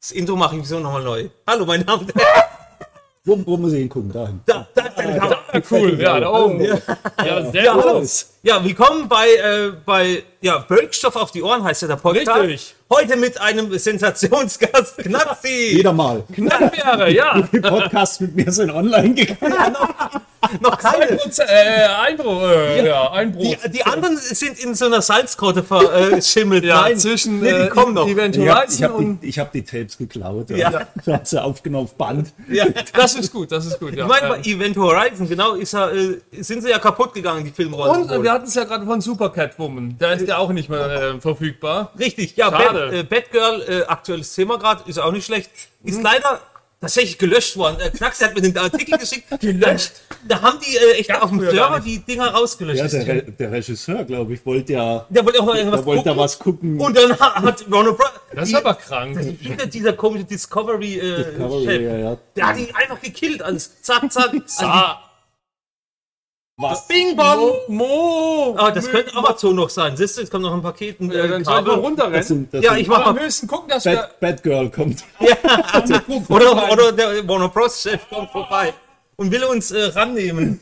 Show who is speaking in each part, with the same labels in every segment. Speaker 1: Das Intro mache ich sowieso nochmal neu. Hallo, mein Name ist...
Speaker 2: Wo, wo muss ich hingucken? Dahin.
Speaker 1: Da, da ist deine Kamera.
Speaker 3: Ja, cool, ja, da oben. Ja, sehr
Speaker 1: Ja, hallo.
Speaker 3: gut.
Speaker 1: ja, willkommen bei, äh, bei ja, Wirkstoff auf die Ohren heißt ja der Podcast.
Speaker 3: Richtig.
Speaker 1: Heute mit einem Sensationsgast, Knatzi.
Speaker 2: Jeder Mal.
Speaker 1: Genau.
Speaker 3: Knallbeere, ja.
Speaker 2: Die Podcasts mit mir sind online gegangen.
Speaker 1: Noch keine.
Speaker 3: Äh, Einbruch, äh, ja, Einbruch.
Speaker 1: Die, die anderen sind in so einer Salzgrotte verschimmelt.
Speaker 3: ja,
Speaker 1: Nein,
Speaker 3: zwischen
Speaker 1: nee, die kommen noch.
Speaker 2: Ich habe
Speaker 3: Eventualizen
Speaker 2: hab
Speaker 3: und...
Speaker 2: die, ich hab die Tapes geklaut.
Speaker 1: Ja.
Speaker 2: Ich habe sie aufgenommen auf Band.
Speaker 1: Ja.
Speaker 3: Das ist gut, das ist gut, ja. Ähm,
Speaker 1: Ich meine, bei
Speaker 3: ja.
Speaker 1: Event Horizon, genau, ist ja, äh, sind sie ja kaputt gegangen, die Filmrollen.
Speaker 3: Und äh, wir hatten es ja gerade von Super Catwoman. Da ist ja auch nicht mehr äh, verfügbar.
Speaker 1: Richtig, ja,
Speaker 3: Schade.
Speaker 1: Bad, äh, Batgirl, äh, aktuelles Thema gerade, ist auch nicht schlecht.
Speaker 3: Mhm.
Speaker 1: Ist leider tatsächlich gelöscht worden. Äh, Knackse hat mir den Artikel geschickt. Gelöscht? Da haben die äh, echt auf dem
Speaker 3: früher gar
Speaker 1: Server die Dinger rausgelöscht.
Speaker 2: Ja,
Speaker 1: Ja,
Speaker 2: der, Re der Regisseur, glaube ich, wollte ja
Speaker 1: der wollte auch mal irgendwas
Speaker 2: der wollte da
Speaker 1: gucken.
Speaker 2: was gucken.
Speaker 1: Und dann ha- hat Ron
Speaker 3: Das ist
Speaker 1: O'Brien,
Speaker 3: aber krank.
Speaker 1: die- die- dieser komische Discovery-Chef,
Speaker 2: Discovery, ja, ja.
Speaker 1: der hat ihn einfach gekillt. Alles. Zack, zack. Also,
Speaker 3: Ah,
Speaker 2: was?
Speaker 1: Bing, bong.
Speaker 3: Mo- Mo!
Speaker 1: Ah, das könnte Amazon noch sein. Siehst du, jetzt kommt noch ein Paket. Ein,
Speaker 3: Ja,
Speaker 1: äh,
Speaker 3: dann sollten wir
Speaker 1: Kabel.
Speaker 2: Das
Speaker 3: runterrennen.
Speaker 2: sind, das
Speaker 1: Ja,
Speaker 2: sind
Speaker 1: ich mach
Speaker 3: Aber am
Speaker 1: mal.
Speaker 3: höchsten gucken, dass wir...
Speaker 2: Bad, Bad Girl kommt.
Speaker 1: Oder, oder der Warner Bros. Chef kommt vorbei und will uns äh, rannehmen.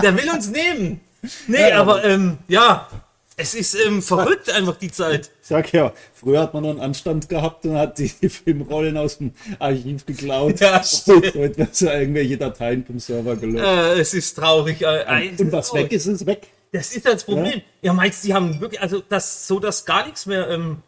Speaker 1: Der will uns nehmen. Nee, aber ähm, ja, es ist ähm, verrückt einfach die Zeit.
Speaker 2: Ich sag ja, früher hat man noch einen Anstand gehabt und hat die, die Filmrollen aus dem Archiv geklaut.
Speaker 1: Ja, stimmt.
Speaker 2: Heute werden so irgendwelche Dateien vom Server gelöscht.
Speaker 1: Äh, es ist traurig. Äh, äh, es
Speaker 2: und
Speaker 1: ist
Speaker 2: was
Speaker 1: traurig.
Speaker 2: weg ist, ist weg.
Speaker 1: Das ist das Problem. Ja, meinst du, die haben wirklich, also das, so dass gar nichts mehr ähm,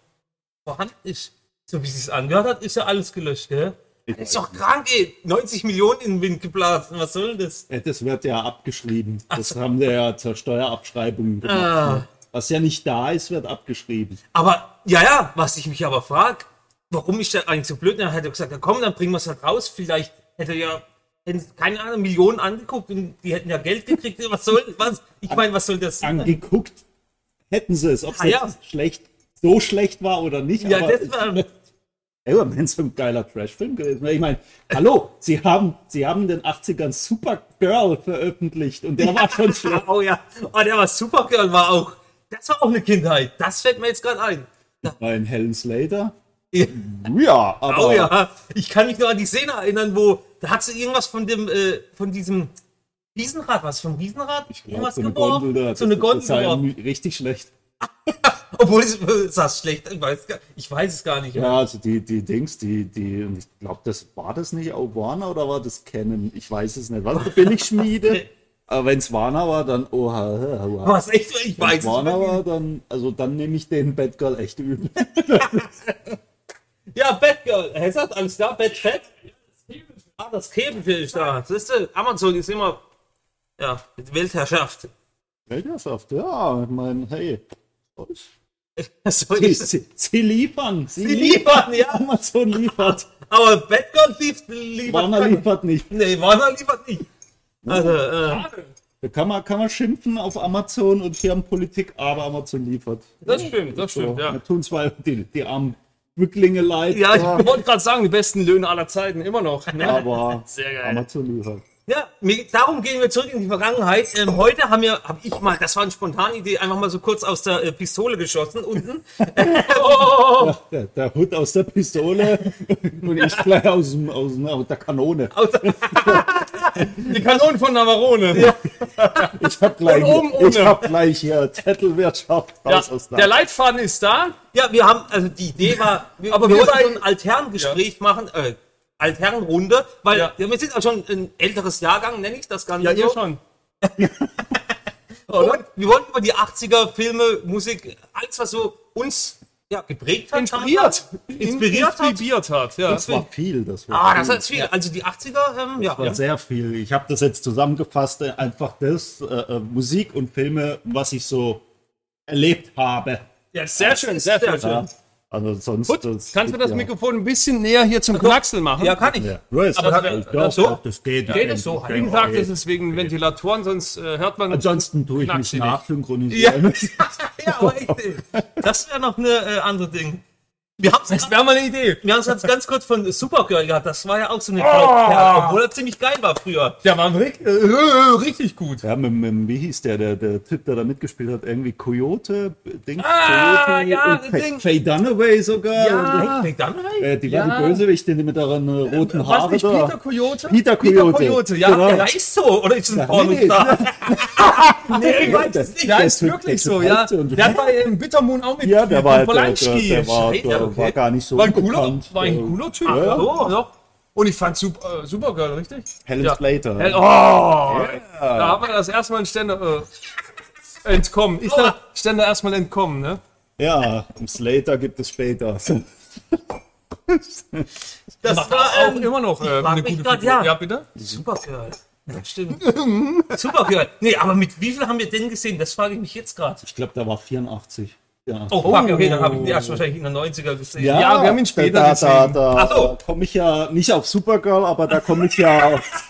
Speaker 1: vorhanden ist. So wie sie es angehört hat, ist ja alles gelöscht, gell? Das ist doch krank, ey. 90 Millionen in den Wind geblasen. Was soll das?
Speaker 2: Äh, Das wird ja abgeschrieben. Das
Speaker 1: so.
Speaker 2: haben wir ja zur Steuerabschreibung gemacht. ne?
Speaker 1: Ah.
Speaker 2: Was ja nicht da ist, wird abgeschrieben.
Speaker 1: Aber, ja, ja, was ich mich aber frage, warum ich da eigentlich so blöd bin, hätte er gesagt, na komm, dann bringen wir es halt raus. Vielleicht hätte ja, hätten, keine Ahnung, Millionen angeguckt und die hätten ja Geld gekriegt. Was soll, was, ich meine, was soll das sein?
Speaker 2: Angeguckt hätten sie es, ob es
Speaker 1: Ah,
Speaker 2: jetzt
Speaker 1: ja.
Speaker 2: schlecht, so schlecht war oder nicht.
Speaker 1: Ja,
Speaker 2: aber
Speaker 1: das war,
Speaker 2: Ey, aber wenn so ein geiler Trashfilm gewesen wäre. Ich meine, hallo, sie haben, sie haben den 80ern Supergirl veröffentlicht und der war schon schlecht.
Speaker 1: oh ja, oh, der war super, Girl war auch, das war auch eine Kindheit. Das fällt mir jetzt gerade ein.
Speaker 2: Ein Helen Slater?
Speaker 1: Ja.
Speaker 2: Ja, aber
Speaker 1: Oh ja, ich kann mich nur an die Szene erinnern, wo da hat sie irgendwas von dem, äh, von diesem Riesenrad, was vom Riesenrad? Ich
Speaker 2: Ja,
Speaker 1: irgendwas
Speaker 2: so eine
Speaker 1: geworfen.
Speaker 2: Gondel da.
Speaker 1: so eine
Speaker 2: das-
Speaker 1: Gondel
Speaker 2: das sah
Speaker 1: geworfen.
Speaker 2: ihm richtig schlecht.
Speaker 1: Obwohl es äh, saß schlecht, ich weiß, gar- ich weiß es gar nicht.
Speaker 2: Ja, also die, die Dings, die, die, und ich glaube, das war das nicht auch Warner oder war das Canon? Ich weiß es nicht. War das eine Billigschmiede? Aber wenn es Warner war, dann oh, oha, oha, oha.
Speaker 1: Was echt, ich
Speaker 2: Wenn
Speaker 1: weiß
Speaker 2: es
Speaker 1: es nicht.
Speaker 2: Warner war, dann, also dann nehme ich den Bad Girl echt übel.
Speaker 1: Ja, Batgirl, Hazard, alles da, Batfett. Ah, das Käbel ist da. Siehst du, Amazon ist immer, ja, mit Weltherrschaft.
Speaker 2: Weltherrschaft, ja, ich meine, hey. was?
Speaker 1: So
Speaker 2: Sie,
Speaker 1: ist es.
Speaker 2: sie, sie liefern, sie,
Speaker 1: Die
Speaker 2: liefern.
Speaker 1: liefern, ja.
Speaker 2: Amazon liefert,
Speaker 1: Aber Batgirl lief, liefert.
Speaker 2: Warner liefert nicht.
Speaker 1: Nee, Warner liefert nicht. Also, äh,
Speaker 2: Da kann man, kann man schimpfen auf Amazon und Firmenpolitik, aber Amazon liefert.
Speaker 3: Das stimmt, das stimmt,
Speaker 2: So,
Speaker 3: ja.
Speaker 2: Da tun zwar die, die armen Bücklinge leid,
Speaker 1: Ja, ich
Speaker 3: Ich wollte gerade sagen, die besten Löhne aller Zeiten, immer noch. Ne?
Speaker 2: aber
Speaker 3: Sehr geil.
Speaker 2: Amazon liefert.
Speaker 1: Ja, mir, darum gehen wir zurück in die Vergangenheit. Ähm, heute haben wir, habe ich mal, das war eine spontane Idee, einfach mal so kurz aus der äh, Pistole geschossen unten.
Speaker 3: Oh.
Speaker 2: Der, der Hut aus der Pistole und ich gleich aus, dem, aus, dem, aus der Kanone.
Speaker 3: Die Kanonen von Navarone.
Speaker 2: Ich hab gleich,
Speaker 3: Und oben
Speaker 2: ich
Speaker 3: ohne.
Speaker 2: hab gleich hier Zettelwirtschaft
Speaker 3: Ja,
Speaker 2: raus aus
Speaker 3: der
Speaker 2: der
Speaker 3: Leitfaden ist da.
Speaker 1: Ja, wir haben, also die Idee war, wir,
Speaker 3: Aber
Speaker 1: Aber wir
Speaker 3: wir
Speaker 1: wollten so
Speaker 3: beiden-
Speaker 1: ein Altherrengespräch machen, äh, Altherrenrunde, weil
Speaker 3: Ja.
Speaker 1: ja, wir sind auch schon ein älteres Jahrgang, nenne ich das Ganze
Speaker 3: Ja, ihr
Speaker 1: so.
Speaker 3: schon.
Speaker 1: Und wir wollten über die 80er Filme, Musik, alles was so uns ja, geprägt hat. kann man
Speaker 3: Inspiriert.
Speaker 1: sagen. Inspiriert hat.
Speaker 3: Inspiriert hat, ja.
Speaker 2: Das war viel, das war,
Speaker 1: Ah,
Speaker 2: viel.
Speaker 1: das
Speaker 3: Hm.
Speaker 1: ist viel. Also die 80er, ähm, ja.
Speaker 2: war sehr viel. Ich habe das jetzt zusammengefasst, äh, einfach das, äh, äh, Musik und Filme, was ich so erlebt habe.
Speaker 1: ja.
Speaker 3: Sehr schön, sehr schön.
Speaker 2: Ja. Also sonst.
Speaker 3: Gut,
Speaker 2: das
Speaker 3: kannst du
Speaker 2: geht
Speaker 3: das
Speaker 2: ja. Also,
Speaker 3: Mikrofon ein bisschen näher hier zum Knacksel machen?
Speaker 1: Ja, kann ich.
Speaker 2: Ja. Ruhe,
Speaker 1: Aber
Speaker 2: das,
Speaker 1: das-
Speaker 2: ich glaub,
Speaker 1: so?
Speaker 2: doch, das geht.
Speaker 1: Geht das so?
Speaker 3: Wie gesagt, das ist wegen Ventilatoren, sonst äh, hört man.
Speaker 2: Ansonsten tue ich
Speaker 3: Knack
Speaker 2: mich
Speaker 3: sie nicht.
Speaker 2: nachsynchronisieren.
Speaker 1: Ja, aber echt, ey. das wäre noch eine äh, andere Ding. Wir haben
Speaker 3: Das wäre mal eine Idee.
Speaker 1: wir haben's jetzt ganz kurz von Supergirl gehabt. Das war ja auch so
Speaker 3: Oh.
Speaker 1: eine Cloud-Perle, obwohl er ziemlich geil war früher.
Speaker 3: Der war richtig, äh, äh, richtig gut.
Speaker 2: Ja, mit, mit, wie hieß der, der, der Typ, der da mitgespielt hat? Irgendwie Coyote, Ding,
Speaker 1: Ah,
Speaker 2: Coyote
Speaker 1: ja,
Speaker 2: und Fa-
Speaker 1: Ding.
Speaker 2: Faye Dunaway sogar.
Speaker 3: Ah.
Speaker 2: Und,
Speaker 1: Hey, fängt an, hey?
Speaker 2: äh, die war
Speaker 3: Ja.
Speaker 2: die Bösewichte, die mit ihren äh, roten
Speaker 3: Was
Speaker 2: Haaren
Speaker 3: nicht,
Speaker 2: da.
Speaker 3: Peter Coyote?
Speaker 2: Peter Coyote.
Speaker 3: ja.
Speaker 2: Genau.
Speaker 1: Ja,
Speaker 3: ja.
Speaker 1: ist so. Oder ist es ein
Speaker 3: Oh,
Speaker 2: nee, nee.
Speaker 1: Pornostar?
Speaker 2: Nee,
Speaker 1: weiß
Speaker 2: der-
Speaker 1: es nicht.
Speaker 3: Ja,
Speaker 2: der
Speaker 3: ist
Speaker 2: Typ,
Speaker 3: wirklich
Speaker 2: der
Speaker 3: so,
Speaker 2: Typ
Speaker 3: ja.
Speaker 2: heißt und-
Speaker 3: Der hat bei ähm, Bittermoon auch mit
Speaker 2: Ja, der war, halt, der, der,
Speaker 3: Polanski.
Speaker 2: der war,
Speaker 1: Scheiße,
Speaker 2: der
Speaker 1: okay.
Speaker 2: war gar nicht so
Speaker 3: War ein cooler,
Speaker 2: unbekannt.
Speaker 3: war ein
Speaker 2: Äh,
Speaker 3: cooler Typ.
Speaker 1: Ach,
Speaker 3: ja,
Speaker 1: so.
Speaker 3: doch. Und ich fand Super, äh, Supergirl, richtig?
Speaker 2: Helen
Speaker 3: Ja.
Speaker 2: Slater.
Speaker 3: Hell, oh, Da haben wir das erstmal ein Ständer äh, entkommen. Ich dachte, Ständer erstmal entkommen, ne?
Speaker 2: Ja, um Slater gibt es später.
Speaker 1: Das
Speaker 3: Aber
Speaker 1: war
Speaker 3: auch
Speaker 1: ähm,
Speaker 3: immer noch äh,
Speaker 1: frag
Speaker 3: eine
Speaker 1: mich
Speaker 3: gute
Speaker 1: grad,
Speaker 3: Figur.
Speaker 1: ja.
Speaker 3: bitte?
Speaker 1: Supergirl. Ja, stimmt. Supergirl. Nee, aber mit wie viel haben wir denn gesehen? Das frage ich mich jetzt gerade.
Speaker 2: Ich glaube, der war 84. Ja.
Speaker 1: Oh, fuck, okay, dann habe ich ihn erst wahrscheinlich in der 90er gesehen.
Speaker 3: Ja, wir haben ihn später
Speaker 2: da, da,
Speaker 3: gesehen.
Speaker 2: da,
Speaker 1: Ach so.
Speaker 2: da komme ich ja nicht auf Supergirl, aber da komme ich ja auf.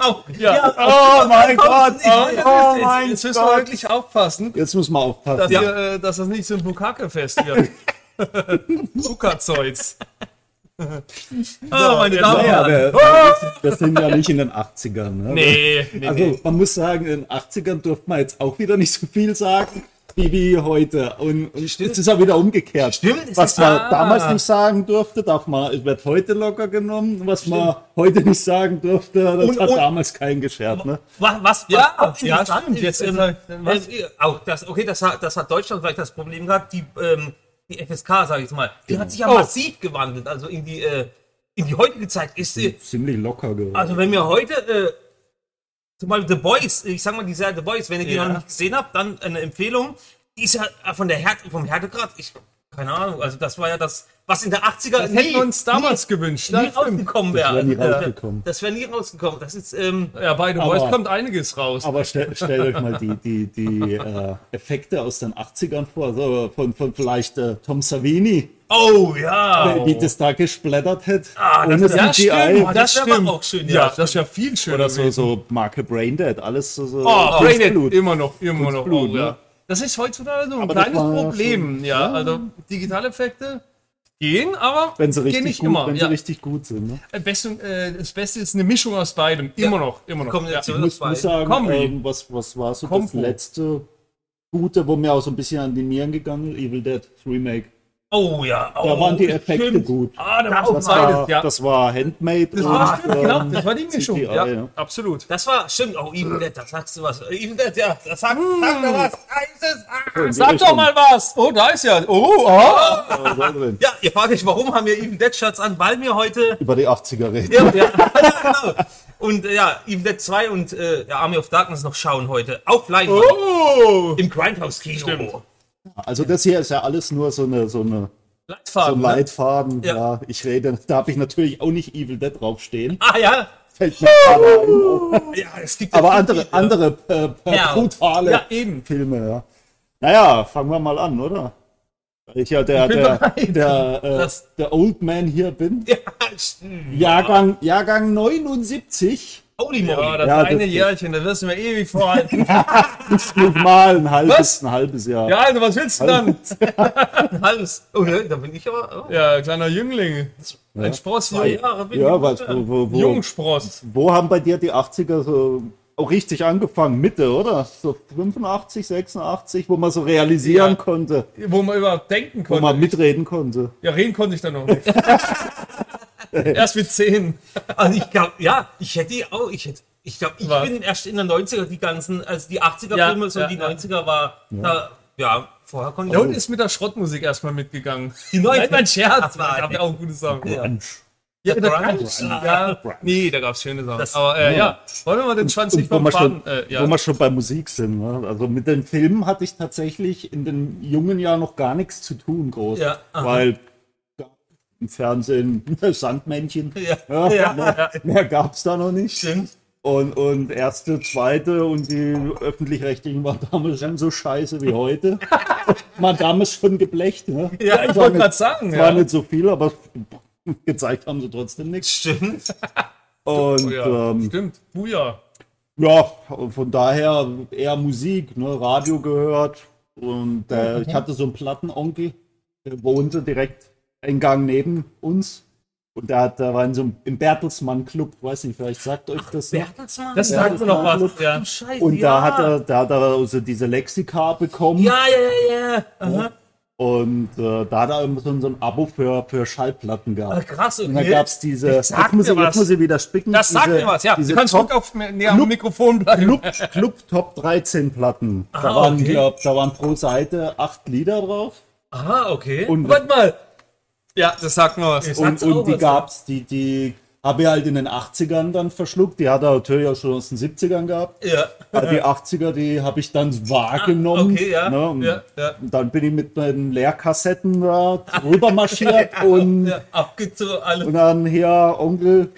Speaker 1: Auch, ja.
Speaker 2: Oh mein
Speaker 1: Gott, oh,
Speaker 2: oh
Speaker 3: Nein, jetzt müssen wir wirklich aufpassen,
Speaker 2: Jetzt muss man
Speaker 3: dass,
Speaker 2: aufpassen.
Speaker 1: Ja.
Speaker 3: wir, äh, dass das nicht so ein Bukake-Fest wird. Bukazeugs. Ah, meine Damen und
Speaker 2: Naja,
Speaker 3: Herren.
Speaker 2: wir, wir, sind, wir sind ja nicht in den 80ern. Ne?
Speaker 3: Nee, nee,
Speaker 2: Also
Speaker 3: nee.
Speaker 2: man muss sagen, in den 80ern durfte man jetzt auch wieder nicht so viel sagen wie, wie heute. Und, und es ist ja wieder umgekehrt.
Speaker 1: Stimmt,
Speaker 2: was
Speaker 1: es ist-
Speaker 2: man damals nicht sagen durfte, darf man, es wird heute locker genommen. Was man heute nicht sagen durfte, das
Speaker 1: Und-
Speaker 2: hat
Speaker 1: und-
Speaker 2: damals keinen geschert. Ne?
Speaker 1: Was, was,
Speaker 3: Ja,
Speaker 1: was auch
Speaker 3: ja,
Speaker 1: interessant
Speaker 3: stimmt,
Speaker 1: ist,
Speaker 3: jetzt
Speaker 1: ähm,
Speaker 3: ist er- was?
Speaker 1: äh, auch das, okay, das hat, das hat Deutschland vielleicht das Problem gehabt, die, ähm, die FSK, sage ich jetzt mal, die hat sich ja
Speaker 3: Oh.
Speaker 1: massiv gewandelt, also in die, äh, in die heutige Zeit ist äh, sie,
Speaker 2: Ziemlich locker geworden.
Speaker 1: also wenn wir heute, äh, zum Beispiel The Boys, ich sag mal die Serie The Boys, wenn ihr die
Speaker 3: Ja.
Speaker 1: noch nicht gesehen habt, dann eine Empfehlung, die ist ja von der Härte, vom Härtegrad, ich, keine Ahnung, also das war ja das, was in der 80er
Speaker 3: Das hätten wir uns damals gewünscht.
Speaker 1: nie, nie
Speaker 3: Ja, stimmt.
Speaker 1: rausgekommen wäre.
Speaker 2: wär nie
Speaker 1: Also,
Speaker 2: rausgekommen.
Speaker 1: Das wäre nie rausgekommen, das ist, ähm,
Speaker 3: Ja, bei The Voice
Speaker 2: Aber-
Speaker 3: kommt einiges raus.
Speaker 2: Aber stell, stellt euch mal die, die, die äh, Effekte aus den 80ern vor, so von, von vielleicht äh, Tom Savini,
Speaker 1: oh ja.
Speaker 2: wie das da gesplättert hätte.
Speaker 1: Ah, das ist-
Speaker 3: Ja, stimmt, Oh,
Speaker 1: das
Speaker 3: wär
Speaker 1: stimmt.
Speaker 3: aber auch schön. Ja,
Speaker 1: Ja,
Speaker 3: das ist ja viel schöner.
Speaker 2: Oder so,
Speaker 3: gewesen.
Speaker 2: so Marke Braindead, alles so. so
Speaker 3: Oh,
Speaker 2: Kunstblut.
Speaker 3: Braindead, immer noch, immer noch.
Speaker 2: Kunstblut,
Speaker 3: oh, ja.
Speaker 2: ne?
Speaker 3: Das ist heutzutage so ein
Speaker 2: Aber das
Speaker 3: kleines
Speaker 2: war ja
Speaker 3: Problem. Ja, also Digitaleffekte gehen, aber
Speaker 2: Wenn sie
Speaker 3: gehen
Speaker 2: richtig,
Speaker 3: nicht
Speaker 2: gut,
Speaker 3: immer.
Speaker 2: wenn
Speaker 3: Ja.
Speaker 2: sie richtig gut sind. Ne?
Speaker 3: Am besten, äh, das Beste ist eine Mischung aus beidem. Immer noch, immer noch.
Speaker 1: Kombination.
Speaker 2: Ich muss,
Speaker 1: Zwei.
Speaker 2: muss sagen,
Speaker 3: Kombi.
Speaker 2: ähm, was, was war so
Speaker 3: Kombo.
Speaker 2: das letzte Gute, wo mir auch so ein bisschen an die Nieren gegangen ist? Evil Dead Remake.
Speaker 1: Oh ja, oh,
Speaker 2: Da waren die Effekte gut.
Speaker 3: Ah, da war auch
Speaker 2: Das war,
Speaker 3: beides, ja.
Speaker 2: das war Handmade.
Speaker 3: Das war stimmt,
Speaker 2: ähm,
Speaker 3: genau, das war die Mischung.
Speaker 2: CGI,
Speaker 3: Ja,
Speaker 2: ja.
Speaker 3: absolut.
Speaker 1: Das war, stimmt, oh, Evil Dead, da sagst du was. Evil Dead, ja, da sagt,
Speaker 3: Hm.
Speaker 1: sagt er was. Ah, ist es, ah.
Speaker 2: in die
Speaker 3: Sag doch
Speaker 2: Richtung.
Speaker 3: mal was! Oh, da ist ja. Oh, ah.
Speaker 2: Ja, so drin.
Speaker 1: Ja, ihr fragt euch, warum haben wir Evil Dead Shirts an? Weil wir heute.
Speaker 2: Über die 80er reden.
Speaker 1: Ja, ja, genau. Und äh, ja, Evil Dead 2 und äh, ja, Army of Darkness noch schauen heute. Auf Leinwand.
Speaker 3: Oh!
Speaker 1: Im Grindhouse-Kino.
Speaker 3: Stimmt.
Speaker 2: Also das hier ist ja alles nur so eine so eine so ein
Speaker 3: Leitfaden. ne?
Speaker 2: Leitfaden.
Speaker 1: Ja.
Speaker 2: Ja. ich rede, da habe ich natürlich auch nicht Evil Dead draufstehen.
Speaker 1: Ah ja.
Speaker 2: Fällt mir gerade ein.
Speaker 1: Ja, es gibt
Speaker 2: Aber
Speaker 1: jetzt-
Speaker 2: andere andere äh, äh,
Speaker 1: Ja.
Speaker 2: brutale
Speaker 3: Ja, eben.
Speaker 2: Filme. Ja. Naja, fangen wir mal an, oder? Weil Ich ja der
Speaker 3: bin
Speaker 2: der,
Speaker 3: bereit.
Speaker 2: der, äh,
Speaker 1: Das-
Speaker 2: der Old Man hier bin.
Speaker 1: Ja, stimmt.
Speaker 2: Jahrgang Jahrgang 79.
Speaker 1: Holy
Speaker 3: Ja,
Speaker 1: moly.
Speaker 3: Ah, das
Speaker 2: Ja,
Speaker 3: eine
Speaker 2: das-
Speaker 3: Jährchen, da wirst du mir ewig vorhalten.
Speaker 2: Ist noch mal ein halbes
Speaker 3: Was?
Speaker 2: ein halbes Jahr.
Speaker 3: Ja, also was willst du dann?
Speaker 1: ein halbes. Oh, ne, da bin ich aber. Oh.
Speaker 3: Ja, kleiner Jüngling. Ein Spross,
Speaker 1: Drei
Speaker 3: Jung-
Speaker 1: Jahre bin
Speaker 2: Ja,
Speaker 1: ich.
Speaker 2: was, wo, wo, wo,
Speaker 3: Jungspross.
Speaker 2: wo haben bei dir die 80er so auch richtig angefangen? Mitte, oder? So 85, 86, wo man so realisieren
Speaker 3: Ja.
Speaker 2: konnte,
Speaker 3: Wo man überhaupt denken
Speaker 2: wo man
Speaker 3: konnte.
Speaker 2: mitreden konnte.
Speaker 3: Ja, reden konnte ich dann noch nicht. Erst mit 10.
Speaker 1: Also ich glaube, ja, ich hätte die auch, ich hätte, ich glaube, ich
Speaker 3: Was?
Speaker 1: bin erst in den 90er die ganzen, also die 80er
Speaker 3: Ja,
Speaker 1: Filme, so
Speaker 3: ja,
Speaker 1: die
Speaker 3: ja.
Speaker 1: 90er war, ja. da, ja, vorher konnte
Speaker 3: Der
Speaker 1: ich.
Speaker 3: Hund ist mit der Schrottmusik erstmal mitgegangen.
Speaker 1: Die neue-
Speaker 3: Nein, mein Scherz.
Speaker 1: Ach, war
Speaker 3: Da gab ja auch gute Sachen. Ja,
Speaker 1: Ja,
Speaker 3: da
Speaker 1: Grunge.
Speaker 3: gab's- ja. Nee, da gab es schöne Sachen.
Speaker 1: Das-
Speaker 3: Aber äh, ja, wollen wir mal den Schwanz
Speaker 2: Und
Speaker 3: nicht
Speaker 2: wo,
Speaker 3: vom
Speaker 2: wir
Speaker 3: Faden.
Speaker 2: schon,
Speaker 3: Äh,
Speaker 2: wo
Speaker 3: ja.
Speaker 2: wir schon bei Musik sind. Ne? Also mit den Filmen hatte ich tatsächlich in den jungen Jahren noch gar nichts zu tun, groß.
Speaker 1: Ja, aha.
Speaker 2: weil im Fernsehen Sandmännchen.
Speaker 1: Ja,
Speaker 2: Ja,
Speaker 1: ja.
Speaker 2: Mehr, mehr gab es da noch nicht.
Speaker 1: Stimmt.
Speaker 2: Und, und erste, zweite und die öffentlich-rechtlichen waren damals schon so scheiße wie heute. Man damals schon geblecht. Ne?
Speaker 3: Ja, ich
Speaker 2: War
Speaker 3: wollte
Speaker 2: nicht-
Speaker 3: gerade sagen.
Speaker 2: Es war
Speaker 3: Ja.
Speaker 2: nicht so viel, aber gezeigt haben sie trotzdem nichts.
Speaker 1: Stimmt.
Speaker 2: Und
Speaker 3: oh Ja,
Speaker 2: ähm,
Speaker 3: stimmt. Buja.
Speaker 2: ja, von daher eher Musik, ne? Radio gehört. Und äh, ich hatte so einen Plattenonkel, der wohnte direkt einen Gang neben uns. Und da, hat- da war in so einem, im Bertelsmann Club, weiß nicht, vielleicht sagt euch das noch.
Speaker 1: Bertelsmann?
Speaker 3: Das sagt mir noch was. Ja.
Speaker 1: Scheiße.
Speaker 2: Und
Speaker 1: ja.
Speaker 2: da hat er, da hat er also diese Lexika bekommen.
Speaker 1: Ja, ja, ja, ja. Aha.
Speaker 2: Und äh, da hat er immer so, so ein Abo für, für Schallplatten gehabt.
Speaker 1: Ah, krass, okay.
Speaker 2: Und da gab es diese.
Speaker 3: Das sagt
Speaker 2: Jetzt muss, ich,
Speaker 3: mir
Speaker 2: jetzt
Speaker 3: was.
Speaker 2: muss ich wieder spicken.
Speaker 3: Das sagt
Speaker 2: diese,
Speaker 3: mir was, ja. Du
Speaker 2: Diese
Speaker 3: kannst
Speaker 2: Top,
Speaker 3: zurück auf näher am Mikrofon bleiben.
Speaker 2: Club, Club Top 13 Platten. da,
Speaker 1: Ah,
Speaker 2: waren,
Speaker 1: okay.
Speaker 2: glaub, da waren pro Seite acht Lieder drauf.
Speaker 1: Aha, okay.
Speaker 2: Und-
Speaker 3: Warte mal. Ja, das sagt mir was.
Speaker 1: Das
Speaker 2: Und,
Speaker 1: hat's auch
Speaker 2: und die
Speaker 1: was,
Speaker 2: gab's, die, die habe ich halt in den 80ern dann verschluckt. Die hat er natürlich auch schon aus den 70ern gehabt.
Speaker 1: Ja. Ah,
Speaker 2: Aber die 80er, die habe ich dann wahrgenommen.
Speaker 1: okay, ja,
Speaker 2: ne? Und
Speaker 1: ja, ja.
Speaker 2: und Dann bin ich mit meinen Leerkassetten da drüber marschiert und,
Speaker 1: ja. Abgezogen, alle
Speaker 2: und dann hier Onkel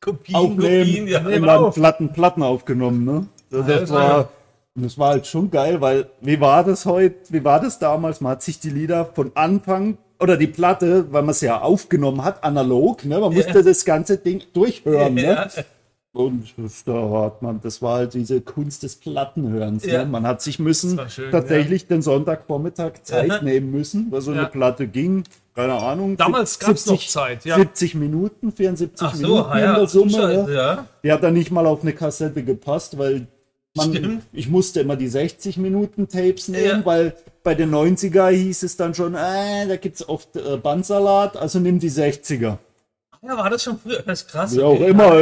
Speaker 1: Kopien, Kopien.
Speaker 2: aufnehmen
Speaker 1: Ja.
Speaker 2: und dann Platten, Platten aufgenommen. Ne? Das,
Speaker 3: Ja,
Speaker 2: das
Speaker 3: das war ja-
Speaker 2: war, und das war halt schon geil, weil wie war das heute, wie war das damals? Man hat sich die Lieder von Anfang oder die Platte, weil man es ja aufgenommen hat, analog, ne? man musste das ganze Ding durchhören.
Speaker 1: Ja.
Speaker 2: Ne? Und das- da hat man, das war halt diese Kunst des Plattenhörens.
Speaker 1: Ja.
Speaker 2: Ne? Man hat sich müssen
Speaker 3: war schön,
Speaker 2: tatsächlich den Sonntagvormittag Zeit
Speaker 1: Ja.
Speaker 2: nehmen müssen, weil so
Speaker 3: Ja.
Speaker 2: eine Platte ging, keine Ahnung.
Speaker 3: Damals gab's noch
Speaker 2: 70
Speaker 3: Zeit, ja.
Speaker 2: 70 Minuten, 74
Speaker 1: Ach so,
Speaker 2: Minuten
Speaker 1: ah, ja.
Speaker 2: in der Summe. ne?
Speaker 1: Scheiße, ja.
Speaker 2: Die hat dann nicht mal auf eine Kassette gepasst, weil man,
Speaker 1: Stimmt.
Speaker 2: ich musste immer die 60 Minuten Tapes nehmen,
Speaker 1: Ja.
Speaker 2: weil bei den 90er hieß es dann schon, äh, da gibt's oft äh, Bandsalat, also nimm die 60er.
Speaker 1: Ja, war das schon früher? Das ist krass.
Speaker 2: Wie auch immer,
Speaker 3: Nice,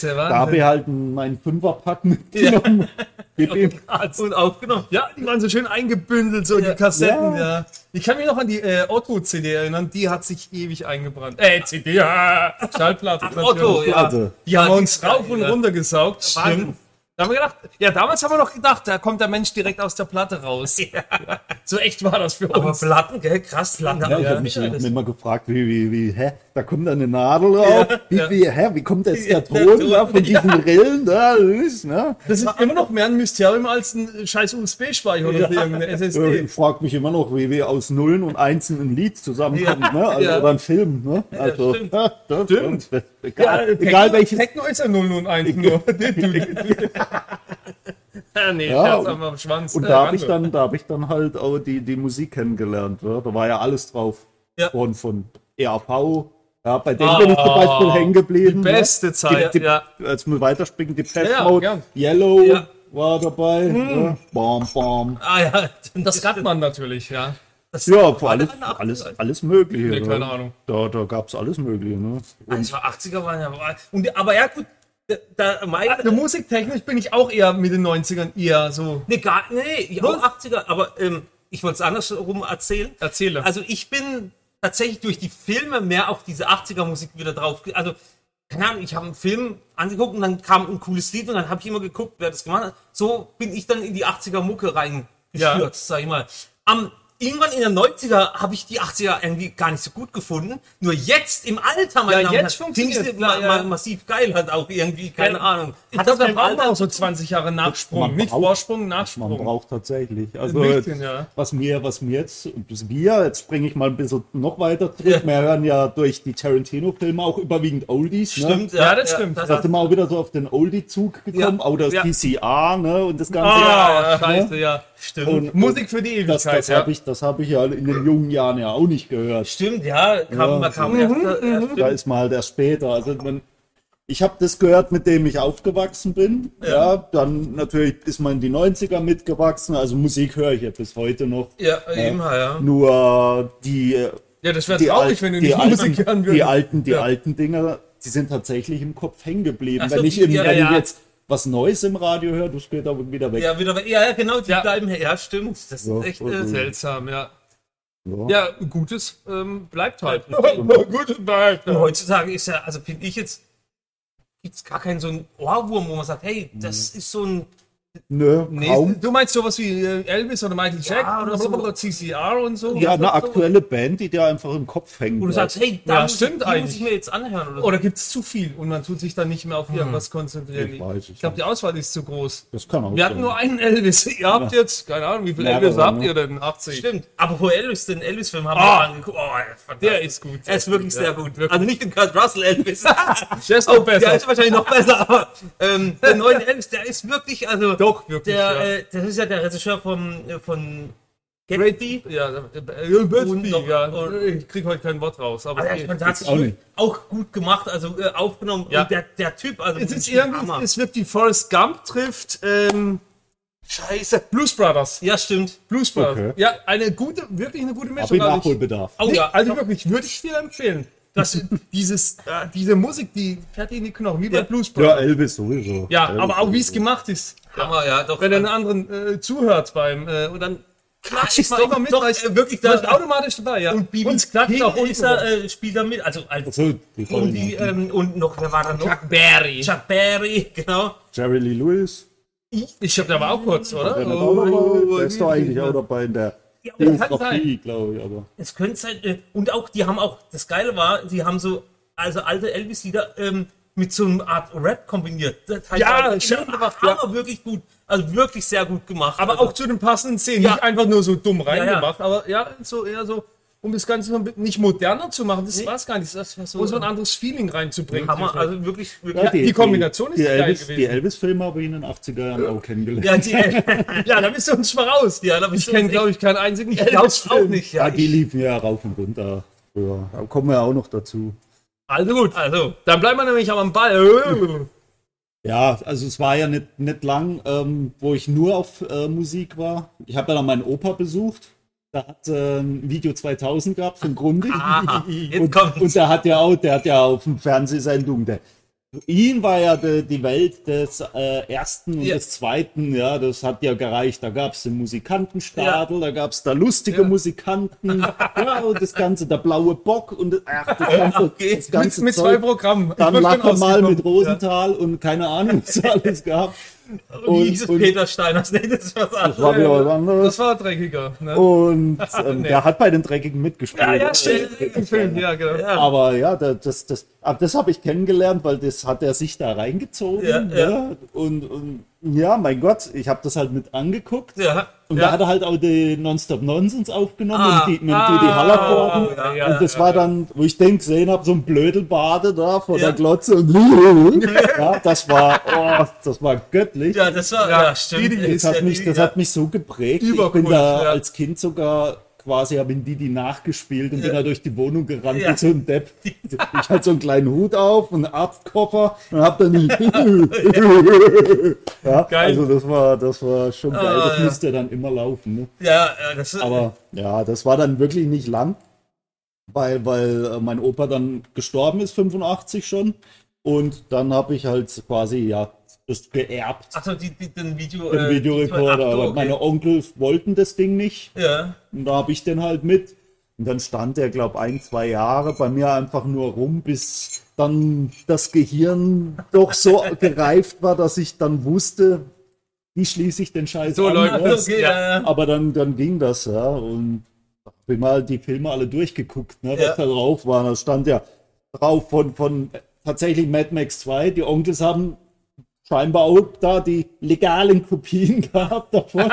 Speaker 3: der
Speaker 2: ja.
Speaker 3: Wahnsinn.
Speaker 2: Da habe ich halt meinen Fünferpack mitgenommen. Gib ihm.
Speaker 1: Und aufgenommen.
Speaker 3: Ja, die waren so schön eingebündelt, so die Kassetten. Ja. Ich kann mich noch an die äh, Otto-CD erinnern, die hat sich ewig eingebrannt. Äh, CD, ja.
Speaker 1: Ah,
Speaker 3: Schallplatte. natürlich.
Speaker 1: Otto, ja.
Speaker 2: Platte.
Speaker 3: Die
Speaker 1: Ja,
Speaker 3: haben
Speaker 1: die
Speaker 3: uns
Speaker 1: ist geil,
Speaker 3: rauf und
Speaker 1: ja.
Speaker 3: runter gesaugt.
Speaker 1: Stimmt.
Speaker 3: Da haben wir gedacht, ja, damals haben wir noch gedacht, da kommt der Mensch direkt aus der Platte raus. Ja. So echt war das für
Speaker 1: Aber
Speaker 3: uns.
Speaker 1: Platten, gell? Krass, Platten.
Speaker 2: Ja, ich habe mich immer gefragt, wie, wie, wie, hä, da kommt dann eine Nadel rauf, wie, wie, hä, wie kommt jetzt der Ton da von diesen Rillen da, ist, ne?
Speaker 3: Das ist immer noch mehr ein Mysterium als ein scheiß USB-Speicher oder irgendeine SSD.
Speaker 2: Äh, Ich frage mich immer noch, wie wir aus Nullen und Einsen ein Lied zusammenkommen, ne? Also,
Speaker 3: Ja.
Speaker 2: oder ein Film, ne? Also,
Speaker 1: stimmt.
Speaker 2: ja, das-
Speaker 3: Stimmt.
Speaker 2: das- Egal, egal welches.
Speaker 3: Techno ist ja 0 und 1 nur. ja, nee,
Speaker 2: Ja,
Speaker 3: Scherz
Speaker 2: und-
Speaker 3: am Schwanz.
Speaker 2: Und
Speaker 3: Äh,
Speaker 2: da habe ich
Speaker 3: Rande.
Speaker 2: dann, da habe ich dann halt auch die, die Musik kennengelernt. Ja? Da war ja alles drauf.
Speaker 1: Ja.
Speaker 2: Von, von EAV. Ja, bei denen bin ich zum Beispiel hängen geblieben.
Speaker 3: Ah,
Speaker 2: ne?
Speaker 3: die beste Zeit,
Speaker 2: Die, die,
Speaker 3: ja.
Speaker 2: Als wir weiterspringen, die Pet
Speaker 3: Ja, Hm. ja,
Speaker 2: Mode,
Speaker 3: gern.
Speaker 2: Yellow
Speaker 1: Ja.
Speaker 2: war dabei. Ja. Bam, bam.
Speaker 1: Ah ja,
Speaker 3: Das hat man natürlich, ja.
Speaker 2: Ja, vor allem
Speaker 1: alle
Speaker 2: alles,
Speaker 1: 80er.
Speaker 2: alles Mögliche.
Speaker 3: Nee,
Speaker 2: ne?
Speaker 3: keine Ahnung.
Speaker 2: Da, da gab es alles Mögliche. Ne?
Speaker 1: Das war 80er waren ja. Und, aber ja, gut. Da, da mein,
Speaker 3: Also musiktechnisch bin ich auch eher mit den 90ern eher so.
Speaker 1: nee, gar, nee, ich auch 80er, aber ähm, ich wollte es andersrum erzählen.
Speaker 3: Erzähle.
Speaker 1: Also ich bin tatsächlich durch die Filme mehr auf diese 80er Musik wieder drauf. ge- Also, keine Ahnung, ich habe einen Film angeguckt und dann kam ein cooles Lied und dann habe ich immer geguckt, wer das gemacht hat. So bin ich dann in die 80er Mucke reingestürzt,
Speaker 3: Ja.
Speaker 1: sag ich mal. Am, irgendwann in den 90er habe ich die 80er irgendwie gar nicht so gut gefunden. Nur jetzt im Alter, meine
Speaker 3: Ja,
Speaker 1: Damen und
Speaker 3: jetzt
Speaker 1: Herren,
Speaker 3: funktioniert's,
Speaker 1: finde ich
Speaker 3: klar,
Speaker 1: ma
Speaker 3: ja,
Speaker 1: ma
Speaker 3: ja.
Speaker 1: massiv geil hat auch irgendwie, keine
Speaker 3: Ja.
Speaker 1: Ahnung.
Speaker 3: ich
Speaker 1: Hat das
Speaker 3: glaube, wir
Speaker 1: mit dem
Speaker 3: brauchen
Speaker 1: Alter
Speaker 3: auch so 20 Jahre Nachsprung.
Speaker 2: Man
Speaker 3: Mit
Speaker 2: braucht-
Speaker 3: Vorsprung,
Speaker 2: Man
Speaker 3: Nachsprung.
Speaker 2: braucht tatsächlich. Also
Speaker 3: Ein bisschen,
Speaker 2: jetzt,
Speaker 3: ja.
Speaker 2: was mir, was mir jetzt, das wir, jetzt springe ich mal ein bisschen noch weiter zurück. Wir hören ja durch die Tarantino-Filme auch überwiegend Oldies. Ne?
Speaker 1: Stimmt,
Speaker 3: Ja, das stimmt.
Speaker 2: Da sind wir auch wieder so auf den Oldie-Zug gekommen,
Speaker 1: Ja,
Speaker 2: auch das
Speaker 1: ja.
Speaker 2: DCA, ne? Und das Ganze.
Speaker 3: Ah,
Speaker 1: Ja,
Speaker 3: scheiße, ja. Stimmt.
Speaker 2: ne? Und-
Speaker 3: Musik für die Ewigkeit,
Speaker 2: Das, das
Speaker 3: ja.
Speaker 2: habe ich, das hab ich ja in den jungen Jahren ja auch nicht gehört.
Speaker 1: Stimmt, ja, kam, man kam erst, erst
Speaker 2: Da ist man halt erst später. Also man, ich habe das gehört, mit dem ich aufgewachsen bin. Ja. dann natürlich ist man in die 90er mitgewachsen. Also Musik höre ich ja bis heute noch.
Speaker 1: Ja, eben, ja.
Speaker 2: Äh, Nur die äh,
Speaker 3: ja, das wäre
Speaker 2: die,
Speaker 3: traurig, wenn du
Speaker 2: die
Speaker 3: nicht
Speaker 2: alten,
Speaker 3: Musik hören
Speaker 2: Die
Speaker 3: würdest.
Speaker 2: alten, die
Speaker 3: Ja.
Speaker 2: alten Dinger, die sind tatsächlich im Kopf hängen geblieben.
Speaker 1: Ach so,
Speaker 2: wenn ich, im,
Speaker 1: ja,
Speaker 2: wenn
Speaker 3: ja.
Speaker 2: ich jetzt was Neues im Radio höre, das geht aber wieder weg.
Speaker 1: Ja, wieder, ja, ja, genau, die
Speaker 3: Ja.
Speaker 1: bleiben her. Ja, stimmt. Das
Speaker 2: Ja,
Speaker 1: ist echt.
Speaker 2: also-
Speaker 1: Äh,
Speaker 3: Seltsam, ja.
Speaker 2: Ja.
Speaker 3: Ja, Gutes ähm, bleibt halt. Gutes bleibt.
Speaker 1: und heutzutage ist ja, also finde ich jetzt, gibt es gar keinen so einen Ohrwurm, wo man sagt, hey, das ist so ein.
Speaker 2: Nö,
Speaker 3: Nee,
Speaker 2: Ne, kaum.
Speaker 3: du meinst sowas wie äh, Elvis oder Michael Jackson
Speaker 1: oder so.
Speaker 3: oder CCR und so?
Speaker 2: Ja, eine aktuelle Band, die dir einfach im Kopf hängt.
Speaker 1: Wo du sagst, hey, da
Speaker 3: Ja,
Speaker 1: muss, ich-
Speaker 3: stimmt
Speaker 1: die muss
Speaker 3: eigentlich.
Speaker 1: ich mir jetzt anhören. Oder, so.
Speaker 3: Oder gibt es zu viel und man tut sich dann nicht mehr auf irgendwas konzentrieren?
Speaker 2: Ich weiß es
Speaker 3: ich glaube, die Auswahl ist zu groß.
Speaker 2: das kann auch
Speaker 3: Wir hatten
Speaker 2: sein.
Speaker 3: nur einen Elvis. Ihr habt jetzt, keine Ahnung, wie viele
Speaker 2: Mehrere,
Speaker 3: Elvis habt
Speaker 2: ne?
Speaker 3: ihr denn? 80?
Speaker 1: stimmt. Aber wo Elvis, den Elvis-Film haben
Speaker 3: Ah.
Speaker 1: wir angeguckt. Oh, verdammt.
Speaker 3: Der ist gut.
Speaker 1: Er ist wirklich
Speaker 3: Ja,
Speaker 1: sehr gut. oh,
Speaker 3: wirklich.
Speaker 1: Also nicht den Kurt Russell Elvis.
Speaker 3: Der ist noch
Speaker 1: Der
Speaker 3: besser.
Speaker 1: ist wahrscheinlich noch besser, aber ähm, der neue Elvis, der ist wirklich, also
Speaker 3: Doch, wirklich.
Speaker 1: der,
Speaker 3: ja.
Speaker 1: äh, das ist ja der Regisseur vom, äh, von Get
Speaker 3: Great-
Speaker 1: Ready.
Speaker 3: Ja, äh, Birdsby,
Speaker 1: noch-
Speaker 3: ja.
Speaker 1: und-
Speaker 3: Oh, ich krieg heute kein Wort raus. Aber
Speaker 1: Aber
Speaker 3: eh.
Speaker 1: ich fand, hat sich
Speaker 2: auch
Speaker 1: auch,
Speaker 2: nicht.
Speaker 1: gut gemacht, also äh, aufgenommen.
Speaker 3: Ja.
Speaker 1: Und der, der Typ, also
Speaker 3: es ist
Speaker 1: wirklich ein
Speaker 3: irgendwie, es wird die Forrest Gump trifft, ähm,
Speaker 1: Scheiße.
Speaker 3: Blues Brothers.
Speaker 1: Ja, stimmt.
Speaker 3: Blues Brothers.
Speaker 2: Okay.
Speaker 3: Ja, eine gute, wirklich eine gute
Speaker 2: Hab ich
Speaker 3: Mischung. aber ich-
Speaker 2: Nachholbedarf.
Speaker 1: Oh
Speaker 3: Nee,
Speaker 1: ja,
Speaker 3: also
Speaker 1: doch.
Speaker 3: wirklich, würde ich dir empfehlen. Das, dieses, äh, diese Musik, die fährt dir in die Knochen, wie bei
Speaker 1: Ja.
Speaker 3: Blues
Speaker 2: Ja,
Speaker 3: Brothers.
Speaker 2: Elvis sowieso.
Speaker 3: Ja,
Speaker 2: Elvis
Speaker 3: aber auch wie es
Speaker 2: sowieso.
Speaker 3: gemacht ist.
Speaker 1: Hammer, ja, doch. Also,
Speaker 3: Wenn er einen anderen äh, zuhört beim, äh, und dann klatscht
Speaker 1: ist
Speaker 3: man
Speaker 1: doch-
Speaker 3: immer mit,
Speaker 1: doch,
Speaker 3: weil ich-
Speaker 1: äh, wirklich,
Speaker 3: weil
Speaker 1: da-
Speaker 3: ich automatisch dabei, ja.
Speaker 1: und Bibi
Speaker 3: Uns klatscht auch
Speaker 1: ist er, äh, spielt da mit. Also, als,
Speaker 2: So, die
Speaker 1: und,
Speaker 2: Folgen.
Speaker 1: die,
Speaker 3: äh,
Speaker 1: ähm, und noch, wer war da noch?
Speaker 3: Chuck Berry.
Speaker 1: Chuck Berry, genau.
Speaker 2: Jerry Lee Lewis.
Speaker 3: äh, Ich glaube, der war auch kurz, oder?
Speaker 2: Der,
Speaker 3: Oh,
Speaker 2: oh, der ist doch
Speaker 3: wie-
Speaker 2: eigentlich
Speaker 3: wie-
Speaker 2: auch dabei in der
Speaker 1: Ja, aber das, kann,
Speaker 2: Biografie, glaube ich. Aber.
Speaker 1: es könnte sein, äh, und auch, die haben auch, das Geile war, die haben so, also alte Elvis-Lieder ähm, mit so einer Art Rap kombiniert. Das heißt,
Speaker 3: Ja,
Speaker 1: also,
Speaker 3: schön
Speaker 1: Hammer,
Speaker 3: gemacht, ja.
Speaker 1: wirklich gut. Also wirklich sehr gut gemacht.
Speaker 3: Aber
Speaker 1: also,
Speaker 3: auch zu den passenden Szenen,
Speaker 1: Ja.
Speaker 3: nicht einfach nur so dumm
Speaker 1: ja.
Speaker 3: reingemacht, aber ja, so eher so, um das Ganze so ein bisschen nicht moderner zu machen, das
Speaker 1: Nee.
Speaker 3: war es gar nicht, das war so,
Speaker 1: So,
Speaker 3: so ein anderes Feeling reinzubringen.
Speaker 1: Hammer, also wirklich, wirklich.
Speaker 3: die Kombination ist
Speaker 2: die
Speaker 3: geil
Speaker 2: Elvis,
Speaker 3: gewesen.
Speaker 2: Die Elvis-Filme habe ich in den 80er Jahren auch kennengelernt.
Speaker 1: Ja, die,
Speaker 3: ja, da bist du uns voraus.
Speaker 1: ja, da bist
Speaker 3: ich
Speaker 1: du
Speaker 3: kenne,
Speaker 1: echt-
Speaker 3: glaube ich, keinen einzigen
Speaker 1: Ja, das auch nicht,
Speaker 2: Ja,
Speaker 1: ja.
Speaker 2: die liefen ja rauf und runter. Ja, da kommen wir ja auch noch dazu.
Speaker 3: Also gut,
Speaker 1: Also,
Speaker 3: dann bleiben wir nämlich aber am Ball.
Speaker 2: Ja, also es war ja nicht, nicht lang, ähm, wo ich nur auf äh, Musik war. Ich habe ja dann meinen Opa besucht. Da hat äh, ein Video 2000 gehabt von Grundig.
Speaker 3: Ah,
Speaker 1: Aha, jetzt
Speaker 2: und,
Speaker 1: kommt's.
Speaker 2: und der hat ja auch, der hat ja auf dem Fernsehsendung. Der, für ihn war ja de, die Welt des äh, ersten und
Speaker 3: Ja.
Speaker 2: des zweiten, ja, das hat ja gereicht. Da gab es den Musikantenstadel, da gab es da lustige
Speaker 3: Ja.
Speaker 2: Musikanten, ja, und das Ganze, der blaue Bock und ach, das ganze,
Speaker 1: Okay.
Speaker 2: das
Speaker 3: Mit,
Speaker 2: ganze
Speaker 3: mit
Speaker 2: Zeug.
Speaker 3: zwei Programmen. Ich genau
Speaker 2: Dann
Speaker 3: bin schon
Speaker 2: lachen mal mit
Speaker 3: ausgekommen.
Speaker 2: Rosenthal und keine Ahnung, was alles gab.
Speaker 1: wie
Speaker 2: Und-
Speaker 1: hieß es
Speaker 2: und-
Speaker 1: Peter Steiners? Nee, das ist was
Speaker 2: Das
Speaker 1: anderes.
Speaker 2: war wieder was
Speaker 3: Ja. Das
Speaker 2: anderes.
Speaker 3: war dreckiger. Ne?
Speaker 2: Und ähm,
Speaker 3: Nee.
Speaker 2: der hat bei den Dreckigen mitgespielt.
Speaker 3: ja, ja,
Speaker 2: Äh,
Speaker 3: stimmt. Im Film, ja, genau.
Speaker 1: Ja.
Speaker 2: Aber ja, da- das, das, ab das habe ich kennengelernt, weil das hat er sich da reingezogen.
Speaker 1: Ja,
Speaker 2: ne?
Speaker 1: ja.
Speaker 2: Und, und ja, mein Gott, ich habe das halt mit angeguckt.
Speaker 1: Ja.
Speaker 2: Und
Speaker 3: Ja.
Speaker 2: da hat er halt auch die Nonstop Nonsense aufgenommen
Speaker 1: Ah,
Speaker 2: und die, mit
Speaker 3: ah,
Speaker 2: die, die Hallerformen.
Speaker 1: ja,
Speaker 3: ja,
Speaker 2: und das
Speaker 3: ja,
Speaker 2: war dann, wo ich den gesehen habe, so ein Blödelbade da vor
Speaker 1: Ja.
Speaker 2: der Glotze und ja, das war, oh, das war göttlich.
Speaker 1: Ja, das war, ja,
Speaker 3: Ja,
Speaker 1: stimmt.
Speaker 3: Didi,
Speaker 2: das
Speaker 1: Ist ja
Speaker 2: hat mich,
Speaker 1: Didi,
Speaker 2: halt das
Speaker 1: ja.
Speaker 2: hat mich so geprägt. ich bin
Speaker 3: Übercool,
Speaker 2: da
Speaker 3: ja.
Speaker 2: als Kind sogar quasi, habe in Didi nachgespielt und bin da durch die Wohnung gerannt
Speaker 1: Ja.
Speaker 2: wie so ein Depp. Ich hatte so einen kleinen Hut auf, einen Arztkoffer und hab dann. ja,
Speaker 3: Geil.
Speaker 2: Also das war, das war schon geil.
Speaker 1: Ah,
Speaker 2: das
Speaker 1: ja.
Speaker 2: müsste dann immer laufen. Ne?
Speaker 1: ja, ja, das ist,
Speaker 2: Aber ja, das war dann wirklich nicht lang, weil, weil äh, mein Opa dann gestorben ist, 85 schon. Und dann habe ich halt quasi, ja, das geerbt
Speaker 1: achso, die, die, den Video,
Speaker 2: den
Speaker 1: äh,
Speaker 2: Videorekorder,
Speaker 1: ach, du,
Speaker 2: aber
Speaker 1: okay.
Speaker 2: meine Onkel wollten das Ding nicht
Speaker 1: ja,
Speaker 2: und da habe ich den halt mit. Und dann stand der, glaube ein, zwei Jahre bei mir einfach nur rum, bis dann das Gehirn doch so gereift war, dass ich dann wusste, wie schließe ich den Scheiß
Speaker 3: So
Speaker 2: an.
Speaker 3: läuft
Speaker 2: ne?
Speaker 3: das.
Speaker 1: okay, ja, ja.
Speaker 2: Aber dann, dann ging das, ja. Und hab ich mal die Filme alle durchgeguckt, ne, was
Speaker 1: Ja.
Speaker 2: da drauf war. Da stand ja drauf von, von tatsächlich Mad Max 2. Die Onkels haben scheinbar auch da die legalen Kopien gehabt davon.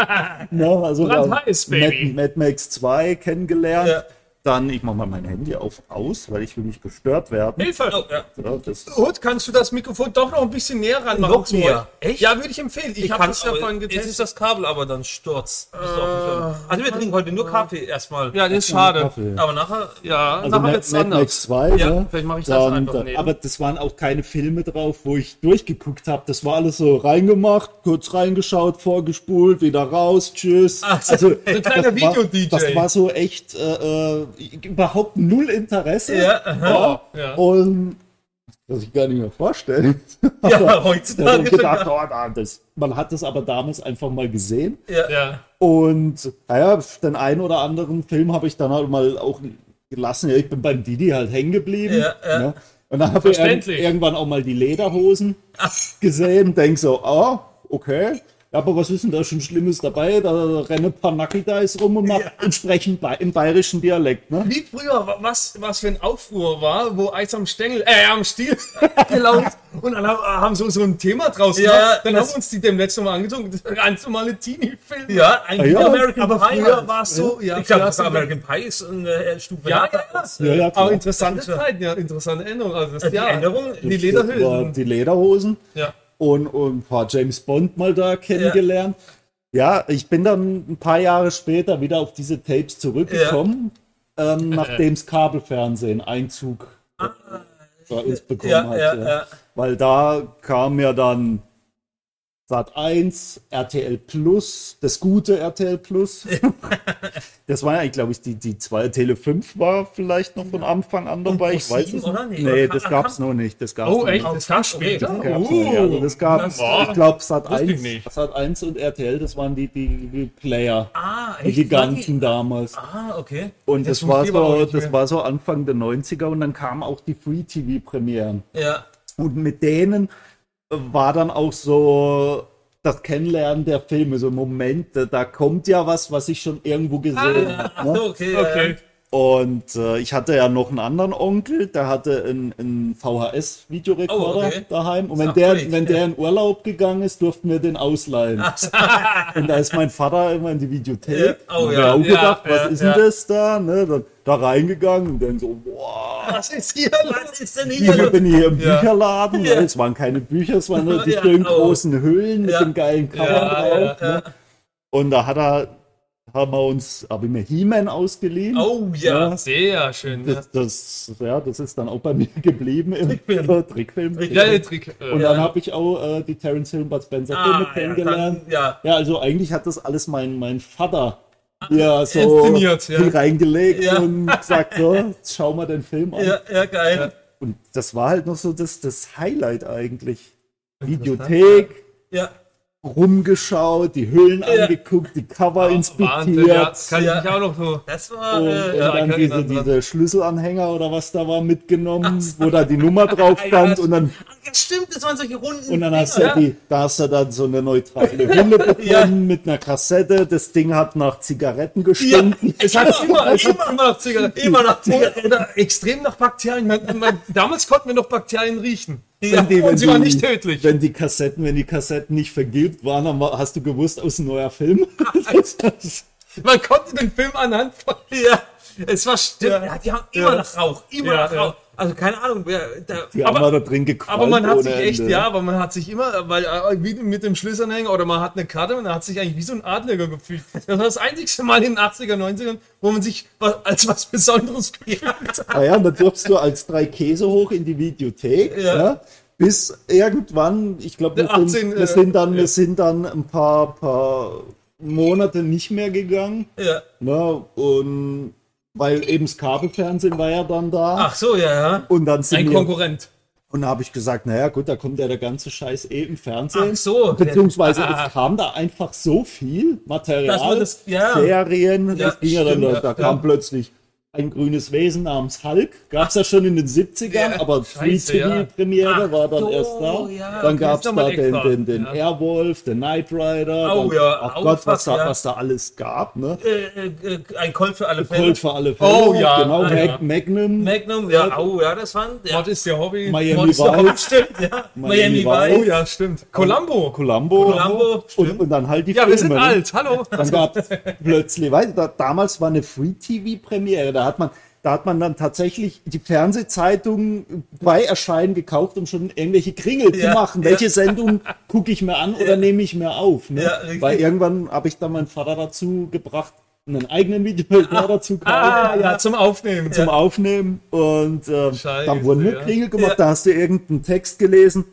Speaker 2: ne, also wir haben
Speaker 3: Brandheiß,
Speaker 2: Mad,
Speaker 3: Baby.
Speaker 2: Mad Max 2 kennengelernt.
Speaker 1: Ja.
Speaker 2: Dann, ich mach mal mein Handy auf aus, weil ich will nicht gestört werden.
Speaker 3: Hilfe!
Speaker 1: Oh, ja.
Speaker 2: Ja, das ist
Speaker 3: Hut, kannst du das Mikrofon doch noch ein bisschen näher ranmachen?
Speaker 1: Noch näher?
Speaker 3: Echt?
Speaker 1: Echt?
Speaker 3: Ja, würde ich empfehlen. Ich, habe
Speaker 1: kann-
Speaker 3: das
Speaker 1: aber
Speaker 3: davon getestet. Ah,
Speaker 1: Jetzt ist das Kabel aber dann Sturz. Ist doch nicht schlimm. Also wir trinken heute nur Kaffee erstmal.
Speaker 3: ja, das ist schade.
Speaker 2: Kaffee.
Speaker 1: Aber nachher,
Speaker 3: Ja,
Speaker 2: Also
Speaker 3: nachher
Speaker 2: Mad,
Speaker 3: wird's
Speaker 2: Mad Max
Speaker 3: anders.
Speaker 2: 2,
Speaker 3: Ja,
Speaker 2: ne?
Speaker 3: vielleicht mache ich das
Speaker 2: Dann-
Speaker 3: einfach
Speaker 2: dann-
Speaker 3: neben.
Speaker 2: Aber das waren auch keine Filme drauf, wo ich durchgeguckt habe. Das war alles so reingemacht, kurz reingeschaut, vorgespult, wieder raus, tschüss. Also,
Speaker 1: Ach so, so ein
Speaker 3: kleiner
Speaker 2: das war-
Speaker 3: Video-DJ.
Speaker 2: Das war so echt äh, äh, überhaupt null Interesse.
Speaker 1: ja, aha.
Speaker 2: Ja.
Speaker 3: Ja.
Speaker 2: Und was ich gar nicht mehr vorstellen.
Speaker 1: ja,
Speaker 2: Da hab
Speaker 1: heutzutage
Speaker 2: ich
Speaker 1: schon.
Speaker 2: gedacht,
Speaker 1: Ja.
Speaker 2: oh, na, das, man hat das aber damals einfach mal gesehen.
Speaker 3: Ja.
Speaker 2: Und naja, den einen oder anderen Film habe ich dann halt mal auch gelassen. Ich bin beim Didi halt hängen geblieben.
Speaker 1: Ja, ja.
Speaker 2: Ne? Und dann habe ich irgend-
Speaker 3: Verständlich.
Speaker 2: irgendwann auch mal die Lederhosen gesehen. Denk so, ah, okay. Ja, aber was ist denn da schon Schlimmes dabei? Da rennen ein paar Nackideis rum und, mach, und sprechen bei, im bayerischen Dialekt. Ne?
Speaker 3: Wie früher, wa- was, was für ein Aufruhr war, wo Eis am Stängel, äh, am Stiel gelaufen und dann haben, äh, haben so, so ein Thema draus
Speaker 1: Ja,
Speaker 3: gemacht. Dann
Speaker 1: das-
Speaker 3: haben wir uns die dem letzten Mal angezogen. Das war ganz normale Teenie-Film.
Speaker 1: ja, eigentlich
Speaker 2: Ah, Ja,
Speaker 1: American
Speaker 3: Aber
Speaker 1: Pie.
Speaker 3: früher war es so, ja,
Speaker 1: ich glaube, das
Speaker 3: klasse.
Speaker 1: American Pie ist eine äh, Stufe
Speaker 3: ja,
Speaker 1: härter.
Speaker 3: ja,
Speaker 2: Ja,
Speaker 3: ja.
Speaker 2: ja, klar.
Speaker 3: Aber interessante
Speaker 1: Das ist ja-
Speaker 3: Zeiten, ja, interessante Änderung. Also, das,
Speaker 1: Die
Speaker 3: ja.
Speaker 1: Änderung,
Speaker 3: Die
Speaker 2: Das war
Speaker 3: Lederhülsen.
Speaker 2: Die Lederhosen.
Speaker 3: Ja.
Speaker 2: Und, und ein paar James Bond mal da kennengelernt. Ja, ich bin dann ein paar Jahre später wieder auf diese Tapes zurückgekommen, ähm,
Speaker 3: Äh.
Speaker 2: nachdem das Kabelfernsehen Einzug bei uns bekommen
Speaker 3: Ah, Ja,
Speaker 2: hat.
Speaker 3: ja,
Speaker 2: ja.
Speaker 3: ja.
Speaker 2: Weil da kam ja dann Sat 1, RTL Plus, das gute RTL Plus. das war ja, glaube ich, die, die zwei Tele 5 war vielleicht noch von Anfang an dabei. Ich weiß
Speaker 1: ProSieben,
Speaker 2: es
Speaker 1: oder?
Speaker 2: nicht.
Speaker 1: Nee, oder
Speaker 2: Nee,
Speaker 1: kam-
Speaker 2: das gab es noch nicht. Das gab's
Speaker 3: Oh,
Speaker 2: noch
Speaker 3: echt?
Speaker 2: Nicht.
Speaker 3: Das kam später?
Speaker 2: Das gab's noch nicht. Also das gab
Speaker 3: das war-
Speaker 2: ich glaube, Sat
Speaker 3: wusste ich
Speaker 2: 1,
Speaker 3: nicht.
Speaker 2: Sat 1 und RTL, das waren die, die, die Player,
Speaker 1: Ah,
Speaker 2: die
Speaker 1: echt?
Speaker 2: Giganten damals.
Speaker 1: Ah, okay.
Speaker 2: Und das
Speaker 3: Jetzt
Speaker 2: war,
Speaker 3: muss ich aber auch
Speaker 2: so,
Speaker 3: nicht
Speaker 2: das
Speaker 3: mehr.
Speaker 2: war so Anfang der 90er und dann kamen auch die Free-TV-Premieren.
Speaker 1: Ja.
Speaker 2: Und mit denen war dann auch so das Kennenlernen der Filme, so Moment, da- da kommt ja was, was ich schon irgendwo gesehen
Speaker 3: Ah,
Speaker 1: Ach
Speaker 2: habe.
Speaker 1: so,
Speaker 2: Ne?
Speaker 1: okay.
Speaker 3: Okay.
Speaker 2: Und äh, ich hatte ja noch einen anderen Onkel, der hatte einen, einen VHS-Videorekorder
Speaker 1: Oh, okay.
Speaker 2: daheim. Und
Speaker 1: Ist
Speaker 2: wenn
Speaker 1: auch
Speaker 2: der,
Speaker 1: gut,
Speaker 2: wenn
Speaker 1: ja.
Speaker 2: der in Urlaub gegangen ist, durften wir den ausleihen. Und da ist mein Vater immer in die Videothek.
Speaker 1: Ja, oh
Speaker 2: Und
Speaker 1: ja,
Speaker 2: wir auch
Speaker 1: ja,
Speaker 2: gedacht,
Speaker 1: ja,
Speaker 2: was ist denn
Speaker 1: ja.
Speaker 2: das da? Ne? Dann da reingegangen und dann so, boah.
Speaker 3: Was ist hier los?
Speaker 1: Was ist denn
Speaker 2: Ich
Speaker 1: hier?
Speaker 2: bin hier im
Speaker 3: Ja.
Speaker 2: Bücherladen,
Speaker 1: Ja.
Speaker 2: weil es waren keine Bücher, es waren nur die
Speaker 1: Ja,
Speaker 2: schönen
Speaker 1: oh.
Speaker 2: großen Höhlen mit
Speaker 1: Ja.
Speaker 2: dem geilen Cover
Speaker 1: Ja,
Speaker 2: drauf. ne? Und da hat er, haben wir uns, habe ich mir He-Man ausgeliehen.
Speaker 3: Oh ja,
Speaker 2: Ja.
Speaker 3: sehr schön. Ja,
Speaker 2: Das, das, ja, das ist dann auch bei mir geblieben im
Speaker 3: Trickfilm.
Speaker 2: Trickfilm.
Speaker 3: ja, der Trick. äh,
Speaker 2: Und
Speaker 3: ja. Ah,
Speaker 2: dann habe ich auch äh, die Terence Hill und Bud Spencer Filme kennengelernt.
Speaker 1: Ah, Ja,
Speaker 2: Ja, also eigentlich hat das alles mein, mein Vater ja, so
Speaker 3: Ah, inszeniert, ja.
Speaker 2: mit reingelegt
Speaker 1: Ja.
Speaker 2: und gesagt, so, jetzt schau mal den Film an.
Speaker 1: dann, ja, ja, ja, geil.
Speaker 2: Und das war halt noch so das, das Highlight eigentlich. Videothek,
Speaker 1: Ja.
Speaker 2: rumgeschaut, die Hüllen
Speaker 1: Ja.
Speaker 2: angeguckt, die Cover
Speaker 3: Wahnsinn,
Speaker 2: inspiziert.
Speaker 3: ja, kann ich
Speaker 1: Ja.
Speaker 3: mich auch noch so.
Speaker 1: Das war.
Speaker 2: Und, und
Speaker 1: Äh,
Speaker 3: ja, ich
Speaker 2: dann
Speaker 3: kann mich
Speaker 2: diese,
Speaker 3: erinnern dran.
Speaker 2: diese Schlüsselanhänger oder was da war mitgenommen, wo da die Nummer drauf stand und dann,
Speaker 1: ja, stimmt, das waren solche Runden.
Speaker 2: und dann hast du
Speaker 1: Dinger.
Speaker 2: ja die, da hast du dann so eine neutrale Hülle bekommen
Speaker 1: Ja.
Speaker 2: mit einer Kassette. Das Ding hat nach Zigaretten gestunken.
Speaker 3: Es hat immer, es hat
Speaker 1: immer-
Speaker 3: immer noch Zigaretten.
Speaker 1: immer noch Zigaretten.
Speaker 3: Oder, oder extrem nach Bakterien. Man, man, damals konnten wir noch Bakterien riechen. Ja,
Speaker 2: Wenn die- wenn
Speaker 3: und sie
Speaker 2: die-
Speaker 3: waren nicht tödlich.
Speaker 2: Wenn die Kassetten, wenn die Kassetten nicht vergilbt waren, dann war- hast du gewusst, aus ein neuer Film.
Speaker 3: Man konnte den Film anhand von.
Speaker 1: Ja, es war stimmt.
Speaker 3: Ja.
Speaker 1: Ja, die haben immer
Speaker 3: Ja.
Speaker 1: nach Rauch, immer
Speaker 3: Ja,
Speaker 1: nach Rauch. Also keine Ahnung, wer. Da,
Speaker 2: Die
Speaker 3: Äh, Aber-
Speaker 2: haben wir da drin gequalmt
Speaker 3: Aber man hat
Speaker 2: ohne
Speaker 3: sich echt,
Speaker 2: Ende.
Speaker 3: ja, aber man hat sich immer, weil äh, wie mit dem Schlüsselanhänger oder man hat eine Karte, man hat sich eigentlich wie so ein Adliger gefühlt. Das war das einzige Mal in den 80er, 90ern, wo man sich was, als was Besonderes gefühlt hat.
Speaker 2: Ah ja, und dann durfst du als drei Käse hoch in die Videothek.
Speaker 1: Ja.
Speaker 2: Ja. Bis irgendwann, ich glaube, wir,
Speaker 3: Der 18,
Speaker 2: sind, wir,
Speaker 3: äh,
Speaker 2: sind dann,
Speaker 3: ja.
Speaker 2: wir sind dann ein paar, paar Monate nicht mehr gegangen.
Speaker 1: ja.
Speaker 2: Ne? Und weil eben das Kabelfernsehen war ja dann da.
Speaker 1: Ach so, ja, ja.
Speaker 2: Und dann sind
Speaker 3: Ah. Ein
Speaker 2: wir,
Speaker 3: Konkurrent.
Speaker 2: und da habe ich gesagt, naja gut, da kommt ja der ganze Scheiß eh im Fernsehen.
Speaker 1: Ach so. Ah,
Speaker 2: Beziehungsweise es kam da einfach so viel
Speaker 1: Dass man
Speaker 2: Material,
Speaker 1: das- ja.
Speaker 2: Serien, das ging ja dann,
Speaker 1: stimmt,
Speaker 2: da,
Speaker 1: ja,
Speaker 2: da
Speaker 1: ja.
Speaker 2: kam plötzlich ein grünes Wesen namens Hulk, gab es ja schon in den 70ern,
Speaker 3: Ja,
Speaker 2: aber Free
Speaker 3: scheiße, ja.
Speaker 2: TV-Premiere
Speaker 1: Ach
Speaker 2: war dann
Speaker 1: so,
Speaker 2: erst da.
Speaker 1: ja,
Speaker 2: dann
Speaker 1: okay,
Speaker 2: gab es
Speaker 3: ist
Speaker 2: da
Speaker 3: noch mal
Speaker 2: den,
Speaker 3: extra,
Speaker 2: den, den
Speaker 3: ja.
Speaker 2: Airwolf, den Knight Rider,
Speaker 1: Oh
Speaker 2: dann,
Speaker 1: ja,
Speaker 2: ach
Speaker 1: oh
Speaker 2: Gott, was,
Speaker 1: fuck,
Speaker 2: da,
Speaker 1: ja.
Speaker 2: was da alles gab, ne?
Speaker 1: Äh, äh, äh, ein Colt für alle Fälle.
Speaker 2: Gold für alle Fälle,
Speaker 3: Oh ja,
Speaker 2: genau,
Speaker 3: ah, ja.
Speaker 2: Mag Magnum,
Speaker 1: Magnum, ja, oh ja, das waren. Ja,
Speaker 3: Mord ist ihr Hobby.
Speaker 2: Miami
Speaker 3: Mord ist ihr Hobby.
Speaker 2: Vice,
Speaker 1: stimmt, ja. Miami
Speaker 2: Miami
Speaker 3: Oh
Speaker 1: Vice.
Speaker 3: ja, stimmt. Columbo.
Speaker 2: Columbo,
Speaker 1: Columbo,
Speaker 2: und, und dann halt die
Speaker 3: Ja, wir sind
Speaker 2: Filme, ne?
Speaker 3: alt. Hallo.
Speaker 2: Dann gab es plötzlich, weißt du, da, damals war eine Free-TV-Premiere, da hat man da hat man dann tatsächlich die Fernsehzeitungen bei Erscheinen gekauft, um schon irgendwelche Kringel
Speaker 1: Ja,
Speaker 2: zu machen.
Speaker 1: ja.
Speaker 2: Welche Sendung gucke ich mir an oder nehme ich mir auf? Ne?
Speaker 1: Ja, richtig.
Speaker 2: Weil irgendwann habe ich dann meinen Vater dazu gebracht, einen eigenen Videorekorder zu kaufen
Speaker 3: Ah, ja, zum Aufnehmen.
Speaker 2: zum Aufnehmen und ähm,
Speaker 3: Scheiße,
Speaker 2: da wurden nur
Speaker 3: ja.
Speaker 2: Kringel gemacht.
Speaker 1: Ja.
Speaker 2: Da hast du irgendeinen Text gelesen.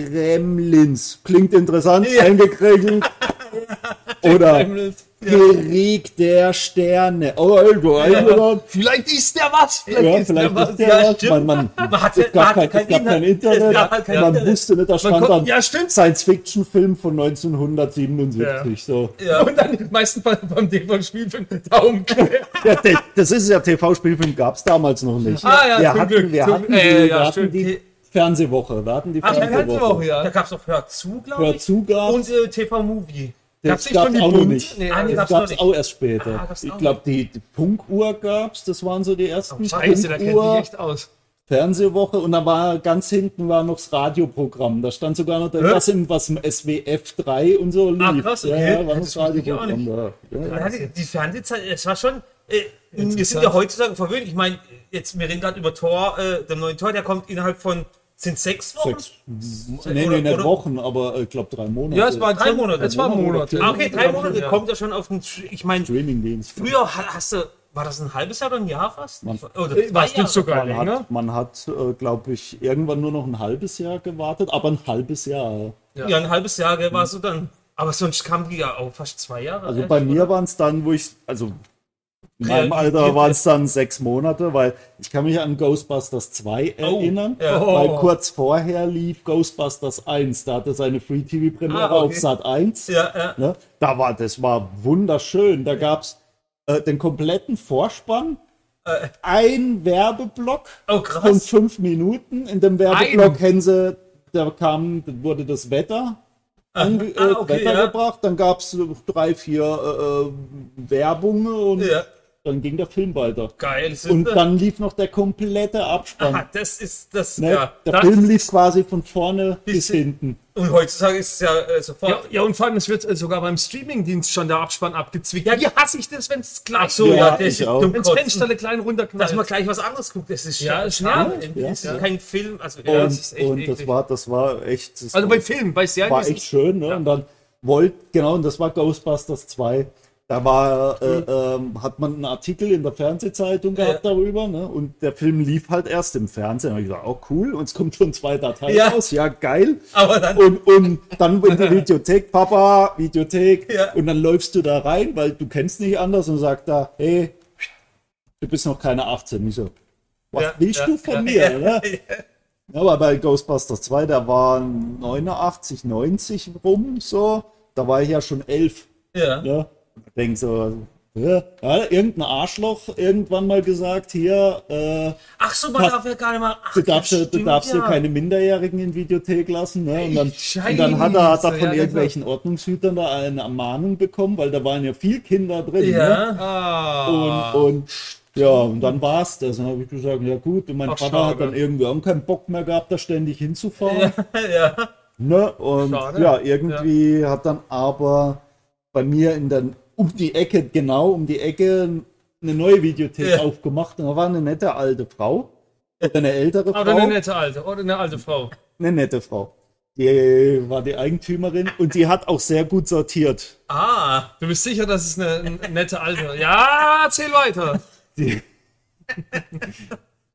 Speaker 2: Gremlins. Klingt interessant. Eingekringelt. Oder
Speaker 3: Himmels.
Speaker 2: Krieg der Sterne. Oh, Alter, Alter.
Speaker 3: Vielleicht ist der was. Vielleicht
Speaker 2: Ja,
Speaker 3: ist
Speaker 2: vielleicht
Speaker 3: der was.
Speaker 2: ist der
Speaker 1: Ja,
Speaker 2: was.
Speaker 1: stimmt.
Speaker 2: Man, man,
Speaker 1: Man hatte-
Speaker 2: es
Speaker 1: man
Speaker 2: gab,
Speaker 1: hatte
Speaker 2: kein, es
Speaker 1: kein
Speaker 2: gab kein
Speaker 1: Internet.
Speaker 2: Internet.
Speaker 1: Es gab halt kein
Speaker 2: man
Speaker 1: Internet.
Speaker 2: wusste nicht, da stand
Speaker 3: konnte-
Speaker 2: dann
Speaker 3: ja, stimmt.
Speaker 2: Science-Fiction-Film von 1977. So.
Speaker 1: Ja.
Speaker 3: Und dann im meisten Fall beim DVD-Spielfilm Daumen.
Speaker 2: Ja, de- das ist ja TV-Spielfilm, gab es damals noch nicht.
Speaker 3: Ah, ja,
Speaker 2: wir
Speaker 3: zum
Speaker 2: hatten,
Speaker 3: Glück,
Speaker 2: Wir
Speaker 3: zum-
Speaker 2: hatten die,
Speaker 3: äh, ja,
Speaker 2: wir hatten
Speaker 3: stimmt.
Speaker 2: die Fernsehwoche. Wir hatten die
Speaker 3: Ach,
Speaker 2: Fernsehwoche.
Speaker 1: Da gab es noch Hör zu, glaube ich.
Speaker 2: Hör zu gab's.
Speaker 1: Und äh, TV Movie.
Speaker 2: Das
Speaker 3: nicht
Speaker 2: gab's
Speaker 3: schon die
Speaker 2: auch noch
Speaker 3: Bund?
Speaker 2: nicht.
Speaker 3: Nee,
Speaker 1: Ah, nee,
Speaker 2: das
Speaker 1: gab's noch
Speaker 2: gab es
Speaker 1: nicht.
Speaker 2: auch erst später.
Speaker 1: Ah, gab's
Speaker 2: ich
Speaker 1: auch
Speaker 2: glaube, die, die Funkuhr gab es. Das waren so die ersten.
Speaker 3: Oh, Scheiße, da kennt sich
Speaker 2: Funkuhr,
Speaker 3: echt aus.
Speaker 2: Fernsehwoche. Und da war ganz hinten war noch das Radioprogramm. Da stand sogar noch drin,
Speaker 3: Hä?
Speaker 2: was im, was im SWF 3 und so lief.
Speaker 1: Ah, krass, okay.
Speaker 2: ja, ja, war noch
Speaker 1: Hättest
Speaker 2: das
Speaker 1: du mich auch
Speaker 2: Radioprogramm da. Ja.
Speaker 1: Ja, die, die Fernsehzeit, es war schon. Äh, wir sind ja heutzutage verwöhnt. Ich meine, jetzt, wir reden gerade über Tor, äh, dem neuen Tor, der kommt innerhalb von Sind sechs Wochen?
Speaker 2: Sechs. Nee,
Speaker 1: oder-
Speaker 2: nee, nicht
Speaker 1: oder-
Speaker 2: Wochen, aber äh, ich glaube drei Monate. ne?
Speaker 3: Ja, es war
Speaker 1: Drei Monate.
Speaker 3: Es war Monate.
Speaker 1: Ah, okay, drei Monate
Speaker 3: Ja.
Speaker 1: kommt ja schon auf den. Sch- Ich meine,
Speaker 2: Streamingdienst.
Speaker 1: früher ha- hast du. War das ein halbes Jahr oder ein Jahr fast?
Speaker 2: Man-
Speaker 1: Oder
Speaker 3: Äh, warst du sogar-
Speaker 2: Man
Speaker 3: länger?
Speaker 2: hat, man hat glaube ich, irgendwann nur noch ein halbes Jahr gewartet, aber ein halbes Jahr.
Speaker 1: Ja. ein halbes Jahr gell, warst du dann. Aber sonst kam die ja auch fast zwei Jahre.
Speaker 2: Also
Speaker 1: alt,
Speaker 2: bei mir
Speaker 1: oder?
Speaker 2: waren es dann, wo ich, also in
Speaker 1: Ja,
Speaker 2: meinem Alter waren es dann sechs Monate, weil ich kann mich an Ghostbusters 2 erinnern,
Speaker 1: Oh, ja. Oh.
Speaker 2: weil kurz vorher lief Ghostbusters 1, da hatte seine Free-TV-Premiere
Speaker 1: Ah, okay.
Speaker 2: auf Sat 1.
Speaker 1: Ja, ja.
Speaker 2: Ne? Da war, das war wunderschön. Da gab's äh, den kompletten Vorspann, ein Werbeblock
Speaker 1: Äh. Oh,
Speaker 2: von
Speaker 1: krass.
Speaker 2: fünf Minuten. In dem Werbeblock hätten sie, da kam, wurde das Wetter, ange,
Speaker 1: ah,
Speaker 2: äh,
Speaker 1: okay,
Speaker 2: Wetter
Speaker 1: ja.
Speaker 2: gebracht, dann gab's drei, vier äh, äh, Werbungen und
Speaker 1: Ja.
Speaker 2: dann ging der Film weiter.
Speaker 1: Geil. siehste?
Speaker 2: Und dann lief noch der komplette Abspann.
Speaker 3: Ah,
Speaker 1: Aha, das ist das.
Speaker 2: ne?
Speaker 1: Ja,
Speaker 2: der
Speaker 1: das,
Speaker 2: Film lief quasi von vorne bis
Speaker 1: hin-
Speaker 2: hinten.
Speaker 1: Und heutzutage ist es ja äh,
Speaker 3: Ja,
Speaker 1: sofort.
Speaker 3: ja, und vor allem, es wird äh, sogar beim Streamingdienst schon der Abspann abgezwickt. Ja, hier hasse ich das, wenn es gleich
Speaker 1: Ach so, ja,
Speaker 2: Ja,
Speaker 1: das
Speaker 2: ich
Speaker 1: ist
Speaker 2: auch.
Speaker 1: dumm
Speaker 3: Wenn
Speaker 1: kotzen.
Speaker 3: Fenster klein
Speaker 1: Dass man
Speaker 3: runterknallt.
Speaker 1: gleich was anderes guckt, das ist
Speaker 3: Ja,
Speaker 1: schade.
Speaker 3: ist schade.
Speaker 1: Irgendwie ist
Speaker 2: Ja.
Speaker 1: kein Film. Also, ja, das ist
Speaker 2: Und,
Speaker 1: echt
Speaker 2: und das
Speaker 1: eklig.
Speaker 2: war, das war echt. Das
Speaker 3: Also
Speaker 2: war-
Speaker 3: bei Filmen, bei Serien
Speaker 2: war
Speaker 3: ist
Speaker 2: echt schön, ne? Und dann wollte, genau, und das war Ghostbusters 2. Da war,
Speaker 1: Mhm.
Speaker 2: äh, ähm, hat man einen Artikel in der Fernsehzeitung gehabt darüber, ne? Und der Film lief halt erst im Fernsehen. Und ich dachte, oh cool, und es kommt schon zwei Dateien
Speaker 1: Ja.
Speaker 2: raus, ja geil.
Speaker 1: Aber dann-
Speaker 2: und, und dann in die Videothek, Papa, Videothek.
Speaker 1: Ja.
Speaker 2: Und dann läufst du da rein, weil du kennst nicht anders und sagst da, hey, du bist noch keine 18. Ich so, was
Speaker 1: Ja,
Speaker 2: willst
Speaker 1: ja,
Speaker 2: du von
Speaker 1: ja,
Speaker 2: mir?
Speaker 1: ja,
Speaker 2: ne? Ja, aber bei Ghostbusters 2, da waren 89, 90 rum, so. Da war ich ja schon elf.
Speaker 1: Ja.
Speaker 2: Ne? Ich Denk so, ja, ja, irgendein Arschloch irgendwann mal gesagt, hier, äh,
Speaker 1: Ach so, man
Speaker 2: Pass-
Speaker 1: darf ja gar nicht mal. Ach,
Speaker 2: du darfst,
Speaker 1: ja,
Speaker 2: ja- du
Speaker 1: stimmt,
Speaker 2: darfst ja.
Speaker 1: ja.
Speaker 2: keine Minderjährigen in die Videothek lassen. Ne? Und, dann,
Speaker 3: Scheiße,
Speaker 2: und dann hat er, hat er
Speaker 3: ja,
Speaker 2: von
Speaker 3: das
Speaker 2: irgendwelchen Ordnungshütern da eine Mahnung bekommen, weil da waren ja viel Kinder drin. Ne?
Speaker 1: Ja.
Speaker 3: Ah.
Speaker 2: Und, und ja, und dann war es das. Dann habe ich gesagt, ja gut, und mein
Speaker 3: Ach,
Speaker 2: Vater
Speaker 3: schade.
Speaker 2: hat dann irgendwie auch keinen Bock mehr gehabt, da ständig hinzufahren.
Speaker 1: ja.
Speaker 2: Ne? Und
Speaker 3: Schade.
Speaker 2: ja, irgendwie hat dann aber bei mir in der, um die Ecke, genau um die Ecke, eine neue Videothek
Speaker 1: Ja.
Speaker 2: aufgemacht. Und da war eine nette alte Frau. Oder eine ältere Frau.
Speaker 3: Oder eine nette alte, oder eine alte Frau.
Speaker 2: eine nette Frau. Die war die Eigentümerin und die hat auch sehr gut sortiert.
Speaker 1: Ah.
Speaker 3: Du bist sicher, das ist eine, eine nette alte. Ja, erzähl weiter.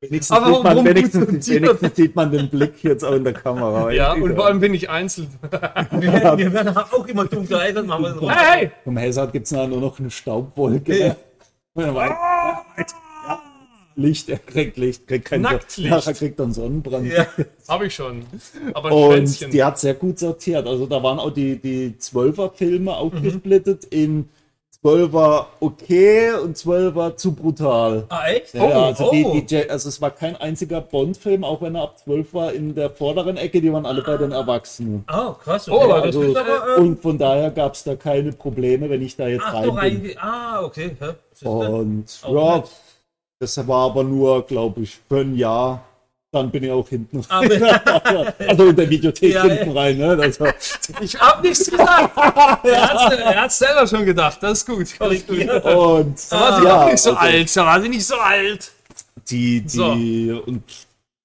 Speaker 2: Wenigstens,
Speaker 3: Aber
Speaker 2: sieht man,
Speaker 3: warum gut
Speaker 2: wenigstens,
Speaker 3: sortiert?
Speaker 2: wenigstens sieht man den Blick jetzt auch in der Kamera.
Speaker 3: Ja, und vor allem bin ich einzeln.
Speaker 1: Wir werden, ähm, wir werden auch immer dunkler. ey, Dann machen wir so.
Speaker 3: Hey!
Speaker 2: Vom Hazard gibt es nur noch eine Staubwolke. ne?
Speaker 1: Ja. Ah.
Speaker 2: Und dann war ich, ja, Licht, er kriegt Licht, kriegt kein
Speaker 3: Nacktlicht.
Speaker 2: Ja, er kriegt dann Sonnenbrand.
Speaker 1: Ja.
Speaker 3: Hab ich schon. Aber ein Schwänzchen.
Speaker 2: Und die hat sehr gut sortiert. Also da waren auch die, die
Speaker 1: Mhm.
Speaker 2: Zwölfer-Filme aufgesplittet in Zwölfer okay und Zwölfer zu brutal.
Speaker 1: Ah, echt?
Speaker 2: Ja, ja, also,
Speaker 1: oh.
Speaker 2: die, die, J- also es war kein einziger Bond-Film, auch wenn er ab 12 war, in der vorderen Ecke, die waren alle bei den Erwachsenen.
Speaker 1: oh, krass.
Speaker 3: Oh, aber
Speaker 1: Also,
Speaker 2: Also,
Speaker 1: ist aber, äh,
Speaker 2: und von daher gab es da keine Probleme, wenn ich da jetzt
Speaker 1: ach,
Speaker 2: rein
Speaker 1: du
Speaker 2: bin.
Speaker 1: reinge. Ah, okay. hä? Siehst
Speaker 2: Oh.
Speaker 1: du?
Speaker 2: Und
Speaker 3: Oh,
Speaker 1: Auch
Speaker 2: ja, das war aber nur, glaube ich, für ein Jahr. Dann bin ich auch hinten
Speaker 3: Ah,
Speaker 2: rein. also in der Videothek
Speaker 1: Ja,
Speaker 2: hinten rein. Ne? Also,
Speaker 3: Ich hab nichts gesagt. er, hat's, er hat's selber schon gedacht. Das ist gut. Das ist gut. Da
Speaker 2: und
Speaker 3: Ah, war sie
Speaker 2: ja,
Speaker 3: auch nicht so
Speaker 2: also
Speaker 3: alt. Da war sie nicht so alt.
Speaker 2: Die, die,
Speaker 3: So.
Speaker 2: und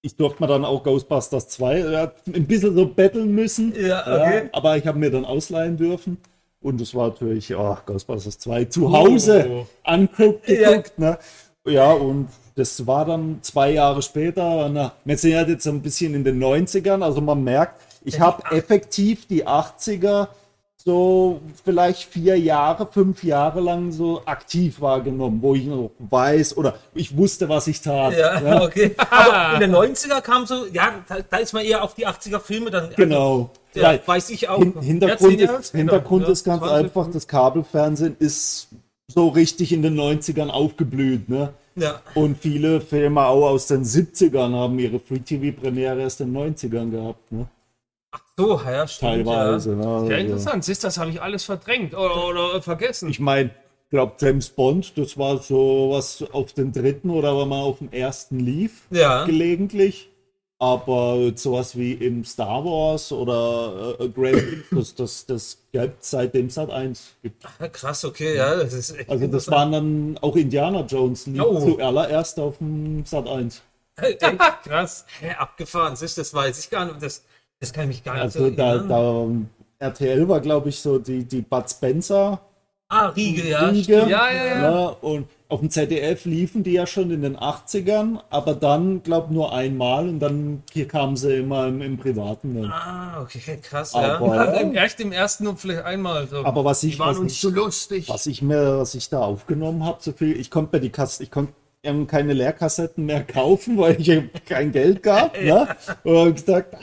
Speaker 2: ich durfte mir dann auch Ghostbusters 2 äh, ein bisschen so betteln müssen.
Speaker 1: Ja, okay.
Speaker 2: aber ich habe mir dann ausleihen dürfen. Und es war natürlich, ja, Ghostbusters 2 zu Hause
Speaker 1: Oh.
Speaker 2: anguckt, geguckt, ne? Ja, und das war dann zwei Jahre später. Na, wir sind ja jetzt so ein bisschen in den 90ern, also man merkt, ich habe effektiv die 80er so vielleicht vier Jahre, fünf Jahre lang so aktiv wahrgenommen, wo ich noch weiß oder ich wusste, was ich tat. ne?
Speaker 1: Ja, okay. Aber in den 90er kam so, ja, da, da ist man eher auf die 80er Filme dann.
Speaker 2: Genau.
Speaker 1: Also, ja,
Speaker 2: Weil-
Speaker 1: weiß ich auch.
Speaker 2: Hin Hintergrund,
Speaker 3: Ja, zehn
Speaker 2: ist,
Speaker 3: Jahre,
Speaker 2: Hintergrund
Speaker 3: genau,
Speaker 2: ist ganz
Speaker 3: ja, 20.
Speaker 2: einfach, das Kabelfernsehen ist so richtig in den 90ern aufgeblüht. Ne?
Speaker 1: ja.
Speaker 2: Und viele Filme auch aus den 70ern haben ihre Free-TV-Premiere erst in den 90ern gehabt. Ne?
Speaker 1: So, ja, stimmt.
Speaker 2: Teilweise. Ne? Also,
Speaker 3: Ja, interessant. Siehst du, das habe ich alles verdrängt oder, oder vergessen.
Speaker 2: Ich meine, ich glaube, James Bond, das war so was auf den dritten oder war mal auf dem ersten lief,
Speaker 1: Ja. ja.
Speaker 2: gelegentlich. Aber jetzt sowas wie im Star Wars oder äh, Great das, das, das gibt seitdem Sat 1 gibt.
Speaker 1: Ah, Krass, okay, ja, das ist echt.
Speaker 2: Also das waren dann auch Indiana Jones lief
Speaker 1: Oh.
Speaker 2: zuallererst auf dem Sat 1.
Speaker 3: Krass.
Speaker 1: Hä, abgefahren, siehst du, das weiß ich gar nicht. Das, das kann ich mich gar nicht
Speaker 2: Also da,
Speaker 1: erinnern.
Speaker 2: da RTL war, glaube ich, so die, die Bud Spencer
Speaker 1: ah, Riege, ja.
Speaker 2: Riege.
Speaker 1: stimmt.
Speaker 3: Ja, ja, ja.
Speaker 2: Ne? Und auf dem ZDF liefen die ja schon in den 80ern, aber dann, glaube nur einmal und dann hier kamen sie immer im, im Privaten. Ne?
Speaker 1: Ah, okay, krass, ja.
Speaker 2: Aber-
Speaker 3: Echt im ersten und vielleicht einmal. So.
Speaker 2: Aber was ich,
Speaker 1: Die waren
Speaker 2: was,
Speaker 1: uns
Speaker 2: ich,
Speaker 1: zu lustig.
Speaker 2: was ich mir, was ich da aufgenommen habe, so viel, ich konnte mir die Kasse, ich konnte ähm, keine Leerkassetten mehr kaufen, weil ich eben kein Geld gab. Ne? Und dann gesagt,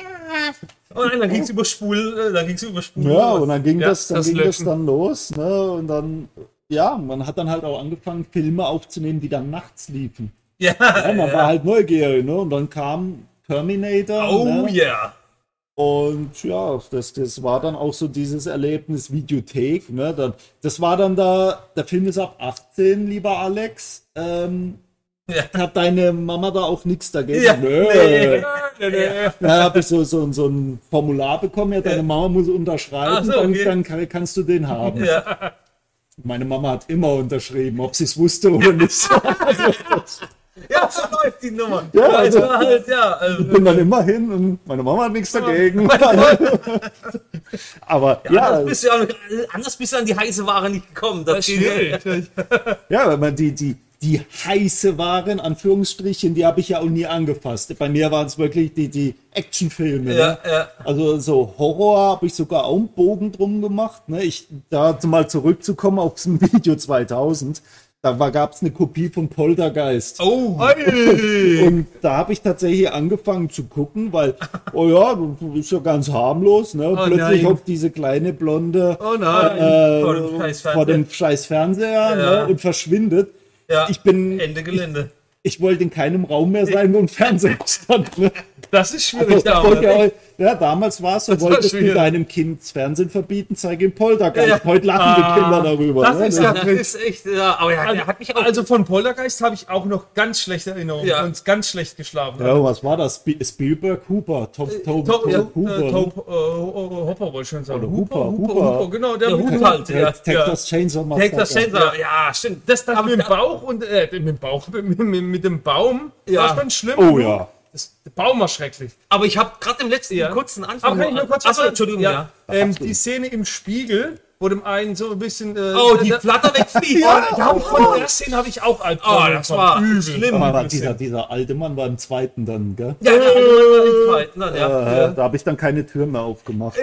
Speaker 1: Und dann ging es über Spul, äh, dann ging es über Spul.
Speaker 2: Ja, und dann ging
Speaker 3: Ja,
Speaker 2: das, dann
Speaker 3: das
Speaker 2: ging das
Speaker 3: löschen.
Speaker 2: dann los, ne? Und dann, ja, man hat dann halt auch angefangen, Filme aufzunehmen, die dann nachts liefen.
Speaker 1: ja.
Speaker 2: Ja, man war halt neugierig, ne? Und dann kam Terminator.
Speaker 1: Oh
Speaker 2: ne?
Speaker 1: yeah.
Speaker 2: Und ja, das, das war dann auch so dieses Erlebnis Videothek, ne? Dann, das war dann da, der Film ist ab 18, lieber Alex. Ähm,
Speaker 1: Ja.
Speaker 2: Hat deine Mama da auch nichts dagegen?
Speaker 1: Ja.
Speaker 2: Nö.
Speaker 1: Nee.
Speaker 3: Nee, nee, nee.
Speaker 2: Da habe ich so, so, so ein Formular bekommen, ja, deine Mama muss
Speaker 1: Ach
Speaker 2: unterschreiben,
Speaker 1: so, okay.
Speaker 2: dann, dann kann, kannst du den haben.
Speaker 1: Ja.
Speaker 2: Meine Mama hat immer unterschrieben, ob sie es wusste oder nicht.
Speaker 1: ja, so läuft die Nummer.
Speaker 2: Ja,
Speaker 1: Ja, also,
Speaker 2: also-
Speaker 1: halt, ja. Ähm,
Speaker 2: Bin dann immer hin und meine Mama hat nichts dagegen. Aber ja,
Speaker 1: anders, bist du, ja- anders bist du an die heiße Ware nicht gekommen. Das geht.
Speaker 3: Schwierig.
Speaker 2: ja, wenn man die, die, die heiße Ware, in Anführungsstrichen, die habe ich ja auch nie angefasst. Bei mir waren es wirklich die, die Actionfilme.
Speaker 1: Ja,
Speaker 2: ne?
Speaker 1: ja.
Speaker 2: Also so Horror habe ich sogar auch einen Bogen drum gemacht. Ne? Ich, da mal zurückzukommen auf das Video 2000, da gab es eine Kopie von Poltergeist.
Speaker 1: Oh.
Speaker 2: Und da habe ich tatsächlich angefangen zu gucken, weil, oh ja, du bist ja ganz harmlos, ne? Und
Speaker 3: Oh
Speaker 2: Plötzlich
Speaker 3: nein.
Speaker 2: hockt diese kleine Blonde
Speaker 3: Oh nein.
Speaker 2: äh,
Speaker 1: Vor dem scheiß Fernseher.
Speaker 2: vor dem scheiß Fernseher
Speaker 1: Ja.
Speaker 2: ne? und verschwindet.
Speaker 1: Ja.
Speaker 2: Ich bin,
Speaker 1: Ende Gelände.
Speaker 2: ich wollte in keinem Raum mehr sein, wo ein Fernseher stand. Ne?
Speaker 3: Das ist schwierig.
Speaker 2: Ich
Speaker 3: Ja,
Speaker 2: wollte auch, Oh, ja, damals war es so,
Speaker 3: Das war
Speaker 2: wolltest du
Speaker 3: schwierig.
Speaker 2: deinem Kind das Fernsehen verbieten, zeige ihm Poltergeist.
Speaker 1: Ja.
Speaker 2: Heute lachen
Speaker 3: Ah,
Speaker 2: die Kinder darüber.
Speaker 3: das
Speaker 2: ne?
Speaker 3: ist
Speaker 1: Ja,
Speaker 3: Ja,
Speaker 1: das
Speaker 3: Fritz.
Speaker 1: ist echt, ja, aber er,
Speaker 3: Also,
Speaker 1: er hat mich auch.
Speaker 3: also von Poltergeist habe ich auch noch ganz schlechte Erinnerungen
Speaker 1: Ja.
Speaker 3: und ganz schlecht geschlafen.
Speaker 2: ja, was war das? Spi- Spielberg, Hooper, Tom, Tom,
Speaker 3: Taub,
Speaker 2: Tom
Speaker 3: ja,
Speaker 2: Hooper.
Speaker 3: äh,
Speaker 2: ne?
Speaker 3: Taub, äh, Hopper wollte ich schon sagen.
Speaker 2: Oder Hooper,
Speaker 3: Hooper,
Speaker 2: Hooper.
Speaker 3: Hooper, genau, der
Speaker 1: Ja,
Speaker 3: mit-
Speaker 1: Hooper halt, ja.
Speaker 2: Texas Chainsaw Massacre.
Speaker 1: Hector Sensor. Ja, stimmt. Das
Speaker 3: Das da mit dem Bauch und äh, mit dem Bauch, mit, mit, mit dem Baum
Speaker 1: Ja.
Speaker 3: war schon schlimm.
Speaker 2: Oh ja.
Speaker 3: Das, der Baum war schrecklich.
Speaker 1: Aber ich habe gerade im letzten
Speaker 3: Ja.
Speaker 1: kurzen Anfang.
Speaker 3: Aber kann ich nur kurz
Speaker 1: Achso, Entschuldigung, ja.
Speaker 3: Ähm, die Szene im Spiegel, wo dem einen so ein bisschen. Äh,
Speaker 1: Oh, die
Speaker 3: da,
Speaker 1: Flatter wegfliegt.
Speaker 3: da, da, von der Szene habe ich auch
Speaker 1: Oh,
Speaker 3: Albträume
Speaker 1: das war
Speaker 3: bekommen.
Speaker 1: schlimm.
Speaker 2: Aber war Ah, dieser, dieser alte Mann war im zweiten dann, gell?
Speaker 1: Ja, ja, also, im zweiten, dann, ja.
Speaker 2: Äh, Da habe ich dann keine Tür mehr aufgemacht.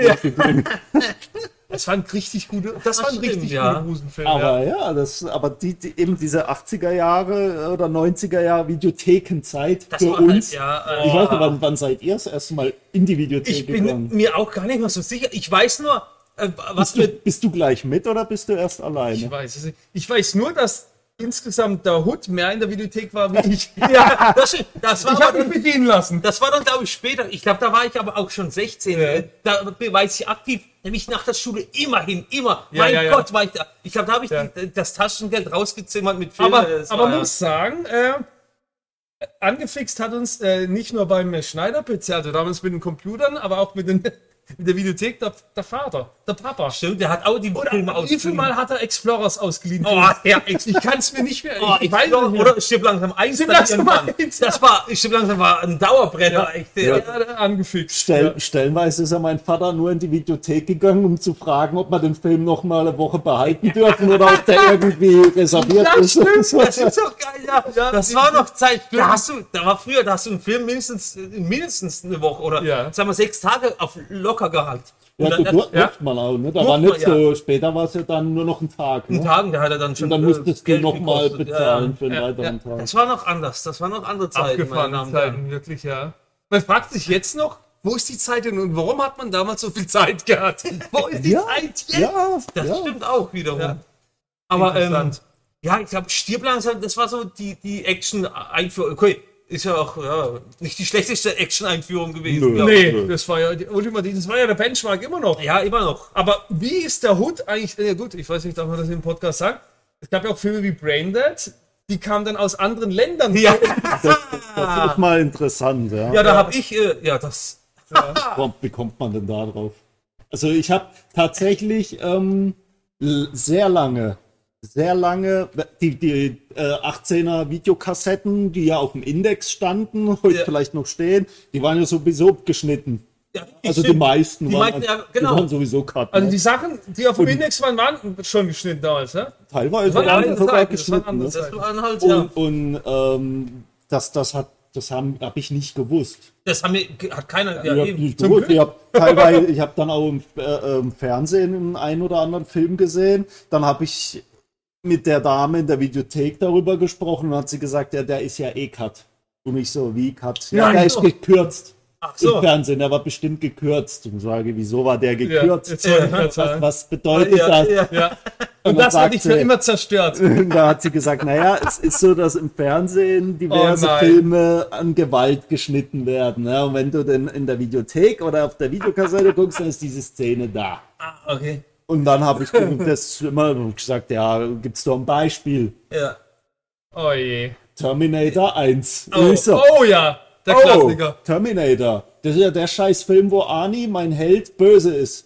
Speaker 3: Das waren richtig gute, das
Speaker 1: Das
Speaker 3: waren
Speaker 1: stimmt,
Speaker 3: richtig
Speaker 1: ja.
Speaker 3: gute Husenfilme.
Speaker 2: Aber ja, das, aber die, die, eben diese 80er Jahre oder 90er Jahre Videothekenzeit
Speaker 1: Das
Speaker 2: für
Speaker 1: war
Speaker 2: uns.
Speaker 1: halt, ja.
Speaker 2: Ich
Speaker 1: äh,
Speaker 2: weiß nicht, wann, wann seid ihr das erste Mal in die Videothek
Speaker 1: ich bin
Speaker 2: gegangen?
Speaker 1: mir auch gar nicht mehr so sicher. Ich weiß nur, äh, was
Speaker 2: Bist du,
Speaker 1: wir.
Speaker 2: bist du gleich mit oder bist du erst
Speaker 3: Ich
Speaker 2: alleine?
Speaker 3: weiß, es nicht. ich weiß nur, dass insgesamt der Hood mehr in der Videothek war wie ich.
Speaker 1: Ja, das, stimmt. das war
Speaker 3: Ich
Speaker 1: aber
Speaker 3: habe
Speaker 1: dann,
Speaker 3: ihn bedienen lassen.
Speaker 1: das war dann, glaube ich, später. Ich glaube, da war ich aber auch schon 16.
Speaker 3: Ja.
Speaker 1: Da weiß ich aktiv, nämlich nach der Schule immerhin, immer.
Speaker 3: Ja,
Speaker 1: mein
Speaker 3: ja, ja.
Speaker 1: Gott, war ich da. Ich glaube, da habe ich
Speaker 3: Ja.
Speaker 1: die, das Taschengeld rausgezimmert mit Filmen.
Speaker 3: aber
Speaker 1: Das
Speaker 3: aber
Speaker 1: war ja-
Speaker 3: muss sagen, äh, angefixt hat uns äh, nicht nur beim äh, Schneider-PC, also damals mit den Computern, aber auch mit, den, mit der Videothek der, der Vater, der Papa.
Speaker 1: Stimmt, der hat auch die Filme
Speaker 3: Oder wie viel
Speaker 1: ausgeliehen.
Speaker 3: Mal hat er Explorers ausgeliehen?
Speaker 1: Oh, ja,
Speaker 3: ich kann es mir nicht mehr.
Speaker 1: Oh, ich weiß noch,
Speaker 3: nicht mehr.
Speaker 1: oder stirb langsam eins,
Speaker 3: Stirb
Speaker 1: dann
Speaker 3: langsam
Speaker 1: irgendwann.
Speaker 3: eins, ja.
Speaker 1: Das war, ich stirb langsam war ein Dauerbrenner, echt.
Speaker 3: Ja,
Speaker 1: Ja.
Speaker 3: der angefixt.
Speaker 2: Stell, Stellenweise ist ja mein Vater nur in die Videothek gegangen, um zu fragen, ob wir den Film noch mal eine Woche behalten dürfen oder ob der irgendwie reserviert
Speaker 3: Ja,
Speaker 2: ist.
Speaker 3: stimmt,
Speaker 1: Das ist doch geil, ja.
Speaker 3: Ja,
Speaker 1: Das
Speaker 3: die-
Speaker 1: war noch Zeit. Da hast du, da war früher, da hast du einen Film mindestens, mindestens eine Woche oder,
Speaker 3: Ja.
Speaker 1: sagen wir, sechs Tage auf locker gehabt. Und
Speaker 2: Ja, du
Speaker 1: dann,
Speaker 2: dur
Speaker 3: ja.
Speaker 2: durfte man auch, ne? Da
Speaker 1: Durfte
Speaker 2: war nicht
Speaker 1: man, ja.
Speaker 2: so, später war es ja dann nur noch ein Tag, ne?
Speaker 1: nach Tagen, da hat er dann schon.
Speaker 2: Und dann
Speaker 1: äh,
Speaker 2: musstest du
Speaker 1: Geld
Speaker 2: nochmal
Speaker 1: gekostet,
Speaker 2: bezahlen für einen
Speaker 3: Ja,
Speaker 2: weiteren
Speaker 1: Ja.
Speaker 2: Tag.
Speaker 1: Das war noch anders, das waren noch andere Zeiten,
Speaker 3: Abgefahren
Speaker 1: meine Damen und Herren.
Speaker 3: Zeiten, wirklich, ja. Man fragt sich jetzt noch, wo ist die Zeit denn und warum hat man damals so viel Zeit gehabt? Wo ist die
Speaker 2: Ja,
Speaker 3: Zeit jetzt?
Speaker 2: ja,
Speaker 1: Das
Speaker 2: ja.
Speaker 1: stimmt auch wiederum.
Speaker 3: Ja.
Speaker 1: Aber ähm,
Speaker 3: Interessant.
Speaker 1: ja, ich glaube, stirb langsam, halt, das war so die, die Action-Einführung. Okay, ist ja auch ja, nicht die schlechteste Action-Einführung gewesen.
Speaker 2: Nö.
Speaker 1: glaub ich.
Speaker 3: Nee, das war ja die ultimative, das war ja der Benchmark immer noch.
Speaker 1: Ja, immer noch.
Speaker 3: Aber wie ist der Hund eigentlich? äh, Ja gut, ich weiß nicht, darf man das im Podcast sagen? Es gab ja auch Filme wie Braindead, die kamen dann aus anderen Ländern.
Speaker 1: Ja,
Speaker 2: Das, das ist mal interessant, ja.
Speaker 1: Ah. ja da habe ich, äh, ja, das.
Speaker 2: Kommt, wie kommt man denn da drauf? Also ich habe tatsächlich ähm, l- sehr lange, sehr lange, die, die äh, 18er Videokassetten, die ja auf dem Index standen, heute
Speaker 1: Ja.
Speaker 2: vielleicht noch stehen, die waren ja sowieso abgeschnitten.
Speaker 1: Ja,
Speaker 2: Also die
Speaker 1: stimmt.
Speaker 2: meisten,
Speaker 1: Die
Speaker 2: waren,
Speaker 1: meisten, ja, genau.
Speaker 2: die waren sowieso Karten.
Speaker 3: Also die Sachen, die auf dem Index waren, waren schon geschnitten damals, ne?
Speaker 2: Teilweise
Speaker 3: waren
Speaker 2: waren
Speaker 3: andere
Speaker 2: die sogar
Speaker 3: Zeiten, das waren
Speaker 2: geschnitten.
Speaker 3: andere
Speaker 2: Ne?
Speaker 1: Das war ein Hals, ja.
Speaker 2: Und, und ähm, das, das, hat, das haben- hab ich nicht gewusst.
Speaker 1: Das haben wir, hat keiner. Ja,
Speaker 2: Ich habe
Speaker 1: eben.
Speaker 2: nicht gewusst. Ich hab teilweise, ich habe dann auch im, äh, im Fernsehen einen, einen oder anderen Film gesehen. Dann habe ich mit der Dame in der Videothek darüber gesprochen und hat sie gesagt, ja, der ist ja eh cut. Und ich so, wie cut? Ja,
Speaker 3: Nein,
Speaker 2: der
Speaker 3: so.
Speaker 2: ist gekürzt.
Speaker 1: Ach
Speaker 2: Im
Speaker 1: so.
Speaker 2: Fernsehen, der war bestimmt gekürzt. Und sage, wieso war der
Speaker 3: Ja,
Speaker 2: gekürzt?
Speaker 3: jetzt wollte ich
Speaker 1: Ja.
Speaker 3: gerade sagen.
Speaker 2: Was, was bedeutet
Speaker 1: Ja,
Speaker 2: das?
Speaker 1: ja.
Speaker 3: Ja.
Speaker 2: Und
Speaker 3: Und
Speaker 2: dann
Speaker 3: das hat
Speaker 2: sagt
Speaker 3: dich für
Speaker 2: sie-
Speaker 3: immer zerstört.
Speaker 2: Und da hat sie gesagt, naja, es ist so, dass im Fernsehen diverse
Speaker 3: Oh nein.
Speaker 2: Filme an Gewalt geschnitten werden. Ne? Und wenn du denn in der Videothek oder auf der Videokassette guckst, dann ist diese Szene da.
Speaker 1: Ah, okay.
Speaker 2: Und dann habe ich ge- das immer gesagt, ja, gibt's doch ein Beispiel.
Speaker 1: Ja.
Speaker 3: Oh je.
Speaker 2: Terminator 1.
Speaker 3: Oh,
Speaker 2: Ist so.
Speaker 3: oh ja, der
Speaker 2: Oh,
Speaker 3: Klassiker.
Speaker 2: Terminator. Das ist ja der scheiß Film, wo Arnie, mein Held, böse ist.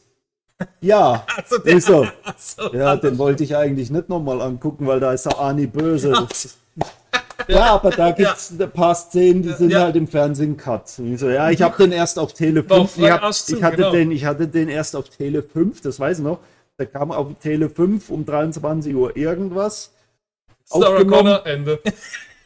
Speaker 2: Ja,
Speaker 3: Also
Speaker 1: so, der-
Speaker 2: ist so.
Speaker 1: So.
Speaker 2: Ja, den wollte ich eigentlich nicht nochmal angucken, weil da ist der Arnie böse. Ja, aber da gibt's ein paar Szenen, die sind
Speaker 1: Ja.
Speaker 2: halt im Fernsehen cut. Und ich so, ja, ich habe den erst auf Tele
Speaker 3: War auf
Speaker 2: 5. Ich, hab,
Speaker 3: Freitags
Speaker 2: ich,
Speaker 3: zu,
Speaker 2: hatte
Speaker 3: genau.
Speaker 2: den, ich hatte den erst auf Tele 5, das weiß ich noch. Da kam auf Tele 5 um 23 Uhr irgendwas.
Speaker 3: Sarah
Speaker 2: Aufgenommen
Speaker 3: Connor, Ende.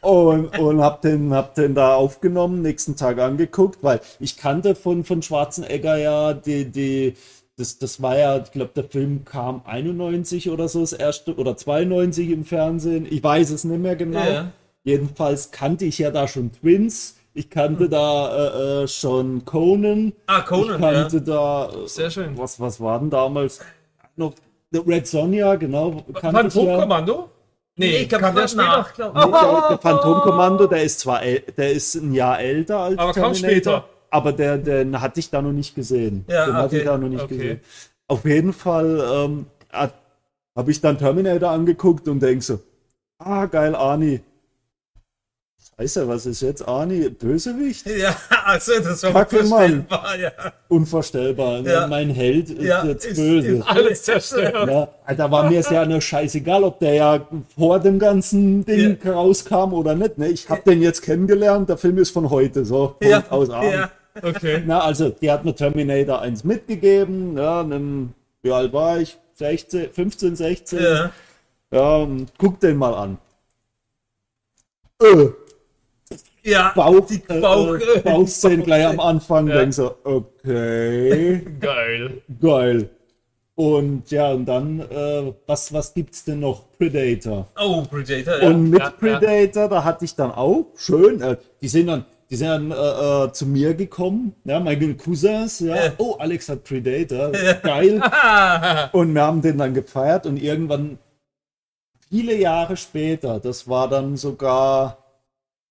Speaker 2: und, und hab, den, hab den da aufgenommen, nächsten Tag angeguckt, weil ich kannte von, von Schwarzenegger ja die, die das, das war ja, ich glaube, der Film kam 91 oder so, das erste oder 92 im Fernsehen. Ich weiß es nicht mehr genau.
Speaker 1: Ja.
Speaker 2: Jedenfalls kannte ich ja da schon Twins. Ich kannte da äh, äh, schon Conan.
Speaker 1: Mhm. Ah, Conan,
Speaker 2: Ich kannte da. Äh,
Speaker 3: Sehr schön.
Speaker 2: Was, was war denn damals? Noch Red Sonja, genau. kannte ich ja.
Speaker 3: Phantomkommando?
Speaker 1: Nee, ich glaub,
Speaker 3: kam der
Speaker 1: das war
Speaker 3: später.
Speaker 1: nach. Oh,
Speaker 2: Der, der Phantomkommando, der ist zwar äl- der ist ein Jahr älter als
Speaker 3: Aber kaum später.
Speaker 2: aber der, den hatte ich da noch nicht gesehen.
Speaker 1: Ja,
Speaker 2: den hatte ich
Speaker 1: okay,
Speaker 2: da noch nicht
Speaker 3: okay.
Speaker 2: gesehen. Auf jeden Fall ähm, habe ich dann Terminator angeguckt und denk so, ah geil, Arnie. Scheiße, was ist jetzt Arnie? Bösewicht?
Speaker 1: Ja, also das war
Speaker 2: Kacke, Mann.
Speaker 1: unvorstellbar, ja.
Speaker 2: Unvorstellbar. ne?
Speaker 1: Ja.
Speaker 2: Mein Held ist
Speaker 1: Ja,
Speaker 2: jetzt
Speaker 1: ist-
Speaker 2: böse.
Speaker 1: ist-
Speaker 3: Alles zerstört.
Speaker 2: Ja, da war mir es ja nur scheißegal, ob der ja vor dem ganzen Ding rauskam oder nicht. Ne? Ich habe den jetzt kennengelernt, der Film ist von heute, so Punkt,
Speaker 1: Ja,
Speaker 2: aus Abend.
Speaker 1: ja.
Speaker 3: Ah, Okay.
Speaker 2: Na, also, die hat mir Terminator 1 mitgegeben, ja, einem, wie alt war ich? 16, 15, 16.
Speaker 1: ja.
Speaker 2: Ja, und guck den mal an. Äh,
Speaker 1: Ja,
Speaker 2: Bauch,
Speaker 1: die
Speaker 2: äh,
Speaker 1: Bauch,
Speaker 2: äh, Bauchszenen gleich am Anfang,
Speaker 3: Ja.
Speaker 2: denk so, okay.
Speaker 3: Geil.
Speaker 2: Geil. Und ja, und dann, äh, was, was gibt's denn noch? Predator.
Speaker 1: Oh, Predator, ja.
Speaker 2: und mit
Speaker 3: ja, ja.
Speaker 2: Predator, da hatte ich dann auch, schön, äh, die sind dann, die sind dann äh, äh, zu mir gekommen, ja, meine Cousins, ja.
Speaker 1: Ja.
Speaker 2: Oh, Alex hat Predator, geil. und wir haben den dann gefeiert und irgendwann, viele Jahre später, das war dann sogar,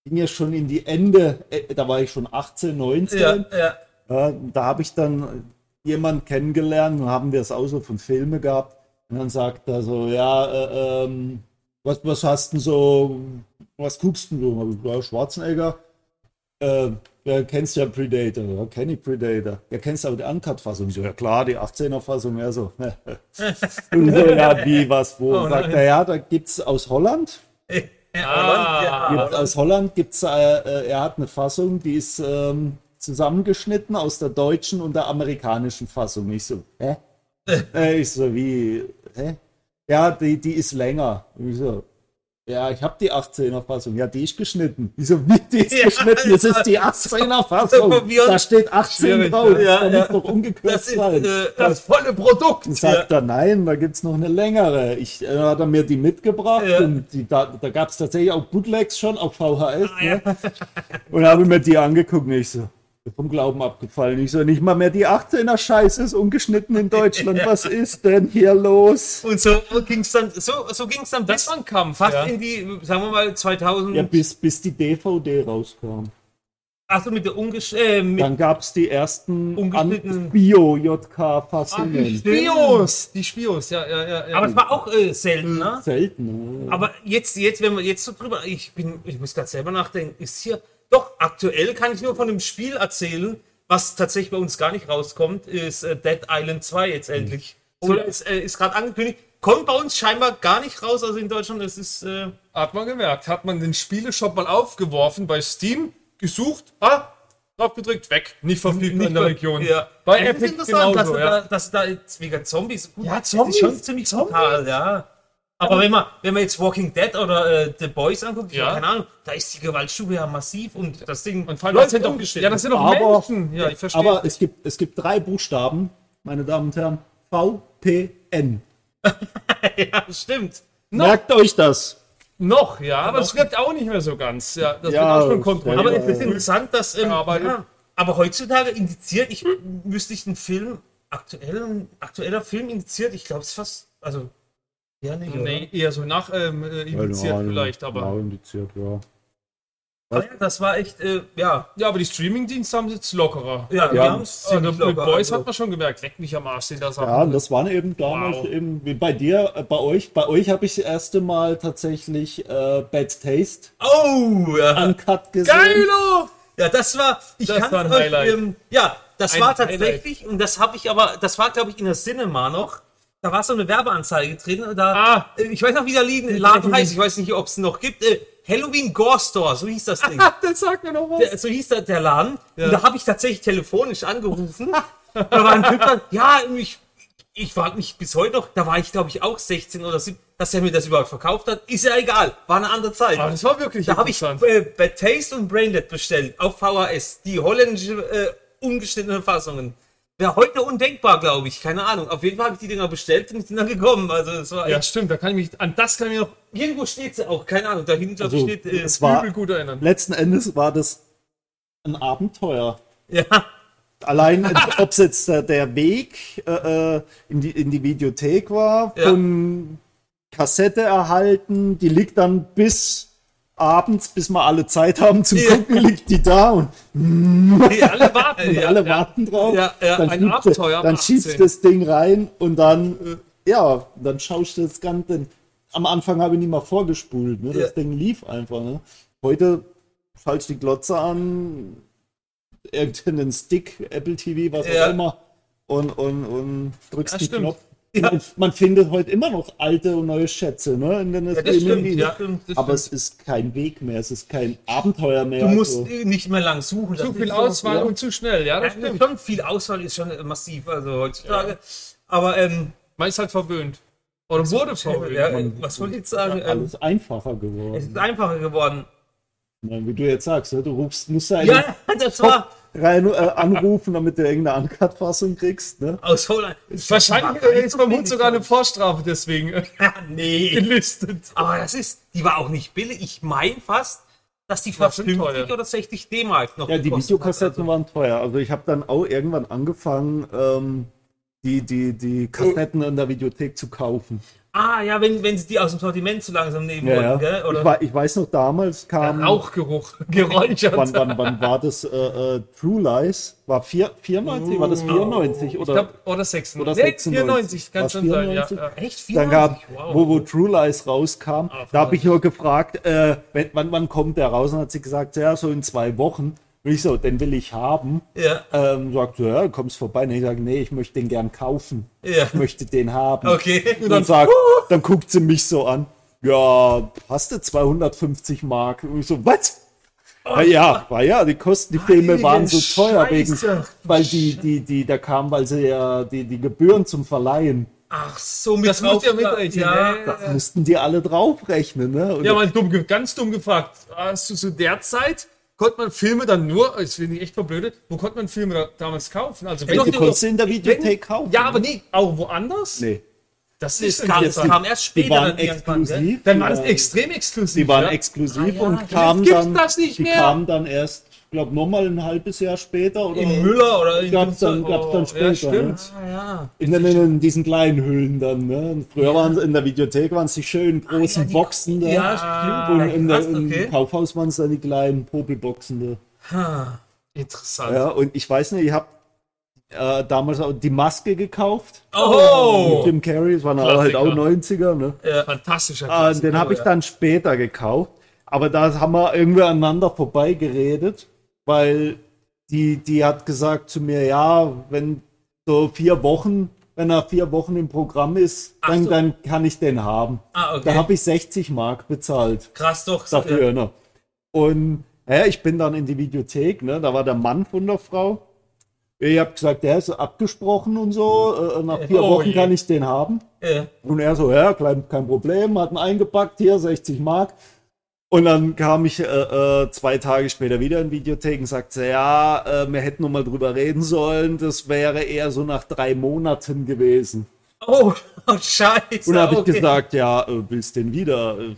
Speaker 2: ging ja schon in die Ende, äh, da war ich schon 18, 19.
Speaker 1: ja, ja.
Speaker 2: Ja, da habe ich dann jemanden kennengelernt und haben wir es auch so von Filme gehabt. Und dann sagt er so, ja, äh, ähm, was, was hast denn so, was guckst denn du? Hab ich, Ja, Schwarzenegger. Äh, ja, kennst ja Predator. Ja, kenn ich Predator. Ja, kennst aber die Uncut-Fassung. Ich So, ja klar, die 18er-Fassung, ja so. und so, ja, wie, was, wo?
Speaker 3: Oh,
Speaker 2: Und sagt
Speaker 3: nein.
Speaker 2: er, ja, da gibt's aus Holland.
Speaker 1: Ah.
Speaker 2: Gibt, aus Holland gibt es, äh, äh, er hat eine Fassung, die ist ähm, zusammengeschnitten aus der deutschen und der amerikanischen Fassung. Ich so, hä? äh, ich so, wie, hä? Ja, die, die ist länger. Ich so, ja, ich habe die 18er Fassung. Ja, die ist geschnitten. Ich so, wie, die ist
Speaker 1: Ja,
Speaker 2: geschnitten? Das ist die 18er Fassung. Da steht 18
Speaker 3: Schwierig,
Speaker 2: drauf.
Speaker 1: ja,
Speaker 2: da
Speaker 1: ja.
Speaker 2: muss doch umgekürzt
Speaker 1: Das ist,
Speaker 2: sein.
Speaker 1: äh,
Speaker 3: Das volle Produkt.
Speaker 2: Und sagt er, nein, da gibt es noch eine längere. Ich äh, hat er mir die mitgebracht
Speaker 1: Ja.
Speaker 2: und die, da, da gab es tatsächlich auch Bootlegs schon auf VHS.
Speaker 1: Ah,
Speaker 2: ne? Und habe mir die angeguckt und ich so, vom Glauben abgefallen. Ich so, nicht mal mehr die 18er Scheiße ist ungeschnitten in Deutschland. Was ist denn hier los?
Speaker 1: und so ging's dann, so, so ging's dann
Speaker 3: Das
Speaker 1: bis
Speaker 3: war ein Kampf.
Speaker 1: fast
Speaker 3: ja.
Speaker 1: in die, sagen wir mal, 2000.
Speaker 2: Ja, bis, bis die DVD rauskam.
Speaker 1: Ach so, mit der Ungesch äh, mit,
Speaker 2: Dann gab es die ersten
Speaker 1: Ungeschnittenen.
Speaker 2: Bio-JK-Fassungen.
Speaker 3: Spios. Die Spios, ja, ja, ja. ja.
Speaker 1: aber es war auch äh, selten, ne?
Speaker 2: Selten. ne?
Speaker 1: Aber jetzt, jetzt, wenn wir jetzt so drüber, ich bin, ich muss gerade selber nachdenken, ist hier, doch, aktuell kann ich nur von einem Spiel erzählen, was tatsächlich
Speaker 3: Mhm. Oh
Speaker 1: bei uns gar nicht rauskommt, ist äh, Dead Island 2 jetzt endlich. So, ist, äh, ist gerade angekündigt, Kommt bei uns scheinbar gar nicht raus, also in Deutschland, das ist. Äh,
Speaker 3: Hat man gemerkt. Hat man den Spieleshop mal aufgeworfen bei Steam, gesucht, ah, draufgedrückt, weg. Nicht verfügbar in der Region.
Speaker 1: Ja.
Speaker 3: Bei
Speaker 1: Das ist
Speaker 3: Epic
Speaker 1: interessant, dass,
Speaker 3: genauso,
Speaker 1: da,
Speaker 3: ja.
Speaker 1: dass da jetzt wegen Zombies. Gut,
Speaker 3: Ja,
Speaker 1: das ist
Speaker 3: Zombies,
Speaker 1: schon ziemlich
Speaker 3: Zombies.
Speaker 1: brutal, ja. Aber wenn man, wenn man jetzt Walking Dead oder äh, The Boys anguckt, ich
Speaker 3: Ja.
Speaker 1: hab keine Ahnung, da ist die Gewaltstufe ja massiv und das Ding
Speaker 3: Und vor allem, das sind doch,
Speaker 1: umgestellt.
Speaker 3: ja, das sind doch
Speaker 2: Aber-
Speaker 3: Menschen. Ja, ich verstehe.
Speaker 2: Aber es gibt, es gibt drei Buchstaben, meine Damen und Herren. VPN.
Speaker 1: ja, stimmt.
Speaker 2: Merkt euch das.
Speaker 3: Noch, ja, aber
Speaker 1: Noch.
Speaker 3: es wirkt auch nicht mehr so ganz. Ja, das
Speaker 2: Ja,
Speaker 3: wird auch schon
Speaker 2: das
Speaker 3: kontrolliert.
Speaker 1: Aber
Speaker 2: Ja,
Speaker 1: es ist interessant, dass. Ähm,
Speaker 3: Aber-
Speaker 1: ja, aber heutzutage indiziert, ich müsste ich einen Film, aktuell, ein aktueller Film indiziert, ich glaube es ist fast. Also. Ja, nicht, oder?
Speaker 3: nee, eher so nach ähm, äh, impliziert vielleicht, aber.
Speaker 2: Ja, indiziert, ja.
Speaker 1: Aber Ah, ja, das war echt, äh, ja.
Speaker 3: Ja, aber die Streaming-Dienste haben es jetzt lockerer.
Speaker 1: Ja, wir
Speaker 2: Ja.
Speaker 1: haben's
Speaker 3: Also
Speaker 1: ziemlich
Speaker 3: mit
Speaker 1: locker,
Speaker 3: Boys
Speaker 1: also.
Speaker 3: hat man schon gemerkt, leck mich am Arsch, sind das
Speaker 2: Ja, und das waren eben damals
Speaker 3: Wow.
Speaker 2: eben, wie bei dir, äh, bei euch, bei euch habe ich das erste Mal tatsächlich äh, Bad Taste
Speaker 1: Oh, ja.
Speaker 3: Ah,
Speaker 2: uncut gesehen.
Speaker 3: Geilo!
Speaker 1: Ja, das war, ich
Speaker 3: Das
Speaker 1: kann
Speaker 3: war ein Highlight.
Speaker 1: ähm, ja, das
Speaker 3: Ein
Speaker 1: war tatsächlich, und das habe ich aber, das war glaube ich in der Cinema noch, da war so eine Werbeanzeige getreten, und da,
Speaker 3: Ah.
Speaker 1: äh, ich weiß noch, wie der Laden, Laden heißt, ich weiß nicht, ob es noch gibt, äh, Halloween Gore Store, so hieß das Ding.
Speaker 3: das sagt mir noch was.
Speaker 1: Der- Äh, so hieß der, der Laden. Und da habe ich tatsächlich telefonisch angerufen. da war ein Typ dann, ja, ich, ich frage mich bis heute noch, da war ich glaube ich auch 16 oder 17, dass er mir das überhaupt verkauft hat. Ist ja egal, war eine andere Zeit.
Speaker 3: Aber das war wirklich
Speaker 1: Da habe ich
Speaker 3: interessant.
Speaker 1: äh, Bad Taste und Braindead bestellt auf VHS. Die holländische äh, ungeschnittene Fassungen. Wäre heute undenkbar, glaube ich. Keine Ahnung. Auf jeden Fall habe ich die Dinger bestellt und sind dann gekommen. Also es war
Speaker 3: ja,
Speaker 1: echt-
Speaker 3: stimmt, da kann ich mich, an das kann ich mich noch
Speaker 1: irgendwo steht sie auch. Keine Ahnung. Da hinten glaube ich
Speaker 2: Also,
Speaker 1: steht. Äh,
Speaker 2: es war,
Speaker 3: übel gut erinnern.
Speaker 2: letzten Endes war das ein Abenteuer.
Speaker 1: ja.
Speaker 2: Allein, ob es jetzt der, der Weg äh, äh, in, die, in die Videothek war,
Speaker 1: Ja.
Speaker 2: von Kassette erhalten, die liegt dann bis abends, bis wir alle Zeit haben zum
Speaker 1: Ja.
Speaker 2: Gucken, liegt die da und
Speaker 3: Alle warten.
Speaker 2: und
Speaker 3: ja.
Speaker 2: alle warten drauf.
Speaker 1: Ja, ja,
Speaker 2: dann
Speaker 3: ein
Speaker 2: schiebt-
Speaker 3: Abenteuer ab
Speaker 2: Dann schiebst
Speaker 3: 18.
Speaker 2: du das Ding rein und dann, äh, ja, dann schaust du das Ganze. denn Am Anfang habe ich nicht mal vorgespult. Ne? Das
Speaker 1: Ja.
Speaker 2: Ding lief einfach. Ne? Heute falsch die Glotze an, irgendeinen Stick, Apple TV, was
Speaker 1: Ja.
Speaker 2: auch immer, und, und, und drückst
Speaker 3: Ja,
Speaker 2: den
Speaker 3: stimmt.
Speaker 2: Knopf. Man, man findet heute immer noch alte und neue Schätze, ne? In den
Speaker 1: das
Speaker 2: Streaming-
Speaker 1: stimmt, ja, stimmt, das
Speaker 2: Aber es ist kein Weg mehr, es ist kein Abenteuer mehr.
Speaker 1: Du musst
Speaker 2: also.
Speaker 1: äh, nicht mehr lang suchen.
Speaker 3: Zu
Speaker 1: Das
Speaker 3: viel
Speaker 1: ist-
Speaker 3: Auswahl
Speaker 2: ja.
Speaker 3: und zu schnell, ja,
Speaker 1: Ja,
Speaker 3: das stimmt.
Speaker 1: Schon viel Auswahl ist schon äh, massiv. Also heutzutage. Aber ähm,
Speaker 3: Man ist halt verwöhnt. Oder wurde verwöhnt.
Speaker 1: ja, äh, was wollte ich jetzt sagen? Ähm,
Speaker 2: Alles einfacher geworden.
Speaker 1: es ist einfacher geworden.
Speaker 2: Nein, wie du jetzt sagst, ne? du rufst, musst ja,
Speaker 1: Ja, das war.
Speaker 2: rein, äh, anrufen, damit du irgendeine Uncut-Fassung kriegst. Ne?
Speaker 1: Aus Holland.
Speaker 3: Wahrscheinlich ist beim Hund sogar eine Vorstrafe deswegen
Speaker 1: Ja,
Speaker 3: Genau.
Speaker 1: nee.
Speaker 3: gelistet.
Speaker 1: Aber das ist, die war auch nicht billig. Ich meine fast, dass die
Speaker 3: Das
Speaker 1: fast
Speaker 3: sind
Speaker 1: 50
Speaker 3: teuer.
Speaker 1: oder 60 D-Mark noch
Speaker 2: Ja, die
Speaker 1: gekostet hat.
Speaker 2: Videokassetten waren teuer. Also ich habe dann auch irgendwann angefangen, ähm, die, die, die Kassetten in der Videothek zu kaufen.
Speaker 1: Ah, ja, wenn, wenn sie die aus dem Sortiment zu langsam nehmen
Speaker 2: Ja,
Speaker 1: wollten,
Speaker 2: ja.
Speaker 1: gell?
Speaker 2: Ich,
Speaker 1: Oder?
Speaker 2: wei- ich weiß noch, damals kam,
Speaker 3: Rauchgeruch, geräuchert.
Speaker 2: Ähm, wann, wann, wann war das, äh, äh, True Lies? War vier, 94? War das 94?
Speaker 3: Ich
Speaker 2: oder?
Speaker 3: glaub, oder 96.
Speaker 2: Oder
Speaker 3: 94,
Speaker 2: 96,
Speaker 3: kann
Speaker 2: was,
Speaker 3: schon sein, ja.
Speaker 2: 94?
Speaker 3: ja.
Speaker 1: Echt viel?
Speaker 2: Dann gab,
Speaker 1: wow. Ah,
Speaker 2: wo, wo True Lies rauskam, da habe ich nur gefragt, äh, wenn, wann, wann kommt der raus? Und hat sie gesagt, ja, so in zwei Wochen. Und ich so, den will ich haben.
Speaker 1: Ja,
Speaker 2: Ähm, sagt so, ja, du kommst vorbei. Und ich sage, nee, ich möchte den gern kaufen.
Speaker 1: Ja.
Speaker 2: Ich möchte den haben.
Speaker 1: okay.
Speaker 2: Und dann, sagt, dann guckt sie mich so an. Ja, hast du 250 Mark? Und ich so, was? Ja, ja, war ja, die Kosten, die Filme
Speaker 1: Heilige
Speaker 2: waren so teuer wegen,
Speaker 1: Scheiße.
Speaker 2: weil die, die, die, da kamen, weil sie ja die, die Gebühren zum Verleihen,
Speaker 1: Ach so, mit
Speaker 3: Das muss ja
Speaker 1: drauf-
Speaker 3: mitrechnen.
Speaker 1: Ja,
Speaker 3: ne?
Speaker 2: da mussten die alle draufrechnen, ne? Und
Speaker 3: Ja, man dumm, ge- ganz dumm gefragt. Hast du zu der Zeit, konnte man Filme dann nur, jetzt bin ich echt verblödet, wo konnte man Filme da, damals kaufen? Also wenn
Speaker 2: du
Speaker 3: doch-
Speaker 2: konntest sie in der Videothek kaufen.
Speaker 3: Ja, aber nee, auch woanders?
Speaker 2: nee,
Speaker 3: Das
Speaker 1: Das
Speaker 3: ist
Speaker 1: kam,
Speaker 3: interessant.
Speaker 1: kam erst später
Speaker 2: die waren
Speaker 1: irgendwann, gell?
Speaker 2: exklusiv.
Speaker 3: Dann war das
Speaker 2: die
Speaker 3: extrem exklusiv.
Speaker 2: Die waren
Speaker 3: ja.
Speaker 2: exklusiv
Speaker 1: Ah, ja,
Speaker 2: und kamen
Speaker 3: gibt's
Speaker 2: dann,
Speaker 3: das nicht
Speaker 2: die
Speaker 3: mehr.
Speaker 2: kamen dann erst, ich glaube, nochmal ein halbes Jahr später oder
Speaker 1: Im Müller oder in
Speaker 2: gab's dann,
Speaker 1: Münster-
Speaker 2: gab's dann
Speaker 3: Oh, ja,
Speaker 2: später. ne?
Speaker 3: stimmt.
Speaker 1: Ah, ja.
Speaker 2: in, den, in diesen kleinen Höhlen dann. Ne? Und Früher waren sie in der Bibliothek waren es die schönen großen
Speaker 1: ja, die-
Speaker 2: Boxen da.
Speaker 1: Ja,
Speaker 2: und
Speaker 1: stimmt. Ah,
Speaker 2: in der,
Speaker 1: Krass, okay.
Speaker 2: im Kaufhaus waren es dann die kleinen Popelboxen
Speaker 1: Ha.
Speaker 2: da.
Speaker 3: Interessant.
Speaker 2: Ja, und ich weiß nicht, ich habe äh, damals auch die Maske gekauft.
Speaker 1: Oh!
Speaker 2: Mit Jim Carrey, das waren halt auch 90er. Ne?
Speaker 3: Fantastischer
Speaker 2: Ah, und den habe ich
Speaker 1: ja.
Speaker 2: dann später gekauft. Aber da haben wir irgendwie aneinander vorbeigeredet, weil die, die hat gesagt zu mir, ja, wenn so vier Wochen wenn er vier Wochen im Programm ist,
Speaker 1: Ach
Speaker 2: dann,
Speaker 1: so.
Speaker 2: dann kann ich den haben.
Speaker 1: Ah, okay.
Speaker 2: Da habe ich 60 Mark bezahlt
Speaker 1: Krass doch.
Speaker 2: dafür. Ne? Und ja, ich bin dann in die Videothek, ne? da war der Mann von der Frau. Ich habe gesagt, der ist abgesprochen und so, äh, nach vier
Speaker 1: Oh
Speaker 2: Wochen
Speaker 1: je.
Speaker 2: kann ich den haben.
Speaker 1: Äh,
Speaker 2: Und er so, ja, klein, kein Problem, hat ihn eingepackt, hier 60 Mark. Und dann kam ich äh, äh, zwei Tage später wieder in die Videothek und sagte, ja, äh, wir hätten noch mal drüber reden sollen, das wäre eher so nach drei Monaten gewesen.
Speaker 1: oh, oh, scheiße.
Speaker 2: Und da habe ich
Speaker 1: okay.
Speaker 2: gesagt, ja, äh, willst den wieder? Äh,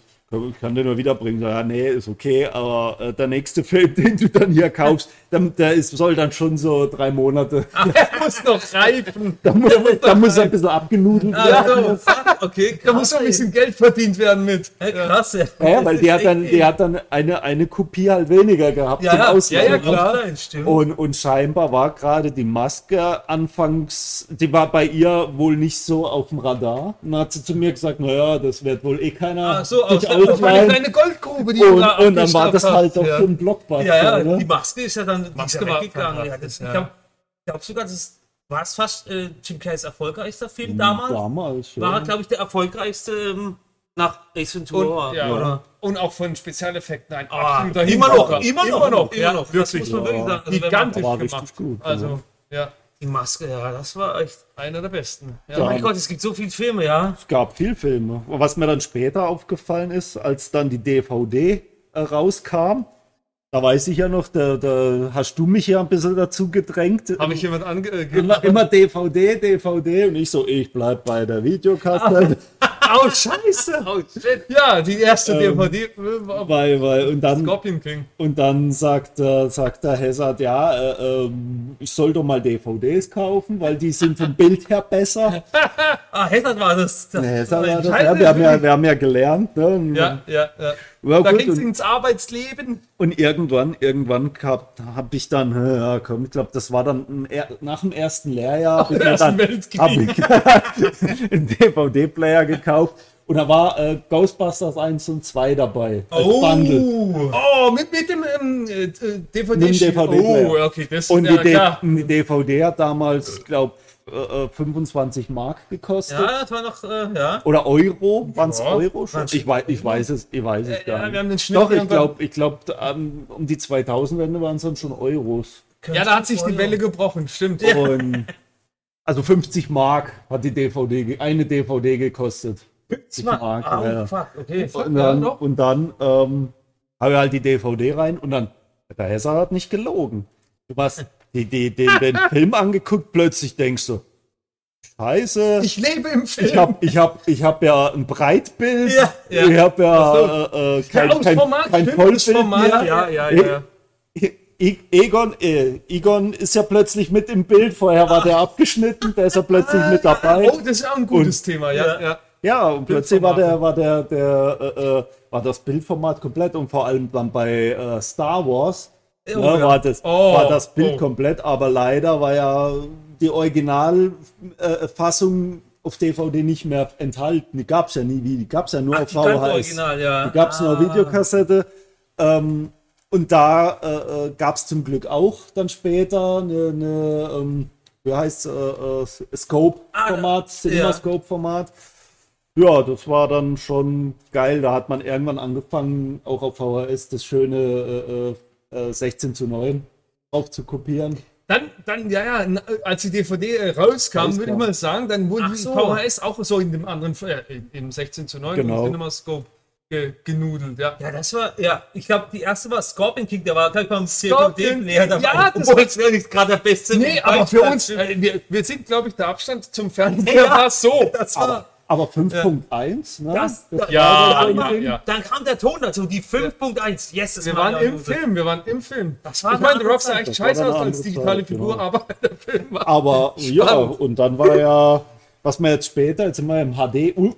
Speaker 2: Ich kann den nur wiederbringen. So, ja, nee, ist okay, aber äh, der nächste Film, den du dann hier kaufst, der, der ist, soll dann schon so drei Monate.
Speaker 3: Der muss noch reifen.
Speaker 2: Da muss, da muss ein bisschen abgenudelt werden.
Speaker 1: Also, fuck, okay, krass,
Speaker 3: Da muss noch ein bisschen Geld verdient werden mit.
Speaker 1: ey. Äh, krass, ey.
Speaker 2: Ja, ja, weil
Speaker 1: Das
Speaker 2: die
Speaker 1: ist
Speaker 2: hat dann,
Speaker 1: echt
Speaker 2: die hat dann eine, eine Kopie halt weniger gehabt
Speaker 1: Ja, ja,
Speaker 2: Ausleihen.
Speaker 1: ja, ja, klar. Nein,
Speaker 3: Oh,
Speaker 1: stimmt.
Speaker 2: Und, und scheinbar war gerade die Maske anfangs, die war bei ihr wohl nicht so auf dem Radar. Und dann hat sie zu mir gesagt, naja, das wird wohl eh keiner
Speaker 1: Ach so, aus
Speaker 2: sich
Speaker 1: der- aus
Speaker 3: Meine
Speaker 2: ausleihen.
Speaker 3: kleine Goldgrube, die du da
Speaker 2: Und, und dann war
Speaker 3: abgestapft
Speaker 2: das halt
Speaker 3: hast.
Speaker 2: auch
Speaker 3: Ja.
Speaker 2: so ein Blockbuster.
Speaker 1: Ja, ja,
Speaker 2: ne?
Speaker 1: die Maske ist ja dann die ist
Speaker 3: Maske
Speaker 1: ja
Speaker 3: war
Speaker 1: weggegangen. Ja, das,
Speaker 3: fantastisch,
Speaker 1: Ich
Speaker 3: ja.
Speaker 1: glaube glaub sogar, das war es fast äh, Jim Carreys erfolgreichster
Speaker 3: Mhm,
Speaker 1: Film damals.
Speaker 2: Damals, ja.
Speaker 1: War er, glaube ich, der erfolgreichste ähm, nach Ace Ventura.
Speaker 3: Und, ja,
Speaker 1: oder?
Speaker 3: und auch von Spezialeffekten ein
Speaker 1: Ah,
Speaker 3: absoluter
Speaker 1: immer noch,
Speaker 3: Hingucker.
Speaker 1: immer noch,
Speaker 3: immer noch,
Speaker 1: immer noch. Das
Speaker 3: wirklich.
Speaker 1: muss man wirklich sagen. Also, wenn man-
Speaker 3: gigantisch
Speaker 2: War richtig
Speaker 3: gemacht.
Speaker 2: gut,
Speaker 3: also, ja,
Speaker 1: Die Maske, ja, das war echt.
Speaker 3: einer der besten. Ja.
Speaker 1: Oh mein
Speaker 2: Ja.
Speaker 1: Gott, es gibt so viele Filme, ja.
Speaker 2: Es gab viel Filme. Was mir dann später aufgefallen ist, als dann die DVD äh, rauskam, da weiß ich ja noch, da, da hast du mich ja ein bisschen dazu gedrängt.
Speaker 3: Habe ich jemand ange... äh, ge-
Speaker 2: immer, immer DVD, DVD und ich so, ich bleib bei der Videokassette.
Speaker 3: Au, scheiße! Ja, die erste
Speaker 2: Ähm,
Speaker 3: DVD äh, war
Speaker 2: weil, weil, und dann,
Speaker 3: Scorpion King.
Speaker 2: und dann sagt, äh, sagt der Hazard, ja, äh, ähm, ich soll doch mal DVDs kaufen, weil die sind vom Bild her besser.
Speaker 1: Ah, Hazard war das. das
Speaker 2: Der Hazard war das,
Speaker 3: Scheiße,
Speaker 2: ja, wir, haben ja, wir haben ja gelernt. Ne? Und,
Speaker 3: Ja, ja, ja.
Speaker 2: Ja,
Speaker 3: da
Speaker 2: gut,
Speaker 3: ging es
Speaker 2: und-
Speaker 3: ins Arbeitsleben.
Speaker 2: Und irgendwann, irgendwann habe ich dann, hä, ja, komm, ich glaube, das war dann ein, er- nach dem ersten Lehrjahr, hab ich mir dann
Speaker 3: Ersten Weltkrieg.
Speaker 2: hab ich einen DVD-Player gekauft. Und da war äh, Ghostbusters 1 und 2 dabei. Als Bundle.
Speaker 3: Oh, mit, mit dem ähm, äh, DVD.
Speaker 2: Mit dem DVD
Speaker 3: oh,
Speaker 2: Player.
Speaker 3: okay, das
Speaker 2: Und die,
Speaker 3: ja,
Speaker 2: D-
Speaker 3: klar.
Speaker 2: die DVD hat damals, glaube äh, äh, 25 Mark gekostet.
Speaker 1: Ja, das war noch, äh, ja.
Speaker 2: Oder Euro? Waren es
Speaker 3: Ja,
Speaker 2: Euro schon? Ich weiß, ich weiß es, ich weiß es
Speaker 3: Äh,
Speaker 2: gar
Speaker 3: ja,
Speaker 2: nicht.
Speaker 3: wir haben den Schnitt
Speaker 2: Doch, ich
Speaker 3: irgendwann-
Speaker 2: glaube, ich glaub, ähm, um die 2000-Wende waren es dann schon Euros.
Speaker 3: Ja, da hat sich die Welle gebrochen, stimmt.
Speaker 2: Und also 50 Mark hat die DVD, ge- eine DVD gekostet. 50 Mark.
Speaker 1: Ah,
Speaker 2: ja.
Speaker 1: fuck, okay.
Speaker 2: Und
Speaker 3: ja,
Speaker 2: dann,
Speaker 3: doch.
Speaker 2: und dann ähm, habe ich halt die DVD rein und dann, der Hesser hat nicht gelogen. Du hast die, die, den, den Film angeguckt, plötzlich denkst du, Scheiße, ich,
Speaker 3: Ich lebe im Film.
Speaker 2: hab, ich, hab, ich hab ja ein Breitbild,
Speaker 1: Ja, ja.
Speaker 2: ich hab ja
Speaker 3: Ach
Speaker 2: äh, äh, kein,
Speaker 3: aufs
Speaker 2: kein,
Speaker 3: Format,
Speaker 2: kein
Speaker 3: stimmt, das
Speaker 2: Vollbild
Speaker 3: Format,
Speaker 2: mehr.
Speaker 1: Ja, ja,
Speaker 2: Ja.
Speaker 1: ja.
Speaker 2: E Egon, äh, Egon ist ja plötzlich mit im Bild. Vorher war der abgeschnitten, der ist ja plötzlich mit dabei.
Speaker 3: Oh, das ist auch ein gutes Thema, ja.
Speaker 1: Ja.
Speaker 3: ja.
Speaker 2: Ja, und plötzlich war der, war der, der, äh, äh, war das Bildformat komplett und vor allem dann bei äh, Star Wars
Speaker 1: Oh,
Speaker 2: ne,
Speaker 1: ja.
Speaker 2: war, das,
Speaker 3: Oh,
Speaker 2: war das Bild
Speaker 3: oh.
Speaker 2: komplett, aber leider war ja die Originalfassung auf DVD nicht mehr enthalten. Die gab es ja nie, wie- die gab es ja nur auf
Speaker 1: Die ganz
Speaker 2: VHS.
Speaker 1: original, ja.
Speaker 2: Die gab es nur auf Videokassette. Ähm, und da äh, äh, gab es zum Glück auch dann später eine, eine ähm, wie heißt äh, äh, Scope-Format, Cinemascope-Format. Ja, das war dann schon geil. Da hat man irgendwann angefangen, auch auf VHS das schöne äh, äh, äh, 16 zu 9 drauf zu kopieren.
Speaker 3: Dann, dann, ja, ja, na, als die DVD äh, rauskam,
Speaker 2: Rauskam.
Speaker 3: würde ich mal sagen, dann wurden
Speaker 1: Ach
Speaker 3: die
Speaker 1: so.
Speaker 3: VHS auch so in dem anderen, äh, in- im 16 zu 9
Speaker 2: Genau.
Speaker 3: im CinemaScope ge genudelt, ja.
Speaker 1: Ja, das war, ja, ich glaube, die erste war Scorpion King, der war, glaube ich, beim
Speaker 3: Scorpion-
Speaker 1: CFD-Player dabei.
Speaker 3: Ja, das-
Speaker 1: Obwohl es ja nicht gerade der beste
Speaker 3: Nee, aber für uns, äh, wir, wir sind, glaube ich, der Abstand zum Fernseher
Speaker 1: Ja.
Speaker 3: war so.
Speaker 1: Das
Speaker 2: Aber,
Speaker 1: war,
Speaker 2: aber 5.1, ne?
Speaker 1: Ah. Das-
Speaker 2: war
Speaker 3: Ja,
Speaker 2: so ein
Speaker 3: ja,
Speaker 2: Ding.
Speaker 3: ja.
Speaker 1: dann kam der Ton dazu, die 5.1. Yes, das
Speaker 3: Wir
Speaker 1: war
Speaker 3: waren
Speaker 1: ja
Speaker 3: im
Speaker 1: gut.
Speaker 3: Film, wir waren im Film.
Speaker 1: Das war
Speaker 3: ich
Speaker 1: eine
Speaker 3: meine,
Speaker 1: andere
Speaker 3: Rock sah
Speaker 1: Zeit,
Speaker 3: echt
Speaker 2: das war
Speaker 3: scheiße
Speaker 2: eine
Speaker 3: aus als
Speaker 2: andere
Speaker 3: digitale
Speaker 2: Zeit,
Speaker 3: Figur,
Speaker 2: genau.
Speaker 3: aber der Film war.
Speaker 2: Aber ja, und dann war ja, was wir jetzt später, jetzt sind wir im HD, U-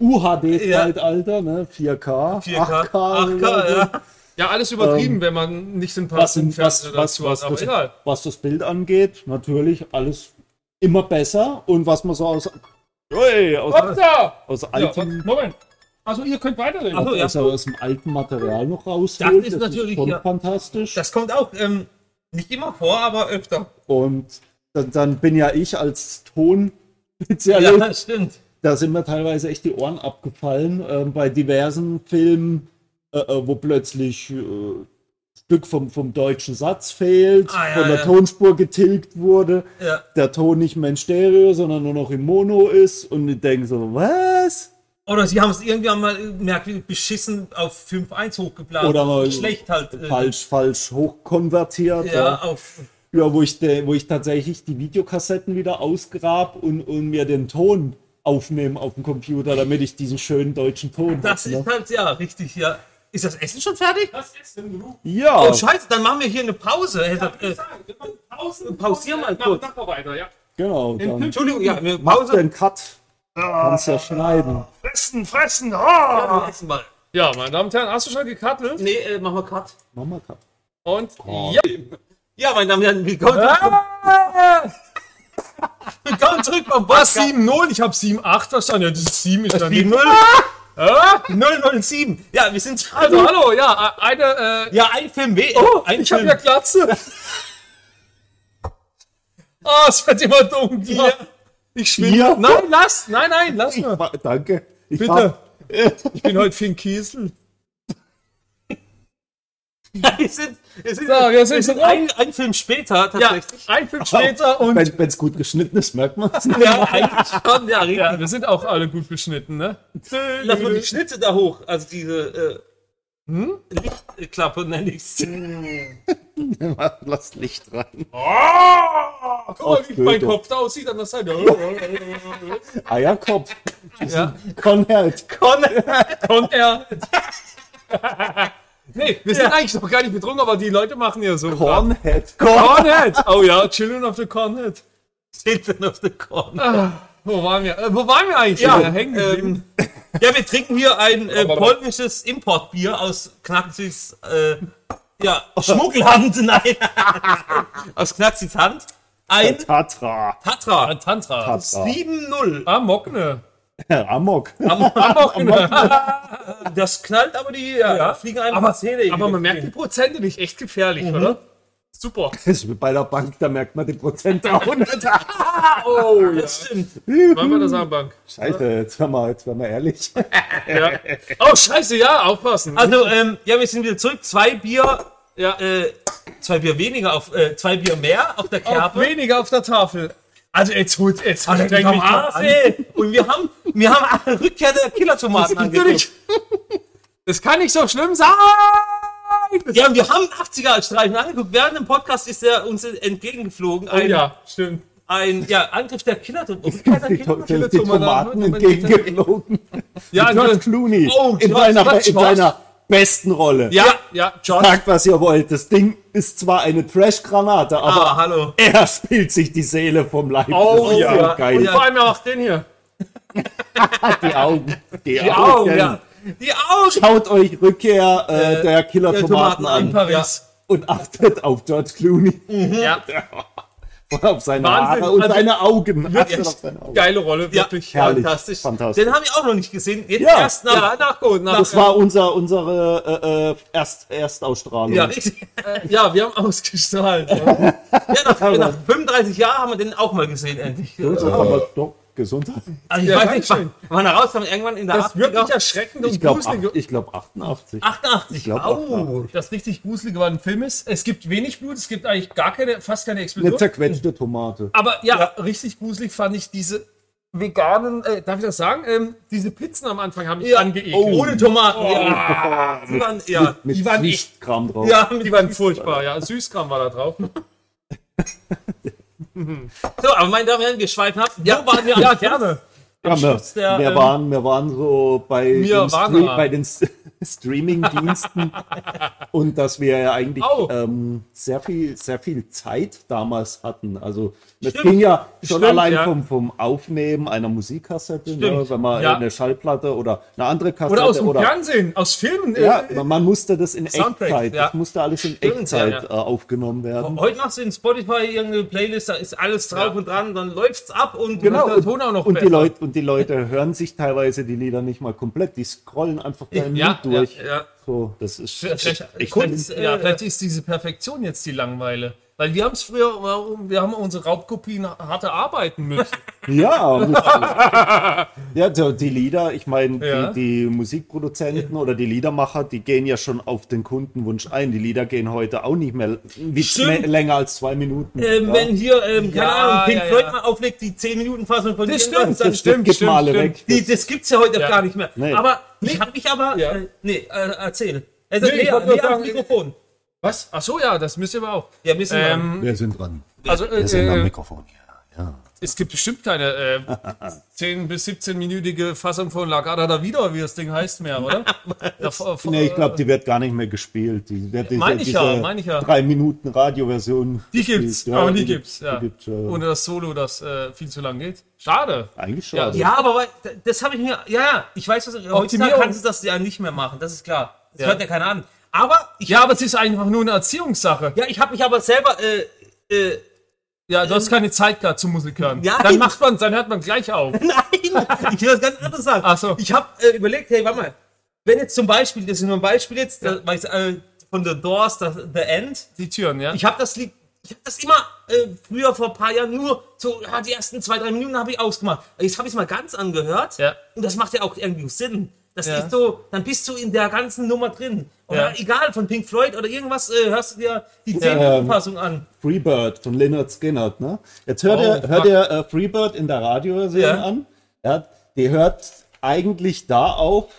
Speaker 2: UHD-Zeitalter, ne? 4K,
Speaker 1: 4K,
Speaker 2: 8K.
Speaker 1: 8K,
Speaker 2: oder so.
Speaker 1: ja.
Speaker 3: Ja, alles übertrieben, wenn man nicht den
Speaker 2: was,
Speaker 3: passenden
Speaker 2: was,
Speaker 3: Fernseher
Speaker 2: was,
Speaker 3: dazu
Speaker 2: was,
Speaker 3: hat, aber
Speaker 2: was,
Speaker 3: egal.
Speaker 2: was das Bild angeht, natürlich alles immer besser und was man so aus, Ui, aus,
Speaker 3: Hopp da!
Speaker 2: aus,
Speaker 3: Ja,
Speaker 2: altem,
Speaker 3: Moment. Also, ihr könnt weiterreden.
Speaker 1: Ach so, ja.
Speaker 2: was er aus dem alten Material noch rausholt,
Speaker 1: ist natürlich,
Speaker 2: schon
Speaker 1: ja.
Speaker 2: fantastisch.
Speaker 1: Das kommt auch ähm, nicht immer vor, aber öfter.
Speaker 2: Und dann, dann bin ja ich als Ton Witze erlebt.
Speaker 3: Ja, stimmt.
Speaker 2: Da sind mir teilweise echt die Ohren abgefallen äh, bei diversen Filmen, äh, äh, wo plötzlich äh, ein Stück vom, vom deutschen Satz fehlt,
Speaker 3: Ah, ja,
Speaker 2: von der
Speaker 3: ja.
Speaker 2: Tonspur getilgt wurde,
Speaker 3: Ja.
Speaker 2: der Ton nicht mehr in Stereo, sondern nur noch im Mono ist und ich denke so, was?
Speaker 1: Oder sie haben es irgendwann mal merkwürdig beschissen auf 5.1 hochgeplant.
Speaker 2: Oder mal
Speaker 1: schlecht halt. äh,
Speaker 2: falsch, falsch hochkonvertiert.
Speaker 1: Ja, auf.
Speaker 2: Ja, wo ich, de, wo ich tatsächlich die Videokassetten wieder ausgrab und, und mir den Ton aufnehme auf dem Computer, damit ich diesen schönen deutschen Ton
Speaker 1: Das
Speaker 2: hab, ne?
Speaker 1: ist halt, ja, richtig, ja. Ist das Essen schon fertig?
Speaker 3: Was ist denn genug?
Speaker 2: Ja,
Speaker 1: Oh, scheiße, dann machen wir hier eine Pause. Äh, äh, pausier mal kurz.
Speaker 3: Mach mal weiter, ja.
Speaker 2: genau. Dann
Speaker 1: Entschuldigung, ja, eine
Speaker 2: mach
Speaker 1: Pause.
Speaker 2: den Cut.
Speaker 3: Ah.
Speaker 2: Kannst ja schneiden.
Speaker 3: Fressen, fressen, oh!
Speaker 1: Wir essen mal.
Speaker 3: Ja, meine Damen und Herren, hast du schon gekartelt?
Speaker 1: Nee, äh, machen wir Cut.
Speaker 2: Mach mal Cut.
Speaker 3: Und ja.
Speaker 1: Ja, meine Damen und Herren, willkommen,
Speaker 3: Ah,
Speaker 1: willkommen zurück vom
Speaker 3: was?
Speaker 1: Podcast.
Speaker 3: 7-0? Ich hab 7-8 verstanden. Ja, das ist 7 ist ja nicht.
Speaker 1: 007. Ja, wir sind.
Speaker 3: Also, hallo, ja, eine, äh,
Speaker 1: ja, ein Film weh.
Speaker 3: oh,
Speaker 1: ein
Speaker 3: ich hab ja Glatze. Ah, es wird immer dunkel. Ich schwinde.
Speaker 2: Ja.
Speaker 3: Nein, lass, nein, nein, lass mal.
Speaker 2: Ma- Danke. Ich
Speaker 3: Bitte.
Speaker 2: Hab,
Speaker 3: Ich bin heute Finn Kiesel.
Speaker 1: wir sind, wir sind,
Speaker 3: So, wir sind zurück.
Speaker 1: ein, ein Film später
Speaker 3: Ja,
Speaker 1: tatsächlich.
Speaker 3: ein Film später und
Speaker 2: wenn es gut geschnitten ist, merkt man es.
Speaker 1: Ja, eigentlich schon, ja, richtig.
Speaker 3: Ja, wir sind auch alle gut beschnitten, ne?
Speaker 1: Lass mal die Schnitte da hoch. Also diese
Speaker 3: Hm?
Speaker 1: äh, Lichtklappe nenne ich es.
Speaker 2: Lass Licht rein.
Speaker 3: Oh, guck mal,
Speaker 2: Ach,
Speaker 3: wie mein
Speaker 2: Goethe.
Speaker 3: Kopf da aussieht an der Seite.
Speaker 2: Ah Eierkopf.
Speaker 3: Ja.
Speaker 2: Conrad.
Speaker 3: Und er. nee, wir sind eigentlich noch gar nicht betrunken, aber die Leute machen ja so.
Speaker 2: Cornhead.
Speaker 3: Cornhead! Oh ja, Children of the Cornhead.
Speaker 1: Children of the Corn.
Speaker 3: Ah. Wo waren wir? Äh, wo waren wir eigentlich?
Speaker 1: Ja,
Speaker 3: Wir hängen geblieben.
Speaker 1: ähm, ja, wir trinken hier ein äh,
Speaker 3: Warte, warte.
Speaker 1: polnisches Importbier aus Knacksis, äh, ja, Schmuggelhand, nein, aus Knacksis Hand. Ein
Speaker 2: Tatra.
Speaker 1: Tatra,
Speaker 3: Tantra.
Speaker 1: 7-0.
Speaker 3: Ah, Mockne.
Speaker 2: Amok.
Speaker 3: Mockne.
Speaker 1: Das knallt aber die ja,
Speaker 3: Ja.
Speaker 1: fliegen einem
Speaker 3: Aber,
Speaker 1: die Zähne.
Speaker 3: aber man merkt die Prozente nicht. Echt gefährlich, oder? Super.
Speaker 2: Das ist wie bei der Bank, da merkt man den Prozent auch nicht.
Speaker 1: oh, das stimmt.
Speaker 3: Waren wir in der Samenbank?
Speaker 2: Scheiße, jetzt werden wir, jetzt werden wir ehrlich.
Speaker 3: Ja. Oh, scheiße, ja, aufpassen.
Speaker 1: Also, ähm, ja, wir sind wieder zurück. Zwei Bier,
Speaker 3: ja.
Speaker 1: äh, zwei Bier weniger, auf, äh, zwei Bier mehr auf der
Speaker 3: Auch
Speaker 1: Kerbe. Ah,
Speaker 3: weniger auf der Tafel. Also jetzt holt jetzt also,
Speaker 1: Denk am Arsch, ey. Und wir haben, wir haben eine Rückkehr der Killertomaten angeguckt.
Speaker 3: Natürlich. Das kann nicht so schlimm sein.
Speaker 1: Ja, und wir haben 80er-Streifen angeguckt. Während dem Podcast ist er uns entgegengeflogen. Ein,
Speaker 3: Oh ja, stimmt.
Speaker 1: ein ja, Angriff der Killertomaten.
Speaker 2: Die, To- die, die
Speaker 3: Tomaten
Speaker 2: Tomaten entgegengeflogen.
Speaker 3: Ja,
Speaker 2: George
Speaker 3: George-
Speaker 2: Clooney.
Speaker 3: Oh,
Speaker 2: in,
Speaker 3: George-
Speaker 2: seiner,
Speaker 3: George-
Speaker 2: in seiner besten Rolle.
Speaker 3: ja, ja, George.
Speaker 2: Sagt, was ihr wollt. Das Ding ist zwar eine Trash-Granate, aber
Speaker 1: Ah, hallo.
Speaker 2: er spielt sich die Seele vom Leib.
Speaker 3: Oh,
Speaker 2: das ist
Speaker 3: ja.
Speaker 2: so geil.
Speaker 3: Und vor allem auch den hier.
Speaker 2: Die Augen. Die,
Speaker 3: Augen, ja.
Speaker 1: Die Augen!
Speaker 2: Schaut euch Rückkehr äh, der
Speaker 1: der
Speaker 2: Killer-Tomaten
Speaker 1: Tomaten
Speaker 2: an
Speaker 1: an.
Speaker 2: und achtet auf George Clooney.
Speaker 3: Mhm. Ja.
Speaker 2: Auf seine
Speaker 3: Wahnsinn.
Speaker 2: Haare und
Speaker 3: Also,
Speaker 2: seine Augen. Achtet
Speaker 1: echt.
Speaker 2: auf seine Augen.
Speaker 3: Geile Rolle,
Speaker 1: Ja,
Speaker 3: wirklich.
Speaker 2: Ja. Herrlich.
Speaker 1: fantastisch.
Speaker 2: Fantastisch.
Speaker 1: Den haben wir auch noch nicht gesehen. Jetzt
Speaker 2: Ja.
Speaker 1: erst nach,
Speaker 3: Ja, nachgeholt. Nach,
Speaker 2: Das war unser, unsere äh, äh, Erst, Erstausstrahlung.
Speaker 1: Ja, richtig.
Speaker 3: ja, wir haben ausgestrahlt.
Speaker 1: Ja, nach, nach 35 Jahren haben wir den auch mal gesehen, endlich.
Speaker 2: So, so kann man doch Gesundheit.
Speaker 1: Also ich
Speaker 3: Ja,
Speaker 1: weiß nicht,
Speaker 3: Dankeschön.
Speaker 1: wann, wann er rauskam, irgendwann in der
Speaker 3: Das
Speaker 1: 80er.
Speaker 3: wirklich erschreckend und
Speaker 2: Ich glaube
Speaker 3: gruselige-
Speaker 2: glaub 88.
Speaker 1: 88.
Speaker 2: glaub,
Speaker 1: Au.
Speaker 3: das richtig gruselige war ein Film ist. Es gibt wenig Blut, es gibt eigentlich gar keine, fast keine Explosion.
Speaker 2: Eine zerquetschte Tomate.
Speaker 3: Aber ja, richtig gruselig fand ich diese veganen, äh, darf ich das sagen? Ähm, diese Pizzen am Anfang haben mich
Speaker 1: Ja.
Speaker 3: angeekelt.
Speaker 1: Ohne Tomaten. Ja. Die waren, ja.
Speaker 2: Oh. Mit
Speaker 3: die waren
Speaker 2: Süßkram drauf.
Speaker 1: Ja,
Speaker 3: Die waren furchtbar, ja. Süßkram war da drauf.
Speaker 1: So, aber meine Damen und Herren, wir schweifen ab. Ja, waren wir
Speaker 3: Ja,
Speaker 1: ja,
Speaker 3: gerne.
Speaker 2: Ja, wir,
Speaker 1: Schutz der,
Speaker 2: wir,
Speaker 1: ähm,
Speaker 2: waren, wir waren so bei
Speaker 3: Wir
Speaker 2: den,
Speaker 3: waren
Speaker 2: Stre
Speaker 3: da.
Speaker 2: bei den S- Streaming-Diensten und dass wir ja eigentlich
Speaker 3: Au.
Speaker 2: ähm, sehr, viel, sehr viel Zeit damals hatten. Also es
Speaker 1: Stimmt.
Speaker 2: ging ja schon
Speaker 3: Stimmt,
Speaker 2: allein
Speaker 3: ja.
Speaker 2: vom, vom Aufnehmen einer Musikkassette, ne,
Speaker 1: Stimmt,
Speaker 2: wenn man
Speaker 3: ja.
Speaker 2: eine Schallplatte oder eine andere Kassette
Speaker 3: Oder aus dem
Speaker 2: oder
Speaker 3: Fernsehen, aus Filmen. äh,
Speaker 2: ja, man- man musste das in
Speaker 3: Soundtrack,
Speaker 2: Echtzeit,
Speaker 3: ja.
Speaker 2: das musste alles in
Speaker 1: Stimmt,
Speaker 2: Echtzeit
Speaker 1: ja, ja.
Speaker 2: Äh, aufgenommen werden.
Speaker 1: Heute machst du in Spotify irgendeine Playlist, da ist alles drauf
Speaker 3: Ja.
Speaker 1: und dran, dann läuft's ab und
Speaker 3: Genau. der Ton auch noch
Speaker 2: und, die
Speaker 3: besser.
Speaker 2: Leute, und die Leute hören sich teilweise die Lieder nicht mal komplett, die scrollen einfach deinen
Speaker 3: Ja,
Speaker 2: Lied durch.
Speaker 1: Ja.
Speaker 2: So, das ist
Speaker 3: Vielleicht,
Speaker 2: echt
Speaker 3: vielleicht,
Speaker 1: Kunst,
Speaker 3: ja,
Speaker 1: äh,
Speaker 3: vielleicht ist diese Perfektion jetzt die Langeweile. Weil wir haben es früher, um, wir haben unsere Raubkopien hart erarbeiten müssen.
Speaker 2: Ja, muss man- ja so die Lieder, ich meine,
Speaker 3: Ja.
Speaker 2: die, die Musikproduzenten oder die Liedermacher, die gehen ja schon auf den Kundenwunsch ein. Die Lieder gehen heute auch nicht mehr, wie
Speaker 1: Stimmt.
Speaker 2: mehr länger als zwei Minuten.
Speaker 1: Ähm,
Speaker 2: ja.
Speaker 1: Wenn hier, ähm, keine
Speaker 3: Ja,
Speaker 1: Ahnung, Pink
Speaker 3: ja, ja.
Speaker 1: Floyd mal auflegt, die 10 Minuten Fassung von
Speaker 3: Das
Speaker 1: dir-
Speaker 3: stimmt.
Speaker 2: das, das
Speaker 3: stimmt,
Speaker 2: gibt
Speaker 3: stimmt,
Speaker 2: mal alle weg.
Speaker 3: stimmt.
Speaker 1: Die, das gibt's ja heute
Speaker 3: Ja.
Speaker 1: gar nicht mehr.
Speaker 2: Nee.
Speaker 1: Aber ich habe mich aber.
Speaker 3: Ja.
Speaker 1: Äh, nee, äh, erzähl. Also,
Speaker 3: Nee,
Speaker 1: nee,
Speaker 3: ich
Speaker 1: Lea,
Speaker 3: wollte nur
Speaker 1: Lea
Speaker 3: sagen,
Speaker 1: ans Mikrofon.
Speaker 3: Was? Ach so, ja, das müsst ihr aber auch.
Speaker 1: Ja, müssen wir.
Speaker 3: Ähm,
Speaker 4: Wir sind dran.
Speaker 3: also,
Speaker 4: Wir sind am
Speaker 3: äh, äh,
Speaker 4: Mikrofon hier. Ja.
Speaker 3: es gibt bestimmt keine äh, 10- bis 17-minütige Fassung von Lagada da wieder, wie das Ding heißt, mehr, oder? Davor- vor-
Speaker 2: Nee, ich glaube, die wird gar nicht mehr gespielt. Die wird diese,
Speaker 3: Meine ich ja,
Speaker 2: diese
Speaker 3: meine ich ja.
Speaker 2: drei Minuten Radioversion.
Speaker 3: Die gibt's,
Speaker 2: gespielt.
Speaker 3: aber die, gibt's, ja.
Speaker 2: Die gibt's, ja.
Speaker 3: Ohne das Solo, das äh, viel zu lang geht. Schade.
Speaker 2: Eigentlich schon.
Speaker 1: Ja, aber weil- das habe ich mir. Ja, ja, ich weiß, was heutzutage
Speaker 3: Optimierung.
Speaker 1: kannst du das ja nicht mehr machen, das ist klar. Das
Speaker 3: Ja.
Speaker 1: hört ja keiner an. Aber ich,
Speaker 3: Ja, aber es ist einfach nur eine Erziehungssache.
Speaker 1: ja, ich habe mich aber selber. Äh, äh,
Speaker 3: Ja, du hast keine Zeit gehabt zum Musik hören.
Speaker 1: Nein.
Speaker 3: Dann macht man, dann hört man gleich auf.
Speaker 1: nein, ich will was ganz anderes sagen.
Speaker 3: Ach so.
Speaker 1: Ich habe äh, überlegt, hey, warte mal, wenn jetzt zum Beispiel, das ist nur ein Beispiel jetzt, da- weil es, äh, von The Doors, das, The End,
Speaker 3: Die Türen, ja.
Speaker 1: ich habe das Lied, ich habe das immer äh, früher vor ein paar Jahren nur so, ja, die ersten zwei, drei Minuten habe ich ausgemacht. Jetzt habe ich es mal ganz angehört
Speaker 3: Ja.
Speaker 1: und das macht ja auch irgendwie Sinn. Das
Speaker 3: Ja.
Speaker 1: ist so, dann bist du in der ganzen Nummer drin. Oder
Speaker 3: Ja.
Speaker 1: egal, von Pink Floyd oder irgendwas, äh, hörst du dir die 10
Speaker 2: Ja.
Speaker 1: Fassung an.
Speaker 2: Freebird von Leonard Skinner. Ne? Jetzt hört
Speaker 3: Oh,
Speaker 2: er,
Speaker 3: fuck.
Speaker 2: hört er äh, Freebird in der Radioversion
Speaker 1: Ja.
Speaker 2: an. Ja, die hört eigentlich da auf,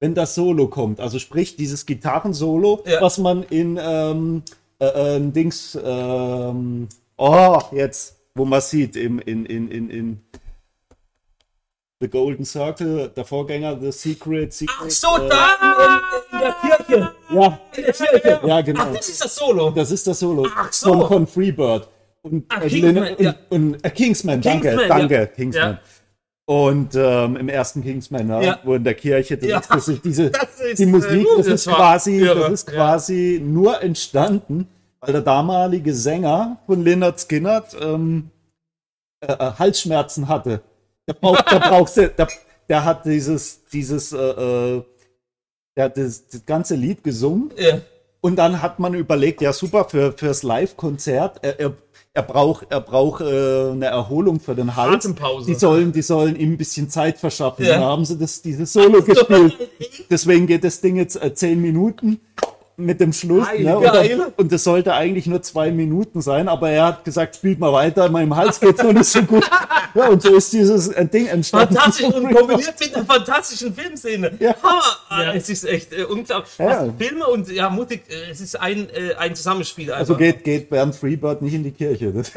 Speaker 2: wenn das Solo kommt. Also sprich dieses Gitarrensolo,
Speaker 1: Ja.
Speaker 2: was man in ähm, äh, äh, Dings ähm, oh jetzt, wo man sieht im in in in in The Golden Circle, der Vorgänger, The Secret, Secret.
Speaker 1: Ach so, da in, in der Kirche.
Speaker 2: Ja,
Speaker 1: In der Kirche.
Speaker 2: ja, genau.
Speaker 1: Ach, das ist das Solo.
Speaker 2: Das ist das Solo
Speaker 1: Ach so.
Speaker 2: von, von Freebird. Und,
Speaker 1: Ah,
Speaker 2: äh,
Speaker 1: Kingsman,
Speaker 2: Lin-
Speaker 1: ja.
Speaker 2: und, und äh, Kingsman, danke,
Speaker 1: Kingsman,
Speaker 2: danke,
Speaker 1: ja.
Speaker 2: Kingsman.
Speaker 3: Ja.
Speaker 2: Und ähm, im ersten Kingsman, ne,
Speaker 1: Ja.
Speaker 2: wo in der Kirche, das
Speaker 1: Ja.
Speaker 2: ist, das ist diese,
Speaker 1: Das ist,
Speaker 2: die Musik,
Speaker 1: äh,
Speaker 2: das,
Speaker 3: das
Speaker 2: ist
Speaker 3: war
Speaker 2: quasi,
Speaker 3: irre,
Speaker 2: das ist
Speaker 3: ja.
Speaker 2: quasi nur entstanden, weil der damalige Sänger von Leonard Skinner ähm, äh, äh, Halsschmerzen hatte. Der braucht, der braucht, der, der hat dieses, dieses, äh, äh, der hat das, das ganze Lied gesungen
Speaker 1: Ja.
Speaker 2: und dann hat man überlegt, ja super, für, fürs Live-Konzert, er, er, er braucht, er braucht äh, eine Erholung für den Hals.
Speaker 3: Atempause.
Speaker 2: Die sollen, die sollen ihm ein bisschen Zeit verschaffen.
Speaker 1: also. Ja.
Speaker 2: Dann haben sie das, dieses Solo gespielt. Deswegen geht das Ding jetzt äh, zehn Minuten mit dem Schluss. Ne? Und,
Speaker 1: geil.
Speaker 2: dann- und das sollte eigentlich nur zwei Minuten sein, aber er hat gesagt, spielt mal weiter, meinem Hals geht's noch nicht so gut. Ja, und so ist dieses äh, Ding entstanden.
Speaker 1: Fantastisch und kombiniert mit einer fantastischen Filmszene.
Speaker 2: Ja.
Speaker 1: Hammer! Ah,
Speaker 3: Ja.
Speaker 1: Es ist echt äh, unglaublich.
Speaker 2: Ja.
Speaker 1: Also Filme und ja, mutig, äh, es ist ein, äh, ein Zusammenspiel.
Speaker 2: Also
Speaker 1: einfach.
Speaker 2: geht, geht Bernd Freebird nicht in die Kirche. Das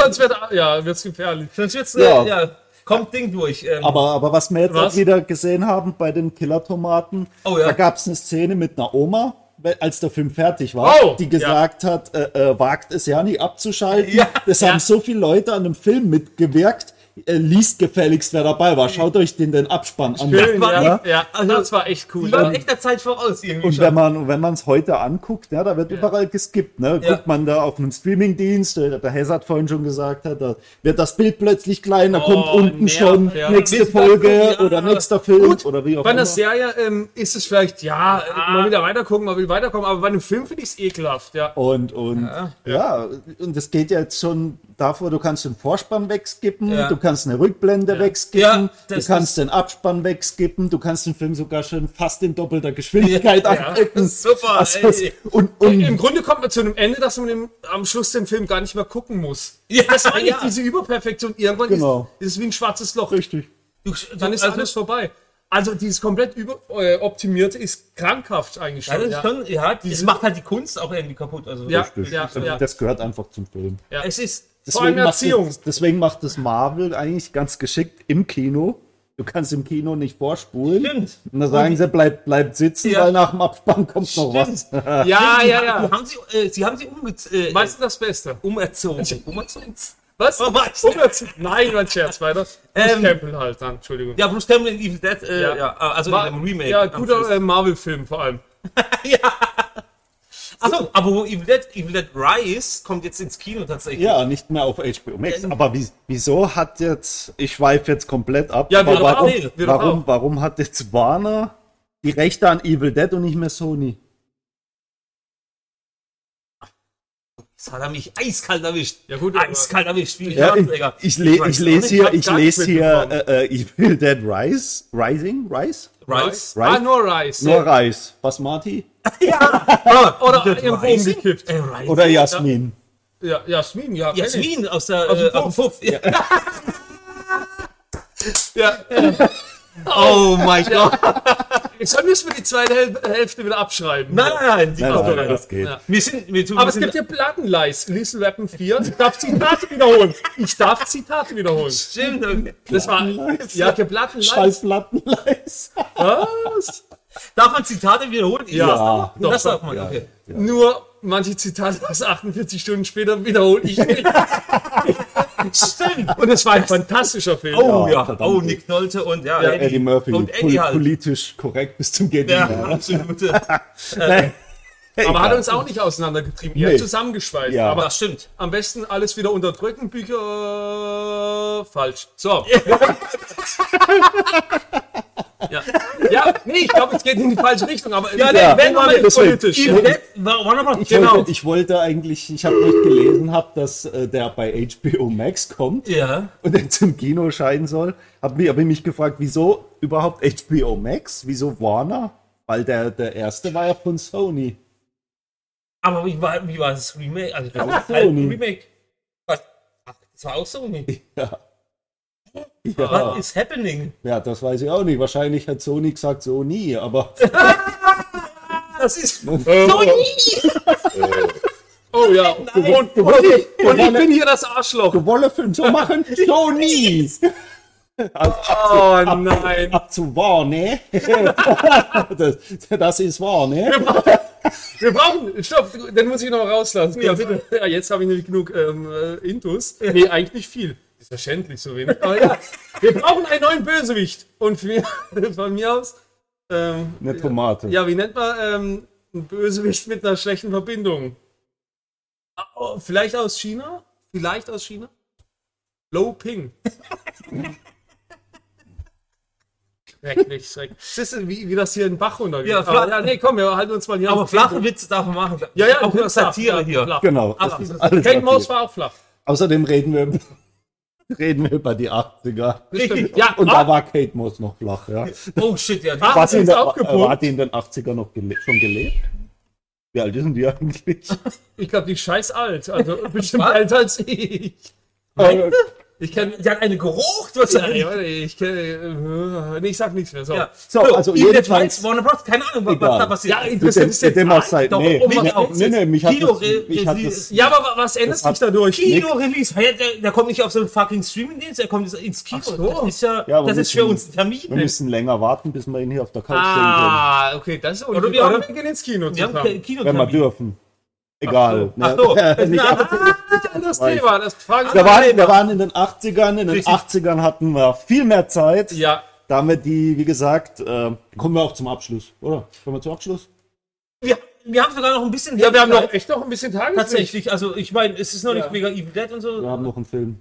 Speaker 3: Sonst wird, ja, wird's gefährlich.
Speaker 1: Sonst wird's,
Speaker 2: Ja.
Speaker 1: Äh, ja, kommt Ding durch. Ähm,
Speaker 2: Aber, aber was wir jetzt
Speaker 3: Was?
Speaker 2: auch wieder gesehen haben bei den Killer-Tomaten,
Speaker 1: Oh ja.
Speaker 2: da gab es eine Szene mit einer Oma, we- als der Film fertig war,
Speaker 3: Oh,
Speaker 2: die gesagt hat, äh, äh, wagt es ja nicht abzuschalten.
Speaker 1: Ja,
Speaker 2: das haben so viele Leute an dem Film mitgewirkt. Äh, liest gefälligst, wer dabei
Speaker 1: Hm.
Speaker 2: war. Schaut euch den, den Abspann an.
Speaker 3: Schön,
Speaker 1: war-
Speaker 3: ja.
Speaker 1: ja. Also,
Speaker 3: ja. Das war echt cool.
Speaker 1: die waren
Speaker 3: Ja.
Speaker 1: echter Zeit voraus irgendwie.
Speaker 2: Und
Speaker 1: schon.
Speaker 2: wenn man wenn man es heute anguckt, ja, da wird überall geskippt. Ne?
Speaker 1: Ja.
Speaker 2: Guckt man da auf einen Streamingdienst, äh, der Hess hat vorhin schon gesagt, hat, da wird das Bild plötzlich klein, da kommt unten
Speaker 3: nervt,
Speaker 2: schon
Speaker 3: ja.
Speaker 2: nächste
Speaker 1: Oh, Bis dann
Speaker 2: Folge
Speaker 1: kommt, ja.
Speaker 2: oder nächster Film
Speaker 3: Gut,
Speaker 2: oder wie auch
Speaker 3: Bei
Speaker 2: immer.
Speaker 3: einer Serie ähm, ist es vielleicht, ja, äh, mal wieder weitergucken, mal wieder weiterkommen, aber bei einem Film finde ich es ekelhaft,
Speaker 1: Oh.
Speaker 3: ja.
Speaker 2: Und, und ja, und das geht ja jetzt schon davor, du kannst den Vorspann wegskippen,
Speaker 1: Ja.
Speaker 2: du kannst eine Rückblende
Speaker 1: Ja,
Speaker 2: wegskippen, du
Speaker 1: das
Speaker 2: kannst den Abspann wegskippen, du kannst den Film sogar schon fast in doppelter Geschwindigkeit
Speaker 3: Ja,
Speaker 2: angucken.
Speaker 1: super,
Speaker 2: Also,
Speaker 1: ey.
Speaker 2: und,
Speaker 3: Und Im
Speaker 2: und
Speaker 3: Grunde kommt man zu einem Ende, dass man im, am Schluss den Film gar nicht mehr gucken muss.
Speaker 1: Ja,
Speaker 3: Das meine
Speaker 1: ja.
Speaker 3: ich, diese Überperfektion. Irgendwann
Speaker 2: Genau.
Speaker 3: ist, ist es wie ein schwarzes Loch.
Speaker 2: richtig.
Speaker 1: Du-
Speaker 3: Dann ist
Speaker 1: also,
Speaker 3: alles vorbei. Also dieses komplett über, äh, optimierte ist krankhaft eigentlich
Speaker 1: Ja, das
Speaker 3: schon.
Speaker 1: ist
Speaker 3: Ja,
Speaker 1: schon, ja, das macht halt die Kunst auch irgendwie kaputt. Also,
Speaker 3: ja,
Speaker 2: Richtig.
Speaker 3: ja, ja.
Speaker 2: Das gehört einfach zum Film.
Speaker 3: ja.
Speaker 1: Es ist.
Speaker 3: Vor allem
Speaker 2: macht
Speaker 3: Erziehung.
Speaker 2: Das, deswegen macht das Marvel eigentlich ganz geschickt im Kino. Du kannst im Kino nicht vorspulen.
Speaker 1: Stimmt.
Speaker 2: Und dann sagen sie, bleibt bleib sitzen,
Speaker 1: Ja.
Speaker 2: weil nach dem Abspann kommt noch was.
Speaker 3: ja,
Speaker 1: die
Speaker 3: ja,
Speaker 1: haben-
Speaker 3: ja.
Speaker 1: Die haben sie, äh, sie haben sie umge äh,
Speaker 3: Meistens das Beste.
Speaker 1: umerzogen. Umerzogen?
Speaker 3: Was?
Speaker 1: Oh, was?
Speaker 3: Umerz- Nein, mein Scherz, weiter.
Speaker 1: Ähm,
Speaker 3: Ähm, Campbell halt dann, Entschuldigung.
Speaker 1: Ja, Bruce Campbell in Evil Dead, äh, ja.
Speaker 3: Ja.
Speaker 1: also
Speaker 3: War-
Speaker 1: in einem Remake.
Speaker 3: Ja,
Speaker 1: am Schluss.
Speaker 3: guter äh, Marvel-Film vor allem.
Speaker 1: Achso, aber wo Evil Dead, Evil Dead Rise kommt jetzt ins Kino tatsächlich.
Speaker 2: Ja, nicht mehr auf HBO Max.
Speaker 1: Ähm.
Speaker 2: Aber wie, wieso hat jetzt, ich schweife jetzt komplett ab,
Speaker 3: Ja, wir
Speaker 2: aber
Speaker 3: doch
Speaker 2: warum,
Speaker 3: auch, wir doch
Speaker 2: warum,
Speaker 3: auch.
Speaker 2: warum hat jetzt Warner die Rechte an Evil Dead und nicht mehr Sony?
Speaker 1: Das hat er mich eiskalt erwischt.
Speaker 3: Ja, gut, aber-
Speaker 1: eiskalt erwischt. Wie ein
Speaker 2: Ja, ich,
Speaker 1: Datenträger.
Speaker 2: ich, le
Speaker 1: weiß
Speaker 2: ich
Speaker 1: noch
Speaker 2: lese
Speaker 1: nicht,
Speaker 2: hier,
Speaker 1: hab's
Speaker 2: ich
Speaker 1: gar
Speaker 2: lese
Speaker 1: nicht mitbekommen.
Speaker 2: hier äh, äh, Evil Dead Rise, Rising, Rise?
Speaker 1: Rice.
Speaker 2: Rice?
Speaker 3: Ah, nur Rice.
Speaker 2: Nur Reis. Basmati?
Speaker 1: Ah,
Speaker 3: Oder
Speaker 1: Rice.
Speaker 3: irgendwo umgekippt.
Speaker 1: Äh, Rice.
Speaker 2: Oder Jasmin?
Speaker 3: Ja, Jasmin, ja. kenn ich.
Speaker 1: Jasmin aus der
Speaker 3: Aus dem
Speaker 1: äh, aus dem Puff. Ja.
Speaker 3: Ja.
Speaker 1: Oh mein Gott.
Speaker 3: Jetzt müssen wir die zweite Häl Hälfte wieder abschreiben.
Speaker 1: Nein, nein, nein. Die
Speaker 2: Nein,
Speaker 1: kommt
Speaker 2: nein,
Speaker 1: doch
Speaker 2: das
Speaker 1: nicht.
Speaker 2: geht.
Speaker 3: Ja.
Speaker 1: Wir sind, wir tun,
Speaker 3: Aber
Speaker 1: wir
Speaker 3: es
Speaker 1: sind,
Speaker 3: gibt ja Plattenleis. Lethal Weapon 4. Ich darf Zitate wiederholen. Ich darf Zitate wiederholen.
Speaker 1: Stimmt.
Speaker 3: Das war.
Speaker 2: Plattenleis.
Speaker 3: Ja, der Plattenleis.
Speaker 2: Schallplattenleis.
Speaker 3: Was?
Speaker 1: Darf man Zitate wiederholen? Ist
Speaker 3: Ja.
Speaker 1: das-
Speaker 2: Ja.
Speaker 1: das darf man.
Speaker 2: Ja.
Speaker 1: Okay.
Speaker 3: Nur manche Zitate aus 48 Stunden später wiederhole ich nicht.
Speaker 1: Stimmt.
Speaker 3: Und es war ein fantastischer Film.
Speaker 1: Oh
Speaker 2: Ja,
Speaker 1: ja.
Speaker 2: verdammt.
Speaker 1: Oh, Nick Nolte und ja, Eddie.
Speaker 2: Eddie Murphy,
Speaker 1: Und Eddie
Speaker 2: pol-
Speaker 1: halt.
Speaker 2: politisch korrekt bis zum Geld.
Speaker 1: Ja, absolute.
Speaker 3: Aber hat uns auch nicht auseinandergetrieben. Eher
Speaker 2: Nee.
Speaker 3: zusammengeschweißt.
Speaker 2: Ja.
Speaker 3: Aber
Speaker 1: Das stimmt.
Speaker 3: am besten alles wieder unterdrücken. Bücher äh, falsch. So. ja. ja, nee, ich glaube, es geht in die falsche Richtung. Aber ja,
Speaker 2: ja.
Speaker 3: wenn man
Speaker 2: Das wird-
Speaker 3: politisch.
Speaker 2: Ja.
Speaker 1: Evil Dead, wa- warte mal,
Speaker 2: Ich,
Speaker 1: genau.
Speaker 2: wollte, ich wollte eigentlich, ich habe nicht gelesen, hab, dass äh, der bei HBO Max kommt
Speaker 1: Ja.
Speaker 2: und jetzt im Kino scheinen soll. Habe mich, hab ich mich gefragt, wieso überhaupt HBO Max? Wieso Warner? Weil der, der erste war ja von Sony.
Speaker 1: Aber wie war, wie war das Remake? Also, das
Speaker 2: war
Speaker 1: ist halt ein
Speaker 2: Sony.
Speaker 1: Remake. Was? Ach, das war auch Sony.
Speaker 2: Ja.
Speaker 1: What
Speaker 2: Ja.
Speaker 1: is happening?
Speaker 2: ja, das weiß ich auch nicht. Wahrscheinlich hat Sony gesagt, so nie, aber
Speaker 1: Das ist.
Speaker 3: Oh ja.
Speaker 2: gewonnen, gewonnen,
Speaker 3: Und ich
Speaker 2: gewonnen,
Speaker 3: bin hier das Arschloch.
Speaker 2: gewonnen, Film so machen, so nie.
Speaker 3: Oh nein.
Speaker 2: Ab zu wahr, ne? das, das ist wahr, ne?
Speaker 3: Wir brauchen. Stopp, dann muss ich noch rauslassen.
Speaker 1: Ja, bitte.
Speaker 3: Ja, jetzt habe ich nämlich genug ähm, äh, Intus. Nee, eigentlich nicht viel. Ist verständlich so wenig. Aber ja, wir brauchen einen neuen Bösewicht. Und für, von mir aus. Ähm,
Speaker 2: Eine Tomate.
Speaker 3: Ja, wie nennt man ähm, einen Bösewicht mit einer schlechten Verbindung? Au- Vielleicht aus China? Vielleicht aus China? Low Ping. schrecklich, schrecklich. Das ist wie, wie das hier in Bach runtergeht.
Speaker 1: Ja,
Speaker 3: aber,
Speaker 1: flach-
Speaker 3: ja, nee, komm, wir halten uns mal hier
Speaker 1: Aber
Speaker 3: auf den
Speaker 1: flache
Speaker 3: Punkt.
Speaker 1: Witze darf man machen.
Speaker 3: Ja, ja,
Speaker 1: auch
Speaker 3: klar,
Speaker 1: nur Satire
Speaker 3: flach,
Speaker 1: hier.
Speaker 3: flach.
Speaker 2: Genau.
Speaker 3: Aber-
Speaker 2: das ist alles
Speaker 3: Kate Ah. Moss
Speaker 2: Satire.
Speaker 3: war auch flach.
Speaker 2: Außerdem reden wir, über- reden wir über die 80er.
Speaker 1: Richtig.
Speaker 3: Ja,
Speaker 2: Und
Speaker 3: ah,
Speaker 2: da war Kate Moss noch flach, ja.
Speaker 1: Oh shit, ja.
Speaker 3: Ah.
Speaker 2: War sie in,
Speaker 3: ist
Speaker 2: der,
Speaker 3: aufgepumpt.
Speaker 2: war die in den 80er noch gele schon gelebt? Wie alt sind die eigentlich?
Speaker 3: ah, ich glaube, die ist scheiß alt. Also bestimmt älter als ich.
Speaker 2: Äh,
Speaker 3: Ich kenne.
Speaker 1: Die hat eine gerucht, was
Speaker 3: Ja,
Speaker 1: ja,
Speaker 3: ich ich kenne. Nee, ich sag nichts mehr. So.
Speaker 1: ja.
Speaker 2: So, also
Speaker 1: Evil Dead
Speaker 2: jedenfalls-
Speaker 1: Rise, Warner Bros. Keine Ahnung, was, was
Speaker 2: Egal.
Speaker 1: da passiert.
Speaker 3: Ja,
Speaker 2: mit
Speaker 3: interessant
Speaker 2: dem,
Speaker 3: ist
Speaker 2: mit
Speaker 3: jetzt.
Speaker 2: dem
Speaker 3: Ah,
Speaker 2: was seit.
Speaker 1: doch,
Speaker 2: Nee,
Speaker 1: um mich
Speaker 2: nee,
Speaker 1: auch-
Speaker 2: nee, nee, mich hat
Speaker 1: Kino-
Speaker 2: das, mich hat das,
Speaker 1: Kino-
Speaker 3: Ja, aber wa- was ändert
Speaker 2: hat-
Speaker 3: sich dadurch?
Speaker 1: Kino-Release, Hey, der, der kommt nicht auf so einen fucking Streaming-Dienst, er kommt ins Kino.
Speaker 3: Ach so.
Speaker 1: Das ist ja,
Speaker 2: Ja, aber
Speaker 1: das
Speaker 2: wir
Speaker 1: ist für
Speaker 2: müssen-
Speaker 1: uns ein Termin.
Speaker 2: wir müssen länger warten, bis wir ihn hier auf der Couch ah,
Speaker 3: Ah, okay, das ist
Speaker 1: Oder
Speaker 3: unglücklich.
Speaker 1: wir haben-
Speaker 3: wir gehen ins Kino
Speaker 1: Wir haben
Speaker 3: zusammen.
Speaker 1: keinen Kino.
Speaker 2: sehen können, wenn wir dürfen. Egal.
Speaker 1: Ach so.
Speaker 2: ne? Nicht
Speaker 1: Ja,
Speaker 3: Ah, Das
Speaker 2: weiß.
Speaker 3: Thema, das fragen
Speaker 2: Wir waren, wir waren in den 80ern, in den
Speaker 1: Richtig.
Speaker 2: 80ern hatten wir viel mehr Zeit.
Speaker 3: Ja,
Speaker 2: Da haben wir die, wie gesagt, äh, kommen wir auch zum Abschluss, oder? Kommen wir zum Abschluss?
Speaker 1: wir, wir haben sogar noch ein bisschen.
Speaker 3: ja, wir haben noch echt noch ein bisschen Tageslicht.
Speaker 1: Tatsächlich, also ich meine, es ist noch
Speaker 3: Ja.
Speaker 1: nicht mega Evil Dead und so.
Speaker 2: Wir haben noch einen Film.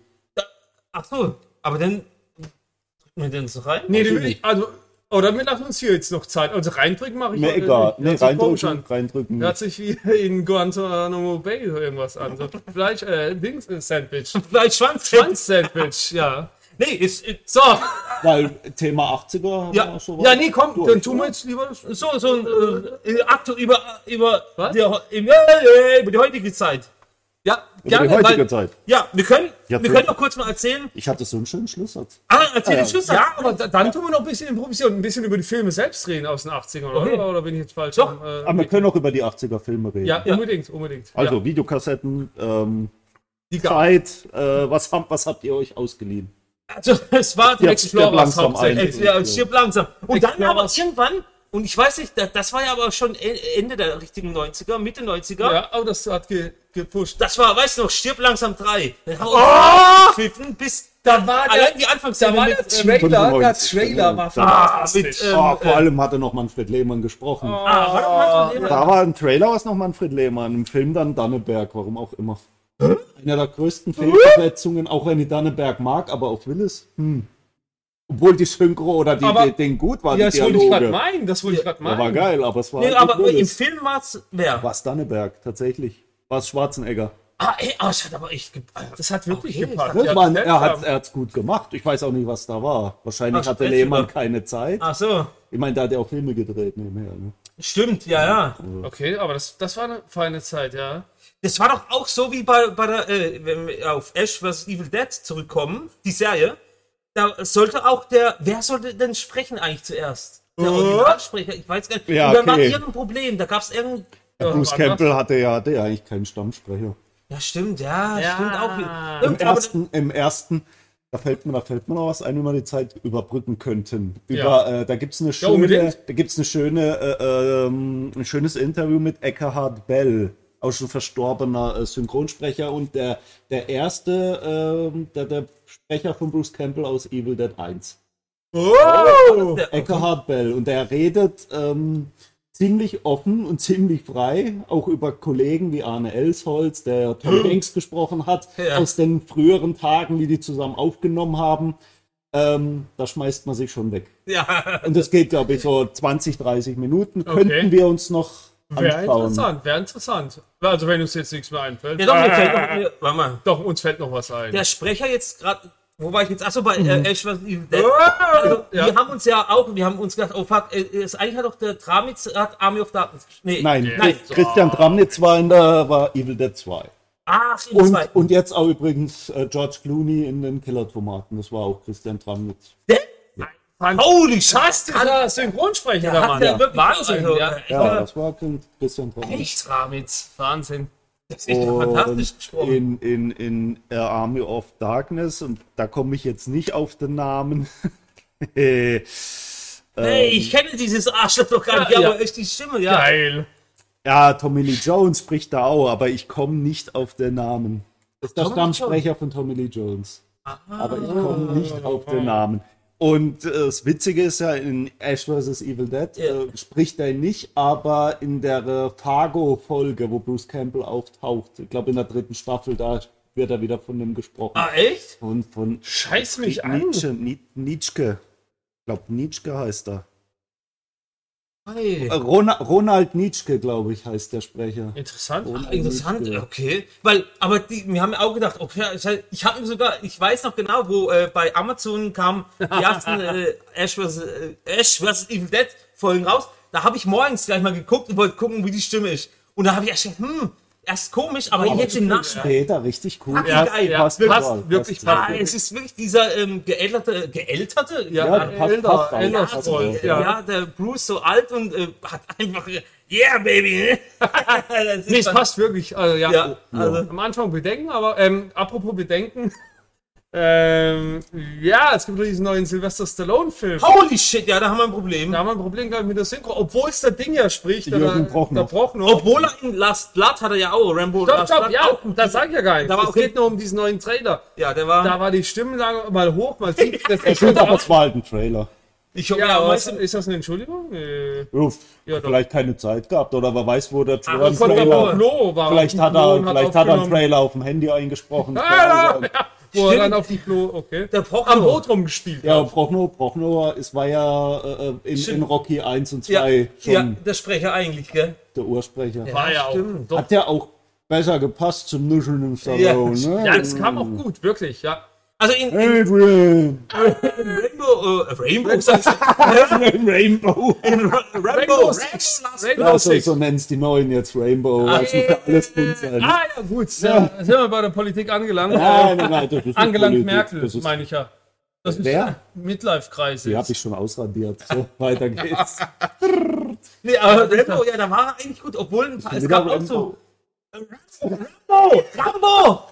Speaker 1: Ach so, aber dann. Mit den so rein?
Speaker 3: Nee, du, ich, also, oder wir lassen uns hier jetzt noch Zeit. Also reindrücken mache ich
Speaker 2: Mir
Speaker 3: heute
Speaker 2: egal.
Speaker 3: nicht.
Speaker 2: Nee,
Speaker 3: Hört sich komisch
Speaker 2: reindrücken,
Speaker 3: an.
Speaker 2: reindrücken.
Speaker 3: Hört sich wie in Guantanamo Bay so irgendwas an. So Fleisch, äh, Dings äh, Sandwich.
Speaker 1: Vielleicht Schwanz.
Speaker 3: Schwanz Sandwich, ja.
Speaker 1: Nee, äh, ist, ist
Speaker 3: So,
Speaker 2: Weil Thema 80er haben
Speaker 1: Ja.
Speaker 2: wir so
Speaker 3: ja, nee, komm,
Speaker 2: Durch,
Speaker 3: dann tun wir jetzt lieber.
Speaker 1: so, so ein äh, Aktor über, über,
Speaker 3: Was?
Speaker 1: die, äh, über die heutige Zeit.
Speaker 3: Ja,
Speaker 2: Über
Speaker 3: gerne,
Speaker 2: die heutige
Speaker 3: weil,
Speaker 2: Zeit.
Speaker 1: Ja, wir können,
Speaker 2: Ja,
Speaker 1: wir
Speaker 2: so.
Speaker 1: können auch kurz mal erzählen.
Speaker 2: Ich hatte so einen schönen Schlusssatz.
Speaker 1: Ah, erzähl den
Speaker 2: ja.
Speaker 1: Schluss.
Speaker 3: Ja, aber da, dann tun wir noch ein bisschen improvisieren, ein bisschen über die Filme selbst reden aus den 80ern, oder?
Speaker 1: Okay.
Speaker 3: Oder bin ich jetzt falsch?
Speaker 1: Doch.
Speaker 3: Äh,
Speaker 2: Aber wir können auch über die 80er Filme reden.
Speaker 3: ja, unbedingt, unbedingt.
Speaker 2: Also
Speaker 3: ja.
Speaker 2: Videokassetten, ähm,
Speaker 3: die gab
Speaker 2: Zeit, äh, was, habt, was habt ihr euch ausgeliehen?
Speaker 1: Also, es war die
Speaker 2: Stirb-
Speaker 1: Explorer.
Speaker 2: stirb langsam
Speaker 1: hauptsächlich.
Speaker 2: ein.
Speaker 1: Ja, es stirbt langsam. Und dann
Speaker 3: Explorers.
Speaker 1: aber irgendwann, und ich weiß nicht, da- das war ja aber schon e- Ende der richtigen 90er, Mitte 90er.
Speaker 3: Ja, aber das hat ge gepusht.
Speaker 1: Das war, weißt du noch, stirb langsam 3. Dann haben wir uns gepfiffen, bis
Speaker 3: Oh! Da war
Speaker 1: allein die Anfangsszene mit, ähm,
Speaker 3: Trailer,
Speaker 2: 95, genau.
Speaker 1: ah,
Speaker 3: fantastisch.
Speaker 1: mit, ähm,
Speaker 2: oh, vor allem hatte noch Manfred Lehmann gesprochen.
Speaker 1: ah, warte mal, warte mal.
Speaker 2: Da war ein Trailer, was noch Manfred Lehmann, im Film dann Danneberg, warum auch immer. Einer der größten Fehlversetzungen, auch wenn ich Danneberg mag, aber auch Willis. Hm. Obwohl die Synchro oder die,
Speaker 3: Aber-
Speaker 2: die Ding gut war,
Speaker 3: Ja,
Speaker 2: die
Speaker 3: das wollte ich gerade
Speaker 2: Dialoge.
Speaker 3: meinen, das wollte ich gerade
Speaker 2: Der war
Speaker 3: meinen. Oh,
Speaker 2: geil, aber es war
Speaker 1: Nee,
Speaker 2: halt nicht
Speaker 1: aber im
Speaker 2: Willis.
Speaker 1: Film war es wer?
Speaker 2: War es Danneberg, tatsächlich. War es Schwarzenegger.
Speaker 1: Ah, ey, ah, das hat aber echt gepackt. Das hat wirklich
Speaker 3: Okay, ich
Speaker 1: gepackt.
Speaker 3: dachte-
Speaker 2: Das
Speaker 3: Ja,
Speaker 2: war,
Speaker 3: das
Speaker 2: er hat
Speaker 3: stimmt.
Speaker 2: es gut gemacht. Ich weiß auch nicht, was da war. Wahrscheinlich
Speaker 1: Ach,
Speaker 2: hatte
Speaker 1: Spätzle.
Speaker 2: Lehmann keine Zeit.
Speaker 1: Ach so,
Speaker 2: Ich meine, da hat er auch Filme gedreht nebenher. Ne?
Speaker 1: stimmt, ja, ja.
Speaker 3: Okay, aber das, das war eine feine Zeit, ja.
Speaker 1: Das war doch auch so wie bei, bei der, äh, wenn wir auf Ash vs. Evil Dead zurückkommen, die Serie. Da sollte auch der, wer sollte denn sprechen eigentlich zuerst? Der
Speaker 3: Äh?
Speaker 1: Originalsprecher, ich weiß gar nicht.
Speaker 2: Ja,
Speaker 1: Und dann war
Speaker 2: okay.
Speaker 1: irgendein Problem, da gab es irgendein.
Speaker 2: Ja, Bruce
Speaker 3: war das?
Speaker 2: Campbell hatte ja, hatte ja eigentlich keinen Stammsprecher.
Speaker 1: Ja, stimmt, ja,
Speaker 3: Ja.
Speaker 1: stimmt auch. wieder. Stimmt,
Speaker 2: Im ersten, im ersten, da fällt mir, da fällt mir noch was ein, wie wir die Zeit überbrücken könnten. Über, äh, da gibt's eine schöne,
Speaker 3: unbedingt.
Speaker 2: da gibt's eine schöne, äh, ähm, ein schönes Interview mit Eckhard Bell, auch schon verstorbener äh, Synchronsprecher und der, der erste, ähm, der, der Sprecher von Bruce Campbell aus Evil Dead 1.
Speaker 1: Oh! Der-
Speaker 2: Eckhard Bell und der redet ähm, ziemlich offen und ziemlich frei, auch über Kollegen wie Arne Elsholz, der Tom Hanks gesprochen hat,
Speaker 1: Ja.
Speaker 2: aus den früheren Tagen, wie die zusammen aufgenommen haben. Ähm, da schmeißt man sich schon weg.
Speaker 1: Ja,
Speaker 2: Und das geht, glaube ich, so 20, 30 Minuten. Könnten wir uns noch
Speaker 3: Wäre
Speaker 2: anschauen.
Speaker 3: interessant, wäre interessant. Also wenn uns jetzt nichts mehr einfällt.
Speaker 1: ja doch, mir fällt noch, mir, warte mal.
Speaker 3: Doch, uns fällt noch was ein.
Speaker 1: Der Sprecher jetzt gerade, wo war ich jetzt? Achso, bei
Speaker 2: Mhm.
Speaker 1: äh, Ash vs. Evil Dead. Also,
Speaker 3: Also,
Speaker 1: Wir
Speaker 3: Oh, ja.
Speaker 1: haben uns ja auch, wir haben uns gedacht, oh fuck, äh, ist eigentlich hat doch der Tramitz hat Army of Darkness. gespielt. Nee,
Speaker 2: Nein,
Speaker 1: nein.
Speaker 2: Christian Tramnitz war in der war Evil Dead 2.
Speaker 1: Ach, in
Speaker 2: Und,
Speaker 1: Ah, zwei.
Speaker 2: und jetzt auch übrigens äh, George Clooney in den Killer-Tomaten. Das war auch Christian Tramnitz.
Speaker 1: Holy Scheiß,
Speaker 3: Fantastischer Synchronsprecher, der
Speaker 1: hat
Speaker 3: Mann.
Speaker 1: der wirklich
Speaker 3: Wahnsinn,
Speaker 1: also,
Speaker 3: ja.
Speaker 1: äh,
Speaker 2: Ja, das war Christian Tramnitz.
Speaker 3: Echt Ramitz, Wahnsinn.
Speaker 1: Das ist echt fantastisch
Speaker 2: Und
Speaker 1: gesprochen.
Speaker 2: in, in, in äh, Army of Darkness, und da komme ich jetzt nicht auf den Namen. Äh,
Speaker 1: Nee, ich kenne dieses Arschloch doch gar nicht,
Speaker 3: Ja,
Speaker 1: ja,
Speaker 3: ja.
Speaker 1: aber echt die Stimme, ja.
Speaker 3: Geil.
Speaker 2: ja, Tommy Lee Jones spricht da auch, aber ich komme nicht auf den Namen. Das ist der
Speaker 1: Tommy Lee Ah.
Speaker 2: Stammsprecher von Tommy Lee Jones. Aber ich komme nicht auf den Namen. Und äh, das Witzige ist ja, in Ash vs. Evil Dead
Speaker 1: Ja.
Speaker 2: äh, spricht er nicht, aber in der äh, Fargo-Folge, wo Bruce Campbell auftaucht, ich glaube in der dritten Staffel, da wird er wieder von dem gesprochen.
Speaker 1: Ah, echt?
Speaker 2: Von, von
Speaker 3: Scheiß mich an.
Speaker 2: Nietzsche, Nie- Nietzsche. Ich glaube, Nietzsche heißt er.
Speaker 1: Hey.
Speaker 2: Äh, Rona- Ronald Nietzsche, glaube ich, heißt der Sprecher.
Speaker 3: Interessant.
Speaker 1: Ah, Interessant,
Speaker 2: Nietzsche.
Speaker 1: okay. Weil, aber die, wir haben auch gedacht, okay, ich, ich habe mir sogar, ich weiß noch genau, wo äh, bei Amazon kam die ersten äh, Ash vs. Äh, Ash vs. Evil Dead Folgen raus. Da habe ich morgens gleich mal geguckt und wollte gucken, wie die Stimme ist. Und da habe ich erst gedacht, hm, erst komisch, aber jetzt im Nachhinein.
Speaker 2: Später, richtig cool.
Speaker 1: Ja,
Speaker 3: Ja, ja,
Speaker 2: passt
Speaker 3: passt,
Speaker 2: total,
Speaker 3: wirklich
Speaker 2: passt
Speaker 1: Ah,
Speaker 3: passt.
Speaker 1: es ist wirklich dieser ähm, geälterte, geälterte?
Speaker 2: Ja, passt, passt
Speaker 3: Elder,
Speaker 2: auch.
Speaker 3: Elder
Speaker 1: Ja,
Speaker 2: passt
Speaker 1: so,
Speaker 2: auch.
Speaker 3: Scrolls,
Speaker 1: ja. der Bruce so alt und äh, hat einfach, yeah, baby. das ist
Speaker 3: Nee, es
Speaker 1: dann-
Speaker 3: passt wirklich. Also, ja.
Speaker 1: Ja, also,
Speaker 3: Am Anfang Bedenken, aber ähm, apropos Bedenken. Ähm, ja, es gibt doch diesen neuen Sylvester Stallone-Film.
Speaker 1: holy shit, ja, da haben wir ein Problem.
Speaker 3: Da haben wir ein Problem glaub ich, mit der Synchro, obwohl es der Ding ja spricht.
Speaker 2: Jürgen
Speaker 3: da,
Speaker 2: Prochnow.
Speaker 3: Da Prochnow.
Speaker 1: Obwohl er in Last Blood hat er ja auch Rambo.
Speaker 3: Stopp,
Speaker 1: Last
Speaker 3: stopp,
Speaker 1: Blood
Speaker 3: ja,
Speaker 1: auch-
Speaker 3: das sag ich ja gar nicht.
Speaker 1: Da war
Speaker 3: es
Speaker 1: okay.
Speaker 3: geht nur um diesen neuen Trailer.
Speaker 1: ja, der war.
Speaker 3: Da war die Stimmlage mal hoch, mal tief. Das
Speaker 2: Es sind aber zwar halt ein Trailer.
Speaker 1: ich
Speaker 3: ja,
Speaker 1: ja,
Speaker 3: aber
Speaker 1: weißt
Speaker 3: ist, ist das eine Entschuldigung? Äh, Nee.
Speaker 2: Uff,
Speaker 3: Ja, doch.
Speaker 2: vielleicht keine Zeit gehabt oder wer weiß, wo der
Speaker 1: das
Speaker 2: Trailer im
Speaker 1: kommt
Speaker 3: Von der
Speaker 2: Trailer.
Speaker 3: Klo war
Speaker 2: Vielleicht
Speaker 3: auf
Speaker 2: hat
Speaker 3: dem Klo
Speaker 2: er,
Speaker 3: und
Speaker 2: vielleicht hat er einen
Speaker 3: aufgenommen.
Speaker 2: Trailer auf dem Handy eingesprochen.
Speaker 3: Ah, ja, ja. Wo er
Speaker 1: Stimmt.
Speaker 3: dann auf die Klo, okay.
Speaker 1: Der Prochnow.
Speaker 3: Am Boot rumgespielt.
Speaker 2: Ja, Prochnow, Prochnow, es war ja äh, äh, in, in
Speaker 1: Stimmt.
Speaker 2: Rocky 1 und 2
Speaker 1: ja,
Speaker 2: schon
Speaker 1: ja, der Sprecher eigentlich, gell?
Speaker 2: der Ursprecher.
Speaker 3: War ja auch.
Speaker 1: stimmt.
Speaker 3: Doch.
Speaker 2: Hat ja auch besser gepasst zum Nuscheln im Salon. ne?
Speaker 3: Ja, das kam auch gut, wirklich, ja.
Speaker 1: Also in, in
Speaker 2: Adrian!
Speaker 1: Rainbow, äh, Rainbow, sagst du?
Speaker 2: Rainbow!
Speaker 1: in Ra- Rainbow,
Speaker 3: Rainbow
Speaker 1: Six, Last
Speaker 3: Rainbow
Speaker 2: Ja, so,
Speaker 3: Six.
Speaker 2: Also, so nennst die neuen jetzt Rainbow, weil es muss ja alles bunt sein.
Speaker 3: Ah, ja, gut. Ja. Sind wir bei der Politik angelangt?
Speaker 2: Nein, nein, nein, das ist nicht
Speaker 3: angelangt
Speaker 2: Politik,
Speaker 3: Merkel,
Speaker 2: das ist,
Speaker 3: meine ich ja. Das ist
Speaker 2: Wer?
Speaker 3: Midlife-Kreis.
Speaker 2: Die
Speaker 3: jetzt.
Speaker 2: habe ich schon ausradiert. So, weiter geht's.
Speaker 1: Nee, aber Rambo, ja, da war er eigentlich gut, obwohl ein paar, es
Speaker 2: Wieder
Speaker 1: gab auch
Speaker 2: Rainbow.
Speaker 1: so. äh, Rambo! Rambo!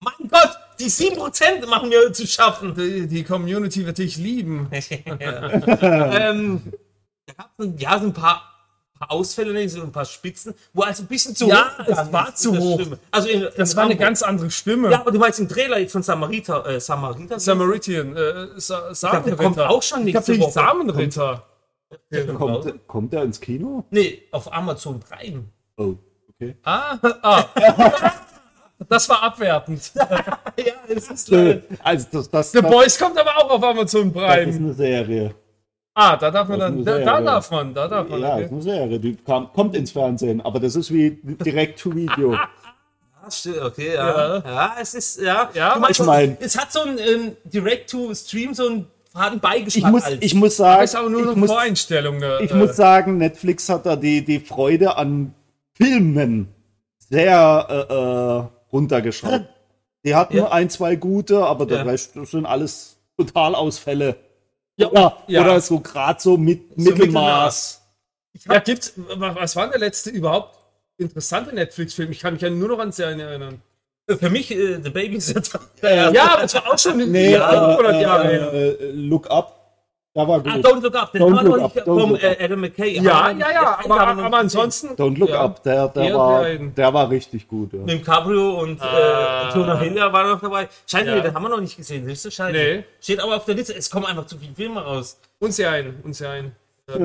Speaker 1: Mein Gott, die 7% machen wir zu schaffen.
Speaker 3: Die, die Community wird dich lieben.
Speaker 1: ähm, da gab es ja, so ein paar, paar Ausfälle, so ein paar Spitzen, wo also ein bisschen zu
Speaker 3: Ja,
Speaker 1: gegangen
Speaker 3: es war
Speaker 1: ist
Speaker 3: zu
Speaker 1: mit der
Speaker 3: hoch.
Speaker 1: Stimme. Also in,
Speaker 3: Das
Speaker 1: in
Speaker 3: war eine
Speaker 1: Rambo.
Speaker 3: ganz andere Stimme.
Speaker 1: Ja, aber du meinst im Trailer jetzt von Samariter, äh, Samariter?
Speaker 3: Samaritan, äh, Sa
Speaker 1: glaub, der kommt
Speaker 3: Samenritter.
Speaker 1: auch schon nächste
Speaker 3: ich
Speaker 1: Woche.
Speaker 3: hab den Samenritter.
Speaker 2: Kommt, kommt er ins Kino?
Speaker 1: Nee, auf Amazon Prime.
Speaker 2: Oh, okay.
Speaker 3: Ah, ah. Das war abwertend.
Speaker 1: Ja, das ist
Speaker 2: Äh, Also, das, das,
Speaker 3: The
Speaker 2: das,
Speaker 3: Boys kommt aber auch auf Amazon
Speaker 2: das ist
Speaker 3: Prime.
Speaker 2: eine Serie.
Speaker 3: Ah, da darf man
Speaker 2: Das
Speaker 3: dann,
Speaker 2: ist
Speaker 3: da,
Speaker 2: eine
Speaker 3: da
Speaker 2: Serie.
Speaker 3: darf man, da darf man.
Speaker 2: Ja, das ist
Speaker 3: Okay.
Speaker 2: eine Serie. Die kam, kommt ins Fernsehen, aber das ist wie direkt to Video.
Speaker 1: Ah, stimmt, okay, ja.
Speaker 3: Ja.
Speaker 1: Ja, es ist, ja.
Speaker 3: Ja,
Speaker 1: Du meinst,
Speaker 2: ich mein-
Speaker 1: Es hat so ein ähm, Direct-to-Stream, so einen faden
Speaker 2: Ich
Speaker 1: Beigeschmack. halt.
Speaker 2: muss,
Speaker 1: als-
Speaker 2: ich muss sagen,
Speaker 3: ist aber nur
Speaker 2: ich
Speaker 3: eine
Speaker 2: muss,
Speaker 3: Voreinstellung. ne,
Speaker 2: ich
Speaker 3: äh,
Speaker 2: muss sagen, Netflix hat da die, die Freude an Filmen sehr äh, äh, runtergeschraubt. Die hatten
Speaker 1: Ja.
Speaker 2: ein, zwei gute, aber der
Speaker 1: Ja.
Speaker 2: Rest sind alles Totalausfälle.
Speaker 3: Ja,
Speaker 2: oder,
Speaker 3: ja.
Speaker 2: oder so gerade so mit Mittelmaß.
Speaker 3: Ich hab, äh, ja, gibt's, wa- was war denn der letzte überhaupt interessante Netflix-Film? Ich kann mich ja nur noch an Serien erinnern.
Speaker 1: für mich, äh, The Babysitter.
Speaker 3: Ja, aber das war auch schon
Speaker 2: Nee, aber,
Speaker 3: 100 Jahre
Speaker 2: äh,
Speaker 3: her.
Speaker 2: äh, Look Up, da war
Speaker 1: Ah,
Speaker 2: gut.
Speaker 1: Don't Look Up, den
Speaker 2: Don't
Speaker 1: haben wir
Speaker 2: Look
Speaker 1: noch nicht
Speaker 2: Up, Don't
Speaker 1: vom
Speaker 2: Look
Speaker 1: äh, Adam McKay.
Speaker 3: Ja,
Speaker 1: haben wir
Speaker 3: ja,
Speaker 1: noch
Speaker 3: ja,
Speaker 1: nicht gesehen,
Speaker 3: aber,
Speaker 1: haben wir noch
Speaker 3: aber
Speaker 1: nicht gesehen.
Speaker 3: ansonsten.
Speaker 2: Don't Look
Speaker 3: ja.
Speaker 2: Up, der, der,
Speaker 3: Ja,
Speaker 2: war,
Speaker 3: beiden.
Speaker 2: der war richtig gut. Ja.
Speaker 1: Mit dem Cabrio und
Speaker 3: Ah.
Speaker 1: äh, Tona Hilder war noch dabei. Scheiße,
Speaker 3: Ja.
Speaker 1: nee, den haben wir noch nicht gesehen. Siehst du, scheiße.
Speaker 3: Nee.
Speaker 1: Steht aber auf der Liste. Es kommen einfach zu viele Filme raus.
Speaker 3: Uns ja ein, uns ja ein.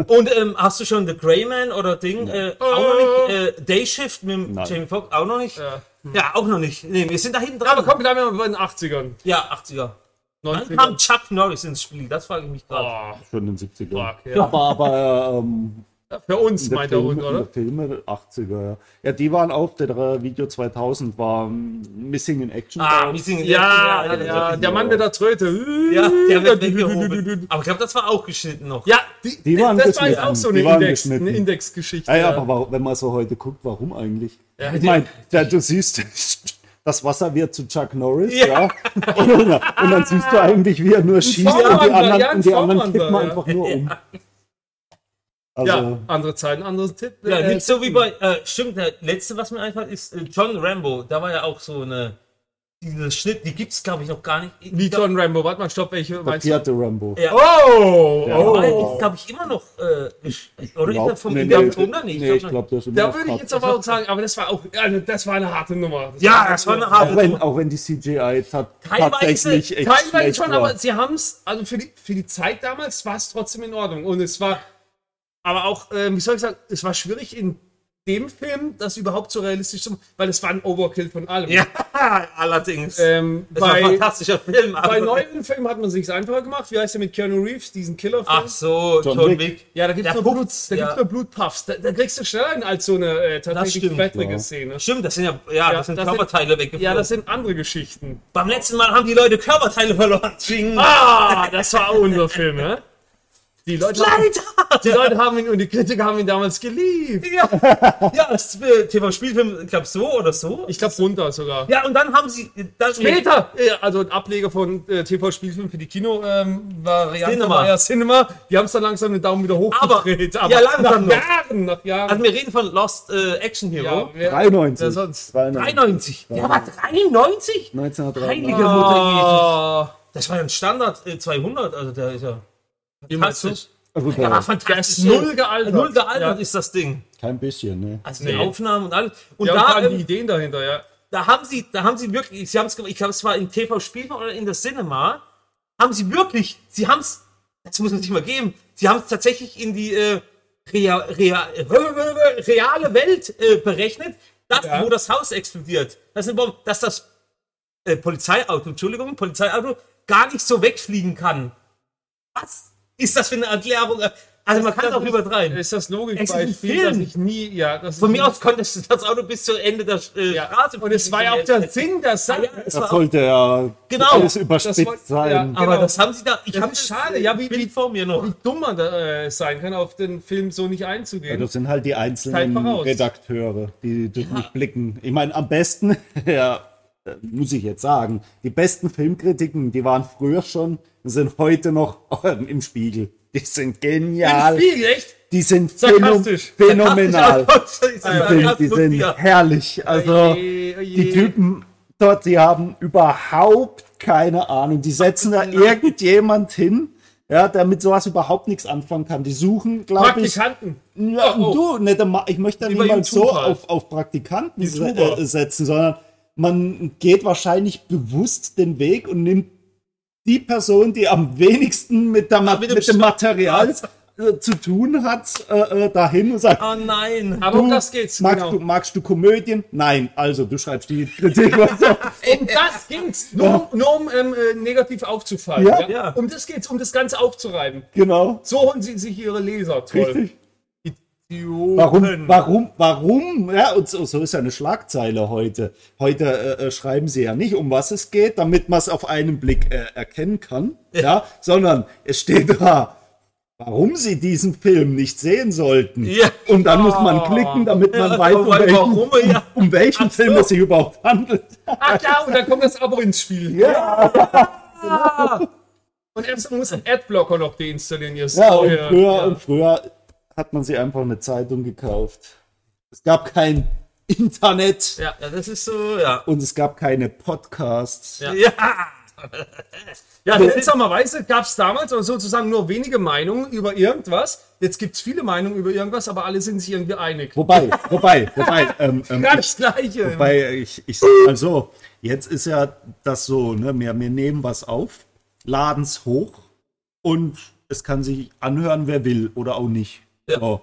Speaker 1: Und ähm, hast du schon The Greyman oder Ding? Äh, auch noch nicht. Äh, Day Shift mit dem
Speaker 2: Nein.
Speaker 1: Jamie Foxx auch noch nicht. Ja.
Speaker 3: Oh. Ja.
Speaker 1: auch noch nicht. Nee, wir sind da hinten dran.
Speaker 3: Aber komm, bleiben wir mal bei den 80ern.
Speaker 1: Ja, 80er. Dann
Speaker 3: 90ern.
Speaker 1: kam Chuck Norris ins Spiel. Das frage ich mich gerade.
Speaker 3: Oh,
Speaker 2: Schon in den 70ern.
Speaker 3: fuck, ja.
Speaker 2: Aber, aber ähm,
Speaker 3: Für uns,
Speaker 2: der
Speaker 3: meint er
Speaker 2: Filme,
Speaker 3: Hund,
Speaker 2: der
Speaker 3: oder?
Speaker 2: Filme 80er, ja. Ja, die waren auch, der äh, Video 2000 war ähm, Missing in Action.
Speaker 1: Ah, Missing in
Speaker 3: Ja,
Speaker 1: Action,
Speaker 3: ja,
Speaker 2: genau.
Speaker 1: ja.
Speaker 3: der Mann mit der Tröte.
Speaker 1: Ja, der wird weggehoben. Aber ich glaube, das war auch geschnitten noch.
Speaker 3: Ja, die,
Speaker 2: Die waren
Speaker 3: das war jetzt
Speaker 2: geschnitten.
Speaker 3: auch so eine
Speaker 2: Die waren
Speaker 3: Index-
Speaker 2: geschnitten.
Speaker 3: eine Indexgeschichte.
Speaker 2: ja, ja,
Speaker 3: ja.
Speaker 2: aber warum, wenn man so heute guckt, warum eigentlich?
Speaker 3: Ja,
Speaker 2: ich
Speaker 3: die-
Speaker 2: meine, du siehst, das Wasser wird zu Chuck Norris,
Speaker 1: Ja.
Speaker 2: ja. Und, und dann siehst du eigentlich, wie er nur schießt und die
Speaker 3: Vorwandler,
Speaker 2: anderen,
Speaker 3: ja, ein
Speaker 2: und die anderen
Speaker 3: Vorwandler,
Speaker 2: kippen
Speaker 3: ja.
Speaker 2: einfach nur um. Also,
Speaker 3: ja, andere Zeiten, andere Tipp.
Speaker 1: Ja,
Speaker 3: äh,
Speaker 1: nicht so wie bei, äh, stimmt, der letzte, was mir einfällt, ist äh, John Rambo. Da war ja auch so eine, diese Schnitt, die gibt's glaube ich noch gar nicht. Ich
Speaker 3: Wie
Speaker 1: glaub,
Speaker 3: John Rambo, warte mal, stopp, welche
Speaker 2: der
Speaker 3: meinst du?
Speaker 2: vierte Rambo.
Speaker 1: Ja.
Speaker 3: Oh,
Speaker 2: Ja.
Speaker 1: oh.
Speaker 3: oh.
Speaker 1: ist glaube ich immer noch, äh, gesch- oder ist
Speaker 2: Überhaupt-
Speaker 1: das vom
Speaker 2: nee,
Speaker 1: nee,
Speaker 2: nee,
Speaker 1: Internet nee, nicht?
Speaker 2: nee, ich
Speaker 1: glaub
Speaker 2: glaube, der ist immer
Speaker 3: Da
Speaker 2: noch
Speaker 3: würde ich
Speaker 2: grad-
Speaker 3: jetzt aber auch sagen, aber das war auch, also das war eine harte Nummer. Das
Speaker 1: Ja, das war eine harte
Speaker 2: Auch wenn, auch wenn die CGI tat,
Speaker 1: Teilweise-
Speaker 2: tatsächlich echt
Speaker 3: Teilweise
Speaker 2: schlecht
Speaker 3: schon,
Speaker 2: war.
Speaker 3: aber sie haben es, also für die, für die Zeit damals war es trotzdem in Ordnung. Und es war, aber auch, ähm, wie soll ich sagen, es war schwierig in dem Film, das überhaupt so realistisch zu machen, weil es war ein Overkill von allem.
Speaker 1: Ja, allerdings.
Speaker 3: Ähm,
Speaker 1: das war ein
Speaker 3: bei,
Speaker 1: fantastischer Film.
Speaker 3: bei
Speaker 1: aber-
Speaker 3: neuen Filmen hat man sich's einfacher gemacht. Wie heißt der mit Keanu Reeves, diesen Killerfilm?
Speaker 1: Ach so, John,
Speaker 2: John
Speaker 1: Wick.
Speaker 2: Wick.
Speaker 3: Ja, da gibt's
Speaker 1: Der
Speaker 3: nur Blut,
Speaker 1: Puffs,
Speaker 3: da
Speaker 1: ja.
Speaker 3: gibt's nur Blutpuffs. Da, da kriegst du schneller einen als so eine äh, tatsächlich
Speaker 1: stimmt,
Speaker 3: blättrige
Speaker 2: ja.
Speaker 3: Szene.
Speaker 1: Stimmt, das sind ja, ja, das sind
Speaker 3: das sind-
Speaker 1: Körperteile weggeflogen.
Speaker 3: Ja, das sind andere Geschichten.
Speaker 1: Beim letzten Mal haben die Leute Körperteile verloren. Ching.
Speaker 3: Ah, das war auch unser Film, ne? Die Leute,
Speaker 1: Leider!
Speaker 3: die Leute haben ihn und die Kritiker haben ihn damals geliebt.
Speaker 1: Ja, ja das äh, TV-Spielfilm, ich glaube so oder so.
Speaker 3: Ich glaube runter sogar.
Speaker 1: Ja, und dann haben sie. Dann,
Speaker 3: Später, äh, also ein Ableger von äh, TV-Spielfilm für die Kino ähm, war Variante
Speaker 1: Cinema.
Speaker 3: war ja Cinema. Die haben es dann langsam den Daumen wieder hochgedreht.
Speaker 1: Aber- ja, langsam
Speaker 3: nach
Speaker 1: noch.
Speaker 3: Jahren, nach
Speaker 1: Also
Speaker 3: Jahren.
Speaker 1: wir reden von Lost äh, Action Hero.
Speaker 3: ja, wer- wer
Speaker 2: 93.
Speaker 3: sonst?
Speaker 1: 93. Der war 93?
Speaker 2: 1993.
Speaker 1: Heilige Mutter Jesu.
Speaker 3: Ah,
Speaker 1: Das war ja ein Standard äh, 200, also der ist ja
Speaker 3: wie meinst du?
Speaker 1: fantastisch.
Speaker 2: Also,
Speaker 1: Der war
Speaker 2: da,
Speaker 1: fantastisch.
Speaker 3: null gealtert.
Speaker 1: Null gealtert
Speaker 3: Ja.
Speaker 1: ist das Ding.
Speaker 2: kein bisschen, ne?
Speaker 1: Also die
Speaker 3: Nee.
Speaker 1: Aufnahmen und alles. Und
Speaker 3: Ja, und vor
Speaker 1: da,
Speaker 3: allem die
Speaker 1: ähm,
Speaker 3: Ideen dahinter, ja.
Speaker 1: da haben sie, da haben sie wirklich, sie haben es, ich glaube, es war im TV-Spiel oder in der Cinema, haben sie wirklich, sie haben es, das muss man sich mal geben, sie haben es tatsächlich in die äh, rea, rea, reale Welt äh, berechnet, dass,
Speaker 3: Ja.
Speaker 1: wo das Haus explodiert. Das ist eine Bombe, dass das äh, Polizeiauto, Entschuldigung, Polizeiauto gar nicht so wegfliegen kann. Was ist das für eine Erklärung? Also man kann es auch übertreiben.
Speaker 3: Ist das
Speaker 1: Es ist ein
Speaker 3: Logikbeispiel,
Speaker 1: Film.
Speaker 3: dass ich nie, ja, das ist
Speaker 1: Von mir
Speaker 3: ein-
Speaker 1: aus konntest du das Auto bis zum Ende der äh,
Speaker 3: ja.
Speaker 1: Straße
Speaker 3: Und es war ja auch der Sinn, dass
Speaker 1: Ja, es war
Speaker 2: Das
Speaker 1: auch
Speaker 2: sollte ja
Speaker 1: Genau,
Speaker 2: alles
Speaker 3: das
Speaker 2: überspitzt
Speaker 3: wollte-
Speaker 2: sein.
Speaker 3: ja.
Speaker 1: Aber
Speaker 3: Genau.
Speaker 1: das haben sie da. Ich
Speaker 3: Das
Speaker 1: habe
Speaker 3: ist schade. Ja, wie- wie-
Speaker 1: Bild vor mir noch.
Speaker 3: wie dumm man da, äh, sein kann, auf den Film so nicht
Speaker 2: Ja,
Speaker 3: einzugehen.
Speaker 2: das sind halt die einzelnen
Speaker 3: Zeit voraus.
Speaker 2: Redakteure, die das nicht blicken. Ich meine, am besten, ja, äh, muss ich jetzt sagen, die besten Filmkritiken, die waren früher schon, sind heute noch im Spiegel. Die sind genial.
Speaker 3: Im Spiegel, echt?
Speaker 2: Die sind phänom
Speaker 3: Sarkastisch.
Speaker 2: phänomenal. Die sind, die sind
Speaker 1: Phänomenal.
Speaker 2: herrlich. Also,
Speaker 3: Oje, oje.
Speaker 2: die Typen dort, die haben überhaupt keine Ahnung. Die setzen da irgendjemand hin, ja, der mit sowas überhaupt nichts anfangen kann. Die suchen, glaube ich.
Speaker 3: Praktikanten.
Speaker 2: Ja,
Speaker 3: Oh,
Speaker 2: du, ne, da ma- ich möchte da
Speaker 3: Über
Speaker 2: niemand
Speaker 3: YouTube
Speaker 2: so
Speaker 3: halt.
Speaker 2: auf, auf Praktikanten se
Speaker 3: YouTuber.
Speaker 2: äh, setzen, sondern man geht wahrscheinlich bewusst den Weg und nimmt die Person, die am wenigsten mit, der, Ma-
Speaker 1: mit
Speaker 2: mit,
Speaker 1: dem
Speaker 2: dem, Material äh, zu tun hat, äh, äh, dahin und sagt,
Speaker 1: Oh nein.
Speaker 3: Aber um das geht's.
Speaker 2: magst,
Speaker 3: genau.
Speaker 2: du, magst du Komödien? Nein, also du schreibst die Kritik. Also,
Speaker 3: Um das geht's. Nur, nur um ähm, äh, negativ aufzufallen.
Speaker 2: Ja.
Speaker 1: Ja.
Speaker 3: Um das geht's, um das Ganze aufzureiben.
Speaker 2: genau,
Speaker 3: So holen sie sich ihre Leser. Toll.
Speaker 2: richtig.
Speaker 3: Idioten.
Speaker 2: Warum, warum, warum? Ja, und so, so ist ja eine Schlagzeile heute. Heute äh, äh, schreiben sie ja nicht, um was es geht, damit man es auf einen Blick äh, erkennen kann, ja. sondern es steht da, warum sie diesen Film nicht sehen sollten.
Speaker 1: Ja.
Speaker 2: Und dann muss man klicken, damit man weiß, um
Speaker 1: weil-
Speaker 2: welchen,
Speaker 1: warum, ja.
Speaker 2: um welchen
Speaker 1: Ach so.
Speaker 2: Film es sich überhaupt handelt.
Speaker 3: Ah, klar, und dann kommt das Abo ins Spiel.
Speaker 2: Ja,
Speaker 3: Und erst muss ein Adblocker noch deinstallieren. Hier.
Speaker 2: ja, und, früher,
Speaker 3: ja.
Speaker 2: und früher hat man sich einfach eine Zeitung gekauft. Es gab kein Internet.
Speaker 3: Ja.
Speaker 1: Ja, das ist so, ja.
Speaker 2: Und es gab keine Podcasts.
Speaker 3: Ja.
Speaker 1: Ja! Ja, das ist
Speaker 3: also Seltsamerweise gab es damals sozusagen nur wenige Meinungen über irgendwas. Jetzt gibt es viele Meinungen über irgendwas, aber alle sind sich irgendwie einig.
Speaker 2: Wobei, wobei, wobei, ähm, ähm,
Speaker 3: Gar nicht gleiche.
Speaker 2: wobei ich, ich sag mal so, jetzt ist ja das so, ne, wir, wir nehmen was auf, laden es hoch und es kann sich anhören, wer will oder auch nicht. So.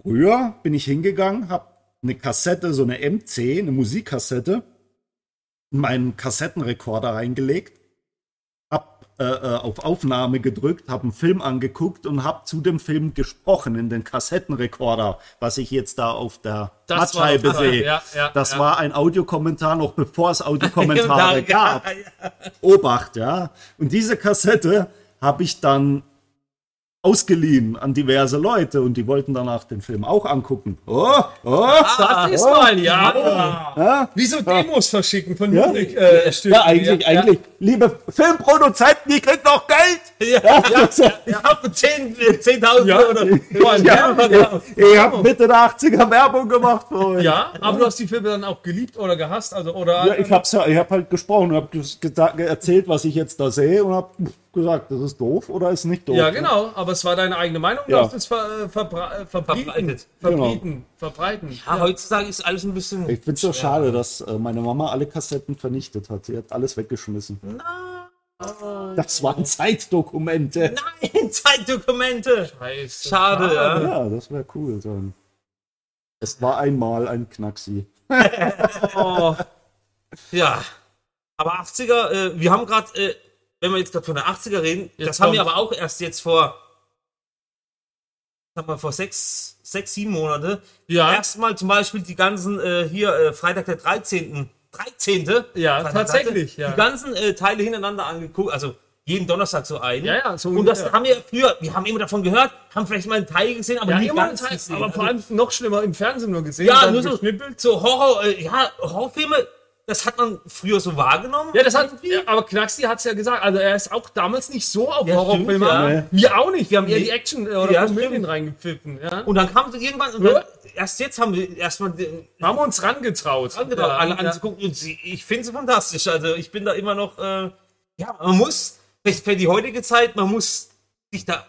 Speaker 2: Früher bin ich hingegangen, habe eine Kassette, so eine MC, eine Musikkassette, in meinen Kassettenrekorder reingelegt, hab äh, äh, auf Aufnahme gedrückt, hab einen Film angeguckt und hab zu dem Film gesprochen in den Kassettenrekorder, was ich jetzt da auf der
Speaker 3: Das
Speaker 2: Mattscheibe
Speaker 3: war-
Speaker 2: sehe.
Speaker 3: ja, ja,
Speaker 2: das
Speaker 3: ja.
Speaker 2: war ein Audiokommentar noch bevor es Audiokommentare
Speaker 1: genau. Ja,
Speaker 2: gab. Obacht, ja. Und diese Kassette habe ich dann ausgeliehen an diverse Leute und die wollten danach den Film auch angucken. Oh, oh,
Speaker 1: Ah.
Speaker 3: Das ist mal, ja. Ah. Wieso Demos verschicken von
Speaker 2: Ja.
Speaker 3: Munich? Äh, Stücken?
Speaker 2: ja, eigentlich, eigentlich. Liebe Filmproduzenten, ihr kriegt noch Geld! Ja, ja,
Speaker 1: ich habe 10 10.000
Speaker 3: Ja.
Speaker 1: oder.
Speaker 3: Ja. Ja.
Speaker 1: Ja, ja.
Speaker 2: Ihr habt Mitte der 80er Werbung gemacht für euch.
Speaker 3: Ja, aber du hast die Filme dann auch geliebt oder gehasst, also oder
Speaker 2: Ja, ich hab's ja, ich hab halt gesprochen, hab ges- gesa- erzählt, was ich jetzt da sehe und hab gesagt, das ist doof oder ist nicht doof.
Speaker 3: Ja, genau, aber es war deine eigene Meinung, du
Speaker 2: Ja.
Speaker 3: hast es ver, äh, verbra- äh, verbreitet,
Speaker 1: Verbreitet.
Speaker 3: verbieten, verbreiten.
Speaker 1: Ah, heutzutage ist alles ein bisschen.
Speaker 2: Ich find's doch schade, dass äh, meine Mama alle Kassetten vernichtet hat. Sie hat alles weggeschmissen. Das waren Zeitdokumente.
Speaker 1: Nein, Zeitdokumente!
Speaker 3: Scheiße.
Speaker 1: Schade, ja.
Speaker 2: Ja, das wäre cool. Dann. Es war einmal ein Knacksi.
Speaker 1: Oh. Ja. Aber 80er, äh, wir haben gerade, äh, wenn wir jetzt gerade von der 80er reden, das haben wir
Speaker 3: kommt-
Speaker 1: aber auch erst jetzt vor, sag mal, vor sechs, sechs sieben Monate.
Speaker 3: Ja.
Speaker 1: Erstmal zum Beispiel die ganzen, äh, hier, äh, Freitag der 13. 13.
Speaker 3: Ja,
Speaker 1: Freitag
Speaker 3: tatsächlich,
Speaker 1: 13.,
Speaker 3: ja.
Speaker 1: Die ganzen äh, Teile hintereinander angeguckt, also jeden Donnerstag so einen.
Speaker 3: Ja, ja, so
Speaker 1: Und das
Speaker 3: ungefähr.
Speaker 1: haben wir früher, wir haben immer davon gehört, haben vielleicht mal einen Teil gesehen, aber
Speaker 3: Ja,
Speaker 1: nie
Speaker 3: immer
Speaker 1: ganz
Speaker 3: Teil,
Speaker 1: gesehen.
Speaker 3: aber vor
Speaker 1: Also-
Speaker 3: allem noch schlimmer im Fernsehen nur gesehen.
Speaker 1: ja,
Speaker 3: dann
Speaker 1: nur so,
Speaker 3: geschnippelt.
Speaker 1: so Horror, äh, ja, Horrorfilme, das hat man früher so wahrgenommen.
Speaker 3: Ja, das hat,
Speaker 1: irgendwie.
Speaker 3: ja, aber Knacksti hat es ja gesagt, also er ist auch damals nicht so auf
Speaker 1: Ja,
Speaker 3: Horrorfilme.
Speaker 1: stimmt, ja.
Speaker 3: an. Wir auch nicht, wir haben eher
Speaker 1: Nee.
Speaker 3: die Action äh, oder
Speaker 1: Ja,
Speaker 3: Komödien
Speaker 1: stimmt.
Speaker 3: reingepfiffen. Ja.
Speaker 1: Und dann kam so irgendwann, und
Speaker 3: Ja.
Speaker 1: dann, erst jetzt haben wir erstmal den-
Speaker 3: haben wir uns rangetraut.
Speaker 1: angedacht,
Speaker 3: Ja,
Speaker 1: alle
Speaker 3: ja.
Speaker 1: anzugucken und sie, ich finde sie fantastisch. Also ich bin da immer noch, äh, ja, man muss, für, für die heutige Zeit, man muss sich da,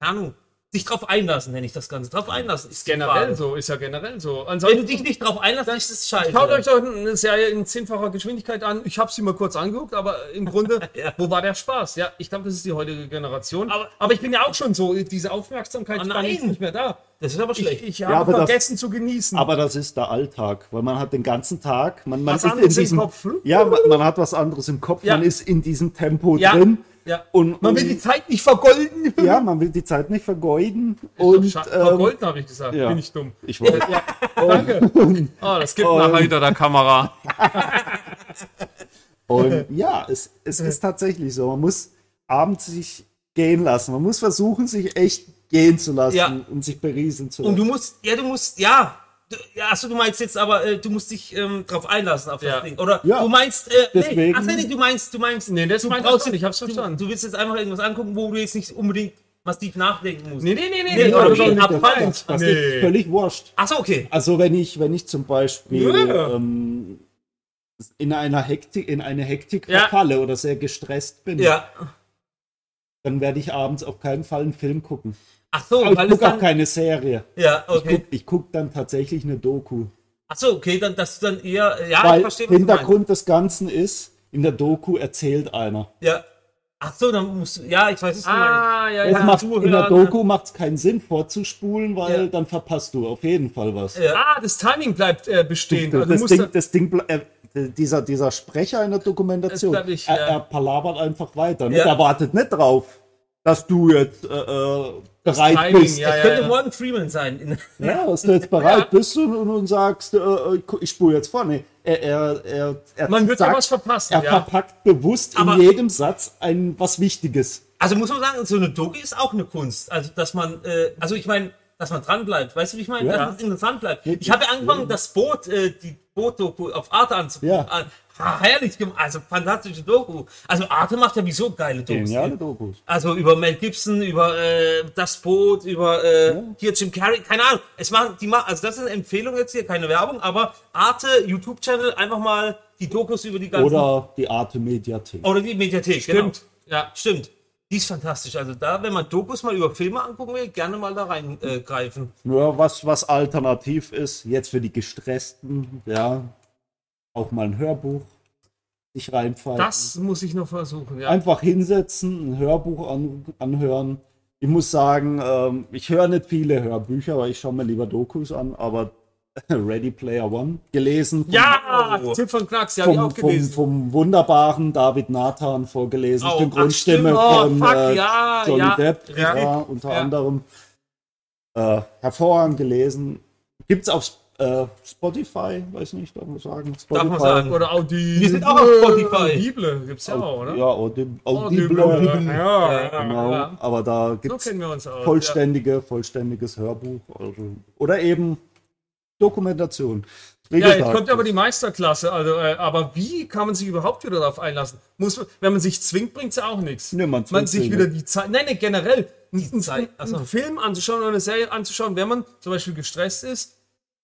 Speaker 1: keine Ahnung, sich drauf einlassen, nenne ich das Ganze. Drauf einlassen ist die
Speaker 3: Generell
Speaker 1: Frage.
Speaker 3: so, ist ja generell so.
Speaker 1: Wenn
Speaker 3: Ansonsten,
Speaker 1: du dich nicht drauf einlässt, ist es scheiße.
Speaker 3: Schaut euch doch eine Serie in zehnfacher Geschwindigkeit an. Ich habe sie mal kurz angeguckt, aber im Grunde,
Speaker 1: Ja.
Speaker 3: wo war der Spaß? Ja, ich glaube, das ist die heutige Generation. Aber,
Speaker 1: Aber-
Speaker 3: ich bin ja auch schon so, diese Aufmerksamkeit
Speaker 1: Oh
Speaker 3: war
Speaker 1: nein.
Speaker 3: jetzt nicht mehr da.
Speaker 1: Das ist aber schlecht.
Speaker 3: Ich, ich
Speaker 2: Ja,
Speaker 3: habe
Speaker 2: aber das-
Speaker 3: vergessen zu genießen.
Speaker 2: Aber das ist der Alltag, weil man hat den ganzen Tag, man, man
Speaker 3: Was
Speaker 2: ist in
Speaker 3: anderes im
Speaker 2: diesem,
Speaker 3: Kopf. hm?
Speaker 2: ja, man, man hat was anderes im Kopf,
Speaker 3: Ja.
Speaker 2: man ist in diesem Tempo
Speaker 3: Ja.
Speaker 2: drin
Speaker 3: Ja.
Speaker 2: und
Speaker 3: Man will die Zeit nicht vergolden.
Speaker 2: ja, man will die Zeit nicht vergeuden
Speaker 3: Doch,
Speaker 2: und
Speaker 3: Scha-
Speaker 2: ähm,
Speaker 3: vergolden habe ich gesagt.
Speaker 2: ja.
Speaker 3: Bin ich dumm.
Speaker 2: ich wollte
Speaker 3: Ja, danke. Oh, das gibt nachher hinter der Kamera.
Speaker 2: Und ja, es, es ist tatsächlich so. Man muss abends sich gehen lassen. Man muss versuchen, sich echt gehen zu lassen
Speaker 1: Ja.
Speaker 2: und sich berieseln zu
Speaker 1: Und
Speaker 2: lassen.
Speaker 1: du musst, ja, du musst, ja. Du, ja, achso, du meinst jetzt aber, äh, du musst dich ähm, drauf einlassen auf
Speaker 3: Ja.
Speaker 1: das Ding. Oder
Speaker 2: Ja.
Speaker 1: du meinst, äh, nee,
Speaker 2: Deswegen-
Speaker 1: ach, nee, nee, du meinst, du meinst,
Speaker 3: Nee, das
Speaker 1: du
Speaker 3: meinte ich
Speaker 1: brauchst
Speaker 3: schon, ich hab's
Speaker 1: du,
Speaker 3: verstanden.
Speaker 1: du willst jetzt einfach irgendwas angucken, wo du jetzt nicht unbedingt massiv nachdenken musst.
Speaker 3: Nee, nee, nee, nee.
Speaker 1: Nee,
Speaker 3: oder
Speaker 1: oder
Speaker 3: wie?
Speaker 1: wie?
Speaker 3: Ab-
Speaker 2: das,
Speaker 1: abfallen.
Speaker 2: das, das
Speaker 3: Nee.
Speaker 2: ist völlig wurscht.
Speaker 1: Achso, okay.
Speaker 2: Also wenn ich, wenn ich zum Beispiel
Speaker 3: Nö.
Speaker 2: ähm, in einer Hektik, in eine Hektik
Speaker 3: Ja.
Speaker 2: verfalle oder sehr gestresst bin,
Speaker 1: Ja.
Speaker 2: dann werde ich abends auf keinen Fall einen Film gucken.
Speaker 1: Achso,
Speaker 2: Aber
Speaker 1: weil
Speaker 2: ich
Speaker 1: es
Speaker 2: gucke auch
Speaker 1: dann.
Speaker 2: keine Serie.
Speaker 1: Ja,
Speaker 2: Ich
Speaker 1: okay.
Speaker 2: gucke guck dann tatsächlich eine Doku.
Speaker 1: Achso, okay, dann, dass du dann eher, ja, Ah, ich
Speaker 2: Weil
Speaker 1: verstehe, was du meinst.
Speaker 2: Hintergrund des Ganzen ist, in der Doku erzählt einer.
Speaker 1: Ja. Achso, dann musst du, ja, ich weiß, was du meinst.
Speaker 3: Ah, ja,
Speaker 2: Es
Speaker 3: ja.
Speaker 2: macht,
Speaker 1: zuhören.
Speaker 2: in der Doku macht es keinen Sinn vorzuspulen, weil
Speaker 1: Ja.
Speaker 2: dann verpasst du auf jeden Fall was.
Speaker 1: Ja.
Speaker 3: Ah, das Timing bleibt äh, bestehen. Also
Speaker 2: das,
Speaker 3: musst
Speaker 2: Ding,
Speaker 3: du-
Speaker 2: das Ding, ble- äh, dieser, dieser Sprecher in der Dokumentation,
Speaker 3: Das bleib ich,
Speaker 2: er,
Speaker 3: ja.
Speaker 2: er palabert einfach weiter. Ne?
Speaker 1: Ja.
Speaker 2: Er wartet nicht drauf, dass du jetzt äh, äh, bereit
Speaker 3: Timing,
Speaker 2: bist.
Speaker 3: ja,
Speaker 2: Ja,
Speaker 3: ja.
Speaker 1: Könnte Morgan Freeman sein. In,
Speaker 2: dass du jetzt bereit bist und, und, und sagst, äh, äh, ich spule jetzt vorne. Er, er, er, er
Speaker 3: Man wird ja
Speaker 2: sagt-
Speaker 3: was verpassen,
Speaker 2: Er
Speaker 3: ja.
Speaker 2: verpackt bewusst
Speaker 1: Aber-
Speaker 2: in jedem Satz ein was Wichtiges.
Speaker 1: also muss man sagen, so eine Doku ist auch eine Kunst. Also, dass man, äh, also ich meine, dass man dran bleibt. Weißt du, wie ich meine?
Speaker 2: Ja.
Speaker 1: Dass es interessant bleibt. Ich habe ja angefangen, das Boot, äh, die Boot-Doku auf Arte anzugucken.
Speaker 2: Ja.
Speaker 1: Ah, ha- herrlich gemacht. Also, fantastische Doku. Also, Arte macht ja wieso geile Dokus.
Speaker 2: Geniale Dokus.
Speaker 1: Also über Mel Gibson, über äh, das Boot, über äh, hier Jim Carrey, keine Ahnung. Es machen die machen, also das ist eine Empfehlung jetzt hier, keine Werbung, aber Arte YouTube Channel einfach mal die Dokus über die ganzen
Speaker 2: Oder die Arte Mediathek.
Speaker 1: oder die Mediathek. Stimmt, genau.
Speaker 3: Ja.
Speaker 1: stimmt. Die ist fantastisch. Also da, wenn man Dokus mal über Filme angucken will, gerne mal da reingreifen. Äh, greifen.
Speaker 2: Nur was, was alternativ ist, jetzt für die Gestressten, ja, auch mal ein Hörbuch sich reinfallen.
Speaker 3: Das muss ich noch versuchen, ja.
Speaker 2: Einfach hinsetzen, ein Hörbuch an, anhören. Ich muss sagen, ähm, ich höre nicht viele Hörbücher, weil ich schaue mir lieber Dokus an, aber Ready Player One gelesen. Vom,
Speaker 3: Ja,
Speaker 1: Oh.
Speaker 3: Tipp von Knacks, ja, hab ich
Speaker 2: vom,
Speaker 3: auch
Speaker 2: vom,
Speaker 3: gelesen.
Speaker 2: vom wunderbaren David Nathan vorgelesen,
Speaker 1: Oh,
Speaker 2: Synchronstimme
Speaker 3: ach,
Speaker 2: von
Speaker 3: stimmt. Oh, fuck,
Speaker 2: äh,
Speaker 3: ja,
Speaker 2: Johnny
Speaker 3: ja,
Speaker 2: Depp,
Speaker 3: ja.
Speaker 2: ja, unter
Speaker 3: Ja.
Speaker 2: anderem. Äh, hervorragend gelesen. Gibt's auf äh, Spotify, weiß nicht, darf man sagen. Spotify.
Speaker 1: Darf man sagen.
Speaker 3: Oder Audi.
Speaker 1: Wir sind auch auf Spotify.
Speaker 3: Audible gibt's ja auch, oder?
Speaker 2: Ja, Audible.
Speaker 3: Audible.
Speaker 2: Audible.
Speaker 3: Ja, ja,
Speaker 2: Genau,
Speaker 3: ja.
Speaker 2: aber da
Speaker 3: So
Speaker 2: gibt's
Speaker 3: kennen wir uns aus.
Speaker 2: vollständige, vollständiges Hörbuch. Also, oder eben Dokumentation. Wie
Speaker 3: Ja, jetzt
Speaker 2: gesagt,
Speaker 3: kommt aber die Meisterklasse. Also, äh, aber wie kann man sich überhaupt wieder darauf einlassen? Muss man, wenn man sich zwingt, bringt es auch nichts.
Speaker 2: Nee, man
Speaker 3: man
Speaker 2: zwingt
Speaker 3: sich
Speaker 2: sich
Speaker 3: wieder
Speaker 2: nicht.
Speaker 3: die Zeit. Nein, nein, generell. einen- also
Speaker 1: Zeit, ach so.
Speaker 3: Einen Film anzuschauen oder eine Serie anzuschauen, wenn man zum Beispiel gestresst ist,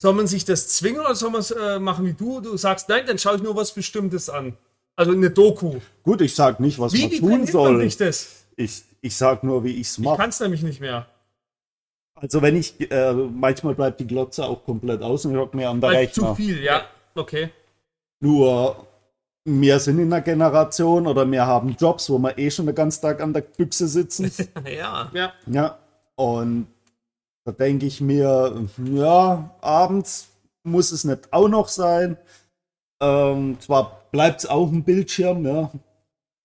Speaker 3: soll man sich das zwingen oder soll man es äh, machen wie du? Du sagst, nein, dann schaue ich nur was Bestimmtes an. Also eine Doku.
Speaker 2: gut, ich sag nicht, was
Speaker 3: Wie
Speaker 2: man
Speaker 3: die
Speaker 2: tun
Speaker 3: trainiert man
Speaker 2: soll.
Speaker 3: sich das?
Speaker 2: Ich, ich sag nur, wie ich's
Speaker 3: Ich
Speaker 2: mache.
Speaker 3: kann es nämlich nicht mehr.
Speaker 2: Also wenn ich, äh, manchmal bleibt die Glotze auch komplett aus und ich hock mir an der
Speaker 3: Weil zu
Speaker 2: Rechner.
Speaker 3: viel, ja. Okay.
Speaker 2: Nur wir sind in einer Generation oder wir haben Jobs, wo wir eh schon den ganzen Tag an der Büchse sitzen.
Speaker 1: ja.
Speaker 3: Ja.
Speaker 2: ja. Und da denke ich mir, ja, abends muss es nicht auch noch sein. Ähm, zwar bleibt es auch ein Bildschirm, ja,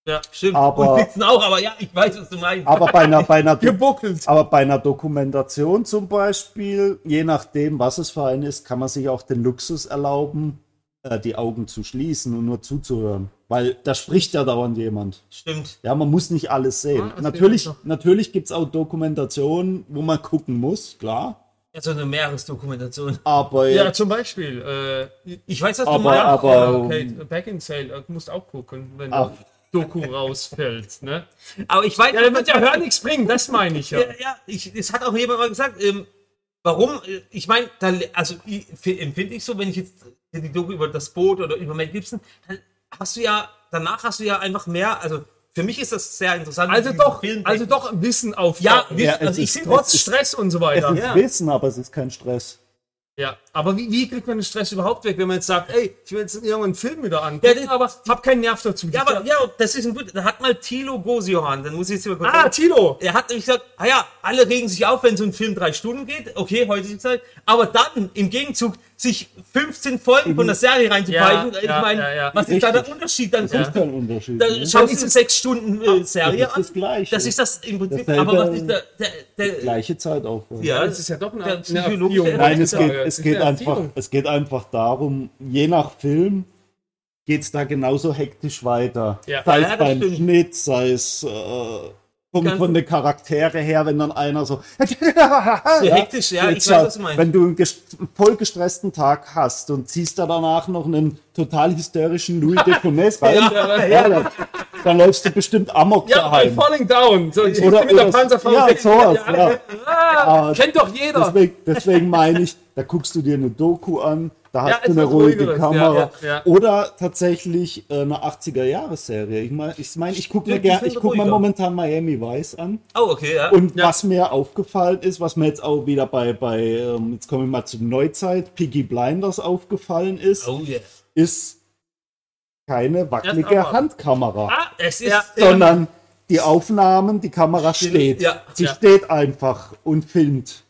Speaker 1: Ja, stimmt.
Speaker 2: Aber-
Speaker 1: Und sitzen auch, aber ja, ich weiß, was du meinst.
Speaker 2: aber bei einer, bei einer
Speaker 3: Gebuckelt.
Speaker 2: Aber bei einer Dokumentation zum Beispiel, je nachdem, was es für eine ist, kann man sich auch den Luxus erlauben, äh, die Augen zu schließen und nur zuzuhören. Weil da spricht ja dauernd jemand.
Speaker 1: stimmt.
Speaker 2: Ja, man muss nicht alles sehen.
Speaker 3: Ja, Ah, das
Speaker 2: natürlich
Speaker 3: geht doch.
Speaker 2: natürlich gibt es auch Dokumentationen, wo man gucken muss, klar.
Speaker 1: Also eine Meeresdokumentation.
Speaker 2: Aber
Speaker 3: Ja, zum Beispiel. Äh,
Speaker 1: Ich weiß, was du
Speaker 2: Aber-
Speaker 1: meinst.
Speaker 2: aber-
Speaker 3: Ja,
Speaker 2: Ähm,
Speaker 3: okay, Back in Sale, äh, musst auch gucken, wenn
Speaker 2: Ach.
Speaker 3: die Doku rausfällt. Ne?
Speaker 1: aber ich weiß,
Speaker 3: Ja, dann wird ja Hör nichts bringen, das meine ich ja.
Speaker 1: Ja, ja ich, es hat auch jemand mal gesagt, ähm, warum, äh, ich meine, da le- also ich, f- empfinde ich so, wenn ich jetzt die Doku über das Boot oder über Mel Gibson, dann hast du ja, danach hast du ja einfach mehr, also für mich ist das sehr interessant.
Speaker 3: Also
Speaker 1: diese
Speaker 3: doch,
Speaker 1: Filmtechnik.
Speaker 3: also doch ein Wissen auf. ne?
Speaker 1: ja,
Speaker 2: Ja,
Speaker 1: wir- also
Speaker 2: es
Speaker 1: ich
Speaker 2: ist-
Speaker 1: sehe
Speaker 3: trotz
Speaker 1: trotz
Speaker 2: es ist-
Speaker 3: Stress und so
Speaker 2: es
Speaker 3: weiter.
Speaker 2: ist
Speaker 1: ja.
Speaker 2: Wissen, aber es ist kein Stress.
Speaker 3: Ja, aber wie, wie kriegt man den Stress überhaupt weg, wenn man jetzt sagt, ey, ich will jetzt irgendeinen Film wieder
Speaker 1: Ja,
Speaker 3: angucken,
Speaker 1: das-
Speaker 3: aber hab keinen Nerv dazu.
Speaker 1: Ja, aber ja, das ist ein gut. Da hat mal Thilo Gosiohan, dann muss ich jetzt über kurz
Speaker 3: ah, Tilo!
Speaker 1: Er hat nämlich gesagt, ah ja, alle regen sich auf, wenn so ein Film drei Stunden geht. Okay, heute ist die Zeit. Aber dann im Gegenzug sich 15 Folgen
Speaker 2: Mhm.
Speaker 1: von der Serie reinzupfeifen.
Speaker 3: Ja,
Speaker 1: ich
Speaker 3: ja,
Speaker 1: meine,
Speaker 3: ja, ja.
Speaker 1: was ist da der
Speaker 2: Richtig.
Speaker 1: Unterschied dann?
Speaker 2: Das ist kein Unterschied.
Speaker 1: Da
Speaker 2: ne?
Speaker 1: schaust du eine sechs Stunden äh, Serie
Speaker 2: das ist das
Speaker 1: an.
Speaker 2: Gleiche.
Speaker 1: Das ist das im Prinzip.
Speaker 2: Das
Speaker 1: aber
Speaker 2: hält
Speaker 1: was
Speaker 2: dann-
Speaker 1: ist der, der, der
Speaker 2: Gleiche Zeitaufwand.
Speaker 1: ja,
Speaker 3: Das ist ja doch eine,
Speaker 1: der
Speaker 3: eine
Speaker 1: psychologische-
Speaker 3: Erziehung.
Speaker 2: Nein,
Speaker 1: Nein,
Speaker 2: es geht,
Speaker 3: Das
Speaker 2: es
Speaker 3: ist
Speaker 2: geht
Speaker 3: eine
Speaker 2: einfach,
Speaker 3: Erziehung.
Speaker 2: es geht einfach darum, je nach Film geht es da genauso hektisch weiter.
Speaker 3: Ja.
Speaker 2: sei
Speaker 1: Ja,
Speaker 2: es
Speaker 1: das
Speaker 2: beim
Speaker 1: stimmt.
Speaker 2: Schnitt, sei es äh, von,
Speaker 1: ganzen-
Speaker 2: von den Charaktere her, wenn dann einer so.
Speaker 1: hektisch, ja, ich
Speaker 2: Jetzt
Speaker 1: weiß,
Speaker 2: schau,
Speaker 1: was du meinst.
Speaker 2: Wenn du einen gest voll gestressten Tag hast und ziehst da danach noch einen total hysterischen Louis de Funès rein, ja, dann, dann läufst du bestimmt Amok
Speaker 3: Ja, bei
Speaker 2: daheim.
Speaker 3: Falling Down. So, ich
Speaker 2: Oder-
Speaker 3: bin mit der
Speaker 2: oder-
Speaker 3: Panzerfrau.
Speaker 2: ja,
Speaker 3: sechs-
Speaker 2: sowas, ja.
Speaker 3: Ah,
Speaker 2: Ja,
Speaker 3: kennt doch jeder.
Speaker 2: Deswegen, deswegen meine ich, da guckst du dir eine Doku an, da hast
Speaker 3: Ja,
Speaker 2: du
Speaker 3: ist
Speaker 2: eine
Speaker 3: was
Speaker 2: ruhige
Speaker 3: Ruhigeres,
Speaker 2: Kamera.
Speaker 3: ja, ja, ja.
Speaker 2: Oder tatsächlich äh, eine 80er-Jahres-Serie. Ich meine, ich, mein, ich gucke mir,
Speaker 1: Stimmt, die
Speaker 2: ger-
Speaker 1: sind
Speaker 2: ich guck mir
Speaker 1: ruhiger.
Speaker 2: momentan Miami Vice an.
Speaker 1: Oh, okay, ja.
Speaker 2: Und was mir aufgefallen ist, was mir jetzt auch wieder bei, bei ähm, jetzt kommen wir mal zur Neuzeit, Piggy Blinders aufgefallen ist,
Speaker 1: oh yeah.
Speaker 2: ist keine wackelige
Speaker 3: aber-
Speaker 2: Handkamera
Speaker 3: Ah,
Speaker 1: Es ist.
Speaker 3: Ja,
Speaker 2: sondern die Aufnahmen, die Kamera steht.
Speaker 1: ja,
Speaker 2: Sie
Speaker 3: ja.
Speaker 2: steht einfach und filmt.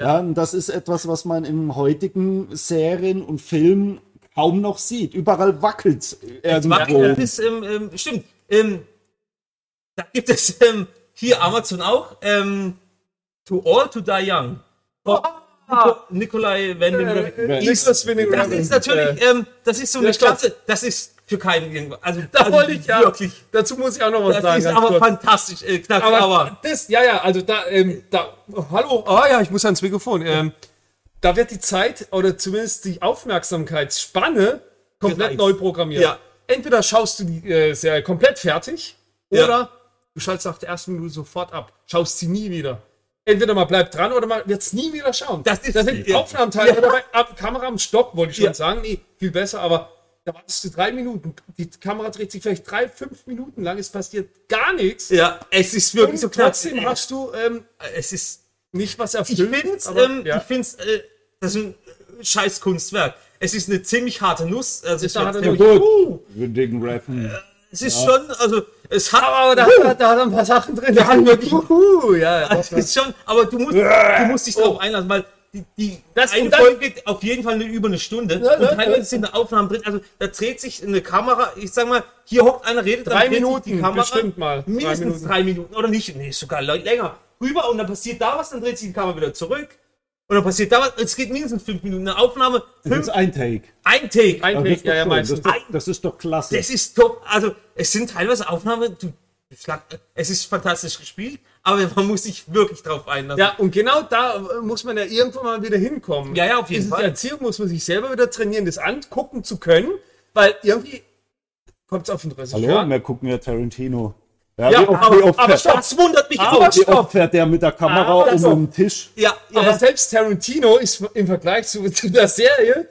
Speaker 2: Ja. und das ist etwas, was man im heutigen Serien und Film kaum noch sieht. Überall wackelt
Speaker 1: Wacken
Speaker 2: irgendwo.
Speaker 1: ist, ähm, ähm, stimmt. Ähm, da gibt es, ähm, Hier Amazon auch. Ähm, to all to die young. Bob,
Speaker 3: Oh.
Speaker 1: Nico- Nikolai
Speaker 3: Äh,
Speaker 1: Vandenberg.
Speaker 3: Nicholas Winning
Speaker 1: Das ist natürlich, ähm, das ist so eine
Speaker 3: äh, Ja, stopp.
Speaker 1: Klasse, das ist für keinen irgendwas. Also,
Speaker 3: Da
Speaker 1: also
Speaker 3: wollte ich ja.
Speaker 1: wirklich.
Speaker 3: Dazu muss ich auch noch was
Speaker 1: Das
Speaker 3: sagen.
Speaker 1: ist
Speaker 3: ganz
Speaker 1: aber
Speaker 3: kurz.
Speaker 1: fantastisch, äh, knapp, aber,
Speaker 3: aber, das, ja, ja, also da, ähm, da, oh, hallo, ah ja, ich muss ans Mikrofon. Ähm, da wird die Zeit oder zumindest die Aufmerksamkeitsspanne komplett
Speaker 1: Gereizt.
Speaker 3: neu programmiert.
Speaker 1: Ja.
Speaker 3: Entweder schaust du die äh, Serie komplett fertig
Speaker 1: Ja.
Speaker 3: oder du schaltest nach der ersten Minute sofort ab, schaust sie nie wieder. Entweder man bleibt dran oder man wird es nie wieder schauen.
Speaker 1: Das ist-
Speaker 3: da sind
Speaker 1: ja.
Speaker 3: Aufnahmen teilweise dabei, ab, Kamera am Stock, wollte ich schon
Speaker 1: Ja.
Speaker 3: sagen. Nee, viel besser, aber da wartest du drei Minuten. Die Kamera dreht sich vielleicht drei, fünf Minuten lang, es passiert gar nichts.
Speaker 1: ja, es ist
Speaker 3: Und
Speaker 1: wirklich so knapp.
Speaker 3: trotzdem hast Äh, du ähm,
Speaker 1: Es ist
Speaker 3: nicht was
Speaker 1: Ich
Speaker 3: erfüllt.
Speaker 1: finde es,
Speaker 3: aber,
Speaker 1: ähm,
Speaker 3: ja.
Speaker 1: ich find's, äh, das ist ein scheiß Kunstwerk. Es ist eine ziemlich harte Nuss. Also ich
Speaker 3: Da
Speaker 1: werd's
Speaker 3: hat er
Speaker 1: nehmen.
Speaker 3: nur-
Speaker 2: Gut. Wir hm. dicken Rappen.
Speaker 1: es ist schon, also es hat,
Speaker 3: aber da, da, da hat er ein paar Sachen drin. Da hat wirklich. Uhu, ja, ja.
Speaker 1: es ist schon, aber du musst, du musst dich drauf einlassen, weil die, die
Speaker 3: Oh. Das-
Speaker 1: eine
Speaker 3: und dann-
Speaker 1: Folge geht auf jeden Fall eine, über eine Stunde
Speaker 3: Ja,
Speaker 1: und
Speaker 3: ja,
Speaker 1: teilweise
Speaker 3: ja.
Speaker 1: sind da Aufnahmen drin. Also da dreht sich eine Kamera, ich sag mal, hier hockt einer, redet,
Speaker 3: Drei
Speaker 1: dreht sich
Speaker 3: Minuten, bestimmt mal. Drei
Speaker 1: mindestens drei Minuten.
Speaker 3: Minuten.
Speaker 1: oder nicht, nee, sogar le- länger, rüber und dann passiert da was, dann dreht sich die Kamera wieder zurück. Und dann passiert da was, es geht mindestens fünf Minuten. Eine Aufnahme,
Speaker 2: Das
Speaker 1: fünf
Speaker 2: ist ein Take.
Speaker 1: Ein Take.
Speaker 2: Ja,
Speaker 3: Ein
Speaker 2: das,
Speaker 3: Pick,
Speaker 2: ist doch
Speaker 3: ja, ja,
Speaker 2: schön. das,
Speaker 3: meistens.
Speaker 2: ist doch, das ist doch klasse.
Speaker 1: das ist top. Also, es sind teilweise Aufnahmen, du, schlag, es ist fantastisch gespielt, aber man muss sich wirklich drauf einlassen.
Speaker 3: Ja, und genau da äh, muss man ja irgendwann mal wieder hinkommen.
Speaker 1: Ja, ja, auf jeden
Speaker 3: Diese
Speaker 1: Fall.
Speaker 3: Erziehung muss man sich selber wieder trainieren, das angucken zu können, weil irgendwie kommt es auf den
Speaker 2: Hallo,
Speaker 3: Regisseur. an.
Speaker 2: wir gucken ja Tarantino. Ja,
Speaker 3: Ja,
Speaker 2: wie oft,
Speaker 3: aber-
Speaker 2: wie oft,
Speaker 3: aber
Speaker 2: fährt,
Speaker 3: stopp. Ah,
Speaker 1: Das wundert mich
Speaker 3: Aber
Speaker 1: auch.
Speaker 2: wie oft fährt der mit der Kamera
Speaker 3: Ah,
Speaker 2: um
Speaker 3: das
Speaker 2: den Tisch?
Speaker 1: Ja, ja,
Speaker 3: Aber selbst Tarantino ist im Vergleich zu zu der Serie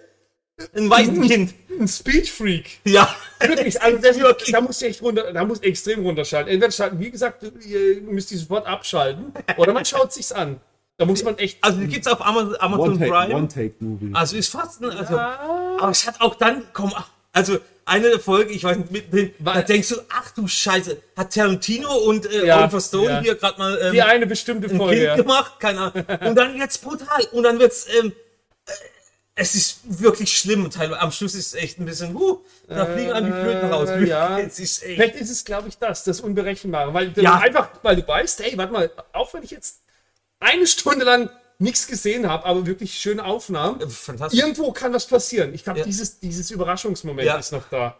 Speaker 1: ein weißes Kind.
Speaker 3: ein Speed-Freak.
Speaker 1: Ja.
Speaker 3: Wirklich, also das, da musst du echt runter, da musst du extrem runterschalten. Entweder schalten, wie gesagt, ihr müsst ihr sofort abschalten oder man schaut sich's an. Da muss man echt.
Speaker 1: Also, die gibt's auf Amazon, Amazon
Speaker 2: One Take,
Speaker 1: Prime.
Speaker 2: One Take Movie.
Speaker 1: Also, ist fast ein, also, aber es hat auch dann, komm, ach, also, eine der Folgen, ich weiß nicht, mittendrin, da
Speaker 3: Weil-
Speaker 1: denkst du, ach du Scheiße, hat Tarantino und äh,
Speaker 3: Ja,
Speaker 1: Oliver Stone
Speaker 3: ja.
Speaker 1: hier gerade mal ähm,
Speaker 3: Die eine bestimmte
Speaker 1: ein Kind
Speaker 3: Folge. ja.
Speaker 1: gemacht, keine Ahnung. Und dann wird's brutal. Und dann wird's, ähm, äh, es ist wirklich schlimm. Teilweise. Am Schluss ist es echt ein bisschen, huh, da fliegen einem die Flöten raus.
Speaker 3: Äh, ja.
Speaker 1: Es ist echt.
Speaker 3: Vielleicht ist es, glaube ich, das, das Unberechenbare. Weil du
Speaker 1: Ja.
Speaker 3: einfach, weil du weißt, hey, warte mal, auch wenn ich jetzt eine Stunde lang nichts gesehen habe, aber wirklich schöne Aufnahmen,
Speaker 1: Fantastisch.
Speaker 3: irgendwo kann was passieren. Ich glaube,
Speaker 1: Ja.
Speaker 3: dieses, dieses Überraschungsmoment
Speaker 1: Ja.
Speaker 3: ist noch da.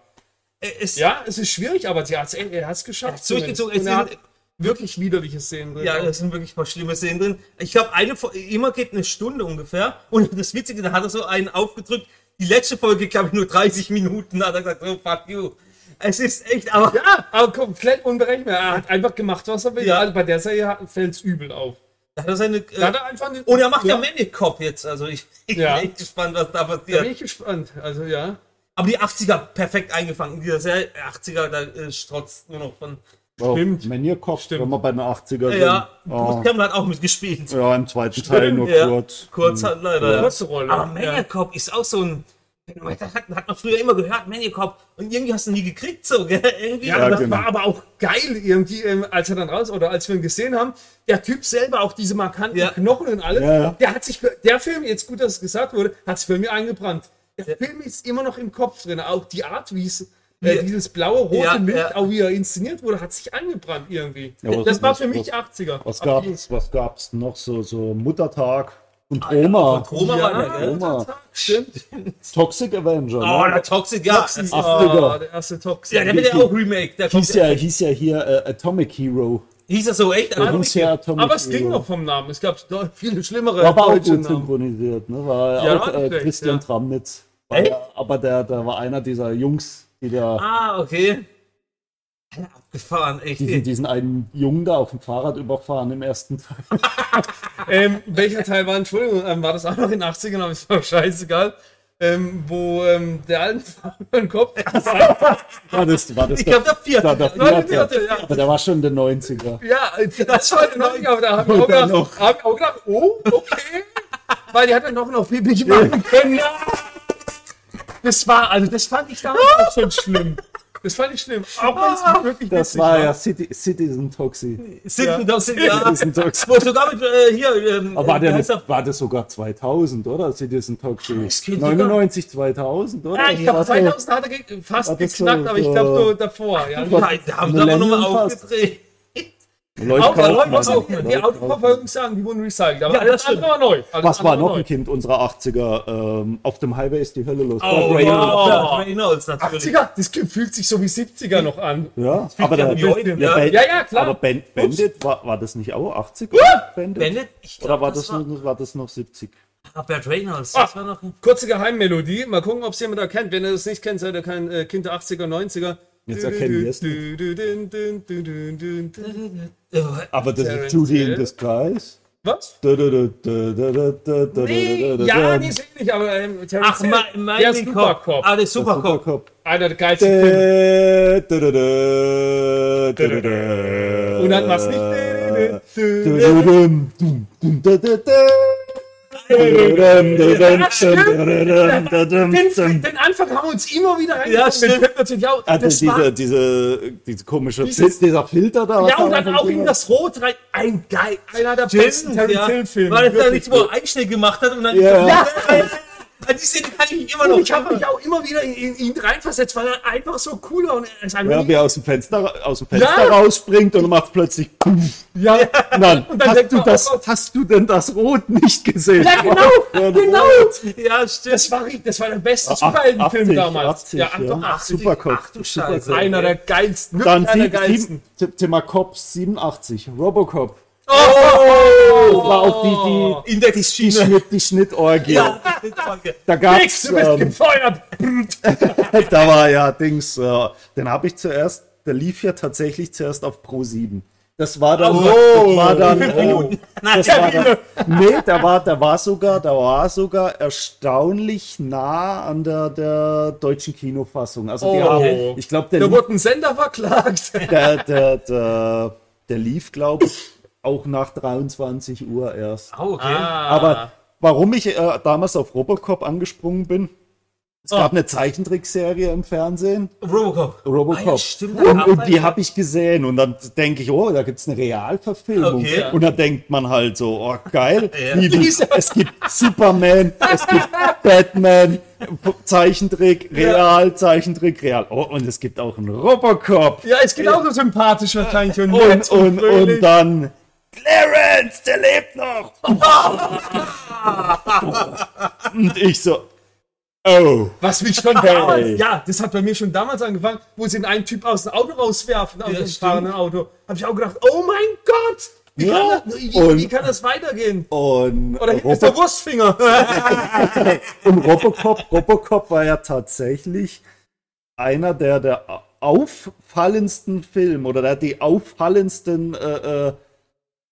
Speaker 1: Äh, Es, ja.
Speaker 3: Ja, es ist schwierig, aber sie hat's, er hat es geschafft.
Speaker 1: hat's durchgezogen.
Speaker 3: zumindest.
Speaker 1: Es
Speaker 3: Und er
Speaker 1: sind-
Speaker 3: hat wirklich widerliche Szenen drin.
Speaker 1: da sind wirklich mal schlimme Szenen drin. Ich glaube, eine Fo- immer geht eine Stunde ungefähr. Und das Witzige, da hat er so einen aufgedrückt. Die letzte Folge, glaube ich, nur 30 Minuten. Da hat er gesagt, oh, fuck you. Es ist echt, aber
Speaker 3: Ja, aber komplett unberechenbar. Er hat einfach gemacht, was er will.
Speaker 1: Ja.
Speaker 3: Also bei der Serie fällt es übel auf.
Speaker 1: da hat er seine. Äh,
Speaker 3: Da hat er einfach eine,
Speaker 1: und er macht ja,
Speaker 3: ja
Speaker 1: Manic Cop jetzt. Also ich, ich
Speaker 3: Ja.
Speaker 1: bin echt gespannt, was da
Speaker 3: Da
Speaker 1: passiert.
Speaker 3: bin ich gespannt. Also ja.
Speaker 1: Aber die 80er perfekt eingefangen. In dieser Serie, 80er, da äh, strotzt nur noch von.
Speaker 2: oh,
Speaker 3: stimmt.
Speaker 2: Wenn ihr kocht,
Speaker 3: Stimmt.
Speaker 2: wenn wir bei einer 80er
Speaker 1: Ja,
Speaker 2: sind.
Speaker 1: Bruce
Speaker 2: Oh.
Speaker 1: Campbell hat auch mitgespielt.
Speaker 2: Ja, im zweiten Teil nur
Speaker 1: Ja.
Speaker 2: kurz.
Speaker 1: Kurz hat leider. Ja.
Speaker 3: Kurze Rolle.
Speaker 1: Aber Maniacop ist auch so ein. Das hat, hat man früher immer gehört, Maniacop. Und irgendwie hast du nie gekriegt, so, gell? Irgendwie.
Speaker 3: Ja,
Speaker 1: aber
Speaker 3: aber das
Speaker 2: genau.
Speaker 3: war aber auch geil irgendwie, ähm, als er dann raus oder als wir ihn gesehen haben. Der Typ selber, auch diese markanten
Speaker 1: Ja.
Speaker 3: Knochen und alles,
Speaker 2: Ja, ja.
Speaker 3: der hat sich, der Film, jetzt gut, dass es gesagt wurde, hat es für mich eingebrannt. Der Film ist immer noch im Kopf drin. Auch die Art, wie es, äh,
Speaker 1: Ja.
Speaker 3: dieses blaue, rote
Speaker 1: Ja,
Speaker 3: Milch,
Speaker 1: ja.
Speaker 3: auch wie er inszeniert wurde, hat sich eingebrannt irgendwie.
Speaker 2: Ja, was-
Speaker 3: das war
Speaker 2: was-
Speaker 3: für mich
Speaker 2: was-
Speaker 3: 80er.
Speaker 2: Was
Speaker 3: Absolut.
Speaker 2: gab's, was gab's noch? So, so Muttertag und Roma.
Speaker 1: und Roma war da, gell?
Speaker 2: Roma.
Speaker 3: Stimmt.
Speaker 2: Toxic Avenger.
Speaker 1: Oh,
Speaker 2: ne?
Speaker 1: der Toxic, ja.
Speaker 3: Toxic.
Speaker 1: das-
Speaker 2: Ach,
Speaker 3: Ah, der erste Toxic.
Speaker 1: Ja, der wird ja auch Remake. Der kommt,
Speaker 2: hieß, ja, hieß ja hier äh, Atomic Hero.
Speaker 1: hieß das so echt?
Speaker 2: Bei uns ja Atomic
Speaker 3: aber es ging
Speaker 2: Hero.
Speaker 3: noch vom Namen. Es gab doch viele schlimmere
Speaker 2: War aber auch
Speaker 3: deutsche
Speaker 2: gut
Speaker 3: Namen.
Speaker 2: synchronisiert. Ne? War
Speaker 3: Ja,
Speaker 2: auch
Speaker 3: war nicht
Speaker 2: äh,
Speaker 3: schlecht,
Speaker 2: Christian
Speaker 3: ja.
Speaker 2: Tramnitz. War
Speaker 1: Echt?
Speaker 2: ja- aber der, der war einer dieser Jungs, die da
Speaker 1: Ah, okay. Ja, Abgefahren, echt.
Speaker 2: diesen, diesen einen Jungen da auf dem Fahrrad überfahren im ersten Teil.
Speaker 3: Ähm, welcher Teil war, Entschuldigung, ähm, war das auch noch in den 80ern, aber ist doch scheißegal. Ähm, wo ähm, der alten Frau über den Kopf.
Speaker 2: War das, war das
Speaker 1: Ich glaube, der vierte.
Speaker 2: der, der,
Speaker 3: Nein,
Speaker 2: vierte.
Speaker 3: der- der-
Speaker 2: Aber der war schon der 90er.
Speaker 3: Ja, das war in den 90ern, aber da habe ich,
Speaker 2: Und
Speaker 3: auch
Speaker 2: dann
Speaker 3: gedacht-
Speaker 2: noch.
Speaker 3: hab ich auch gedacht, oh, okay. Weil die hat dann noch noch Pipi machen können. Das war, also das fand ich damals auch schon schlimm. Das fand ich schlimm. Auch wenn es nicht wirklich
Speaker 2: Ah, Das
Speaker 3: witzig ne?
Speaker 2: war ja City, Citizen Toxi.
Speaker 1: Siebten Toxic, ja.
Speaker 2: Citizen Toxi.
Speaker 1: Wo sogar mit, äh, hier, ähm,
Speaker 2: Aber war,
Speaker 1: wie
Speaker 2: der
Speaker 1: heißt er?
Speaker 2: nicht, war das sogar 2000, oder? Citizen Toxi.
Speaker 1: Das könnte sogar-
Speaker 2: 99, 2000, oder?
Speaker 3: Ja, ich glaube, 2000 hat er ge- fast
Speaker 2: War das so-
Speaker 3: geknackt, aber ich glaube
Speaker 2: so-
Speaker 3: so davor. Ja.
Speaker 1: Nein, da haben sie aber nochmal
Speaker 2: Millennium fast.
Speaker 1: aufgedreht.
Speaker 2: Leute
Speaker 3: Auch da
Speaker 2: kaufen
Speaker 3: läuft
Speaker 2: man.
Speaker 3: was auch. Die
Speaker 2: Leute kaufen.
Speaker 3: Autoverfolgungssachen, die wurden recycelt. Aber
Speaker 1: Ja, das stimmt.
Speaker 3: war neu. Alles
Speaker 2: Was war
Speaker 3: andere
Speaker 2: noch ein Kind unserer 80er? Ähm, auf dem Highway ist die Hölle los.
Speaker 1: Oh,
Speaker 2: Bob Reynolds.
Speaker 1: wow. ja, Reynolds natürlich.
Speaker 3: 80er, das fühlt sich so wie 70er noch an.
Speaker 2: Ja, aber
Speaker 1: ja
Speaker 2: der,
Speaker 1: wie heute, ne?
Speaker 2: Ben-
Speaker 3: Ja, ja, klar.
Speaker 2: Aber ben,
Speaker 3: Ups.
Speaker 2: Bandit, war, war das nicht auch 80? Bandit?
Speaker 1: Bennett, ich glaub,
Speaker 2: Oder war das,
Speaker 1: war
Speaker 2: noch, war das noch 70?
Speaker 1: Herbert Reynolds. Das
Speaker 3: Ah.
Speaker 1: war noch ein
Speaker 3: Kurze Geheimmelodie. Mal gucken, ob es jemand erkennt. Wenn ihr das nicht kennt, seid ihr kein äh, Kind der 80er, 90er.
Speaker 2: Jetzt erkennen wir es
Speaker 3: nicht.
Speaker 2: Aber das
Speaker 3: Terence
Speaker 2: ist Judy
Speaker 3: Hill.
Speaker 2: in Disguise.
Speaker 3: Was?
Speaker 2: Da, da, da, da, da, da, da, da, da,
Speaker 3: Nee,
Speaker 2: da,
Speaker 3: ja,
Speaker 2: da.
Speaker 3: nee, ist ähnlich, aber ähm, Terence
Speaker 1: Ach,
Speaker 3: Hill,
Speaker 1: Ma- mein
Speaker 3: der Supercop.
Speaker 1: Ah, der Supercop.
Speaker 2: Supercop.
Speaker 3: Einer der geilsten
Speaker 2: Äh,
Speaker 3: Filme.
Speaker 2: Da, da, da, da, da, da, da.
Speaker 3: Und dann machst du nicht.
Speaker 2: Da, da, dum, dum, dum, da, da, da. Da, da, dum, da, dum, dum, da, dum,
Speaker 3: Den,
Speaker 2: dum.
Speaker 3: den Anfang haben wir uns immer wieder
Speaker 1: Ja,
Speaker 3: reingezogen. Den
Speaker 1: stimmt.
Speaker 3: Film natürlich auch.
Speaker 2: Also
Speaker 3: das war,
Speaker 2: diese, diese, diese komische,
Speaker 3: Dieses-
Speaker 2: Fil- dieser Filter da. was
Speaker 3: ja, und
Speaker 2: da
Speaker 3: dann
Speaker 2: am
Speaker 3: auch in
Speaker 2: Computer-
Speaker 3: das Rot rein. Ein geil, einer der besten
Speaker 1: Stimmt,
Speaker 3: Terence
Speaker 1: ja.
Speaker 3: Hill-Filme.
Speaker 1: Weil er da
Speaker 3: wirklich.
Speaker 1: nichts wo er Einschnitt gemacht hat und dann.
Speaker 2: Ja. Oh,
Speaker 1: Die Szene kann ich mich immer
Speaker 3: Und
Speaker 1: noch.
Speaker 3: ich habe mich auch immer wieder in, in ihn reinversetzt, weil er einfach so cool war. Und er ist ein
Speaker 2: Ja,
Speaker 3: Mini-
Speaker 2: wie er aus dem Fenster, aus dem Fenster
Speaker 3: Ja.
Speaker 2: rausspringt und macht plötzlich.
Speaker 3: ja,
Speaker 2: Nein,
Speaker 3: Und dann
Speaker 2: hast,
Speaker 3: denkt
Speaker 2: du
Speaker 3: man,
Speaker 2: das,
Speaker 3: oh Gott.
Speaker 2: hast du denn das Rot nicht gesehen? Oh,
Speaker 3: ja, genau, genau.
Speaker 1: Ja, stimmt.
Speaker 3: Das war, ri- das war der beste
Speaker 2: Ach,
Speaker 3: Superheldenfilm
Speaker 2: 80,
Speaker 3: damals.
Speaker 2: 80,
Speaker 3: ja, doch,
Speaker 2: ja.
Speaker 3: 80.
Speaker 2: Supercop.
Speaker 1: Ach du Scheiße.
Speaker 2: Supercop.
Speaker 3: Einer der geilsten.
Speaker 2: Dann
Speaker 3: einer der
Speaker 2: sieb,
Speaker 3: geilsten.
Speaker 2: sieb, Th- Thema Cop 87, Robocop.
Speaker 1: Oh!
Speaker 2: Das war auch die,
Speaker 1: In
Speaker 2: die,
Speaker 1: der
Speaker 2: die, die, Schnitt, die Schnittorgie.
Speaker 1: Ja, danke.
Speaker 2: Da
Speaker 3: Nix,
Speaker 2: gab's,
Speaker 3: du bist
Speaker 2: ähm,
Speaker 3: gefeuert.
Speaker 2: da war ja Dings, äh, den habe ich zuerst, der lief ja tatsächlich zuerst auf Pro 7. Das war
Speaker 3: Oh.
Speaker 2: dann, das war dann, oh, das war dann, nee, da war, da war sogar, da war sogar erstaunlich nah an der, der deutschen Kinofassung. Also die
Speaker 3: Oh.
Speaker 2: haben, ich glaube, der
Speaker 3: Da
Speaker 2: lief
Speaker 3: wurde ein Sender verklagt.
Speaker 2: der, der, der, der lief, glaube ich, auch nach 23 Uhr erst.
Speaker 1: Oh, okay.
Speaker 3: Ah.
Speaker 2: Aber warum ich äh, damals auf Robocop angesprungen bin, es
Speaker 3: Oh.
Speaker 2: gab eine Zeichentrickserie im Fernsehen,
Speaker 1: Robocop.
Speaker 2: Robocop.
Speaker 1: Ah, ja, stimmt.
Speaker 2: und, und die
Speaker 1: Arbeit-
Speaker 2: habe ich gesehen und dann denke ich, oh, da gibt es eine Realverfilmung.
Speaker 1: Okay.
Speaker 2: Und dann denkt man halt so, oh geil,
Speaker 1: Ja.
Speaker 2: Beatles, es gibt Superman, es gibt Batman, Zeichentrick, Real, Zeichentrick, Real. Oh, und es gibt auch einen Robocop.
Speaker 3: Ja, ist genau genauso sympathisch wahrscheinlich. Und,
Speaker 2: Und,
Speaker 3: nett
Speaker 2: und, und
Speaker 3: fröhlich.
Speaker 2: dann. Clarence, der lebt noch! und ich so. Oh.
Speaker 3: Was mich schon damals,
Speaker 2: Hey.
Speaker 3: ja, das hat bei mir schon damals angefangen, wo sie einen Typ aus dem Auto rauswerfen, aus dem
Speaker 1: stimmt.
Speaker 3: fahrenden Auto. Habe ich auch gedacht, oh mein Gott, wie,
Speaker 2: Ja,
Speaker 3: kann, das, wie,
Speaker 2: und-
Speaker 3: wie kann das weitergehen?
Speaker 2: Und,
Speaker 3: Oder hinten ist der
Speaker 2: Robo
Speaker 3: Wurstfinger.
Speaker 2: und Robocop, Robocop war ja tatsächlich einer der, der auffallendsten Filme oder der die auffallendsten, äh, äh,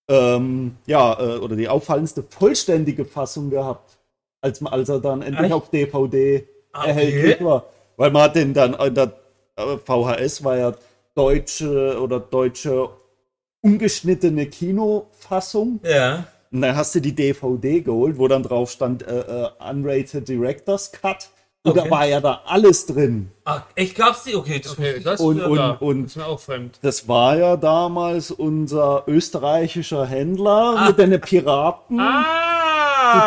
Speaker 2: ähm, ja, äh, oder die auffallendste vollständige Fassung gehabt, als, man- als er dann endlich
Speaker 1: Echt?
Speaker 2: auf DVD
Speaker 1: Ah,
Speaker 2: erhältlich
Speaker 1: okay.
Speaker 2: war. Weil man hat den dann in der äh, VHS war ja deutsche oder deutsche ungeschnittene Kinofassung.
Speaker 1: Ja.
Speaker 2: Und dann hast du die DVD geholt, wo dann drauf stand äh, äh, Unrated Directors Cut. Und
Speaker 1: Okay.
Speaker 2: da war ja da alles drin.
Speaker 1: Ah, echt gab's die? Okay, das okay, das
Speaker 2: Und, und,
Speaker 3: ja.
Speaker 2: und
Speaker 3: mir auch fremd.
Speaker 2: das war ja damals unser österreichischer Händler
Speaker 1: Ah.
Speaker 2: mit den Piraten.
Speaker 3: Ah!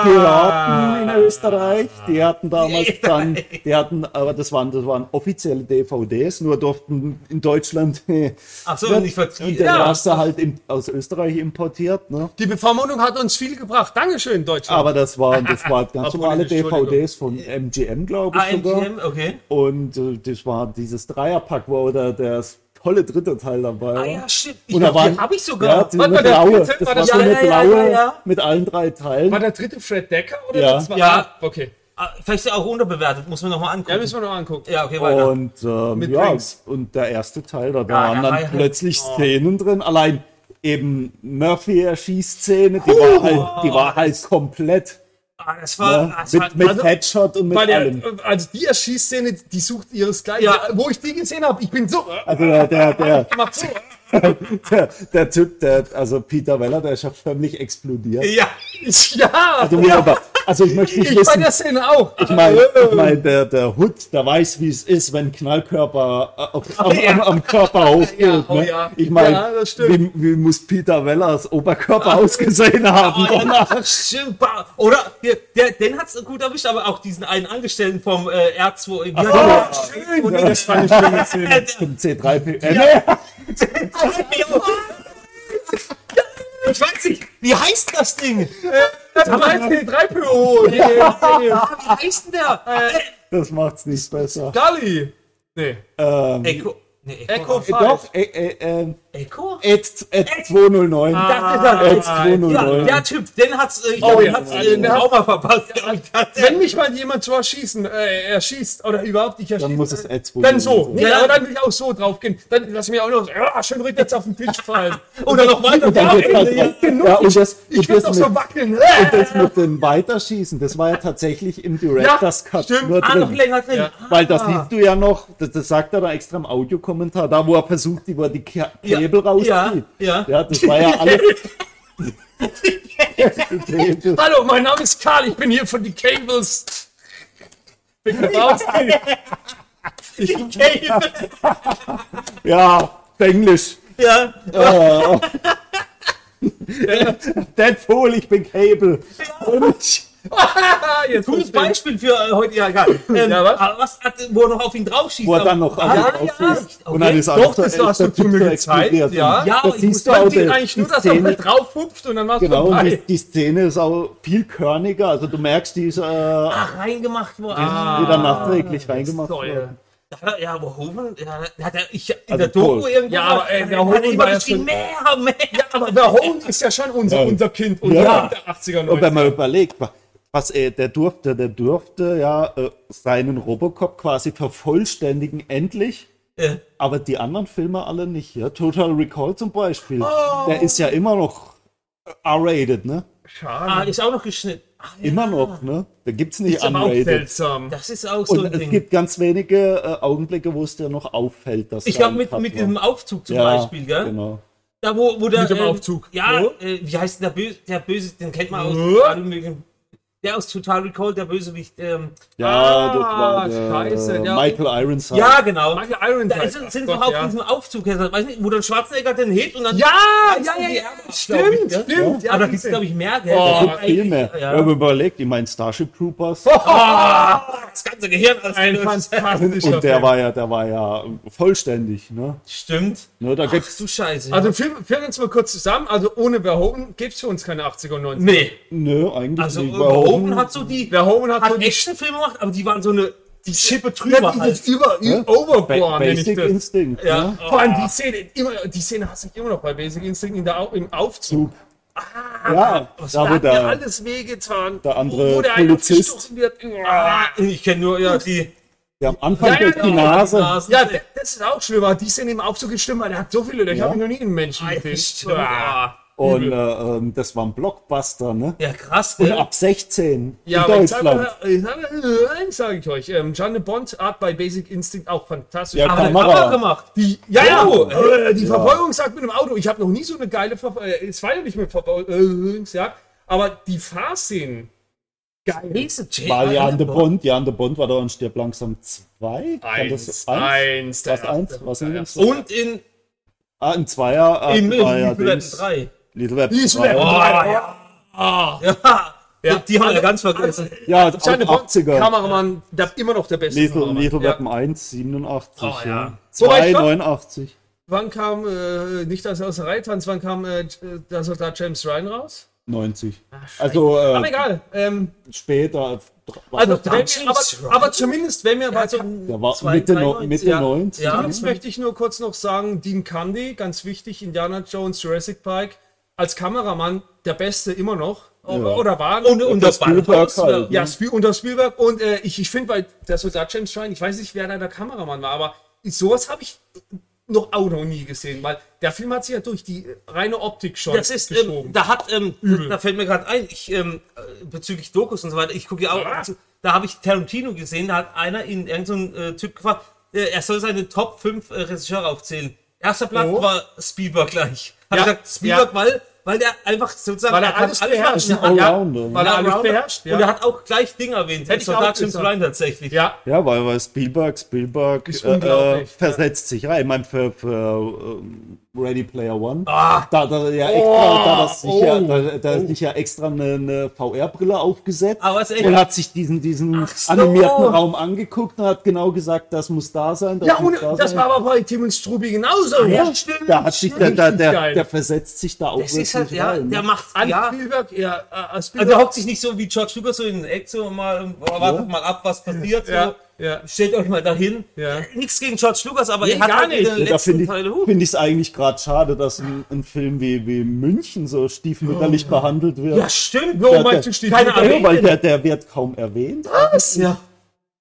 Speaker 2: Piraten in Österreich, die hatten damals dann, die hatten, aber das waren, das waren offizielle DVDs, nur durften in Deutschland, ne,
Speaker 1: Ach so, nicht
Speaker 2: und
Speaker 1: verziehen.
Speaker 2: der
Speaker 1: Ja.
Speaker 2: hast du halt im- aus Österreich importiert, ne?
Speaker 3: Die Bevormundung hat uns viel gebracht. Dankeschön, Deutschland.
Speaker 2: Aber das waren, das waren ganz
Speaker 3: Obwohl,
Speaker 2: normale
Speaker 3: Entschuldigung.
Speaker 2: DVDs von MGM, glaube
Speaker 1: Ah,
Speaker 2: ich sogar.
Speaker 1: AMGM, okay.
Speaker 2: Und äh, das war dieses Dreierpack, wo der, der tolle dritte Teil dabei war.
Speaker 1: Ah ja, shit. Ich
Speaker 2: Und da
Speaker 1: glaub, die
Speaker 2: waren-
Speaker 1: hab ich sogar.
Speaker 2: Ja, die
Speaker 3: Warte
Speaker 2: eine
Speaker 3: mal, der
Speaker 2: blaue,
Speaker 3: dritte
Speaker 2: das
Speaker 3: war
Speaker 2: war
Speaker 3: das-
Speaker 2: so
Speaker 1: Ja,
Speaker 2: eine
Speaker 1: ja, ja,
Speaker 2: blaue
Speaker 1: ja, ja.
Speaker 2: mit allen drei Teilen.
Speaker 3: war der dritte Fred Decker oder
Speaker 2: Ja.
Speaker 3: das war
Speaker 1: Ja.
Speaker 3: Ah, okay. Äh,
Speaker 1: Ah, Vielleicht ist er auch unterbewertet, muss man nochmal
Speaker 3: Ja,
Speaker 1: angucken.
Speaker 3: müssen wir noch angucken.
Speaker 1: Ja, okay, weiter.
Speaker 2: Und ähm,
Speaker 3: Mit
Speaker 2: ja,
Speaker 3: Drinks.
Speaker 2: und der erste Teil, da, da
Speaker 1: Ah, Ja, da
Speaker 2: waren dann
Speaker 1: war ja-
Speaker 2: plötzlich
Speaker 1: oh.
Speaker 2: Szenen drin. Allein eben Murphy-Erschießszene, die war halt, die war halt komplett.
Speaker 1: ah, das war.
Speaker 2: Ne?
Speaker 1: Das war
Speaker 2: Mit, mit
Speaker 1: also,
Speaker 2: Headshot und mit
Speaker 3: Weil
Speaker 2: allem.
Speaker 3: der, also die Erschießszene, die sucht ihresgleichen.
Speaker 1: Ja.
Speaker 3: Wo ich die gesehen habe, ich bin so. äh,
Speaker 2: Also der, der, der,
Speaker 3: Macht so.
Speaker 2: der, der Typ, der, also Peter Weller, der ist ja förmlich explodiert.
Speaker 1: ja.
Speaker 3: Ich, ja.
Speaker 2: Also, mir aber, also ich möchte nicht
Speaker 3: Ich bei
Speaker 2: wissen,
Speaker 3: der Szene auch.
Speaker 2: ich meine,
Speaker 3: Äh.
Speaker 2: ich mein, der, der Hood, der weiß, wie es ist, wenn Knallkörper äh, auf, am, am, am Körper hochgeht.
Speaker 3: Ja, oh
Speaker 2: ne?
Speaker 3: ja.
Speaker 2: Ich meine,
Speaker 3: Ja, das
Speaker 2: wie,
Speaker 3: stimmt.
Speaker 2: wie muss Peter Wellers Oberkörper ausgesehen haben?
Speaker 3: Oh,
Speaker 2: danach?
Speaker 1: Stimmt, bah. Oder hier, der, den hat's gut erwischt, aber auch diesen einen Angestellten vom äh, R2. Wie heißt der?
Speaker 2: Ach so,
Speaker 3: schön.
Speaker 1: Und
Speaker 3: Ja, das fand ich schöne Szene.
Speaker 1: Äh,
Speaker 2: Zum C3P. Äh, nee.
Speaker 1: der-
Speaker 3: Wie heißt das Ding? Äh, 13, 3 PO. Yeah, yeah, yeah. Wie heißt denn der? Äh,
Speaker 2: Das macht's nicht besser.
Speaker 3: Gali. Nee.
Speaker 2: Ähm,
Speaker 1: Echo. Nee,
Speaker 3: Echo
Speaker 2: äh,
Speaker 3: 5.
Speaker 2: doch, äh, äh, äh,
Speaker 1: Echo?
Speaker 2: Ed, Ed 209.
Speaker 3: Ah,
Speaker 1: Das
Speaker 2: Ed
Speaker 1: ist er. Ja,
Speaker 2: 209.
Speaker 1: der Typ, den hat's, äh, ich glaub,
Speaker 3: Oh,
Speaker 1: den
Speaker 3: ja.
Speaker 1: hat's äh, den auch mal verpasst.
Speaker 3: Wenn mich mal jemand so erschießen, äh, erschießt oder überhaupt nicht erschießt,
Speaker 2: Dann muss es
Speaker 3: äh,
Speaker 2: Ed 209
Speaker 3: dann so.
Speaker 2: sein.
Speaker 3: Nee,
Speaker 1: Ja.
Speaker 3: aber dann will ich auch so drauf gehen. Dann lass mich auch noch ja, schön rückwärts auf den Tisch fallen. Oder noch weiter.
Speaker 2: Und dann
Speaker 3: Ja,
Speaker 2: geht's
Speaker 3: ey,
Speaker 2: halt
Speaker 3: nee,
Speaker 2: drauf.
Speaker 3: genug.
Speaker 2: Ja, und das-
Speaker 3: ich
Speaker 2: und
Speaker 3: will
Speaker 2: das
Speaker 3: doch
Speaker 2: mit-
Speaker 3: so wackeln. Äh,
Speaker 2: Und das mit dem Weiterschießen, das war ja tatsächlich im Director's Cut
Speaker 3: stimmt.
Speaker 2: nur
Speaker 1: Ah, noch
Speaker 2: drin.
Speaker 1: länger drin.
Speaker 3: Ja.
Speaker 2: Weil das siehst du ja noch, das, das sagt er da extra im Audiokommentar, da wo er versucht, die, wo er die Ke- Hebel rauszieht.
Speaker 1: ja.
Speaker 2: ja, das war ja alles. Die Hebel.
Speaker 3: Hallo, mein Name ist Karl, ich bin hier von The Cables. Bin raus. Ich Cables.
Speaker 2: ja, Englisch.
Speaker 1: Ja.
Speaker 2: Deadpool, ich bin Cable.
Speaker 1: Gutes
Speaker 3: Jetzt gutes Beispiel.
Speaker 1: Beispiel für äh, heute, ja, egal. Ähm,
Speaker 3: Ja, was?
Speaker 1: aber was hat, wo er noch auf ihn drauf schießt?
Speaker 2: Wo er dann
Speaker 1: aber-
Speaker 2: noch alles
Speaker 1: ja,
Speaker 2: aufschießt.
Speaker 1: ja.
Speaker 2: Und dann ist
Speaker 3: Doch,
Speaker 2: alles
Speaker 3: das
Speaker 2: der-
Speaker 3: hast
Speaker 2: der
Speaker 3: du zu mir
Speaker 2: Pixel
Speaker 3: gezeigt,
Speaker 2: explodiert.
Speaker 3: ja.
Speaker 2: Und
Speaker 1: Ja, aber
Speaker 2: das
Speaker 1: ich
Speaker 2: siehst du
Speaker 1: muss-
Speaker 2: auch,
Speaker 3: Man sieht
Speaker 2: der-
Speaker 3: eigentlich nur,
Speaker 2: die
Speaker 3: dass er
Speaker 2: Szene,
Speaker 3: mit drauf hupft und dann war's
Speaker 2: Genau, und die,
Speaker 3: vorbei.
Speaker 2: die Szene ist auch viel körniger. Also du merkst, die ist äh,
Speaker 1: Ach, reingemacht worden.
Speaker 2: wieder nachträglich reingemacht. worden.
Speaker 3: Ah. Toll.
Speaker 1: Ja, ja, aber Hoven, ja, hat er, ich, in
Speaker 2: Also
Speaker 1: der Doku
Speaker 2: Paul.
Speaker 1: irgendwo,
Speaker 3: Ja, aber, ey, der
Speaker 1: hat
Speaker 3: Hoven
Speaker 1: er immer
Speaker 3: war ja
Speaker 1: geschrien,
Speaker 3: schon-
Speaker 1: mehr, mehr.
Speaker 3: Aber der Hound ist ja schon unser,
Speaker 2: Ja.
Speaker 3: unser Kind, unser
Speaker 2: Ja.
Speaker 3: Kind der 80er,
Speaker 2: Und
Speaker 3: 90er.
Speaker 2: wenn man überlegt, wa- was er, der durfte, der durfte ja äh, seinen Robocop quasi vervollständigen, endlich.
Speaker 1: Äh,
Speaker 2: Aber die anderen Filme alle nicht. Ja? Total Recall zum Beispiel.
Speaker 1: Oh.
Speaker 2: Der ist ja immer noch äh, R-rated, ne?
Speaker 1: ah,
Speaker 3: Schade.
Speaker 1: ist auch noch geschnitten. Ah, ja,
Speaker 2: Immer noch, ne? Da gibt's nicht
Speaker 3: Ist aber auch
Speaker 2: unrated.
Speaker 3: seltsam.
Speaker 1: Das ist auch so
Speaker 2: Und
Speaker 1: ein
Speaker 2: es
Speaker 1: Ding.
Speaker 2: gibt ganz wenige äh, Augenblicke, wo es dir noch auffällt, dass
Speaker 1: ich
Speaker 2: da
Speaker 1: glaube,
Speaker 2: ein
Speaker 1: mit,
Speaker 2: Cut
Speaker 1: mit
Speaker 2: war.
Speaker 1: diesem Aufzug zum
Speaker 2: Ja,
Speaker 1: Beispiel, gell?
Speaker 2: Genau.
Speaker 1: Da, wo, wo der,
Speaker 3: Mit dem
Speaker 1: ähm,
Speaker 3: Aufzug.
Speaker 1: Ja,
Speaker 3: Wo?
Speaker 1: äh, wie heißt denn der Böse, der Böse, den kennt man aus
Speaker 3: Wo?
Speaker 1: allem möglichen. Der aus Total Recall, der Bösewicht, ähm,
Speaker 2: Ja,
Speaker 3: Ah,
Speaker 2: das war der
Speaker 3: scheiße, ja.
Speaker 2: Michael Ironside.
Speaker 1: ja, genau.
Speaker 3: Michael Ironside.
Speaker 1: Da ist, sind
Speaker 3: Ach
Speaker 1: wir
Speaker 3: Gott,
Speaker 1: auf
Speaker 3: ja.
Speaker 1: diesem Aufzug, also, weiß nicht, wo dann Schwarzenegger den hebt und dann.
Speaker 3: Ja, ja,
Speaker 1: die
Speaker 3: ja, ja,
Speaker 1: Ärmel ab, glaub
Speaker 3: stimmt, stimmt. Ja,
Speaker 1: aber da gibt es,
Speaker 3: gesehen.
Speaker 1: glaube ich, mehr, gell?
Speaker 3: Oh,
Speaker 1: Da gibt's
Speaker 2: Gibt viel mehr.
Speaker 1: eigentlich-
Speaker 2: Ja. Wenn man überlegt, ich meine Starship Troopers.
Speaker 1: Das ganze Gehirn als
Speaker 3: ein fantastischer
Speaker 2: und der
Speaker 3: Film.
Speaker 2: war ja, der war ja vollständig, ne?
Speaker 1: Stimmt.
Speaker 2: ne da gibt's
Speaker 1: Ach du Scheiße.
Speaker 3: Also führen führen wir uns mal kurz zusammen. Also ohne Verhoeven gibt es für uns keine 80er und 90er.
Speaker 1: nee.
Speaker 2: nö, ne, eigentlich
Speaker 1: Also
Speaker 2: nicht.
Speaker 1: Open hat so die
Speaker 3: Verhoeven hat,
Speaker 1: hat
Speaker 3: so die
Speaker 1: Actionfilme gemacht, aber die waren so eine die Schippe
Speaker 3: Ja,
Speaker 1: drüber
Speaker 3: die
Speaker 1: halt.
Speaker 3: ist über,
Speaker 2: Ja? Ne? ba
Speaker 3: overborn, nenne ich
Speaker 2: Basic
Speaker 3: das.
Speaker 2: Instinct,
Speaker 1: Ja.
Speaker 2: ne?
Speaker 3: Vor allem die Szene, immer, die Szene hasse ich immer noch bei Basic Instinct in der, Au- im
Speaker 2: Zug.
Speaker 3: Aufzug. Ah,
Speaker 2: ja, da wo
Speaker 3: hat mir
Speaker 2: der,
Speaker 3: alles wehgetan.
Speaker 2: der andere
Speaker 3: Wo der eine
Speaker 2: Polizist-
Speaker 3: aufgestoßen wird. Ja,
Speaker 1: Ah, ich kenne nur ja die
Speaker 2: der am Anfang durch die
Speaker 3: ja,
Speaker 2: Nase.
Speaker 3: ja, d- Äh, das ist auch schlimmer. Die Szene im Aufzug ist schlimmer. Der hat so viele Löcher.
Speaker 2: Ja.
Speaker 3: Hab Ich habe noch nie einen Menschen
Speaker 1: Ah, ja,
Speaker 3: gekriegt.
Speaker 1: stimmt.
Speaker 3: Ah.
Speaker 2: Und äh, ähm, das war ein Blockbuster, ne?
Speaker 1: ja krass,
Speaker 2: Und
Speaker 1: gell?
Speaker 2: ab 16
Speaker 3: Ja,
Speaker 2: in
Speaker 3: aber ich
Speaker 2: Deutschland.
Speaker 3: sage, ich sage, ich sage ich euch, ähm, Jeanne Bond hat bei Basic Instinct auch fantastisch.
Speaker 2: Ja,
Speaker 3: Aber
Speaker 1: Aber der
Speaker 2: Kamera.
Speaker 1: Kamera gemacht.
Speaker 3: die, ja, ja,
Speaker 1: Oh,
Speaker 3: äh, die Verfolgungsjagd mit dem Auto. Ich habe noch nie so eine geile Verfolgungsjagd. Es war ja nicht mehr Verfolgungsjagd, aber die Fahrszenen. Geil.
Speaker 1: Nächste Jane
Speaker 2: War Jan de
Speaker 1: Eyre.
Speaker 2: Bond, Jan de Bond war da und stirbt langsam zwei. Kann
Speaker 3: Eins,
Speaker 2: das eins?
Speaker 3: eins,
Speaker 2: Was
Speaker 3: der
Speaker 2: eins?
Speaker 3: erste.
Speaker 2: Was sind das?
Speaker 1: Und in
Speaker 2: Ah, ein Zweier. Ah,
Speaker 1: in Little
Speaker 2: Zweier,
Speaker 1: Weapon
Speaker 2: Dings.
Speaker 1: 3.
Speaker 2: Little Weapon
Speaker 3: Little
Speaker 2: 3.
Speaker 3: Weapon
Speaker 2: Oh,
Speaker 1: Ah, ja. Ja.
Speaker 3: Ja. Also,
Speaker 1: Die haben wir ja ganz vergessen.
Speaker 2: Ja, auch
Speaker 3: Jeanne Bond,
Speaker 2: 80er.
Speaker 3: Kameramann, der immer noch der beste.
Speaker 2: Little,
Speaker 3: Kameramann.
Speaker 2: Little
Speaker 3: Ja.
Speaker 2: Weapon 1, 87.
Speaker 1: Oh, ja.
Speaker 2: ja.
Speaker 3: Wobei
Speaker 2: 2,
Speaker 3: ich doch-
Speaker 2: 89.
Speaker 3: Wann kam, äh, nicht dass er aus der Reihe tanzt, wann kam äh, der Soldat James Ryan raus?
Speaker 2: 90. also
Speaker 3: Ah, Aber
Speaker 2: äh,
Speaker 3: egal. Ähm,
Speaker 2: später.
Speaker 3: also,
Speaker 1: Soldat
Speaker 3: wenn
Speaker 1: James
Speaker 3: wir, aber,
Speaker 1: Ryan?
Speaker 3: aber zumindest, wenn wir bei so
Speaker 2: der war
Speaker 1: zwei,
Speaker 2: Mitte,
Speaker 1: drei,
Speaker 2: no,
Speaker 1: neunzig,
Speaker 2: Mitte
Speaker 1: ja.
Speaker 2: 90.
Speaker 1: Ja.
Speaker 3: Sonst möchte ich nur kurz noch sagen, Dean Candy, ganz wichtig, Indiana Jones, Jurassic Park, als Kameramann der Beste immer noch. O- Oder war.
Speaker 1: Und, und das war
Speaker 2: Spielberg halt,
Speaker 3: ja,
Speaker 2: ne?
Speaker 3: Spiel, unter Spielberg. Und äh, ich, ich finde bei der Soldat James Ryan, ich weiß nicht, wer da der Kameramann war, aber sowas habe ich noch auch noch nie gesehen, weil der Film hat sich ja durch die äh, reine Optik schon
Speaker 1: Das ist, ähm, da hat, ähm, da fällt mir gerade ein, ich, ähm, äh, bezüglich Dokus und so weiter, ich gucke ja auch,
Speaker 3: Ah.
Speaker 1: da habe ich Tarantino gesehen, da hat einer ihn, irgend so ein äh, Typ gefragt, äh, er soll seine Top 5 äh, Regisseure aufzählen. Erster Platz
Speaker 3: Oh.
Speaker 1: war Spielberg gleich. Hat
Speaker 3: Ja,
Speaker 1: gesagt, Spielberg,
Speaker 3: ja.
Speaker 1: weil, weil der einfach sozusagen,
Speaker 3: Weil er
Speaker 1: kann
Speaker 3: alles beherrscht,
Speaker 1: machen,
Speaker 2: ein
Speaker 1: der hat-
Speaker 2: Allrounder, ne?
Speaker 3: weil er alles
Speaker 1: Allrounder.
Speaker 3: beherrscht. Ja.
Speaker 1: Und er hat auch gleich Ding erwähnt,
Speaker 3: Hätte ich auch
Speaker 1: Soldat James
Speaker 3: gesagt.
Speaker 1: Ryan tatsächlich.
Speaker 3: ja,
Speaker 2: Ja, weil, weil Spielberg, Spielberg
Speaker 3: Ist
Speaker 2: äh, äh,
Speaker 3: unglaublich, ja.
Speaker 2: versetzt sich rein. Ich meine, für, für ähm, Ready Player One.
Speaker 1: Ah.
Speaker 2: Da hat er ja extra, da hat er sich
Speaker 3: oh,
Speaker 2: ja, da, da hat sich ja extra eine, eine VR-Brille aufgesetzt
Speaker 1: Ah, was echt?
Speaker 2: und hat sich diesen, diesen
Speaker 3: so.
Speaker 2: animierten Raum angeguckt und hat genau gesagt, das muss da sein. Das
Speaker 3: Ja,
Speaker 2: muss
Speaker 3: und das war aber bei Tim und Strubi genauso.
Speaker 2: ja, stimmt. Da hat sich der, der,
Speaker 3: Richtig
Speaker 2: der,
Speaker 3: geil.
Speaker 2: der versetzt sich da auch
Speaker 1: Das ist halt, ja,
Speaker 2: rein, ne?
Speaker 1: der macht,
Speaker 3: An
Speaker 1: ja,
Speaker 3: Spielberg, ja, äh, an
Speaker 1: also der
Speaker 3: Spielberg.
Speaker 1: hockt sich nicht so wie George Lucas so in den Eck so mal, oh, wartet mal ab, was passiert, so.
Speaker 3: Ja, ja.
Speaker 1: Stellt euch mal dahin.
Speaker 3: Ja.
Speaker 1: Nichts gegen George Lucas, aber
Speaker 3: Nee,
Speaker 1: er hat
Speaker 3: gar
Speaker 1: halt in
Speaker 3: nicht.
Speaker 1: den
Speaker 2: Ja, da
Speaker 1: letzten
Speaker 2: finde ich
Speaker 1: Teile hoch.
Speaker 2: finde ich es eigentlich gerade schade, dass ein, ein Film wie, wie München so stiefmütterlich behandelt wird.
Speaker 1: Oh, Ja, stimmt.
Speaker 2: Der-
Speaker 1: Oh,
Speaker 2: der-
Speaker 1: meinst du, steht keine
Speaker 2: Ja, weil
Speaker 1: Ahnung.
Speaker 2: der, der wird kaum erwähnt.
Speaker 1: Ja.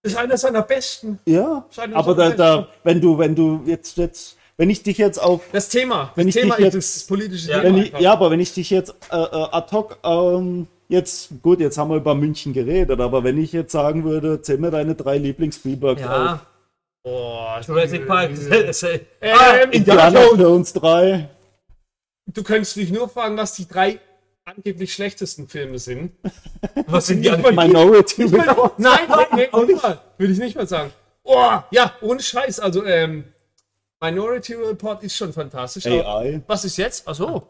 Speaker 3: ist einer seiner besten.
Speaker 2: Ja,
Speaker 3: Scheint
Speaker 2: aber
Speaker 3: uns
Speaker 2: da,
Speaker 3: auch
Speaker 2: da, wenn du, wenn du jetzt, jetzt, wenn ich dich jetzt auf,
Speaker 3: Das Thema.
Speaker 2: Wenn
Speaker 3: das
Speaker 2: ich
Speaker 3: Thema
Speaker 2: dich
Speaker 3: ist
Speaker 2: jetzt-
Speaker 3: das politische
Speaker 1: Ja.
Speaker 3: Thema.
Speaker 2: wenn ich,
Speaker 3: einfach.
Speaker 2: ja, aber wenn ich dich jetzt äh, äh, ad hoc, ähm, jetzt, gut, jetzt haben wir über München geredet, aber wenn ich jetzt sagen würde, zähl mir deine drei Lieblings-Spielberg auf.
Speaker 1: Ja. Boah, Jurassic Park. halt-
Speaker 3: Ähm,
Speaker 1: Ah,
Speaker 3: Indiana
Speaker 2: Indiana
Speaker 3: Jones.
Speaker 2: für uns drei.
Speaker 3: Du könntest dich nur fragen, was die drei angeblich schlechtesten Filme sind.
Speaker 1: Was sind die anderen?
Speaker 2: Minority Report.
Speaker 3: Nein, nee, nee, auch nicht mal. Würde ich nicht mal sagen. Oh, ja, ohne Scheiß. Also, ähm, Minority Report ist schon fantastisch. aber-
Speaker 2: AI.
Speaker 3: Was ist jetzt? Achso.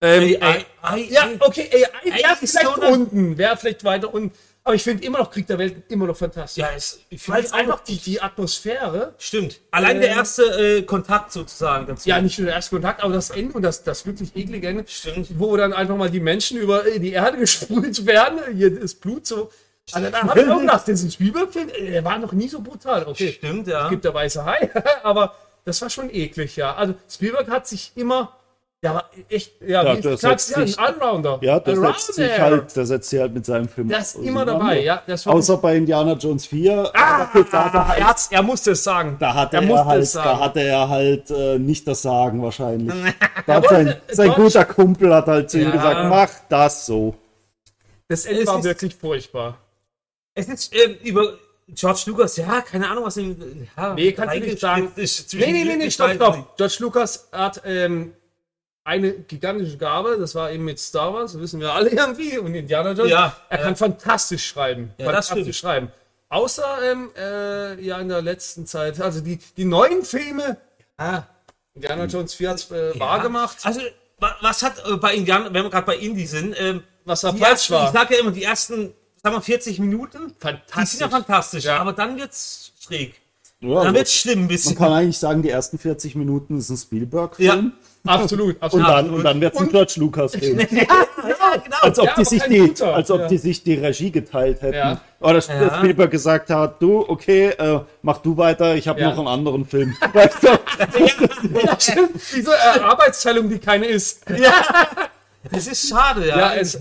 Speaker 3: Ähm,
Speaker 1: AI.
Speaker 3: Ja, okay, AI,
Speaker 1: AI
Speaker 3: wäre
Speaker 1: ist
Speaker 3: vielleicht
Speaker 1: so eine-
Speaker 3: unten, wäre vielleicht weiter unten. Aber ich finde immer noch Krieg der Welt immer noch fantastisch.
Speaker 1: Ja, es, ich finde
Speaker 3: Weil
Speaker 1: es
Speaker 3: es
Speaker 1: einfach.
Speaker 3: einfach die, die Atmosphäre,
Speaker 1: Stimmt. Allein der
Speaker 3: Ähm.
Speaker 1: erste äh, Kontakt sozusagen dazu.
Speaker 3: ja nicht nur der erste Kontakt, aber das Ende und das, das wirklich eklige Ende,
Speaker 1: Stimmt.
Speaker 3: wo dann einfach mal die Menschen über äh, die Erde gesprüht werden, hier ist Blut so. Also da hab ich auch gedacht, das ist ein Spielberg-Film, äh, der war noch nie so brutal. Okay,
Speaker 1: Stimmt, ja.
Speaker 3: es gibt der weiße Hai, aber das war schon eklig, ja. Also Spielberg hat sich immer, der war echt, ja,
Speaker 2: Ja,
Speaker 3: wie-
Speaker 2: der setzt
Speaker 3: ja, ein
Speaker 2: sich-
Speaker 3: Allrounder.
Speaker 2: Ja, der
Speaker 3: Around
Speaker 2: setzt sich
Speaker 3: there.
Speaker 2: halt, der setzt sich halt mit seinem Film.
Speaker 3: Der ist immer
Speaker 2: auseinander.
Speaker 3: dabei, ja. Das war
Speaker 2: Außer bei Indiana Jones 4. Ah, da, da,
Speaker 3: er, hat's- er musste es sagen.
Speaker 2: da hatte
Speaker 3: er
Speaker 2: er
Speaker 3: musste
Speaker 2: halt,
Speaker 3: es sagen.
Speaker 2: da hatte er halt äh, nicht das Sagen wahrscheinlich. Da hat
Speaker 3: Er
Speaker 2: sein,
Speaker 3: wollte-
Speaker 2: sein
Speaker 3: Deutsch-
Speaker 2: guter Kumpel hat halt zu ihm
Speaker 1: Ja.
Speaker 2: gesagt, mach das so.
Speaker 3: das
Speaker 1: es
Speaker 3: Ende war
Speaker 1: ist-
Speaker 3: wirklich furchtbar.
Speaker 1: Es ist ähm, über George Lucas, ja, keine Ahnung, was ihm. Ja,
Speaker 3: Nee, kannst du nicht sagen.
Speaker 1: reingespritzt Ist
Speaker 3: Nee,
Speaker 1: zwischen
Speaker 3: nee, nee, nee,
Speaker 1: Glück-
Speaker 3: stopp, stopp. George Lucas hat ähm, eine gigantische Gabe, das war eben mit Star Wars, das wissen wir alle irgendwie, und Indiana Jones.
Speaker 1: Ja,
Speaker 3: er
Speaker 1: ja.
Speaker 3: kann fantastisch schreiben.
Speaker 1: Ja, das
Speaker 3: fantastisch
Speaker 1: stimmt.
Speaker 3: schreiben. Außer ähm, äh, ja in der letzten Zeit, also die, die neuen Filme, ah,
Speaker 1: Hm.
Speaker 3: Indiana Jones 4 hat äh, wahr gemacht,
Speaker 1: Also, wa- was hat äh, bei Indian, wenn wir gerade bei Indie sind, ähm,
Speaker 3: was da
Speaker 1: die
Speaker 3: falsch
Speaker 1: ersten, ich
Speaker 3: war.
Speaker 1: sage ja immer, die ersten, sagen wir 40 Minuten, die sind ja fantastisch, aber dann wird's schräg.
Speaker 2: Ja,
Speaker 1: dann
Speaker 2: man
Speaker 1: wird's schlimm ein bisschen.
Speaker 2: kann eigentlich sagen, die ersten 40 Minuten ist ein Spielberg-Film.
Speaker 3: Absolut,
Speaker 2: Und,
Speaker 3: absolut.
Speaker 2: dann, und dann wird es ein George Lucas-Film.
Speaker 1: ja, genau.
Speaker 2: als ob,
Speaker 3: Ja,
Speaker 2: die,
Speaker 3: aber
Speaker 2: sich
Speaker 3: kein
Speaker 2: die,
Speaker 3: guter.
Speaker 2: als ob
Speaker 3: Ja.
Speaker 2: die sich die Regie geteilt hätten.
Speaker 3: Ja.
Speaker 2: Oder dass
Speaker 1: Ja.
Speaker 2: Spielberg gesagt hat, du, okay, äh, mach du weiter, ich habe
Speaker 3: Ja.
Speaker 2: noch einen anderen Film. Weißt du?
Speaker 3: Ja, stimmt. Diese äh, Arbeitsteilung, die keine ist.
Speaker 1: das ist schade, ja.
Speaker 3: Ja, es, äh,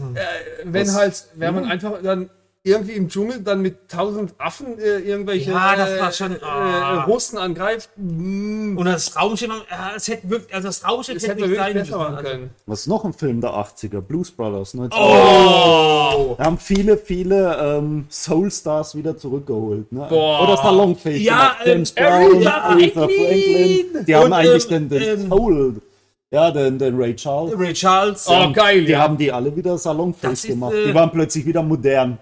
Speaker 3: wenn halt, wenn man einfach dann irgendwie im Dschungel dann mit tausend Affen äh, irgendwelche
Speaker 1: Ja, das war
Speaker 3: äh,
Speaker 1: schon-
Speaker 3: äh,
Speaker 1: ah.
Speaker 3: Russen angreift, mm,
Speaker 1: und das Raumschiff, ja, es hätte wirklich, also das Raumschiff
Speaker 3: das hätte man wirklich besser machen
Speaker 1: Also,
Speaker 3: können.
Speaker 2: Was ist noch ein Film der 80er? Blues Brothers. Ne?
Speaker 1: Oh!
Speaker 2: Da haben viele, viele ähm, Soulstars wieder zurückgeholt. Ne?
Speaker 3: Boah.
Speaker 2: Oder salonfähig
Speaker 1: Ja,
Speaker 2: gemacht. James
Speaker 1: ähm,
Speaker 2: Brown,
Speaker 1: Aretha
Speaker 2: Aretha
Speaker 1: Franklin.
Speaker 2: Franklin. Die
Speaker 1: Und,
Speaker 2: haben eigentlich
Speaker 1: ähm,
Speaker 2: den, den
Speaker 1: ähm,
Speaker 2: Soul, ja, den, den Ray Charles.
Speaker 1: Also, Ray Charles.
Speaker 3: Oh, geil,
Speaker 2: Die
Speaker 3: ja.
Speaker 2: haben die alle wieder salonfähig
Speaker 1: Das ist,
Speaker 2: gemacht.
Speaker 1: äh,
Speaker 2: die waren plötzlich wieder modern.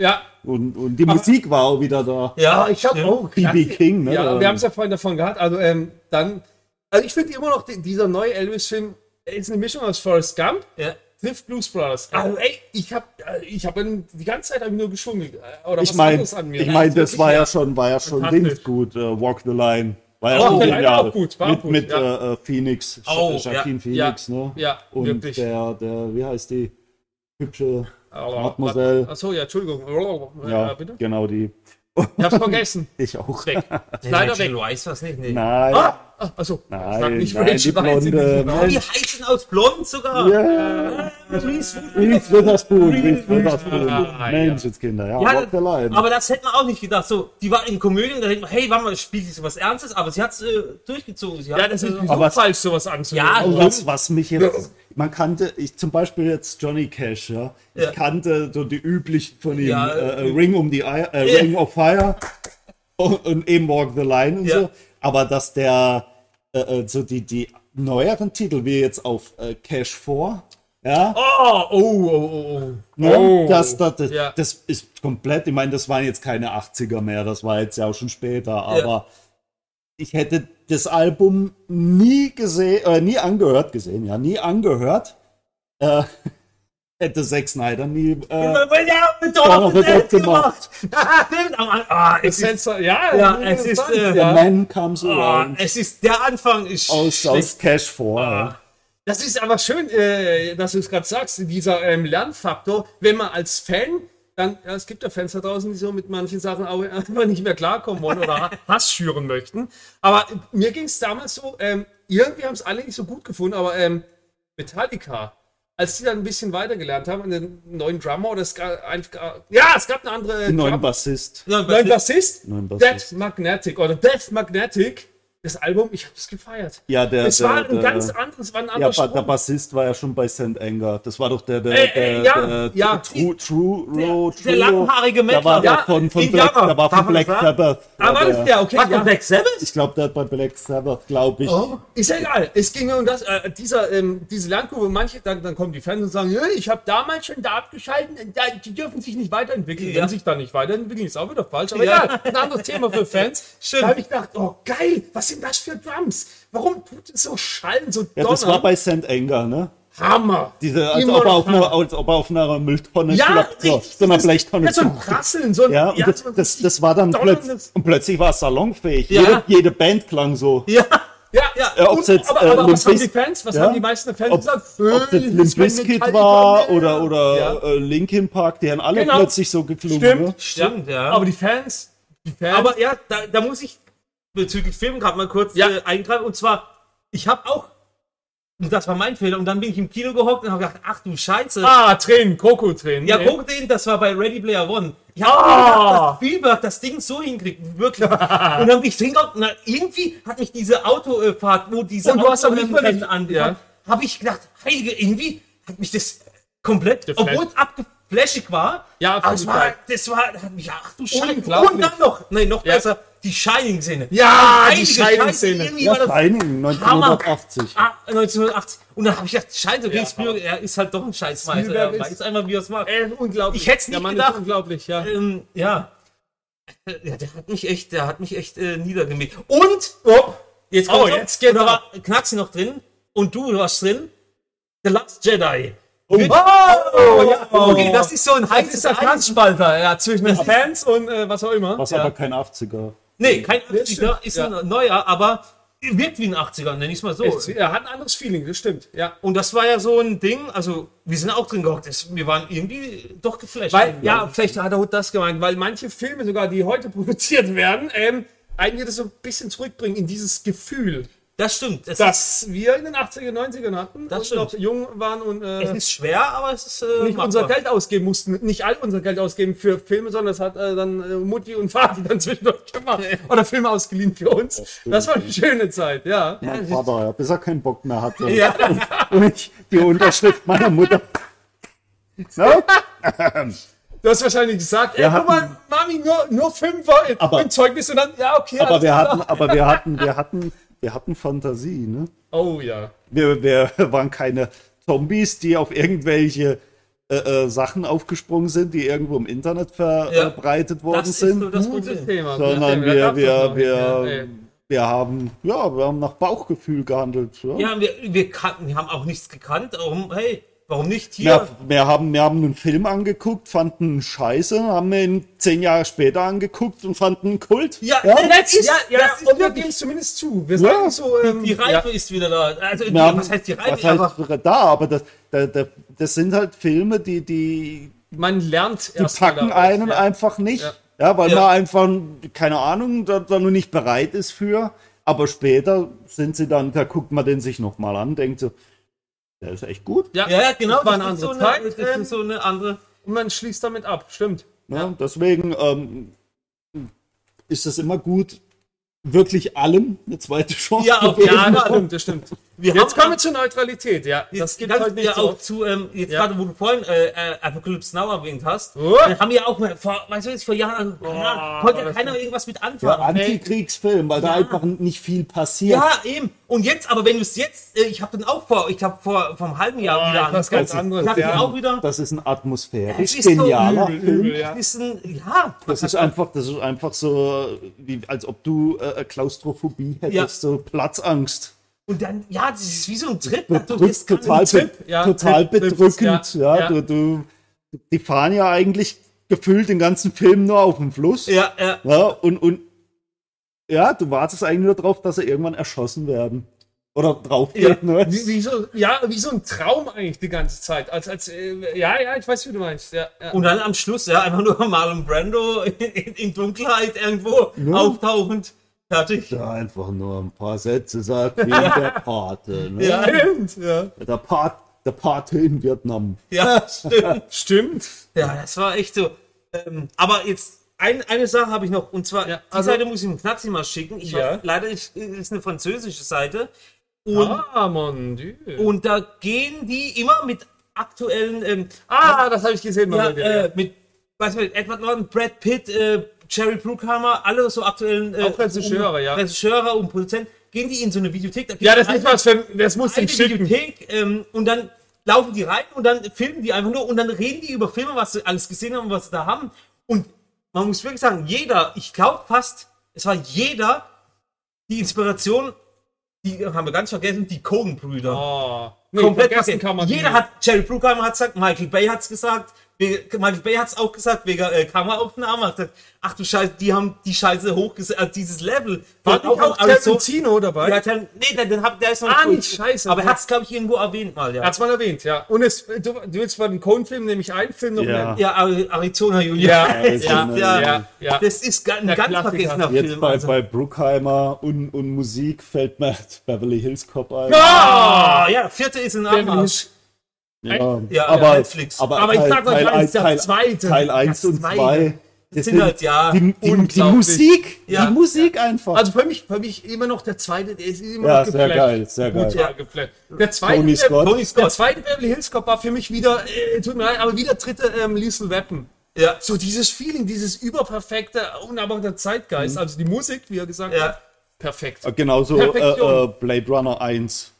Speaker 3: Ja,
Speaker 2: Und, und die Musik war auch wieder da.
Speaker 1: Ja,
Speaker 3: ich habe
Speaker 1: stimmt.
Speaker 3: auch
Speaker 2: B.B. King, ne?
Speaker 3: Ja,
Speaker 2: Ähm,
Speaker 3: wir haben es ja vorhin davon gehabt. Also ähm, dann, also ich finde immer noch die, dieser neue Elvis-Film äh, ist eine Mischung aus Forrest Gump
Speaker 1: Ja.
Speaker 3: trifft Blues Brothers. Also ey, ich habe, ich habe die ganze Zeit hab ich nur geschwungelt äh, oder
Speaker 2: Ich
Speaker 3: was
Speaker 2: meine,
Speaker 3: anderes an mir. Also
Speaker 2: ich mein, das
Speaker 3: Wirklich,
Speaker 2: war ja schon, war ja schon
Speaker 3: Fantastisch.
Speaker 2: Dings gut. Äh, Walk the Line. War ja
Speaker 3: Walk
Speaker 2: schon
Speaker 3: the Line
Speaker 2: genial.
Speaker 3: war auch gut, war
Speaker 2: mit
Speaker 3: auch gut,
Speaker 2: mit
Speaker 3: ja.
Speaker 2: äh, äh, Phoenix, Sha-
Speaker 1: Oh,
Speaker 2: Jacqueline
Speaker 3: ja,
Speaker 2: Phoenix, ne?
Speaker 3: ja,
Speaker 2: Und
Speaker 3: wirklich.
Speaker 2: der, der, wie heißt die? Hübsche
Speaker 3: Aber-
Speaker 2: Mademoiselle.
Speaker 3: Achso, ja, Entschuldigung. Oh,
Speaker 2: Ja,
Speaker 3: ja, bitte.
Speaker 2: genau die.
Speaker 3: Ich hab's vergessen.
Speaker 2: Ich auch.
Speaker 3: Weg.
Speaker 1: Leider
Speaker 3: Leider
Speaker 1: weg.
Speaker 3: weg.
Speaker 1: Du weißt was nicht, nee.
Speaker 2: Nein,
Speaker 3: Ah, Achso, sag
Speaker 2: nein,
Speaker 3: nicht
Speaker 2: nein, die
Speaker 3: Rachel, weiß ich
Speaker 2: blonde.
Speaker 3: nicht.
Speaker 1: Die
Speaker 2: Mensch.
Speaker 1: heißen aus Blond sogar.
Speaker 2: Ja,
Speaker 1: Reese Witherspoon.
Speaker 2: Reese Witherspoon, Reese
Speaker 3: Witherspoon.
Speaker 2: Witherspoon.
Speaker 3: Ah, ja.
Speaker 2: Menschenskinder, ja,
Speaker 1: Ja,
Speaker 2: Walk the Line.
Speaker 1: aber das hätte man auch nicht gedacht. So, die war in Komödien, da denkt man, hey, warte mal, spielt sie so was Ernstes? Aber sie hat es äh, durchgezogen. Sie
Speaker 3: Ja,
Speaker 1: hat-
Speaker 3: das ist
Speaker 1: äh,
Speaker 3: so
Speaker 2: Aber-
Speaker 3: falsch, sowas anzunehmen. Oh,
Speaker 1: Ja,
Speaker 2: Und
Speaker 1: Warum?
Speaker 2: was, was mich jetzt, man kannte, ich zum Beispiel jetzt Johnny Cash, ja, ich
Speaker 1: Ja.
Speaker 2: kannte so die üblichen von ihm,
Speaker 1: Ja.
Speaker 2: äh, äh, Ring um die Ei- äh, Ring of Fire und, und eben Walk the Line und
Speaker 1: Ja.
Speaker 2: so, aber dass der, äh, äh, so die, die neueren Titel, wie jetzt auf äh, Cash 4, ja,
Speaker 3: Oh, oh, oh, oh, oh.
Speaker 2: ne,
Speaker 3: oh.
Speaker 2: dass das, das,
Speaker 3: Ja.
Speaker 2: das ist komplett, ich meine, das waren jetzt keine 80er mehr, das war jetzt ja auch schon später, aber ich hätte das Album nie gesehen, äh, nie angehört gesehen, ja, nie angehört. Äh, hätte Zack Snyder nie. Äh,
Speaker 1: Ja, mit Dawn of the Dead gemacht.
Speaker 2: gemacht.
Speaker 1: Ah, es ist,
Speaker 3: Sensor, ja,
Speaker 1: Ja, es ist, äh,
Speaker 2: der Man comes
Speaker 1: ah,
Speaker 2: around.
Speaker 1: es ist, der Anfang ist
Speaker 2: aus,
Speaker 1: schlecht.
Speaker 2: aus Cash 4.
Speaker 1: Ah.
Speaker 2: ja.
Speaker 3: Das ist aber schön, äh, dass du es gerade sagst, dieser ähm, Lernfaktor, wenn man als Fan, dann, ja, es gibt ja Fans da draußen, die so mit manchen Sachen auch einfach nicht mehr klarkommen wollen oder Hass schüren möchten. Aber mir ging es damals so, ähm, irgendwie haben es alle nicht so gut gefunden, aber ähm, Metallica, als die dann ein bisschen weitergelernt haben, einen neuen Drummer oder es gab einfach, ja, es gab eine andere
Speaker 2: Neuen
Speaker 3: Drum-
Speaker 2: Bassist.
Speaker 1: Ja,
Speaker 3: neuen
Speaker 1: was-
Speaker 3: Bassist,
Speaker 2: Neuen
Speaker 3: Death
Speaker 2: Bassist.
Speaker 3: Magnetic oder Death Magnetic, das Album, ich habe es gefeiert.
Speaker 2: Ja, der,
Speaker 3: Es war
Speaker 2: der,
Speaker 3: ein
Speaker 2: der,
Speaker 3: ganz anderes, war ein
Speaker 2: ja,
Speaker 3: anderer
Speaker 2: ba- der
Speaker 3: Sprung.
Speaker 2: Bassist war ja schon bei St. Anger. Das war doch der, der, der,
Speaker 3: Äh, äh, ja,
Speaker 2: der
Speaker 3: ja.
Speaker 2: True, True, Row,
Speaker 1: der
Speaker 2: True
Speaker 1: langhaarige
Speaker 2: Row. Der war
Speaker 1: Mettler.
Speaker 2: doch von, von
Speaker 1: Ja,
Speaker 2: Black,
Speaker 1: Indianer.
Speaker 2: der war
Speaker 1: Darf
Speaker 2: von
Speaker 1: man
Speaker 2: Black
Speaker 1: das sagen?
Speaker 2: Sabbath.
Speaker 3: Ah, war
Speaker 2: der-
Speaker 3: das? Ja, okay.
Speaker 1: Was,
Speaker 3: ja.
Speaker 1: von Black Sabbath?
Speaker 2: Ich glaube, der hat bei Black Sabbath, glaube ich.
Speaker 3: Oh, ist ja egal. Es ging ja um das, äh, dieser, ähm, diese Lernkurve. Manche, dann, dann kommen die Fans und sagen, "Nö, ich habe damals schon da abgeschalten. äh, da- Die dürfen sich nicht weiterentwickeln.
Speaker 1: Ja.
Speaker 3: Wenn sich da nicht weiterentwickeln, ist auch wieder falsch. Aber
Speaker 1: Ja.
Speaker 3: egal, ein anderes Thema für Fans.
Speaker 1: Stimmt.
Speaker 3: Da habe ich gedacht, oh geil, was sind das für Drums? Warum tut es so Schallen, so
Speaker 2: Ja,
Speaker 3: Donner?
Speaker 2: das war bei St. Anger, ne?
Speaker 3: Hammer.
Speaker 2: Diese, als
Speaker 3: Immer
Speaker 2: ob, er auf
Speaker 3: noch
Speaker 2: einer, als ob er auf einer Mülltonne
Speaker 3: Ja,
Speaker 2: schlappt, so,
Speaker 3: richtig.
Speaker 2: so einer
Speaker 3: Das-
Speaker 2: Blechtonne.
Speaker 3: Ja, so ein Prasseln, so ein...
Speaker 2: Ja, und das,
Speaker 3: so ein
Speaker 2: das, das war dann
Speaker 3: donnerndes-
Speaker 2: plötzlich, und plötzlich war es salonfähig.
Speaker 1: Ja.
Speaker 2: Jede, jede Band klang so.
Speaker 1: Ja.
Speaker 3: Ja, ja.
Speaker 2: Ja,
Speaker 3: und-
Speaker 2: ob's jetzt,
Speaker 3: aber
Speaker 2: äh,
Speaker 3: aber
Speaker 2: Limp
Speaker 3: was haben die
Speaker 2: Biz-
Speaker 3: Fans, was
Speaker 2: ja.
Speaker 3: haben die meisten
Speaker 1: Also
Speaker 3: Fans
Speaker 2: Ob
Speaker 3: gesagt?
Speaker 2: ob
Speaker 3: Äh,
Speaker 2: das
Speaker 3: das ist
Speaker 2: Limp
Speaker 3: kein
Speaker 2: Bizkit
Speaker 3: Metallica
Speaker 2: war
Speaker 3: mehr.
Speaker 2: oder, oder
Speaker 3: Ja.
Speaker 2: äh, Linkin Park, die haben alle
Speaker 3: Genau.
Speaker 2: plötzlich so geklungen. Ne?
Speaker 3: Stimmt,
Speaker 1: Stimmt, ja.
Speaker 3: Aber die Fans, die Fans...
Speaker 1: Aber ja, da, da muss ich bezüglich Film gerade mal kurz
Speaker 3: Ja.
Speaker 1: äh, eingreifen. Und zwar, ich habe auch, und das war mein Fehler, und dann bin ich im Kino gehockt und habe gedacht, ach du Scheiße.
Speaker 3: Ah, Tränen, Koko-Tränen.
Speaker 1: Ja,
Speaker 3: Nee. Ah!
Speaker 1: guck den, das war bei Ready Player One. Ich habe gedacht, dass Spielberg das Ding so hinkriegt, wirklich. und dann bin ich hingeguckt, na, irgendwie hat mich diese Autofahrt, wo diese
Speaker 3: Und du hast aber nicht
Speaker 1: Autorennen
Speaker 3: überlegt.
Speaker 1: angefangen, habe ich gedacht, heilige, irgendwie hat mich das komplett,
Speaker 3: Geflasht.
Speaker 1: obwohl es abgeflashig war,
Speaker 3: Ja,
Speaker 1: aber es war,
Speaker 3: total.
Speaker 1: das war, hat mich, ach du Scheiße.
Speaker 3: Unglaublich.
Speaker 1: Und dann noch, nein, noch
Speaker 3: Ja.
Speaker 1: besser, die Shining-Szene.
Speaker 3: Ja, die
Speaker 1: Heilige
Speaker 3: Shining-Szene.
Speaker 1: irgendwie
Speaker 2: Ja,
Speaker 1: war das
Speaker 2: Shining,
Speaker 1: Hammer.
Speaker 2: 1980.
Speaker 1: Ah, 1980. Und dann habe ich gedacht, scheiße, okay,
Speaker 3: Ja,
Speaker 1: Spielberg, er ist halt doch ein Scheißmeister.
Speaker 3: Spielberg
Speaker 1: Er
Speaker 3: ist-
Speaker 1: weiß einmal, wie er es macht.
Speaker 3: Ey, Äh, unglaublich.
Speaker 1: Ich hätt's nicht
Speaker 3: Der Mann
Speaker 1: gedacht.
Speaker 3: Ist unglaublich, ja.
Speaker 1: ähm, ja. Äh, ja, der hat mich echt, der hat mich echt äh, niedergemäht. Und
Speaker 3: Oh,
Speaker 1: jetzt
Speaker 3: Oh,
Speaker 1: kommt's noch,
Speaker 3: jetzt geht's
Speaker 1: und da
Speaker 3: ab.
Speaker 1: war Knacksen noch drin und du warst drin. The Last Jedi.
Speaker 3: um
Speaker 1: Wird-
Speaker 3: ja.
Speaker 1: Okay, das ist so ein
Speaker 3: das ist
Speaker 1: heißes
Speaker 3: der
Speaker 1: Eisen.
Speaker 3: Grenzspalter, ja, zwischen den Fans und äh, was auch immer.
Speaker 2: Was
Speaker 3: ja.
Speaker 2: aber kein 80er.
Speaker 1: Nee, kein 80er,
Speaker 3: stimmt,
Speaker 1: ist
Speaker 3: ja.
Speaker 1: ein neuer, aber wirkt wie ein 80er, nenn ich mal so.
Speaker 3: Es- Er hat ein anderes Feeling, das stimmt. Ja.
Speaker 1: Und das war ja so ein Ding, also wir sind auch drin gehockt, das- wir waren irgendwie doch geflasht.
Speaker 3: Weil, ja, vielleicht hat er auch das gemeint, weil manche Filme sogar, die heute produziert werden, ähm, eigentlich das so ein bisschen zurückbringen in dieses Gefühl,
Speaker 1: das stimmt. Es ist,
Speaker 3: das wir in den 80er, 90ern hatten,
Speaker 1: Das
Speaker 3: und
Speaker 1: stimmt.
Speaker 3: noch jung waren und äh,
Speaker 1: es ist schwer, aber es ist äh,
Speaker 3: nicht unser
Speaker 1: machbar.
Speaker 3: Geld ausgeben mussten, nicht all unser Geld ausgeben für Filme, sondern das hat äh, dann äh, Mutti und Vati dann zwischendurch gemacht oder Filme ausgeliehen für uns. Das war eine schöne Zeit, ja.
Speaker 2: Mein Vater, ja, bis er keinen Bock mehr hatte.
Speaker 1: Ja.
Speaker 2: Und ich die Unterschrift meiner Mutter. Ne?
Speaker 3: Du hast wahrscheinlich gesagt, ey,
Speaker 2: Wir
Speaker 3: guck mal, Mami, nur, nur Fünfer im-
Speaker 2: Aber-
Speaker 3: im Zeugnis und dann, ja, okay.
Speaker 2: Aber
Speaker 3: alles
Speaker 2: wir
Speaker 3: klar.
Speaker 2: hatten, aber wir hatten, wir hatten, wir hatten Fantasie, ne?
Speaker 3: Oh ja.
Speaker 2: Wir, wir waren keine Zombies, die auf irgendwelche äh, äh, Sachen aufgesprungen sind, die irgendwo im Internet
Speaker 1: Ja.
Speaker 2: verbreitet worden
Speaker 1: Das ist
Speaker 2: sind.
Speaker 1: so das
Speaker 3: Gutes
Speaker 1: Problem.
Speaker 3: Thema.
Speaker 2: sondern
Speaker 3: gutes Thema.
Speaker 2: wir,
Speaker 3: Da
Speaker 2: wir,
Speaker 3: gab's
Speaker 2: wir,
Speaker 3: das noch nicht, ne?
Speaker 2: wir haben, ja, wir haben nach Bauchgefühl gehandelt. Ja.
Speaker 1: Ja, wir, wir kannten, wir haben auch nichts gekannt. Warum, hey, warum nicht hier?
Speaker 2: Wir, wir, haben, wir haben einen Film angeguckt, fanden ihn scheiße, haben ihn zehn Jahre später angeguckt und fanden ihn Kult.
Speaker 1: Ja,
Speaker 3: Ey.
Speaker 1: ja,
Speaker 3: Das ist, ja, ja,
Speaker 1: das ist
Speaker 3: und wir
Speaker 1: wirklich-
Speaker 3: geben es zumindest zu. Wir sagen so, ähm,
Speaker 1: die
Speaker 3: ja.
Speaker 1: Reife ist wieder da. Also, die,
Speaker 2: Wir haben-
Speaker 1: was heißt die
Speaker 2: was
Speaker 1: Reife?
Speaker 2: heißt
Speaker 1: Aber
Speaker 2: da, aber das, da, da, das sind halt Filme, die, die,
Speaker 3: man lernt
Speaker 2: die packen
Speaker 3: daraus,
Speaker 2: einen
Speaker 3: ja.
Speaker 2: einfach nicht.
Speaker 3: Ja.
Speaker 2: Ja, weil
Speaker 1: Ja.
Speaker 2: man einfach, keine Ahnung, da, da noch nicht bereit ist für. Aber später sind sie dann, da guckt man den sich nochmal an, denkt so, der ist echt gut.
Speaker 3: Ja,
Speaker 1: ja, ja, genau.
Speaker 3: Das war eine
Speaker 1: ist so
Speaker 3: andere
Speaker 1: eine,
Speaker 3: Zeit.
Speaker 1: das
Speaker 3: ähm,
Speaker 1: ist so eine andere.
Speaker 3: Und man schließt damit ab, stimmt.
Speaker 2: Ne? Deswegen ähm, ist es immer gut, wirklich allem eine zweite Chance
Speaker 1: Ja, auf
Speaker 2: zu geben.
Speaker 1: jeden Fall.
Speaker 3: das stimmt, das stimmt.
Speaker 1: wir
Speaker 3: Jetzt
Speaker 1: haben
Speaker 3: kommen wir zur Neutralität, ja.
Speaker 1: das
Speaker 3: Das
Speaker 1: geht halt
Speaker 3: gibt heute nicht
Speaker 1: ja
Speaker 3: so
Speaker 1: auch
Speaker 3: oft.
Speaker 1: zu, ähm, jetzt
Speaker 3: Ja.
Speaker 1: gerade, wo du vorhin äh, äh, Apocalypse Now erwähnt hast,
Speaker 3: Oh.
Speaker 1: dann haben wir auch mal, vor, weißt du, jetzt vor Jahren, keine Ahnung, konnte ja
Speaker 3: das
Speaker 1: keiner irgendwas mit anfangen.
Speaker 2: Ja, Antikriegsfilm, weil da einfach nicht viel passiert.
Speaker 1: Ja, eben. Und jetzt, aber wenn du es jetzt, äh, ich habe den auch vor, ich glaube vor vom halben Jahr wieder
Speaker 3: Oh, was
Speaker 1: angeguckt.
Speaker 3: ganz anderes,
Speaker 1: Ich hab den
Speaker 3: ja.
Speaker 1: auch wieder.
Speaker 2: Das ist ein atmosphärisch
Speaker 1: Das ist so
Speaker 2: genialer
Speaker 3: Übel,
Speaker 2: Film.
Speaker 3: übel, ja.
Speaker 1: Ist ein, ja,
Speaker 2: Das ist einfach, das ist einfach so, wie, als ob du äh, Klaustrophobie hättest,
Speaker 1: Ja.
Speaker 2: so Platzangst.
Speaker 1: und dann, ja, das ist wie so ein Trip. Du
Speaker 2: Bedrückt,
Speaker 1: bist
Speaker 2: total,
Speaker 1: Trip.
Speaker 2: be-
Speaker 3: ja,
Speaker 2: total
Speaker 3: Trip, Trips,
Speaker 2: bedrückend.
Speaker 3: ja,
Speaker 2: Ja,
Speaker 3: ja.
Speaker 2: Du, du, die fahren ja eigentlich gefühlt den ganzen Film nur auf dem Fluss.
Speaker 1: Ja, ja.
Speaker 2: Ja, und, und ja, du wartest eigentlich nur drauf, dass sie irgendwann erschossen werden. Oder drauf
Speaker 3: Ja,
Speaker 2: geht, ne?
Speaker 3: wie, wie so, ja, wie so ein Traum eigentlich die ganze Zeit. Als, als, äh, ja, ja, ich weiß, wie du meinst. Ja, ja.
Speaker 1: Und dann am Schluss, ja, einfach nur Marlon Brando in, in, in Dunkelheit irgendwo
Speaker 2: Ja.
Speaker 1: auftauchend. Fertig.
Speaker 2: Da einfach nur ein paar Sätze sagt, wie der Pate. Ne?
Speaker 1: Ja.
Speaker 3: Stimmt, ja.
Speaker 2: Der, Pat, der Pate in Vietnam.
Speaker 1: Ja, stimmt.
Speaker 3: Stimmt.
Speaker 1: Ja, das war echt so. Ähm, aber jetzt ein, eine Sache habe ich noch und zwar
Speaker 3: Ja,
Speaker 1: die
Speaker 3: also-
Speaker 1: Seite muss ich dem Knacksi mal schicken. Ich
Speaker 3: Ja.
Speaker 1: weiß, leider nicht, ist eine französische Seite und
Speaker 3: Ah, mon Dieu.
Speaker 1: und da gehen die immer mit aktuellen ähm,
Speaker 3: Ah, das habe ich gesehen mal
Speaker 1: ja,
Speaker 3: wieder. ja.
Speaker 1: äh, mit weiß nicht, Edward Norton, Brad Pitt, äh, Jerry Bruckheimer, alle so aktuellen äh,
Speaker 3: Auch Regisseure,
Speaker 1: und,
Speaker 3: ja.
Speaker 1: Regisseure und Produzenten gehen die in so eine Videothek. Da gibt's
Speaker 3: Ja, das
Speaker 1: eine-
Speaker 3: ist was für, das muss
Speaker 1: eine
Speaker 3: ich schicken.
Speaker 1: Videothek ähm, und dann laufen die rein und dann filmen die einfach nur und dann reden die über Filme, was sie alles gesehen haben, was sie da haben. Und man muss wirklich sagen, jeder, ich glaube fast, es war jeder, die Inspiration, die haben wir ganz vergessen, die Coen-Brüder.
Speaker 3: Oh, nee,
Speaker 1: Komplett
Speaker 3: vergessen
Speaker 1: vergessen.
Speaker 3: kann man
Speaker 1: Jeder
Speaker 3: die.
Speaker 1: hat, Jerry Bruckheimer hat gesagt, Michael Bay hat's gesagt, we- Michael Bay hat's auch gesagt, wegen äh, Kameraaufnahmen. Hat gesagt, ach du Scheiße, die haben die Scheiße hochgesetzt, äh, dieses Level.
Speaker 3: War
Speaker 1: Und
Speaker 3: nicht auch
Speaker 1: alles
Speaker 3: Tarantino dabei?
Speaker 1: Ja, Tar- nee, der, den hab, der ist noch
Speaker 3: Ah,
Speaker 1: durch.
Speaker 3: nicht scheiße.
Speaker 1: Aber er hat's, glaube ich, irgendwo erwähnt mal, ja.
Speaker 3: Hat's mal erwähnt, ja. Und es, du, du willst von den Cohen-Filmen nämlich einen Film noch
Speaker 2: Ja.
Speaker 3: nennen.
Speaker 1: ja, Ari- Arizona Junior.
Speaker 3: Ja,
Speaker 2: Arizona
Speaker 1: ja,
Speaker 3: Junior. Ja, ja.
Speaker 1: Das ist ga- ein
Speaker 3: Der
Speaker 1: ganz
Speaker 3: Klassiker.
Speaker 1: vergessener
Speaker 2: Jetzt
Speaker 1: Film.
Speaker 2: bei,
Speaker 1: also.
Speaker 2: bei Bruckheimer und, und Musik fällt mir Beverly Hills Cop ein.
Speaker 1: Ah, ja, der vierte ist in Armarsch.
Speaker 3: Beverly's-
Speaker 2: Ja,
Speaker 1: ja,
Speaker 2: aber,
Speaker 1: Netflix.
Speaker 2: Aber,
Speaker 3: Aber ich
Speaker 2: Teil,
Speaker 3: sag mal
Speaker 2: Teil
Speaker 3: gleich,
Speaker 2: eins-
Speaker 3: der
Speaker 2: Teil,
Speaker 3: zweite.
Speaker 2: Teil 1
Speaker 1: Der
Speaker 2: und
Speaker 1: zweite.
Speaker 2: 2.
Speaker 1: Das sind halt, ja,
Speaker 2: Die, die, die
Speaker 3: unglaublich.
Speaker 2: Musik,
Speaker 1: Ja.
Speaker 2: die Musik einfach.
Speaker 3: Also für mich, für mich immer noch der zweite, der ist immer
Speaker 2: ja,
Speaker 3: noch
Speaker 2: sehr
Speaker 3: geflasht.
Speaker 2: geil, sehr geil.
Speaker 3: Gut, ja, geflasht. Der zweite,
Speaker 2: Tony Scott.
Speaker 3: Tony Scott. Der zweite Beverly Hills Cop war für mich wieder, äh, tut mir leid, aber wieder dritte ähm, Lethal Weapon.
Speaker 1: Ja.
Speaker 3: So dieses Feeling, dieses überperfekte, unerwartete Zeitgeist.
Speaker 2: Mhm.
Speaker 3: Also die Musik, wie er gesagt
Speaker 1: Ja.
Speaker 3: hat, perfekt.
Speaker 2: Genauso äh,
Speaker 3: Perfektion.
Speaker 2: äh, Blade Runner 1.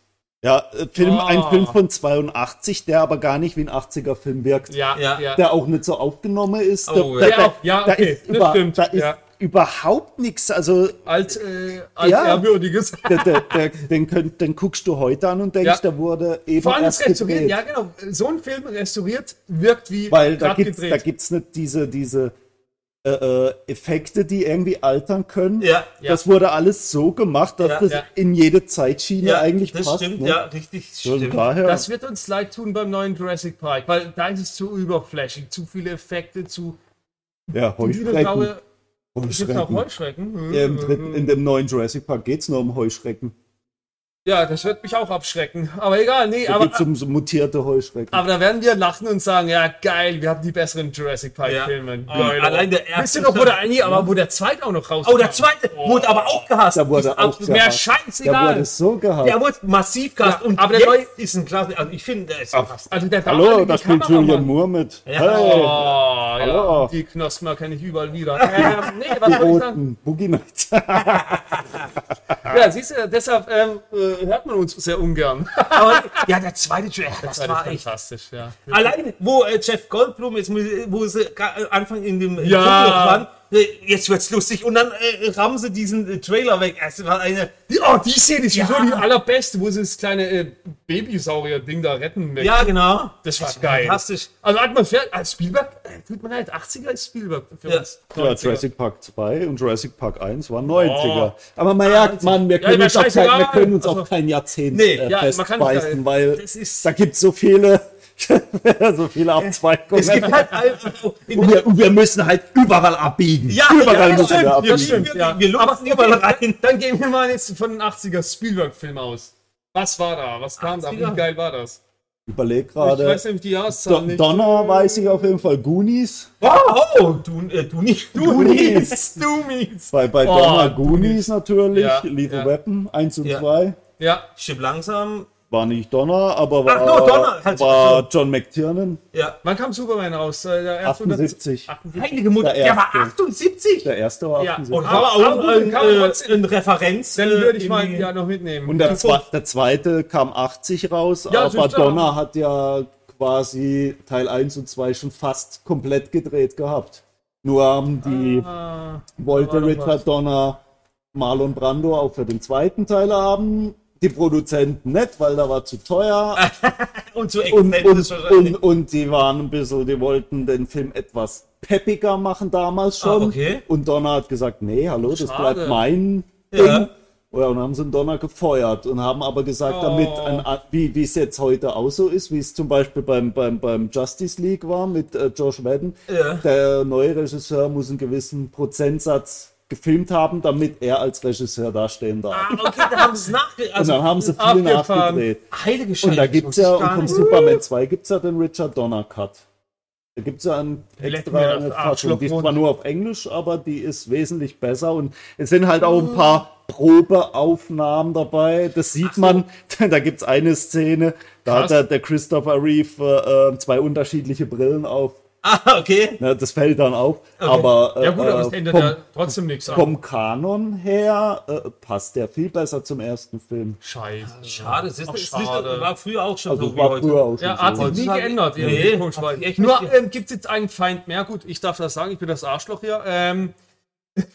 Speaker 2: Ja, äh, Film,
Speaker 3: Ah.
Speaker 2: ein Film von 82, der aber gar nicht wie ein 80er Film wirkt.
Speaker 3: Ja,
Speaker 1: Ja.
Speaker 3: ja.
Speaker 2: Der auch nicht so aufgenommen ist.
Speaker 1: Oh,
Speaker 2: da,
Speaker 1: ja.
Speaker 2: da,
Speaker 3: Ja, ja,
Speaker 2: da
Speaker 3: okay,
Speaker 2: ist,
Speaker 3: das
Speaker 2: über,
Speaker 3: stimmt,
Speaker 2: da ist
Speaker 3: ja.
Speaker 2: überhaupt nichts. Also
Speaker 3: Alt, äh, alt
Speaker 2: Ja.
Speaker 3: ehrwürdiges.
Speaker 2: der, der, der, den, könnt, den guckst du heute an und denkst,
Speaker 3: Ja.
Speaker 2: der wurde eben
Speaker 3: Vor allem das
Speaker 2: erst
Speaker 3: Restaurieren,
Speaker 2: gedreht.
Speaker 3: ja genau. So ein Film restauriert wirkt wie
Speaker 2: Weil da
Speaker 3: grad
Speaker 2: gibt's, da gibt's nicht diese, diese äh, äh, Effekte, die irgendwie altern können.
Speaker 1: Ja, ja.
Speaker 2: Das wurde alles so gemacht, dass
Speaker 1: Ja,
Speaker 2: das
Speaker 3: ja.
Speaker 2: in jede Zeitschiene eigentlich
Speaker 1: das
Speaker 2: passt.
Speaker 1: stimmt,
Speaker 2: ne?
Speaker 1: ja, richtig,
Speaker 2: So,
Speaker 1: stimmt.
Speaker 2: Daher,
Speaker 3: Das wird uns leid tun beim neuen Jurassic Park, weil da ist es zu überflashig, zu viele Effekte, zu
Speaker 2: ja,
Speaker 3: viele
Speaker 2: Heuschrecken.
Speaker 3: blaue. Gibt's noch
Speaker 2: Heuschrecken.
Speaker 3: Heuschrecken?
Speaker 2: Ja, im dritten, in dem neuen Jurassic Park geht's nur um Heuschrecken.
Speaker 3: Ja, das wird mich auch abschrecken. Aber egal, nee,
Speaker 2: Da
Speaker 3: aber,
Speaker 2: geht's um so mutierte Heuschrecken.
Speaker 3: aber da werden wir lachen und sagen, ja geil, wir hatten die besseren Jurassic
Speaker 1: Ja.
Speaker 3: Park-Filme.
Speaker 1: Aber allein der erste
Speaker 3: Wisst ihr noch, wo der, nee, aber wo der zweite auch noch rauskam?
Speaker 1: Oh, der zweite wurde aber auch gehasst.
Speaker 2: Da wurde
Speaker 1: Ist
Speaker 2: auch
Speaker 1: absolut-
Speaker 3: Mehr
Speaker 2: gehasst. Der
Speaker 3: scheißegal.
Speaker 2: wurde so gehabt.
Speaker 1: Der wurde massiv gehasst.
Speaker 3: Ja,
Speaker 1: und
Speaker 3: aber der
Speaker 1: jetzt
Speaker 3: neue-
Speaker 1: ist ein Klassiker. Also ich finde, der ist krass.
Speaker 3: Also der
Speaker 2: Hallo,
Speaker 3: damalige
Speaker 2: da spielt
Speaker 3: Kameramann.
Speaker 2: Julian Moore mit. Hey,
Speaker 3: Oh,
Speaker 2: Hallo.
Speaker 3: ja, die Knospen kann ich überall wieder. ähm, nee, was soll ich sagen?
Speaker 2: roten Boogie Nights.
Speaker 3: Ja, siehst du, deshalb ähm, äh, hört man uns sehr ungern.
Speaker 1: Aber, ja, der zweite Trailer, das
Speaker 3: Das
Speaker 1: war
Speaker 3: war
Speaker 1: echt.
Speaker 3: fantastisch, ja.
Speaker 1: Allein, wo äh, Jeff Goldblum jetzt, muss- wo sie ga- äh, anfangen in dem äh,
Speaker 3: Ja.
Speaker 1: waren, äh, jetzt wird's lustig. Und dann äh, rammen sie diesen äh, Trailer weg. Es war eine.
Speaker 3: Oh, die Szene ist
Speaker 1: Ja.
Speaker 3: sowieso die allerbeste, wo sie das kleine äh, Babysaurier-Ding da retten möchten.
Speaker 1: Ja, genau.
Speaker 3: Das war geil.
Speaker 1: Fantastisch.
Speaker 3: Also Atmosphäre, als Spielberg, äh, tut mir leid, 80er ist Spielberg für
Speaker 1: Ja.
Speaker 3: uns.
Speaker 2: Ja,
Speaker 3: 90er.
Speaker 2: Jurassic Park 2 und Jurassic Park 1 waren 90er. Aber man merkt, man, wir
Speaker 3: Oh. Ja,
Speaker 2: können
Speaker 3: mir
Speaker 2: uns, auf kein,
Speaker 3: scheißegal.
Speaker 2: wir können uns
Speaker 3: Also-
Speaker 2: auf kein Jahrzehnt
Speaker 1: Nee,
Speaker 2: äh,
Speaker 3: ja, man kann nicht,
Speaker 2: festbeißen,
Speaker 3: äh,
Speaker 2: weil
Speaker 1: das ist-
Speaker 2: da gibt es so viele, so viele Abzweigungen.
Speaker 1: Es gibt halt. äh, äh,
Speaker 2: und, wir, und wir müssen halt überall abbiegen.
Speaker 1: Ja,
Speaker 2: überall
Speaker 1: ja, das
Speaker 2: müssen
Speaker 1: stimmt,
Speaker 2: wir
Speaker 1: ja,
Speaker 2: abbiegen.
Speaker 1: das stimmt.
Speaker 3: Wir,
Speaker 1: Ja.
Speaker 3: wir lupfen
Speaker 1: Aber-
Speaker 3: überall rein. Dann gehen wir mal jetzt von den 80er Spielberg-Film aus. Was war da? Was kam da?
Speaker 1: 80er?
Speaker 3: Wie geil war das?
Speaker 2: Ich überleg
Speaker 3: Ich
Speaker 2: gerade.
Speaker 3: weiß nämlich die Jahreszahl
Speaker 2: Do-
Speaker 3: nicht.
Speaker 2: Donner weiß ich auf jeden Fall. Goonies.
Speaker 1: oh, oh, du, äh, du nicht. Du
Speaker 2: Goonies.
Speaker 3: Dummies.
Speaker 2: Bei, bei
Speaker 3: Oh,
Speaker 2: Donner
Speaker 3: Goonies.
Speaker 2: Goonies natürlich.
Speaker 3: Ja,
Speaker 2: Lethal
Speaker 3: ja.
Speaker 2: Weapon 1 und
Speaker 1: Ja.
Speaker 2: 2.
Speaker 3: Ja.
Speaker 1: Schipp langsam.
Speaker 2: War nicht Donner, aber war,
Speaker 1: Ach, nur Donner. Halt,
Speaker 2: war John McTiernan,
Speaker 1: Ja.
Speaker 3: Wann kam Superman raus? Äh, der erste oder-
Speaker 2: 78.
Speaker 1: Heilige Mutter,
Speaker 2: Der
Speaker 1: der, war
Speaker 2: erste.
Speaker 1: 78.
Speaker 2: Der erste war
Speaker 3: Ja,
Speaker 2: 78.
Speaker 1: Und
Speaker 3: Aber-
Speaker 1: war auch
Speaker 3: aber gut,
Speaker 1: ein,
Speaker 3: kann man
Speaker 1: äh,
Speaker 3: trotzdem-
Speaker 1: ein Referenz.
Speaker 3: Dann
Speaker 1: äh,
Speaker 3: würde ich mal
Speaker 1: in die-
Speaker 3: ja noch mitnehmen.
Speaker 2: Und der, zwe der zweite kam 80 raus,
Speaker 3: Ja,
Speaker 2: aber
Speaker 3: siehst du.
Speaker 2: Donner hat ja quasi Teil 1 und 2 schon fast komplett gedreht gehabt. Nur haben die,
Speaker 3: Ah, da war
Speaker 2: wollte
Speaker 3: noch
Speaker 2: Richard
Speaker 3: was.
Speaker 2: Donner Marlon Brando auch für den zweiten Teil haben. Die Produzenten nicht, weil der war zu teuer.
Speaker 1: Und zu
Speaker 2: und,
Speaker 1: exzellent
Speaker 2: und,
Speaker 1: ist wahrscheinlich.
Speaker 2: und, und die waren ein bisschen, die wollten den Film etwas peppiger machen damals schon.
Speaker 1: Ah, okay.
Speaker 2: Und Donner hat gesagt, nee, hallo, das
Speaker 3: Schade.
Speaker 2: bleibt mein
Speaker 1: Ja.
Speaker 2: Ding. Oh Ja, und haben sie den Donner gefeuert und haben aber gesagt,
Speaker 3: Oh.
Speaker 2: damit, ein, wie wie es jetzt heute auch so ist, wie es zum Beispiel beim, beim, beim Justice League war mit äh, Josh Whedon,
Speaker 1: Ja.
Speaker 2: der neue Regisseur muss einen gewissen Prozentsatz gefilmt haben, damit er als Regisseur dastehen darf.
Speaker 1: Ah, okay, da haben sie es nachge... also
Speaker 2: und dann haben sie viel
Speaker 3: abgefahren.
Speaker 2: nachgedreht.
Speaker 1: heilige Scheiße.
Speaker 2: Und da gibt es
Speaker 1: das
Speaker 2: ja,
Speaker 1: wusste ich
Speaker 2: und
Speaker 1: gar
Speaker 2: vom
Speaker 1: nicht.
Speaker 2: Superman 2 gibt es ja den Richard Donner Cut. Da gibt es ja einen
Speaker 3: Leck mir
Speaker 2: extra
Speaker 3: das
Speaker 2: eine Fassung.
Speaker 3: Arschloch
Speaker 2: Die ist
Speaker 3: rund.
Speaker 2: zwar nur auf Englisch, aber die ist wesentlich besser. Und es sind halt auch ein paar
Speaker 3: Mhm.
Speaker 2: Probeaufnahmen dabei. Das sieht man. Da gibt es eine Szene, da
Speaker 3: Krass.
Speaker 2: hat der, der Christopher Reeve äh, äh, zwei unterschiedliche Brillen auf.
Speaker 1: Ah, okay.
Speaker 2: Ne, das fällt dann auf. Aber, äh,
Speaker 3: Ja gut, aber es
Speaker 2: äh,
Speaker 3: ändert
Speaker 2: vom,
Speaker 3: ja trotzdem nichts an.
Speaker 2: vom Kanon her äh, passt der viel besser zum ersten Film.
Speaker 3: Scheiße.
Speaker 1: Schade, das ist,
Speaker 3: Ach,
Speaker 1: das ist,
Speaker 3: schade.
Speaker 1: war früher auch schon
Speaker 2: Also
Speaker 1: so wie
Speaker 2: war
Speaker 1: heute.
Speaker 2: früher auch schon
Speaker 3: Ja, hat
Speaker 2: so.
Speaker 3: sich nie
Speaker 1: Heutzutage-
Speaker 3: geändert.
Speaker 1: Nee,
Speaker 3: irgendwie, komisch,
Speaker 1: hat
Speaker 3: weil-
Speaker 1: sich echt
Speaker 3: Nur
Speaker 1: nicht-
Speaker 3: ähm, gibt es jetzt einen Feind mehr. Gut, ich darf das sagen, ich bin das Arschloch hier. Ähm,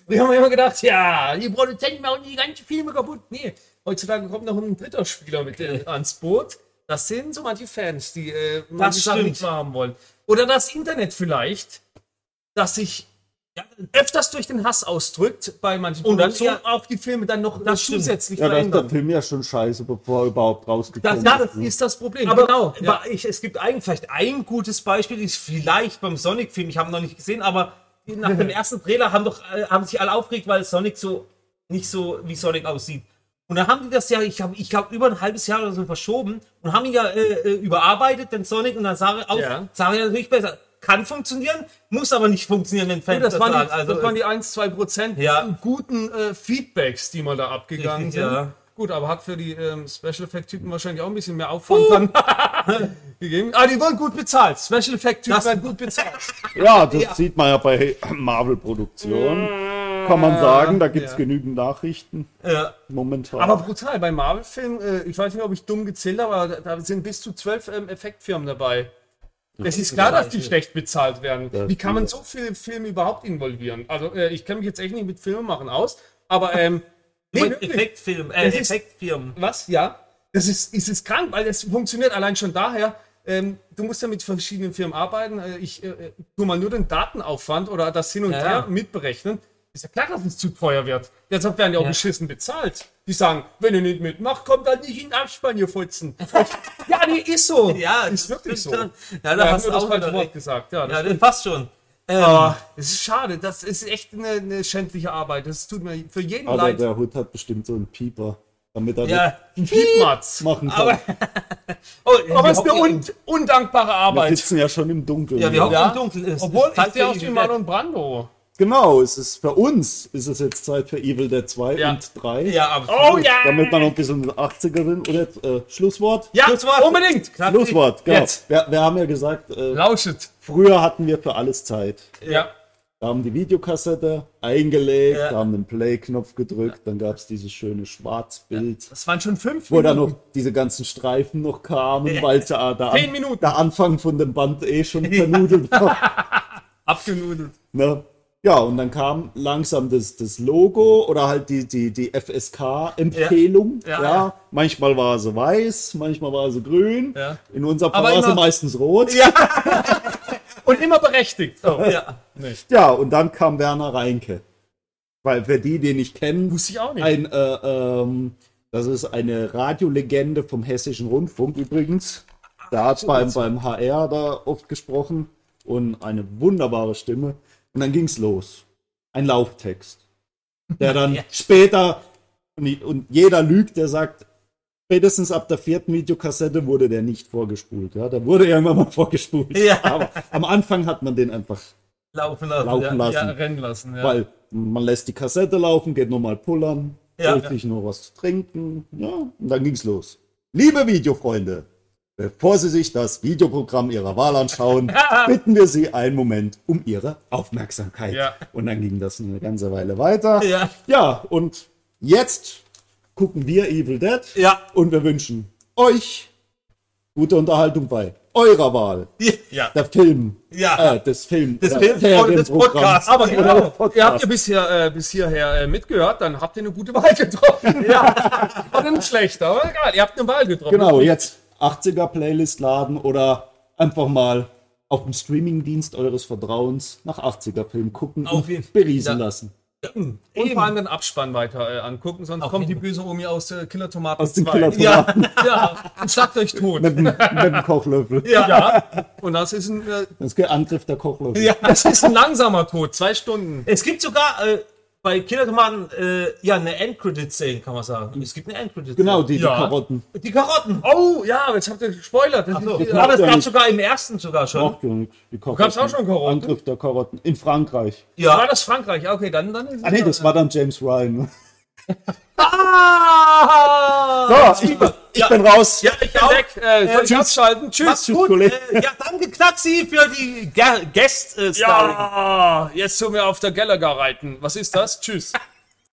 Speaker 3: wir haben immer gedacht, ja, die Produzenten machen die ganzen Filme kaputt. Nee, heutzutage kommt noch ein dritter Spieler mit äh, ans Boot. Das sind so manche Fans, die äh, manche Sachen
Speaker 1: stimmt.
Speaker 3: nicht mehr haben wollen. Oder das Internet vielleicht, das sich ja, öfters durch den Hass ausdrückt bei manchen
Speaker 1: Und dann
Speaker 3: Produktionen,
Speaker 1: ja-
Speaker 3: auch die Filme dann noch
Speaker 1: Das stimmt.
Speaker 3: zusätzlich
Speaker 2: Ja, da ist der
Speaker 3: verändern.
Speaker 2: Film ja schon scheiße, bevor er überhaupt rausgekommen
Speaker 3: Das, ja, das
Speaker 2: ist. ne?
Speaker 3: ist das Problem. genau,
Speaker 1: Aber
Speaker 3: Ja.
Speaker 1: aber ich, es gibt ein, vielleicht ein gutes Beispiel, ist vielleicht beim Sonic-Film, ich habe ihn noch nicht gesehen, aber nach dem ersten Trailer haben doch äh, haben sich alle aufgeregt, weil Sonic so nicht so wie Sonic aussieht. Und dann haben die das ja, ich habe ich hab über ein halbes Jahr oder so verschoben und haben ihn ja äh, äh, überarbeitet, den Sonic, und dann sah er aus,
Speaker 3: Ja.
Speaker 1: sah er natürlich besser. Kann funktionieren, muss aber nicht funktionieren, wenn
Speaker 3: Ja,
Speaker 1: Fans
Speaker 3: das, waren die,
Speaker 1: sagen. Also,
Speaker 3: das waren die 1, 2 Prozent
Speaker 1: Ja.
Speaker 3: guten äh, Feedbacks, die mal da abgegangen sind.
Speaker 1: Ja.
Speaker 3: Gut, aber hat für die ähm, Special Effect Typen wahrscheinlich auch ein bisschen mehr Aufwand dann gegeben. Ah, die wurden gut bezahlt. Special Effect Typen
Speaker 1: Das-
Speaker 3: werden gut bezahlt.
Speaker 2: Ja, das sieht man ja bei Marvel-Produktionen. Kann man sagen, da gibt es
Speaker 3: Ja.
Speaker 2: genügend Nachrichten
Speaker 1: äh,
Speaker 2: momentan.
Speaker 3: aber brutal, bei Marvel-Filmen, äh, ich weiß nicht, ob ich dumm gezählt habe, aber da, da sind bis zu zwölf ähm, Effektfirmen dabei. Es ist klar, dass die schlecht bezahlt werden. Wie kann man so viele Filme überhaupt involvieren? Also, äh, ich kenne mich jetzt echt nicht mit Filmemachen aus, aber ähm, nee,
Speaker 1: mit
Speaker 3: wirklich.
Speaker 1: Effektfilm, äh,
Speaker 3: Das ist-
Speaker 1: Effektfirmen.
Speaker 3: Was? Ja. Das ist, ist, ist krank, weil das funktioniert allein schon daher. Ähm, du musst ja mit verschiedenen Firmen arbeiten. Äh, ich äh, äh, tu mal nur den Datenaufwand oder das Hin und
Speaker 1: Ja.
Speaker 3: Her mitberechnen. Ist ja klar, dass es zu teuer wird. Deshalb werden die auch
Speaker 1: Ja.
Speaker 3: beschissen bezahlt. Die sagen, wenn ihr nicht mitmacht, kommt halt nicht in den Abspann, ihr Furzen. ja, nee, ist so.
Speaker 1: Ja,
Speaker 3: ist wirklich so.
Speaker 1: Ja,
Speaker 3: Ja,
Speaker 1: da
Speaker 3: da
Speaker 1: hast du auch wieder
Speaker 3: falsche Wort
Speaker 1: recht.
Speaker 3: gesagt. Ja, das
Speaker 1: Ja, das passt schon. Ähm,
Speaker 3: aber es ist schade, das ist echt eine, eine schändliche Arbeit. Das tut mir für jeden
Speaker 2: aber
Speaker 3: leid.
Speaker 2: Ah, der Hut hat bestimmt so einen Pieper, damit er
Speaker 1: ja.
Speaker 3: Ein Piepmatz.
Speaker 2: nicht machen kann.
Speaker 1: Aber- Oh,
Speaker 3: Aber
Speaker 1: wir
Speaker 3: es ist eine
Speaker 1: hocken-
Speaker 3: un undankbare
Speaker 2: wir
Speaker 3: Arbeit.
Speaker 2: sitzen ja schon im Dunkeln.
Speaker 1: Ja, wir
Speaker 2: hier.
Speaker 1: hocken
Speaker 3: Ja.
Speaker 1: im Dunkeln. Es-
Speaker 3: Obwohl,
Speaker 1: es
Speaker 3: ich
Speaker 1: zeigt
Speaker 3: sehe
Speaker 1: ja
Speaker 3: aus wie
Speaker 1: Evil
Speaker 3: Marlon Brando.
Speaker 2: Genau, es ist für uns ist es jetzt Zeit für Evil Dead 2
Speaker 3: Ja.
Speaker 2: und 3.
Speaker 1: Dead. Ja, aber
Speaker 3: Oh ja!
Speaker 2: Damit man noch ein bisschen mit 80erin oder äh, Schlusswort.
Speaker 3: Ja,
Speaker 1: Schlusswort.
Speaker 3: unbedingt.
Speaker 1: knapp
Speaker 2: Schlusswort, genau.
Speaker 3: Jetzt.
Speaker 2: Wir, wir haben ja gesagt, äh,
Speaker 3: Lauschet.
Speaker 2: früher hatten wir für alles Zeit.
Speaker 3: Ja.
Speaker 2: Da haben die Videokassette eingelegt,
Speaker 1: Ja.
Speaker 2: da haben den Play-Knopf gedrückt, dann gab es dieses schöne Schwarzbild,
Speaker 3: Das waren schon fünf
Speaker 2: wo dann noch diese ganzen Streifen noch kamen, weil da, da
Speaker 3: Zehn Minuten.
Speaker 2: der Anfang von dem Band eh schon vernudelt war.
Speaker 3: abgenudelt.
Speaker 2: Ne? Ja, und dann kam langsam das, das Logo oder halt die, die, die FSK-Empfehlung.
Speaker 3: Ja.
Speaker 2: Ja.
Speaker 3: Ja, ja.
Speaker 2: Manchmal war sie weiß, manchmal war sie grün.
Speaker 3: Ja.
Speaker 2: In unserem Fall
Speaker 3: Aber
Speaker 2: war sie
Speaker 3: immer-
Speaker 2: meistens rot.
Speaker 3: Und immer berechtigt. Oh.
Speaker 1: Ja.
Speaker 2: Ja, und dann kam Werner Reinke. Weil für die, die nicht kennen,
Speaker 3: Wusste ich auch nicht.
Speaker 2: ein, äh, ähm, das ist eine Radiolegende vom Hessischen Rundfunk übrigens. Da hat beim, beim HR da oft gesprochen und eine wunderbare Stimme. Und dann ging's los. Ein Lauftext. Der dann
Speaker 1: Ja.
Speaker 2: später, und, ich- und jeder lügt, der sagt, spätestens ab der vierten Videokassette wurde der nicht vorgespult. Ja, da wurde er immer mal vorgespult.
Speaker 1: Ja.
Speaker 2: Aber am Anfang hat man den einfach
Speaker 1: Laufen lassen.
Speaker 2: laufen
Speaker 1: ja.
Speaker 2: lassen.
Speaker 3: rennen lassen. Ja.
Speaker 2: Weil man lässt die Kassette laufen, geht nochmal pullern,
Speaker 1: Ja,
Speaker 2: holte ich nur was zu trinken. Ja, und dann ging's los. Liebe Videofreunde, bevor Sie sich das Videoprogramm Ihrer Wahl anschauen, bitten wir Sie einen Moment um Ihre Aufmerksamkeit.
Speaker 3: Ja.
Speaker 2: Und dann ging das eine ganze Weile weiter.
Speaker 1: Ja.
Speaker 2: ja, und jetzt gucken wir Evil Dead
Speaker 1: Ja.
Speaker 2: und wir wünschen euch gute Unterhaltung bei eurer Wahl.
Speaker 3: Ja.
Speaker 2: Der Film.
Speaker 1: Ja.
Speaker 2: Äh, des Film.
Speaker 1: Des
Speaker 2: oder
Speaker 1: Films und des
Speaker 2: Serienprogramms.
Speaker 1: Podcasts.
Speaker 3: Aber
Speaker 2: Oder
Speaker 3: genau, ihr habt
Speaker 2: Podcast.
Speaker 3: ja bisher, äh, bis hierher äh, mitgehört, dann habt ihr eine gute Wahl getroffen. Ja. Oder nicht schlecht, aber egal, ihr habt eine Wahl getroffen.
Speaker 2: Genau, jetzt 80er-Playlist laden oder einfach mal auf dem Streamingdienst eures Vertrauens nach 80er-Filmen gucken
Speaker 1: Auf jeden-
Speaker 2: und beriesen
Speaker 1: Ja.
Speaker 2: lassen.
Speaker 3: Und vor allem den Abspann weiter äh, angucken, sonst
Speaker 1: Auf
Speaker 3: kommt die
Speaker 1: jeden
Speaker 3: böse Omi aus äh, Killer Tomaten
Speaker 2: Aus dem
Speaker 3: 2.
Speaker 2: Killer-Tomaten.
Speaker 3: Ja, ja, und schlagt euch tot.
Speaker 2: Mit, dem- mit dem Kochlöffel.
Speaker 3: Ja. Und das ist ein, äh,
Speaker 2: Das ist der Angriff der Kochlöffel.
Speaker 1: Ja.
Speaker 3: das ist ein langsamer Tod, zwei Stunden.
Speaker 1: Es gibt sogar äh, bei Killertomaten äh, ja eine Endcredit-Szene, kann man sagen. Es gibt eine Endcredit-Szene.
Speaker 2: Genau, die, die
Speaker 3: Ja.
Speaker 2: Karotten.
Speaker 1: Die Karotten.
Speaker 3: Oh, ja, jetzt habt ihr gespoilert. Das
Speaker 1: So,
Speaker 3: ist, äh,
Speaker 1: aber das
Speaker 2: ja
Speaker 1: gab
Speaker 2: nicht.
Speaker 1: sogar im ersten sogar schon.
Speaker 2: Auch die, die Karotten.
Speaker 3: gab's auch schon Karotten?
Speaker 2: Angriff der Karotten. In Frankreich.
Speaker 3: War
Speaker 1: Ja.
Speaker 3: das Frankreich? Okay, dann, dann ist
Speaker 2: Ah nee, das war dann James Ryan.
Speaker 3: Ah!
Speaker 2: So, ich, bin- ich
Speaker 1: Ja.
Speaker 2: bin raus.
Speaker 1: Ja, ich auch.
Speaker 3: Weg, äh, soll ich
Speaker 2: tschüss.
Speaker 3: abschalten? Tschüss.
Speaker 2: Tschüss,
Speaker 1: Gut,
Speaker 2: Kollege.
Speaker 1: äh, ja, danke Knaxi für die Ga- Guest-Starring.
Speaker 3: Ja, jetzt tun wir auf der Gallagher reiten. Was ist das? Tschüss.